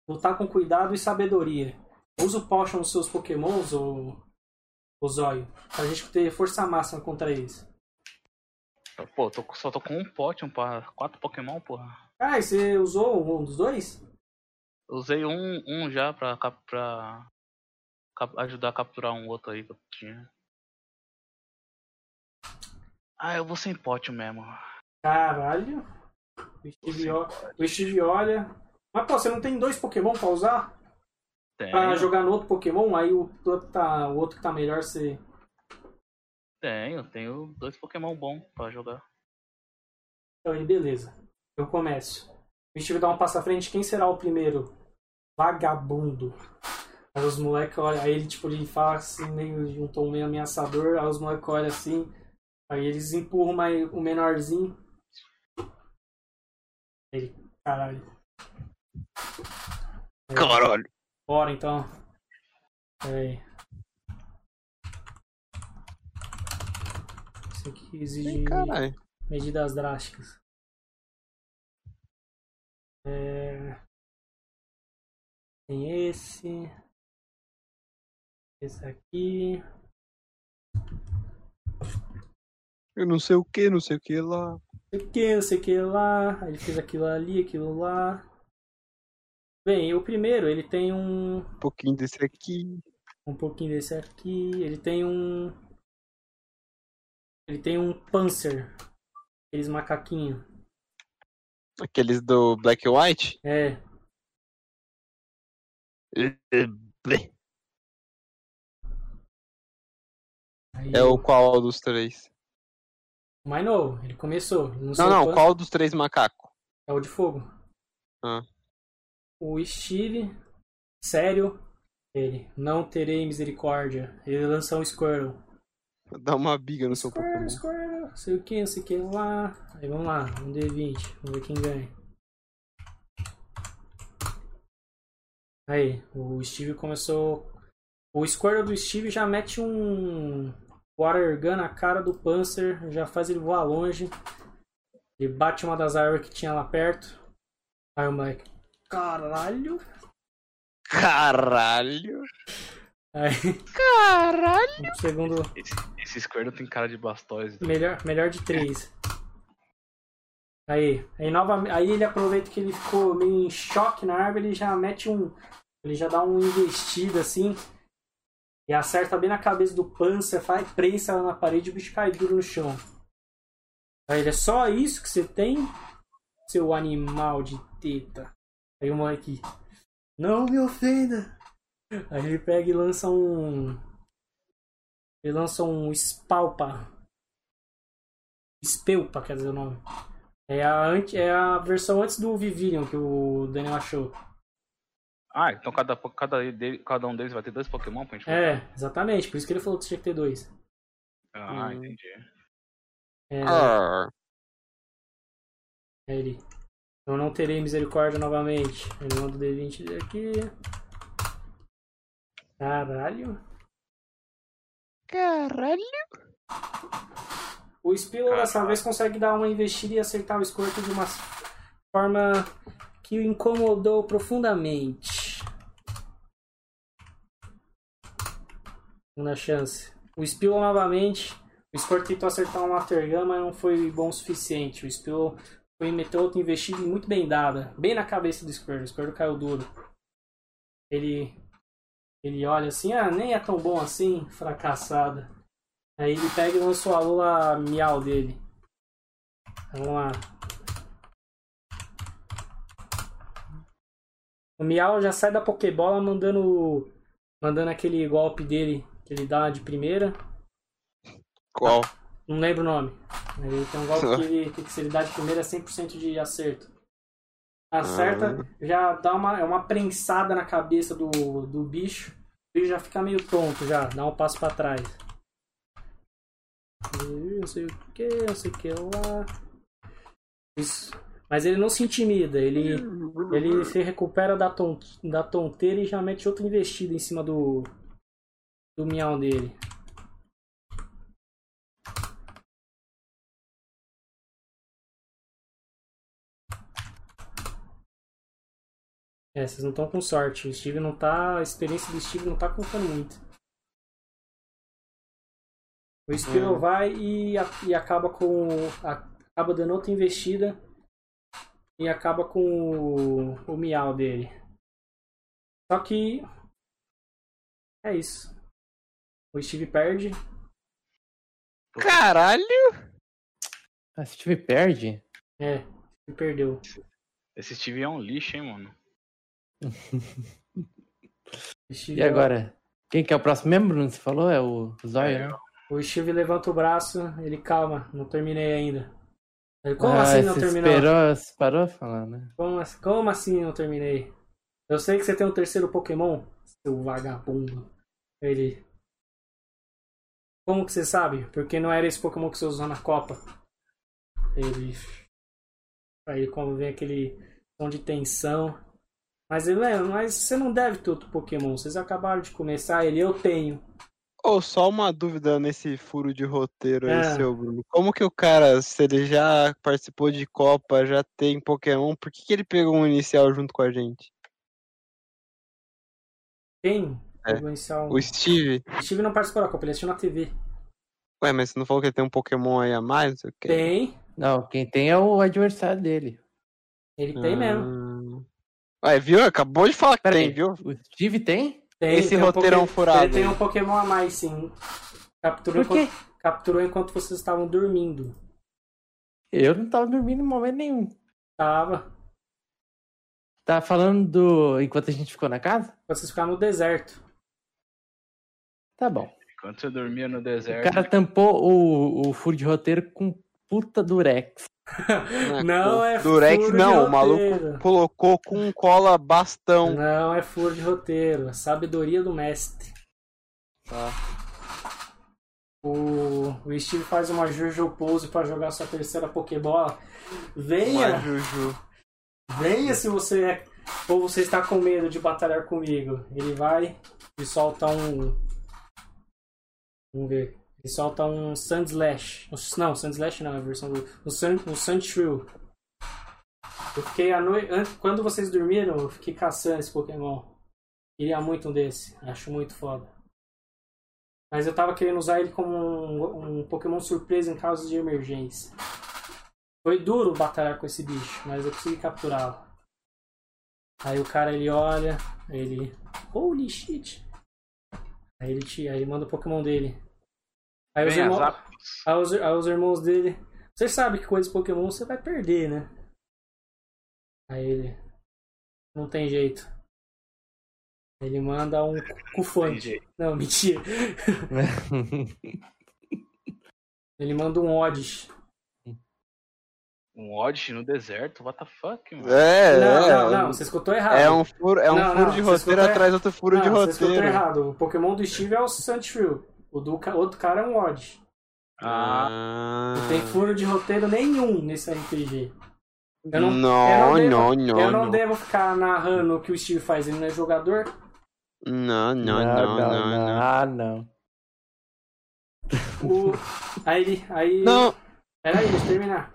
Speaker 1: lutar com cuidado e sabedoria. Usa o Potion nos seus pokémons, ou o Zóio, pra gente ter força máxima contra eles.
Speaker 3: Pô, tô, só tô com um pote, um pra quatro Pokémon, porra.
Speaker 1: Ah, e você usou um dos dois?
Speaker 3: Eu Usei um, um já pra, cap- pra cap- ajudar a capturar um outro aí que eu tinha. Ah, eu vou sem pote mesmo.
Speaker 1: Caralho. O Steve, o- o Steve olha... Mas, pô, você não tem dois pokémon pra usar?
Speaker 3: Tenho,
Speaker 1: Pra jogar no outro pokémon? Aí o, tá, o outro que tá melhor você...
Speaker 3: tenho, tenho dois Pokémon bons pra jogar.
Speaker 1: Então, aí, beleza. Eu começo. O Steve dá um passo à frente. Quem será o primeiro? Vagabundo. Aí os moleques olham. Aí ele, tipo, ele fala assim, meio de um tom meio ameaçador. Aí os moleques olham assim. Aí eles empurram mais, o menorzinho. Ele, caralho. É,
Speaker 2: Caralho.
Speaker 1: Bora então. Pera aí. Isso aqui exige.
Speaker 2: Caralho.
Speaker 1: Medidas drásticas. É... Tem esse. Esse aqui.
Speaker 2: Eu não sei o que, não sei o que lá.
Speaker 1: Não sei o que, não sei o que lá. Aí Ele fez aquilo ali, aquilo lá. Bem, o primeiro, ele tem um.
Speaker 2: Um pouquinho desse aqui.
Speaker 1: Um pouquinho desse aqui. Ele tem um. Ele tem um Panzer. Aqueles macaquinhos.
Speaker 2: Aqueles do Black and White.
Speaker 1: É,
Speaker 2: É
Speaker 1: aí
Speaker 2: É o qual dos três?
Speaker 1: mais novo. Ele começou. Não, sei
Speaker 2: Não, não,
Speaker 1: quanto-
Speaker 2: qual dos três macaco?
Speaker 1: É o de fogo.
Speaker 2: Ah.
Speaker 1: O Steve, sério, ele, não terei misericórdia. Ele lança um Squirrel.
Speaker 2: Dá uma biga no seu
Speaker 1: Squirrel,
Speaker 2: Pokémon.
Speaker 1: Squirrel, sei o que, não sei o que lá. Aí vamos lá, um D20, vamos ver quem ganha. Aí, o Steve começou. O Squirrel do Steve já mete um Water Gun na cara do Panzer, já faz ele voar longe. Ele bate uma das árvores que tinha lá perto. Aí o moleque, caralho!
Speaker 2: Caralho.
Speaker 1: Aí,
Speaker 2: Caralho.
Speaker 1: o um segundo,
Speaker 3: Esse, esse Squirtle tem cara de Blastoise. então.
Speaker 1: Melhor, melhor de três. Aí, aí, nova, aí ele aproveita que ele ficou meio em choque na árvore, ele já mete um. Ele já dá um investido assim. E acerta bem na cabeça do Panzer, faz prensa ela na parede e o bicho cai duro no chão. Aí ele é só isso que você tem, seu animal de teta. Aí o moleque. Não me ofenda! Aí ele pega e lança um. Ele lança um Spalpa. Spelpa, quer dizer o nome. É a, anti, é a versão antes do Vivirion que o Daniel achou.
Speaker 3: Ah, então cada, po- cada, dele- cada um deles vai ter dois Pokémon pra gente
Speaker 1: É, exatamente. Por isso que ele falou que tinha que ter dois.
Speaker 3: Ah,
Speaker 2: Hum. Ah.
Speaker 3: entendi.
Speaker 1: É,
Speaker 2: Arr.
Speaker 1: é ele Eu não terei misericórdia novamente. Ele manda o D20 dele aqui. Caralho.
Speaker 2: Caralho.
Speaker 1: O Spiller dessa vez consegue dar uma investida e acertar o escorto de uma forma que o incomodou profundamente. Segunda chance. O Spiller novamente. O escorto tentou acertar um aftergun, mas não foi bom o suficiente. O Spiller foi meteu outra investida e muito bem dada. Bem na cabeça do Squirrel. O Squirrel caiu duro. Ele. Ele olha assim, ah, nem é tão bom assim, fracassada. Aí ele pega e lança a lula miau dele. Vamos lá. O miau já sai da Pokébola mandando. Mandando aquele golpe dele que ele dá de primeira.
Speaker 2: Qual?
Speaker 1: Não lembro o nome. Ele tem um golpe que, ele, que se ele dá de primeira é 100% de acerto. Acerta, já dá uma, é uma prensada na cabeça do, do bicho. Ele já fica meio tonto já, dá um passo pra trás. E Não sei o que, não sei o que lá. Isso. Mas ele não se intimida, ele, ele se recupera da, ton, da tonteira e já mete outra investida em cima do, do miau dele. É, vocês não estão com sorte. O Steve não tá. A experiência do Steve não tá contando muito. O Spiro vai e, a- e acaba com. a- acaba dando outra investida. E acaba com o, o miau dele. Só que. É isso. O Steve perde.
Speaker 2: Caralho.
Speaker 4: Ah, se tiver perde,
Speaker 1: É, o Steve perdeu.
Speaker 3: Esse Steve é um lixo, hein, mano.
Speaker 1: O Steve,
Speaker 4: e agora? Quem que é o próximo membro, Bruno? Você falou? É o Zóio, né?
Speaker 1: O Steve levanta o braço, ele calma, não terminei ainda. Ele, Como
Speaker 4: Ah,
Speaker 1: assim não
Speaker 4: você
Speaker 1: terminou?
Speaker 4: Esperou, você parou a falar, né?
Speaker 1: Como, ass- como assim eu terminei? Eu sei que você tem um terceiro Pokémon, seu vagabundo. Ele. Como que você sabe? Porque não era esse Pokémon que você usou na Copa. Ele. Aí como vem aquele tom de tensão. Mas ele é, mas você não deve ter outro Pokémon. Vocês acabaram de começar ele, eu tenho.
Speaker 2: Ou só uma dúvida nesse furo de roteiro aí,
Speaker 1: É.
Speaker 2: seu Bruno. Como que o cara, se ele já participou de Copa, já tem Pokémon, por que, que ele pegou um inicial junto com a gente?
Speaker 1: Tenho.
Speaker 2: É.
Speaker 1: Eu vou iniciar um-
Speaker 2: O Steve?
Speaker 1: O Steve não participou da Copa, ele assistiu na TV.
Speaker 2: Ué, mas você não falou que ele tem um Pokémon aí a mais? Não sei o quê.
Speaker 1: Tem.
Speaker 4: Não, quem tem é o adversário dele.
Speaker 1: Ele tem mesmo.
Speaker 2: Ah. Ué, viu? Acabou de falar que
Speaker 4: Pera
Speaker 2: tem,
Speaker 4: aí.
Speaker 2: viu?
Speaker 4: O Steve tem?
Speaker 1: Tem,
Speaker 2: Esse
Speaker 1: tem
Speaker 2: roteiro é um
Speaker 1: Poké-
Speaker 2: furado
Speaker 1: Ele tem
Speaker 2: aí.
Speaker 1: um Pokémon a mais, sim. Capturou,
Speaker 4: Por quê?
Speaker 1: enquanto, capturou enquanto vocês estavam dormindo.
Speaker 4: Eu não tava dormindo em momento nenhum.
Speaker 1: Tava.
Speaker 4: Tava falando do. enquanto a gente ficou na casa?
Speaker 1: Vocês ficaram no deserto.
Speaker 4: Tá bom.
Speaker 3: Enquanto você dormia no
Speaker 4: O
Speaker 3: deserto.
Speaker 4: cara tampou o, o furo de roteiro com puta durex.
Speaker 1: Não é
Speaker 2: Durex
Speaker 1: furo de
Speaker 2: Ah, não, o
Speaker 1: roteiro.
Speaker 2: maluco colocou com cola bastão.
Speaker 1: Não é furo de roteiro. É sabedoria do mestre.
Speaker 2: Tá.
Speaker 1: O, o Steve faz uma Jojo Pose pra jogar sua terceira Pokébola. Venha,
Speaker 2: Mas, Juju.
Speaker 1: venha se você é. Ou você está com medo de batalhar comigo. Ele vai e solta um. Vamos ver. Ele solta um Sand Slash. Não, Sand Slash não, é a versão do. O Sand, o Sand Shrew. Eu fiquei a noite. antes- Quando vocês dormiram, eu fiquei caçando esse Pokémon. Queria muito um desse. Acho muito foda. Mas eu tava querendo usar ele como um, um Pokémon surpresa em caso de emergência. Foi duro batalhar com esse bicho, mas eu consegui capturá-lo. Aí o cara ele olha, ele. Holy shit! Aí ele, te, aí ele manda o Pokémon dele. Aí os,
Speaker 3: Venha,
Speaker 1: irmão,
Speaker 3: Zapdos.
Speaker 1: aí os, aí os irmãos dele. Você sabe que com esse Pokémon você vai perder, né? Aí ele. Não tem jeito. Ele manda um
Speaker 3: Tem
Speaker 1: cufante.
Speaker 3: jeito.
Speaker 1: Não, mentira. Ele manda um Oddish.
Speaker 3: Um Odyssey no deserto? What the fuck, mano?
Speaker 2: É,
Speaker 1: não,
Speaker 2: é.
Speaker 1: não, não, você escutou errado.
Speaker 2: É um furo, é um
Speaker 1: Não,
Speaker 2: furo
Speaker 1: não, você
Speaker 2: de roteiro
Speaker 1: escutou erra-
Speaker 2: atrás de outro furo
Speaker 1: não,
Speaker 2: de
Speaker 1: Você escutou
Speaker 2: roteiro.
Speaker 1: errado. O Pokémon do Steve é o Suntrill. O do ca- outro cara é um Oddish.
Speaker 3: Ah,
Speaker 1: Não tem furo de roteiro nenhum nesse RPG. Eu não,
Speaker 2: não,
Speaker 1: eu
Speaker 2: não,
Speaker 1: não
Speaker 2: não,
Speaker 1: eu não,
Speaker 2: não.
Speaker 1: devo ficar narrando o que o Steve faz, ele não é jogador.
Speaker 2: Não, não, não, não,
Speaker 4: Ah, não.
Speaker 1: O... Aí ele. Aí...
Speaker 2: não.
Speaker 1: Peraí, deixa eu terminar.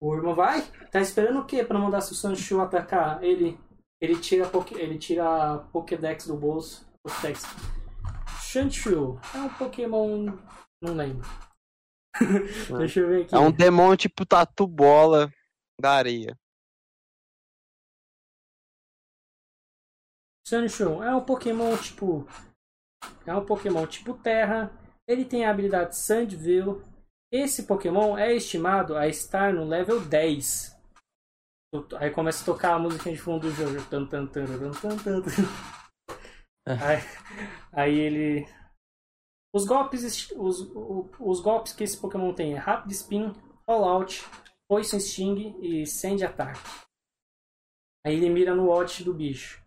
Speaker 1: O irmão vai? Tá esperando o quê pra mandar se o Sancho atacar? Ele. Ele tira a, Poké- ele tira a Pokédex do bolso. Pokédex. Shanchu é um Pokémon. Não lembro. Deixa eu ver aqui.
Speaker 2: É um demônio tipo tatu bola da areia.
Speaker 1: Sunshun é um Pokémon tipo. É um Pokémon tipo Terra. Ele tem a habilidade Sandville. Esse Pokémon é estimado a estar no level 10. Eu- Aí começa a tocar a música de fundo do jogo. Tan, tan, tan, tan, tan, tan, tan. Aí, aí ele. Os golpes, esti- os, o- os golpes que esse Pokémon tem é Rápido Spin, All Out, Poison Sting e Sand Attack. Aí ele mira no Watch do bicho.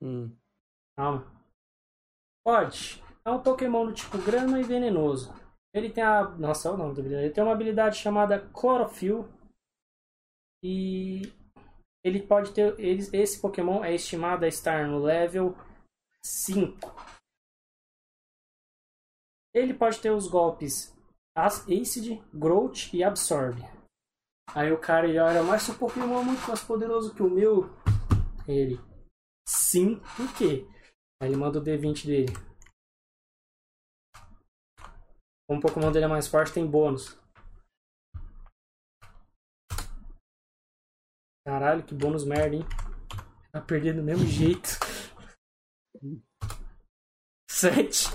Speaker 4: Hum.
Speaker 1: Calma. Pode. É um Pokémon do tipo grama e venenoso. Ele tem a. Nossa, olha o nome da habilidade. Ele tem uma habilidade chamada Clorofil. E. Ele pode ter. ele- esse Pokémon é estimado a estar no level 5. Ele pode ter os golpes Ac- Acid, Growth e Absorb. Aí o cara ele olha, mas seu Pokémon é muito mais poderoso que o meu. Ele. Sim, por quê? Aí ele manda o D20 dele. Como o Pokémon dele é mais forte, tem bônus. Caralho, que bônus merda, hein? Tá perdendo do mesmo jeito. 7.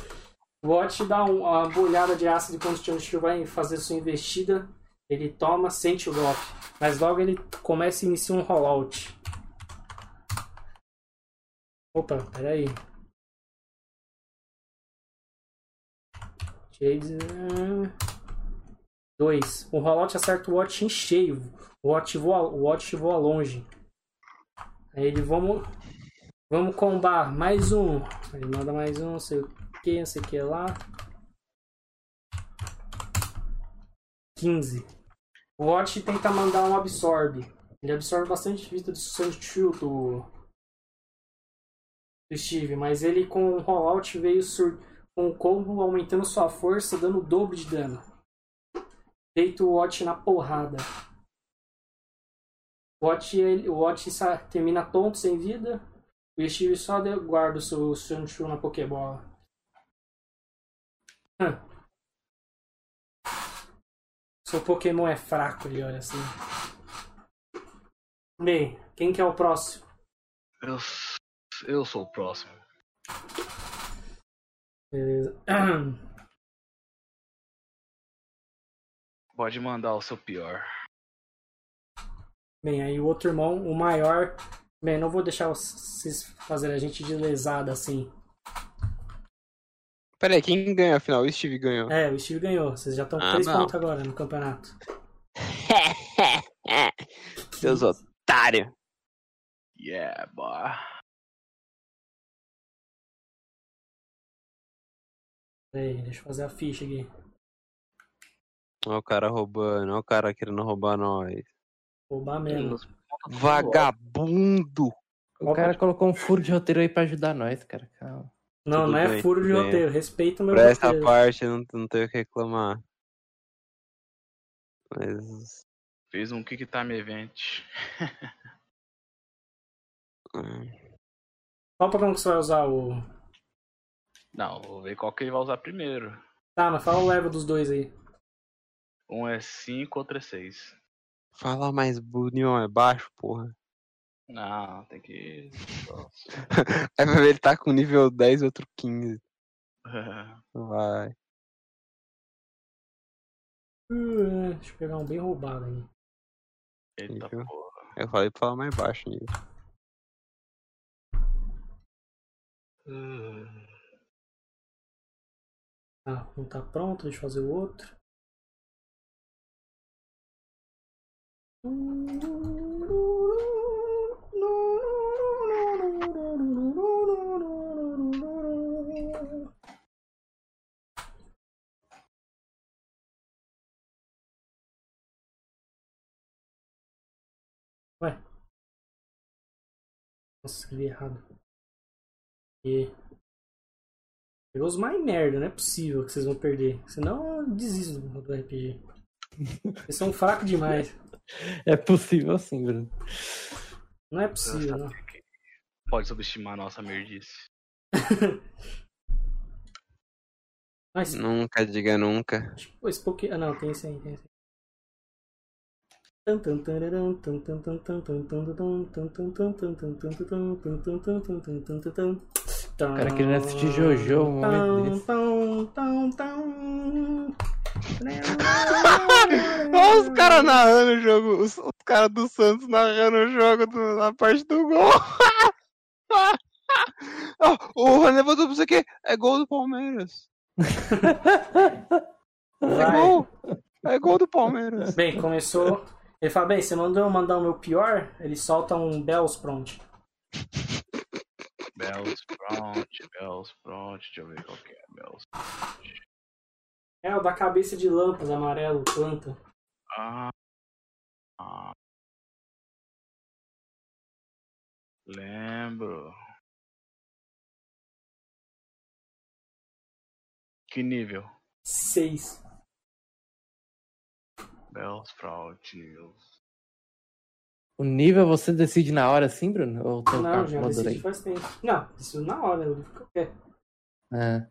Speaker 1: Watch dá um- uma bolhada de ácido quando o Chanchu vai fazer sua investida. Ele toma, sente o golpe. Mas logo ele começa e inicia um rollout. Opa, peraí. Tirei 2. ah. O rollout acerta o Watch em cheio. O Watch voa, o Watch voa longe. Aí ele, vamos. Vamos combar. Mais um. Ele manda mais um, não sei o que, não sei o que lá. 15. O Watch tenta mandar um absorbe. Ele absorve bastante vida do Sanchu, do do Steve, mas ele com o rollout veio sur- com o combo aumentando sua força, dando o dobro de dano. Deita o Watch na porrada. O Watch, ele- o Watch sa- termina tonto, sem vida. O Steve só de- guarda o seu Shanchu na Pokébola. Hã. Seu Pokémon é fraco, ele olha assim. Bem, quem que é o próximo?
Speaker 3: Eu, s- eu sou o próximo.
Speaker 1: Beleza.
Speaker 3: Pode mandar o seu pior.
Speaker 1: Bem, aí o outro irmão, o maior. Bem, não vou deixar vocês fazerem a gente de lesada assim.
Speaker 2: Pera aí, quem ganhou afinal? O Steve ganhou.
Speaker 1: É, o Steve ganhou. Vocês já estão com
Speaker 2: Ah,
Speaker 1: 3
Speaker 2: não.
Speaker 1: pontos agora no campeonato.
Speaker 2: Seus otários.
Speaker 3: Yeah, boy.
Speaker 1: Peraí, deixa eu fazer a ficha aqui.
Speaker 2: Olha o cara roubando, olha o cara querendo roubar nós.
Speaker 1: Roubar mesmo.
Speaker 2: Vagabundo!
Speaker 4: O cara colocou um furo de roteiro aí pra ajudar nós, cara. Calma.
Speaker 1: Não,
Speaker 2: tudo
Speaker 1: não é
Speaker 2: bem,
Speaker 1: furo de
Speaker 2: tudo bem.
Speaker 1: roteiro. Respeita o meu
Speaker 2: Pra essa
Speaker 1: roteiro.
Speaker 2: parte eu não, não tenho o que reclamar. Mas.
Speaker 3: Fez um Kick Time Event.
Speaker 2: ah,
Speaker 1: Qual Pokémon que você vai usar o.
Speaker 3: Não, vou ver qual que ele vai usar primeiro.
Speaker 1: Tá, mas fala o level dos dois aí.
Speaker 3: Um é 5, outro é 6.
Speaker 2: Fala mais bonito, é baixo, porra.
Speaker 3: Não, tem que.
Speaker 2: É pra ver ele tá com nível 10 e outro 15. Vai.
Speaker 1: Uh, Deixa eu pegar um bem roubado aí.
Speaker 3: Eita
Speaker 2: Viu?
Speaker 3: porra.
Speaker 2: Eu falei pra falar mais baixo, né?
Speaker 1: Tá, Ah, um tá pronto, deixa eu fazer o outro. Ué. Nossa, escrevi errado. E... Pegou os mais merda, não é possível que vocês vão perder. Senão eu desisto do RPG. Vocês são fracos demais.
Speaker 4: É possível sim, Bruno.
Speaker 1: Não é possível, não.
Speaker 3: Pode subestimar a nossa merdice.
Speaker 1: Mas,
Speaker 2: Nunca diga nunca.
Speaker 1: pô, esse pouco. Ah, não, tem isso aí, tem isso aí. Tan, tan, tararam, tan, tan, tan, tan, tan, tan, tan, tan, tan, tan, tan, tan, tan, tan, tan, tan, tan, tan, tan, tan, tan, tan.
Speaker 4: O cara querendo assistir Jojo, um momento desse.
Speaker 1: Tão, tão, tão, tão.
Speaker 2: Olha os caras narrando o jogo. Os, os caras do Santos narrando o jogo do- na parte do gol. Ó, o René voltou pra você aqui. É gol do Palmeiras. É
Speaker 1: Vai.
Speaker 2: gol. É gol do Palmeiras.
Speaker 1: Bem, começou. Ele fala, bem, você mandou eu mandar o meu pior? Ele solta um Bellspront.
Speaker 3: Bells Front, Bells Front, deixa eu ver qual que é. Bells.
Speaker 1: É, o da cabeça de lâmpadas amarelo, planta.
Speaker 3: Ah. ah. Lembro. Que nível?
Speaker 1: Seis.
Speaker 3: Bells Front, News.
Speaker 4: O nível você decide na hora assim, Bruno? Ou tem um
Speaker 1: Não, já
Speaker 4: calculador
Speaker 1: decidi
Speaker 4: aí?
Speaker 1: faz tempo. Não, isso na hora, eu fico é, quieto.
Speaker 4: Ah,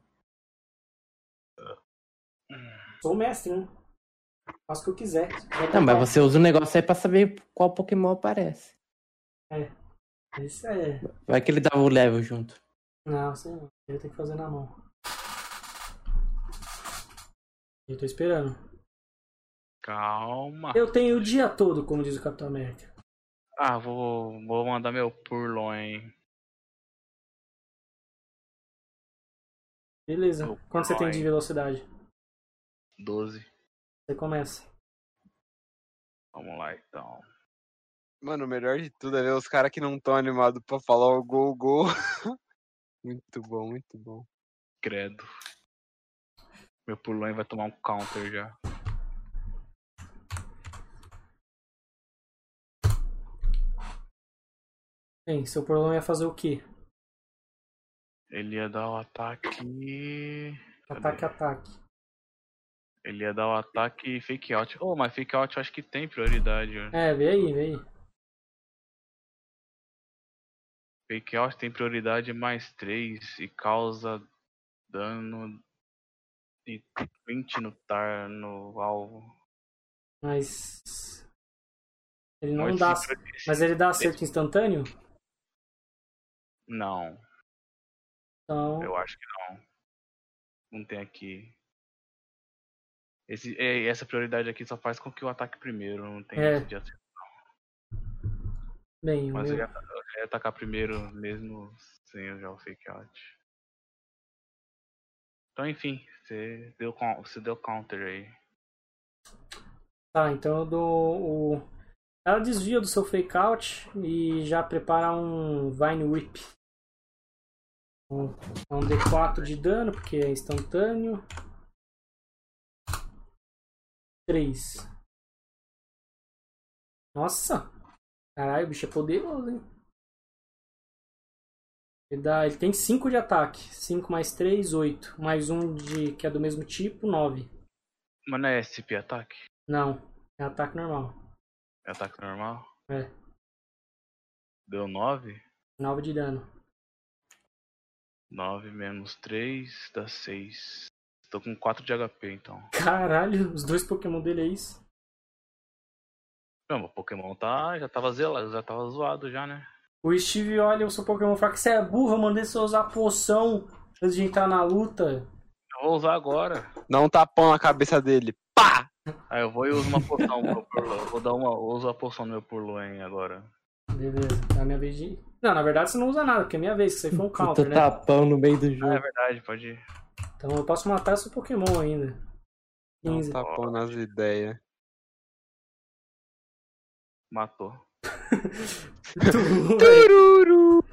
Speaker 1: Sou o mestre, né? Faço o que eu quiser.
Speaker 4: Não, mas você usa o negócio aí pra saber qual Pokémon aparece.
Speaker 1: Isso é.
Speaker 4: Vai que ele dá o level junto.
Speaker 1: Não, sei não. Eu tenho que fazer na mão. Eu tô esperando.
Speaker 3: Calma.
Speaker 1: Eu tenho o dia todo, como diz o Capitão América.
Speaker 3: Ah, vou, vou mandar meu purloin.
Speaker 1: Beleza.
Speaker 3: Eu-
Speaker 1: Quanto você tem de
Speaker 3: Ai.
Speaker 1: velocidade?
Speaker 3: 12.
Speaker 1: Você começa.
Speaker 3: Vamos lá então.
Speaker 2: Mano, o melhor de tudo é ver os caras que não estão animados pra falar o gol, gol. muito bom, muito bom.
Speaker 3: Credo. Meu purloin vai tomar um counter já.
Speaker 1: Bem, seu problema é fazer o quê?
Speaker 3: Ele ia dar o ataque.
Speaker 1: Ataque, ataque.
Speaker 3: Ele ia dar o ataque e fake out. Oh, mas fake out eu acho que tem prioridade. né?
Speaker 1: É, vê aí, vê aí.
Speaker 3: Fake out tem prioridade mais 3 e causa dano de 20 no tar no alvo.
Speaker 1: Mas. Ele não
Speaker 3: Pode
Speaker 1: dá.
Speaker 3: ser pra-
Speaker 1: Mas é- ele dá acerto instantâneo?
Speaker 3: Não,
Speaker 1: Então.
Speaker 3: eu acho que não. Não tem aqui. Esse, é, essa prioridade aqui só faz com que o ataque primeiro, não tem
Speaker 1: É.
Speaker 3: isso de acerto.
Speaker 1: Bem, o
Speaker 3: Mas eu ia,
Speaker 1: meu,
Speaker 3: eu ia atacar primeiro mesmo sem usar o fake out. Então enfim, você deu, coun- você deu counter aí.
Speaker 1: tá, então eu dou o. Ela desvia do seu fake out e já prepara um Vine Whip. Um, é um D4 de dano, porque é instantâneo. 3. Nossa! Caralho, o bicho é poderoso, hein? Ele, dá, ele tem 5 de ataque. 5 mais 3, 8. Mais um de que é do mesmo tipo, 9.
Speaker 3: Mas não é SP ataque?
Speaker 1: Não, é ataque normal.
Speaker 3: É ataque normal?
Speaker 1: É.
Speaker 3: Deu 9?
Speaker 1: 9 de dano.
Speaker 3: 9 menos 3 dá 6. Tô com 4 de HP então.
Speaker 1: Caralho, os dois Pokémon dele é isso?
Speaker 3: Não, meu Pokémon tá. já tava zelado, já tava zoado já, né?
Speaker 1: O Steve olha o seu Pokémon e fala que você é burro, eu mandei você usar poção antes de entrar na luta.
Speaker 3: Eu vou usar agora.
Speaker 2: Dá um tapão na cabeça dele. Pá!
Speaker 3: Aí eu vou e uso uma poção pro Purloin. Eu Vou dar uma. eu uso a poção no meu Purloin agora.
Speaker 1: Beleza, é a minha vez de ir. Não, na verdade você não usa nada, porque é minha vez, que você foi um
Speaker 4: Puta tá.
Speaker 1: counter, né?
Speaker 4: tapão no meio do
Speaker 3: Ah, é
Speaker 4: jogo.
Speaker 3: verdade, pode ir.
Speaker 1: Então eu posso matar seu Pokémon ainda.
Speaker 2: Dá um
Speaker 1: 15.
Speaker 2: tapão nas ideias.
Speaker 3: Matou.
Speaker 2: Tururu!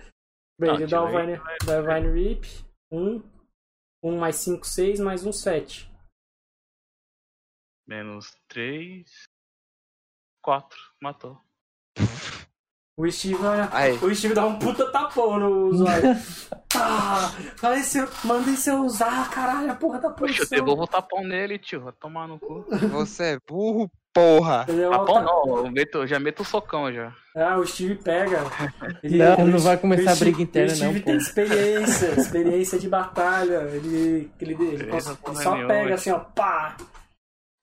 Speaker 1: Bem,
Speaker 3: Não,
Speaker 1: ele dá o
Speaker 3: tira aí.
Speaker 1: Vine, dá o Vine Rip. 1. 1 mais 5, 6, mais 1, 7.
Speaker 3: Menos 3. 4. Matou.
Speaker 1: O Steve,
Speaker 2: Aí.
Speaker 1: o Steve dá um puta tapão no usuário. Tá! Falei, seu, mandei você usar, caralho, a porra da
Speaker 3: Poxa, eu
Speaker 1: posição.
Speaker 3: devolvo o tapão nele, tio. Vai tomar no cu.
Speaker 2: Você é burro, porra.
Speaker 1: Ele é o
Speaker 3: Tapão
Speaker 1: alta-
Speaker 3: Ah, não, eu meto- eu já meto o socão já.
Speaker 1: Ah, o Steve pega.
Speaker 4: Não,
Speaker 1: o
Speaker 4: não vai
Speaker 1: Steve- o
Speaker 4: começar a
Speaker 1: Steve-
Speaker 4: briga interna,
Speaker 1: O Steve
Speaker 4: não,
Speaker 1: tem
Speaker 4: pô.
Speaker 1: experiência, experiência de batalha. Ele, ele, ele,
Speaker 3: Beleza,
Speaker 1: cons- ele
Speaker 3: porra
Speaker 1: só
Speaker 3: nenhuma,
Speaker 1: pega
Speaker 3: tio.
Speaker 1: assim, ó, pá!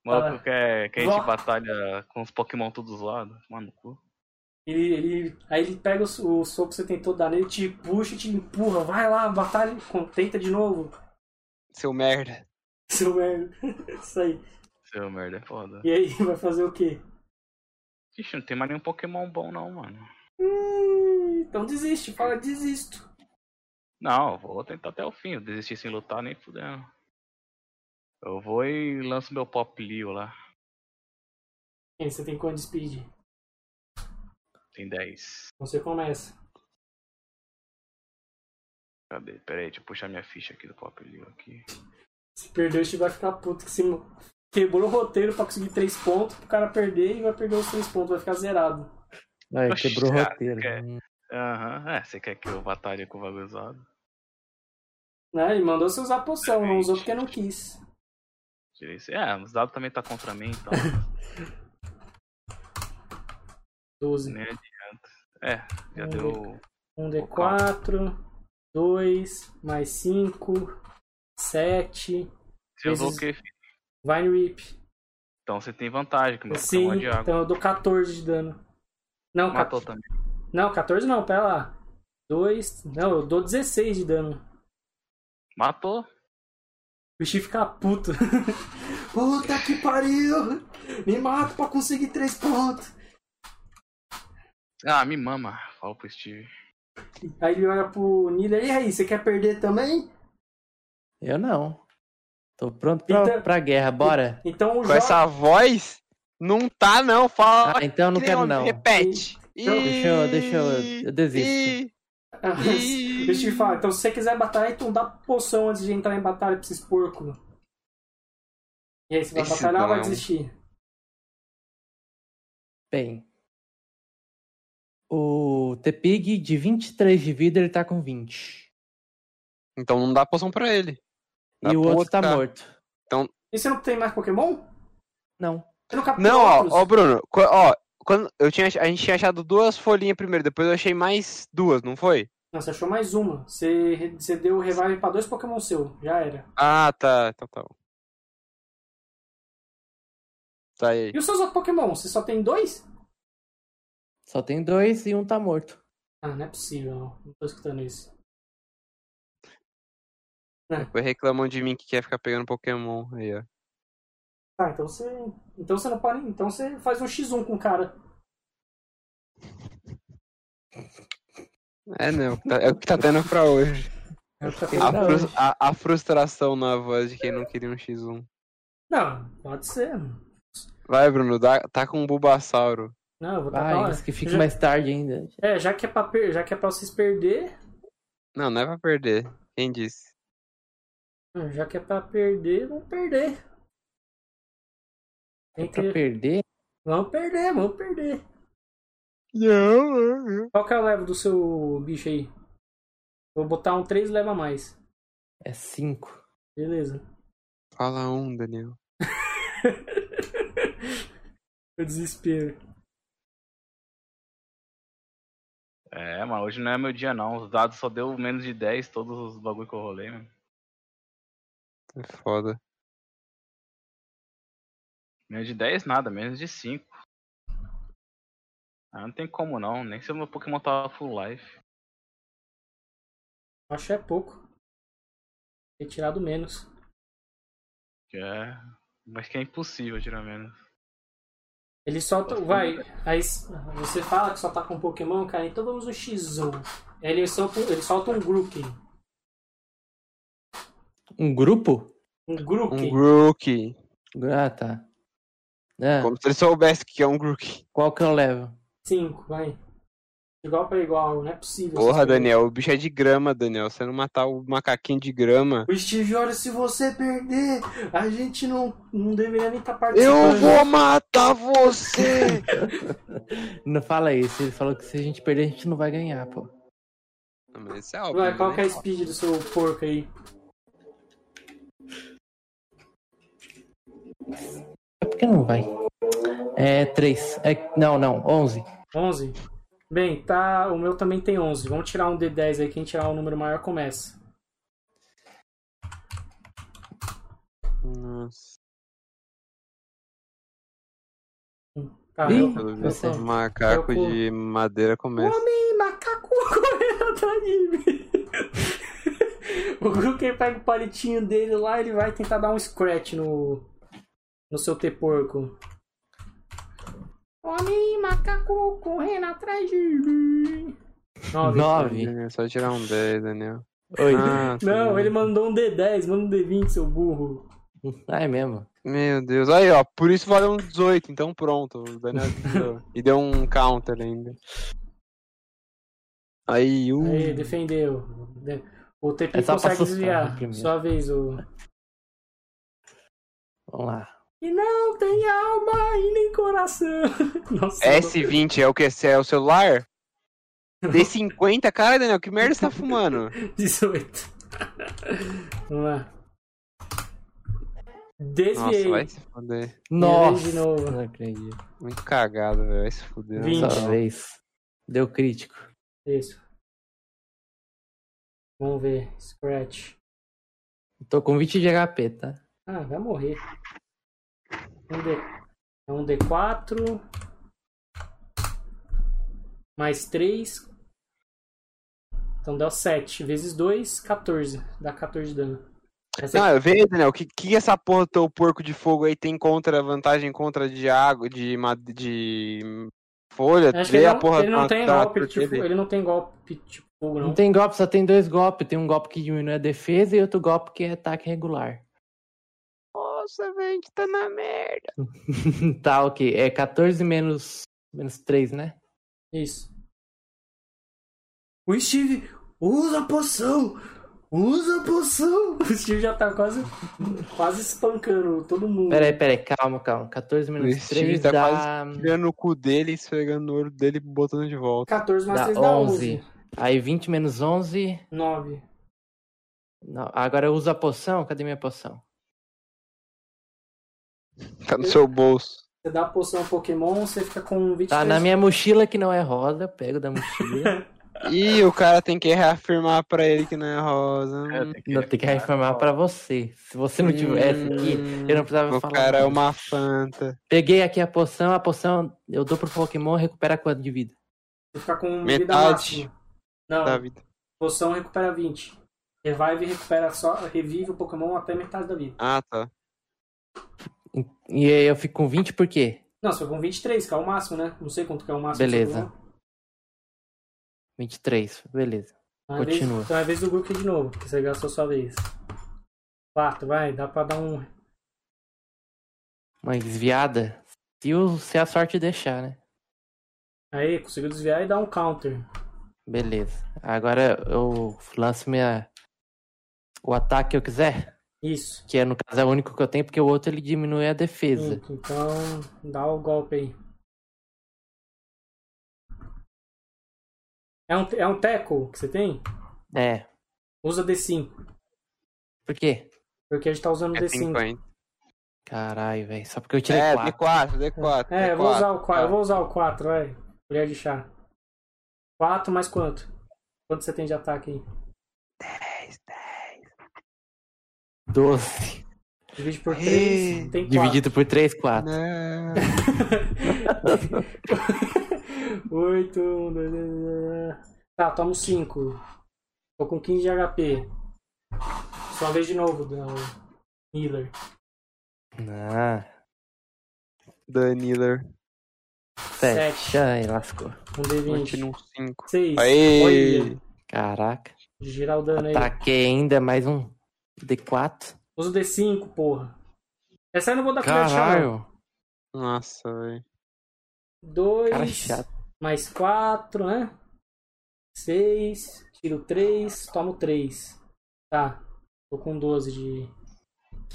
Speaker 3: O maluco quer, quer
Speaker 1: Vó.
Speaker 3: encher batalha com os Pokémon todos lá. Mano, cu.
Speaker 1: Ele, ele, aí ele pega o, so- o soco que você tentou dar nele, te puxa e te empurra. Vai lá, batalha, contenta de novo.
Speaker 2: Seu merda.
Speaker 1: Seu merda. Isso aí.
Speaker 3: Seu merda, é foda.
Speaker 1: E aí, vai fazer o quê?
Speaker 3: Ixi, não tem mais nenhum Pokémon bom não, mano.
Speaker 1: Hum, então desiste, fala, desisto.
Speaker 3: Não, eu vou tentar até o fim. Eu desisti sem lutar nem fudendo. Eu vou e lanço meu Pop Leo lá.
Speaker 1: E aí, você tem quanto de speed? Então
Speaker 3: Tem 10.
Speaker 1: você começa.
Speaker 3: Cadê? Pera aí, deixa eu puxar minha ficha aqui do Pop Leo aqui.
Speaker 1: Se perder, o Steve vai ficar puto que se quebrou o roteiro pra conseguir 3 pontos, pro cara perder e vai perder os 3 pontos, vai ficar zerado.
Speaker 4: Vai,
Speaker 3: Oxi,
Speaker 4: quebrou o
Speaker 3: cara,
Speaker 4: roteiro.
Speaker 3: é.
Speaker 1: Uhum.
Speaker 3: Aham, é, você quer que eu batalhe com o bagulho usado?
Speaker 1: Né? E mandou você usar a poção, não usou porque não quis.
Speaker 3: Tirei esse- É, os dados também tá contra mim, então
Speaker 1: 12.
Speaker 3: nem adianta. É, já
Speaker 1: Vamos
Speaker 3: deu.
Speaker 1: 1 D4, 2, mais 5, 7,
Speaker 3: Se eu
Speaker 1: Vezes-
Speaker 3: dou o quê, filho?
Speaker 1: Vine Rip.
Speaker 3: Então você tem vantagem, que meu
Speaker 1: Sim,
Speaker 3: Pokémon é de água.
Speaker 1: então eu dou 14 de dano. Não,
Speaker 3: Matou
Speaker 1: 14.
Speaker 3: também.
Speaker 1: Não, 14 não, pera lá. 2. Não, eu dou 16 de dano.
Speaker 3: Matou?
Speaker 1: O Steve fica puto. Puta que pariu! Me mato pra conseguir três pontos.
Speaker 3: Ah, me mama. Fala pro Steve.
Speaker 1: Aí ele olha pro Niler, e aí, você quer perder também?
Speaker 4: Eu não. Tô pronto pra,
Speaker 1: Então-
Speaker 4: pra guerra, bora.
Speaker 1: Então o
Speaker 2: Com
Speaker 1: joga.
Speaker 2: essa voz, não tá não. Fala.
Speaker 4: Ah, então eu não quero não.
Speaker 2: Repete.
Speaker 4: Deixa eu, deixa eu, eu desisto.
Speaker 1: O Steve fala, então se você quiser batalhar, então dá poção antes de entrar em batalha pra esses porcos. E aí, você vai
Speaker 2: Esse
Speaker 1: batalhar ou vai
Speaker 2: não.
Speaker 1: desistir?
Speaker 4: Bem. O T-Pig de 23 de vida, ele tá com 20.
Speaker 2: Então não dá poção pra ele. Dá
Speaker 4: e o
Speaker 2: pro
Speaker 4: outro tá
Speaker 2: cara.
Speaker 4: morto.
Speaker 1: E você não tem mais Pokémon?
Speaker 4: Não.
Speaker 1: Você não capturou
Speaker 2: Não, ó,
Speaker 1: outros?
Speaker 2: ó, Bruno, qu- ó, quando eu tinha, ach- a gente tinha achado duas folhinhas primeiro, depois eu achei mais duas, não foi?
Speaker 1: Não, você achou mais uma. Você, você deu o revive pra dois Pokémon seu. Já era.
Speaker 2: Ah, tá, então tá. bom. Tá aí.
Speaker 1: E os seus outros Pokémon? Você só tem dois?
Speaker 4: Só tem dois e um tá morto.
Speaker 1: Ah, não é possível. Não, não tô escutando isso.
Speaker 2: Depois reclamam de mim que quer ficar pegando Pokémon aí, ó.
Speaker 1: Tá, então você. Então você não pode. Então você faz um X1 com o cara.
Speaker 2: É, né? o que tá- É o que tá tendo pra hoje. A,
Speaker 4: Pra
Speaker 2: frus- a- a frustração na voz de quem não queria um X1.
Speaker 1: Não, pode ser.
Speaker 2: Vai, Bruno, dá, tá com um Bulbasauro.
Speaker 1: Não, Tá eu vou tacar
Speaker 4: Vai,
Speaker 1: lá.
Speaker 4: isso que fique
Speaker 1: já,
Speaker 4: mais tarde ainda.
Speaker 1: É, já que é, pra per- já que é pra vocês perder.
Speaker 2: Não, não é pra perder. Quem disse?
Speaker 1: hum, Já que é pra perder, vamos perder. Tem
Speaker 4: É pra
Speaker 1: que-
Speaker 4: perder?
Speaker 1: Vamos perder, vamos perder.
Speaker 2: Não,
Speaker 1: Qual que é o level do seu bicho aí? Vou botar um 3 leva a mais.
Speaker 4: É cinco.
Speaker 1: Beleza.
Speaker 2: Fala um, Daniel.
Speaker 1: Eu desespero.
Speaker 3: É, mas hoje não é meu dia não. Os dados só deu menos de 10, todos os bagulho que eu rolei, mano.
Speaker 2: É foda.
Speaker 3: Menos de 10 nada, menos de 5. Ah, não tem como não. Nem se o meu Pokémon tava full life.
Speaker 1: Acho que é pouco. Ter tirado menos.
Speaker 3: Que é. Mas que é impossível tirar menos.
Speaker 1: Ele solta.
Speaker 3: Pode
Speaker 1: Vai. Aí s- você fala que só tá com Pokémon, cara, então vamos no X1. Aí Ele solta, ele solta um Grookey.
Speaker 4: Um grupo?
Speaker 1: Um Grookey.
Speaker 2: Um Grookey.
Speaker 4: Ah, tá. Ah,
Speaker 2: Como se ele soubesse que é um Grookey.
Speaker 4: qual que eu levo?
Speaker 1: 5, vai. Igual pra igual, não é possível.
Speaker 2: Porra,
Speaker 1: essas coisas.
Speaker 2: Daniel, o bicho é de grama, Daniel. Você não matar o macaquinho de grama.
Speaker 1: O Steve Jobs, se você perder, a gente não, não deveria nem estar
Speaker 2: Eu
Speaker 1: participando.
Speaker 2: vou matar você!
Speaker 4: Não fala isso. Ele falou que se a gente perder, a gente não vai ganhar, pô.
Speaker 2: Não, mas isso é óbvio,
Speaker 1: Vai, qual
Speaker 2: né?
Speaker 1: que é a speed do seu porco aí?
Speaker 4: É porque não vai. É 3. É, não, não. 11.
Speaker 1: 11? Bem, tá. O meu também tem 11. Vamos tirar um D10 aí. Quem tirar um número maior começa.
Speaker 2: Nossa,
Speaker 1: Tá,
Speaker 4: Ih,
Speaker 1: meu-
Speaker 2: pelo
Speaker 1: meu-
Speaker 2: visto,
Speaker 4: você.
Speaker 1: meu-
Speaker 2: macaco
Speaker 1: Eu-
Speaker 2: de madeira começa.
Speaker 1: Homem macaco correndo atrás de mim. O Grookey pega o palitinho dele lá ele vai tentar dar um scratch no. no seu T-porco. Homem macaco correndo atrás de mim. Nove.
Speaker 4: 9.
Speaker 2: É só tirar um 10, Daniel.
Speaker 4: 8.
Speaker 2: Ah,
Speaker 1: Não,
Speaker 2: sim.
Speaker 1: ele mandou um D10, manda um D20, seu burro.
Speaker 4: Ah, é mesmo.
Speaker 2: Meu Deus, aí ó, por isso valeu um 18, então pronto. O Daniel tirou. e deu um counter ainda. Aí, um.
Speaker 1: Aí, defendeu. De- O TP
Speaker 4: Uh. É só pra
Speaker 1: consegue
Speaker 4: assustar, né,
Speaker 1: desviar.
Speaker 4: primeiro.
Speaker 1: Sua vez, o.
Speaker 4: Vamos lá.
Speaker 1: E não tem alma e nem coração. Nossa,
Speaker 2: S20 é o que? É o celular? D50, cara, Daniel, que merda você tá fumando?
Speaker 1: 18. Vamos lá.
Speaker 2: Nossa,
Speaker 1: Desviei.
Speaker 2: vai se fuder.
Speaker 1: Minha
Speaker 4: Nossa.
Speaker 1: vez de novo.
Speaker 4: Não acredito.
Speaker 2: Muito cagado, velho. Vai se fuder. na
Speaker 1: Vinte.
Speaker 4: Dessa
Speaker 2: moral.
Speaker 4: vez. Deu crítico.
Speaker 1: Isso. Vamos ver. Scratch.
Speaker 4: Tô com 20 de HP, tá?
Speaker 1: Ah, vai morrer. Um D... É um D4. Mais 3. Então dá 7. Vezes 2, 14. Dá 14 de dano. Essa
Speaker 2: Não, eu vejo, Daniel, o que, que essa porra do teu porco de fogo aí tem contra, vantagem contra de água, de, ma- de folha?
Speaker 1: Acho que
Speaker 2: Vê
Speaker 1: ele
Speaker 2: a
Speaker 1: não,
Speaker 2: porra
Speaker 1: ele não
Speaker 2: da-
Speaker 1: tem
Speaker 2: da-
Speaker 1: golpe de
Speaker 2: dele.
Speaker 1: fogo. Ele não tem golpe de fogo,
Speaker 4: Não
Speaker 1: não.
Speaker 4: tem golpe, só tem dois golpes. Tem um golpe que diminui a defesa e outro golpe que é ataque regular.
Speaker 2: Nossa, velho, a gente tá na merda.
Speaker 4: tá, ok. É 14 menos, menos 3, né?
Speaker 1: Isso. O Steve usa a poção! Usa a poção! O Steve já tá quase, quase espancando todo mundo.
Speaker 4: Peraí, peraí, calma, calma. 14 menos
Speaker 2: Steve
Speaker 4: 3
Speaker 2: tá
Speaker 4: dá...
Speaker 2: Tirando o cu dele, esfregando o olho dele e botando de volta.
Speaker 1: 14 mais
Speaker 4: Dá
Speaker 1: 3 dá
Speaker 4: 11.
Speaker 1: 11.
Speaker 4: Aí 20 menos 11...
Speaker 1: 9.
Speaker 4: Não, agora eu uso a poção? Cadê minha poção?
Speaker 2: Tá no seu bolso.
Speaker 1: Você dá a poção ao Pokémon, você fica com 23.
Speaker 4: Tá na minha mochila que não é rosa. Eu pego da mochila.
Speaker 2: E o cara tem que reafirmar pra ele que não é rosa. Hum.
Speaker 4: não, tem que reafirmar pra você. Se você não tivesse aqui, eu não precisava
Speaker 2: Hum. O
Speaker 4: falar.
Speaker 2: cara é
Speaker 4: nada.
Speaker 2: uma fanta.
Speaker 4: Peguei aqui a poção. A poção eu dou pro Pokémon recupera quanto de vida?
Speaker 1: Você fica com vida
Speaker 2: Metade. Tá.
Speaker 1: máxima. Não,
Speaker 2: da vida.
Speaker 1: poção recupera 20. Revive recupera só. Revive o Pokémon até metade da vida.
Speaker 2: Ah, tá.
Speaker 4: E aí eu fico com 20 por quê?
Speaker 1: Não, você fica com 23, que é o máximo, né? Não sei quanto que é o máximo. do
Speaker 4: Beleza.
Speaker 1: Pokémon.
Speaker 4: 23, beleza.
Speaker 1: Então é vez-
Speaker 4: Continua.
Speaker 1: então é a vez do Grook de novo, que você gastou sua vez. 4, vai, dá pra dar um.
Speaker 4: Uma desviada. Se, o, se a sorte deixar, né?
Speaker 1: Aí, conseguiu desviar e dar um counter.
Speaker 4: Beleza. Agora eu lanço minha. O ataque que eu quiser.
Speaker 1: Isso.
Speaker 4: Que é, no caso é o único que eu tenho, porque o outro ele diminui a defesa.
Speaker 1: Cinco. Então, dá o golpe aí. É um, é um teco que você tem?
Speaker 2: Hum.
Speaker 4: É.
Speaker 1: Usa D5.
Speaker 4: Por quê?
Speaker 1: Porque a gente tá usando
Speaker 2: É
Speaker 1: D5.
Speaker 2: 50.
Speaker 4: Caralho, velho. Só porque eu tirei
Speaker 2: É,
Speaker 4: 4.
Speaker 2: D4, D4.
Speaker 1: É, eu vou usar o 4.
Speaker 2: tá.
Speaker 1: Eu vou usar o 4, vai. Colher de chá. 4 mais quanto? Quanto você tem de ataque aí?
Speaker 4: 12.
Speaker 1: Divide por
Speaker 2: Ih,
Speaker 1: 3. Tem 4.
Speaker 4: Dividido por 3, 4.
Speaker 2: Não.
Speaker 1: 8, 1, 2, 3. Tá, tomo 5. Tô com 15 de HP. Sua vez de novo, da Miller.
Speaker 4: Ah,
Speaker 2: Danilo.
Speaker 4: 7.
Speaker 1: Sete.
Speaker 4: Ai, lascou.
Speaker 1: Um D20.
Speaker 2: Continua um 5.
Speaker 1: 6.
Speaker 2: Aí.
Speaker 4: Caraca.
Speaker 1: Girar o dano aí.
Speaker 4: Ataquei ainda mais um D4.
Speaker 1: Usa o D5, porra. Essa aí eu não vou dar colher de chá, não.
Speaker 4: Caralho.
Speaker 2: Nossa, velho.
Speaker 4: Cara é
Speaker 1: 2
Speaker 4: chato.
Speaker 1: mais 4, né? 6, tiro 3, tomo 3. Tá. Tô com 12 de.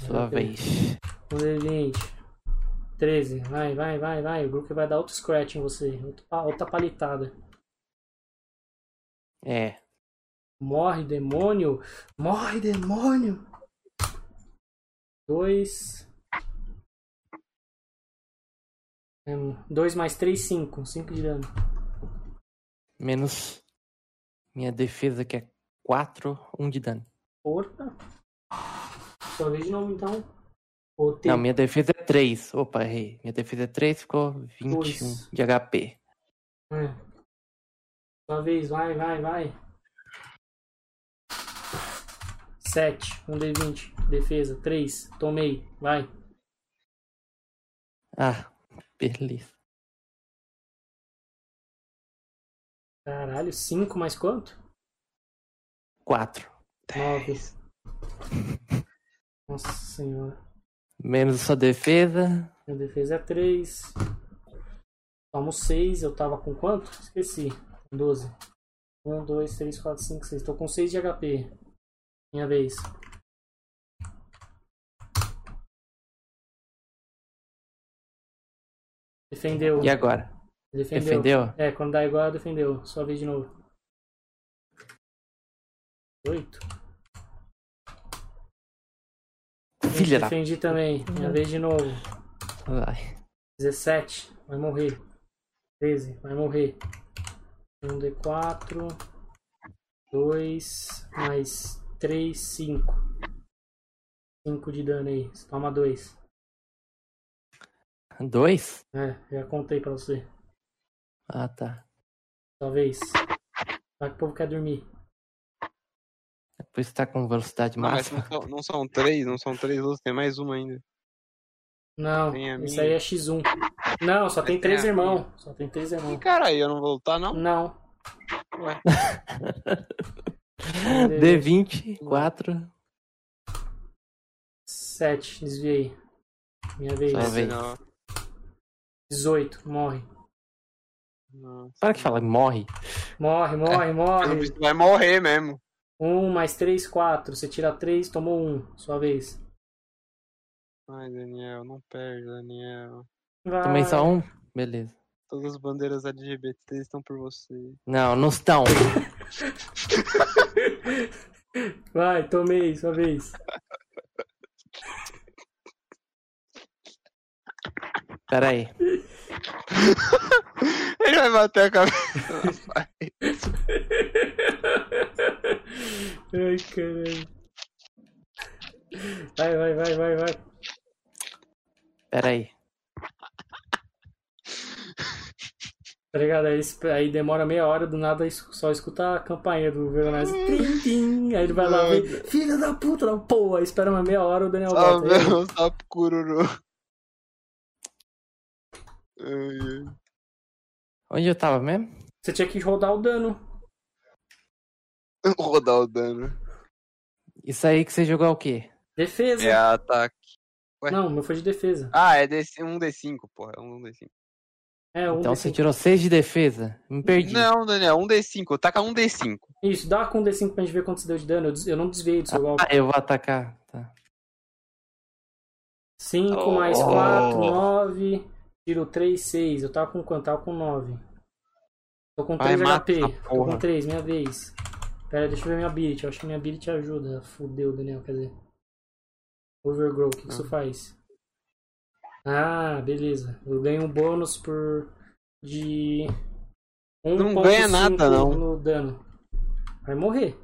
Speaker 4: Sua vez.
Speaker 1: 12, 20. 13. Vai, vai, vai, vai. O Brook vai dar outro scratch em você. Outro pa- outra palitada.
Speaker 4: É.
Speaker 1: Morre, demônio! Morre, demônio! Dois. Hum, Dois mais três, cinco. Cinco de dano.
Speaker 4: Menos minha defesa, que é 4, 1 de dano.
Speaker 1: Porra! Sua vez de novo, então. Ou tem
Speaker 4: Não, minha defesa é 3. Opa, errei. Minha defesa é 3, ficou 21
Speaker 1: Dois.
Speaker 4: de HP.
Speaker 1: É. Sua vez, vai, vai, vai. 7, 1 D20, um defesa, 3, tomei, vai.
Speaker 4: Ah, beleza.
Speaker 1: Caralho, 5 mais quanto?
Speaker 4: 4.
Speaker 1: 9. Nossa senhora.
Speaker 4: Menos sua defesa.
Speaker 1: Minha defesa é 3. Tomo 6. Eu tava com quanto? Esqueci. 12. 1, 2, 3, 4, 5, 6. Tô com 6 de HP. Minha vez. Defendeu.
Speaker 4: E agora?
Speaker 1: Defendeu.
Speaker 4: Defendeu?
Speaker 1: É, quando dá igual, defendeu. Sua vez de novo. 8.
Speaker 4: Filha da.
Speaker 1: Defendi também. Minha vez de novo.
Speaker 4: Vai.
Speaker 1: 17, vai morrer. 13, vai morrer. 1 D4. 2, mais 3, 5. 5 de dano aí. Você toma 2.
Speaker 4: 2?
Speaker 1: É, já contei pra você.
Speaker 4: Ah, tá.
Speaker 1: Talvez. Vai que o povo quer dormir.
Speaker 4: Por isso tá com velocidade
Speaker 2: Não, mas
Speaker 4: máxima.
Speaker 2: não são, não são três, não são três luzes, tem mais uma ainda.
Speaker 1: Não,
Speaker 2: Tem a
Speaker 1: isso
Speaker 2: minha.
Speaker 1: aí é X1. Não, só tem
Speaker 2: Mas tem
Speaker 1: 3
Speaker 2: a
Speaker 1: irmãos. Só tem 3
Speaker 2: E
Speaker 1: irmãos.
Speaker 2: cara, eu não vou lutar, não?
Speaker 1: Não.
Speaker 2: Ué. é
Speaker 4: D20, 4.
Speaker 1: 7, desviei. Minha vez.
Speaker 4: Sua vez.
Speaker 2: Não.
Speaker 1: 18, morre.
Speaker 2: Nossa.
Speaker 4: Para que fala, morre.
Speaker 1: Morre, morre,
Speaker 2: Pelo
Speaker 1: morre.
Speaker 2: visto vai morrer mesmo.
Speaker 1: 1 mais 3, 4. Você tira 3, tomou 1. Sua vez.
Speaker 2: Ai, Daniel, não perde, Daniel.
Speaker 1: Vai.
Speaker 4: Também só um? Beleza.
Speaker 2: Todas as bandeiras LGBT estão por você.
Speaker 4: Não, não estão.
Speaker 1: Vai, tomei, sua vez.
Speaker 4: Pera aí.
Speaker 2: Ele vai bater a cabeça.
Speaker 1: Ai, caralho. Vai, vai, vai, vai, vai.
Speaker 4: Pera aí.
Speaker 1: Tá ligado? Aí, esp- aí demora meia hora, do nada es- só escuta a campainha do Veronese.
Speaker 2: Hum.
Speaker 1: Tim, tim. Aí ele vai lá, vem, filha da puta, não, pô. Aí espera uma meia hora, o Daniel
Speaker 2: Só
Speaker 1: volta. Aí,
Speaker 2: meu sapo cururu. Ai, ai.
Speaker 4: Onde eu tava mesmo?
Speaker 1: Você tinha que rodar o dano.
Speaker 2: Rodar o dano.
Speaker 4: Isso aí que você jogou é o quê?
Speaker 1: Defesa.
Speaker 2: É ataque.
Speaker 4: É.
Speaker 2: ué.
Speaker 1: Não, o meu foi de defesa.
Speaker 2: Ah, é DC, um D5, porra. É um D5.
Speaker 1: É, um
Speaker 4: Então
Speaker 1: D5.
Speaker 4: você tirou 6 de defesa? Me perdi.
Speaker 2: Não, Daniel, um D5. Taca um D5.
Speaker 1: Isso, dá com o D5 pra gente ver quanto você deu de dano. Eu, des- eu não desviei do seu golpe.
Speaker 4: Ah, eu vou atacar. Tá.
Speaker 1: 5
Speaker 2: Oh.
Speaker 1: mais 4, 9. Tiro 3, 6. Eu tava com quanto? Tava com 9. Tô com
Speaker 2: Vai,
Speaker 1: 3 HP.
Speaker 2: mata essa
Speaker 1: Tô com
Speaker 2: porra.
Speaker 1: 3, minha vez. Pera, deixa eu ver minha ability. Eu acho que minha ability ajuda. Fudeu, Daniel, quer dizer. Overgrow, o que, que isso faz? Ah, beleza. Eu ganho um bônus por. de.
Speaker 2: Não
Speaker 1: 1.5
Speaker 2: ganha nada, não.
Speaker 1: No dano. Vai morrer.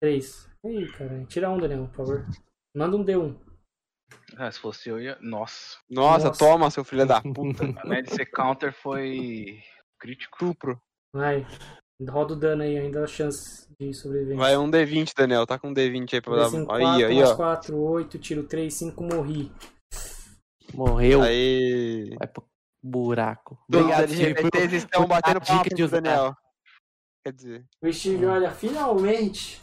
Speaker 1: 3. Ih, caralho. Tira um, Daniel, por favor. Manda um D1.
Speaker 3: Ah, se fosse eu ia. Nossa.
Speaker 2: Nossa,
Speaker 1: Nossa.
Speaker 2: toma, seu filho da puta.
Speaker 3: A média de ser counter foi. crítico.
Speaker 2: Tupro.
Speaker 1: Vai. Roda o dano aí, ainda há chance de sobreviver.
Speaker 2: Vai um D20, Daniel. Taca um D20 aí pra dar.
Speaker 1: 5, 4,
Speaker 2: Aí, aí,
Speaker 1: mais
Speaker 2: ó.
Speaker 1: 4, 8, tiro 3, 5, morri.
Speaker 4: Morreu.
Speaker 2: Aí.
Speaker 4: Vai pro buraco.
Speaker 2: Todos
Speaker 4: Obrigado,
Speaker 2: os
Speaker 4: Steve, por-
Speaker 2: LGBTs estão
Speaker 4: por dar
Speaker 2: batendo
Speaker 4: dica
Speaker 2: palma
Speaker 4: de
Speaker 2: pro
Speaker 4: usar.
Speaker 2: Daniel. Quer dizer,
Speaker 1: O Steve, olha, finalmente,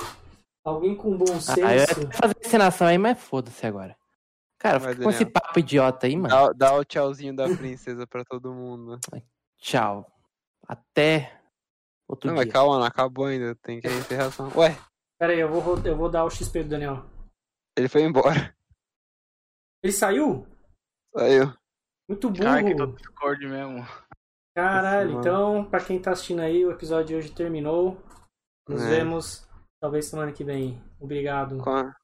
Speaker 1: alguém com bom senso.
Speaker 4: Ah, eu ia fazer encenação aí, mas foda-se agora. Cara,
Speaker 2: Vai,
Speaker 4: fica com esse
Speaker 2: Daniel.
Speaker 4: papo idiota aí, mano.
Speaker 2: dá, dá o tchauzinho da princesa pra todo mundo.
Speaker 4: Tchau. Até Outro
Speaker 2: Não,
Speaker 4: dia.
Speaker 2: mas calma, não acabou ainda. Tem que encerrar só. Ué,
Speaker 1: Pera aí, eu vou, ro- eu vou dar o XP do Daniel.
Speaker 2: ele foi embora.
Speaker 1: Ele saiu?
Speaker 2: Saiu.
Speaker 1: Muito burro.
Speaker 3: Cara, que todo Discord mesmo.
Speaker 1: Caralho,
Speaker 2: Nossa,
Speaker 1: então, pra quem tá assistindo aí, o episódio de hoje terminou. Nos
Speaker 2: É.
Speaker 1: vemos, talvez semana que vem. Obrigado.
Speaker 2: Com a-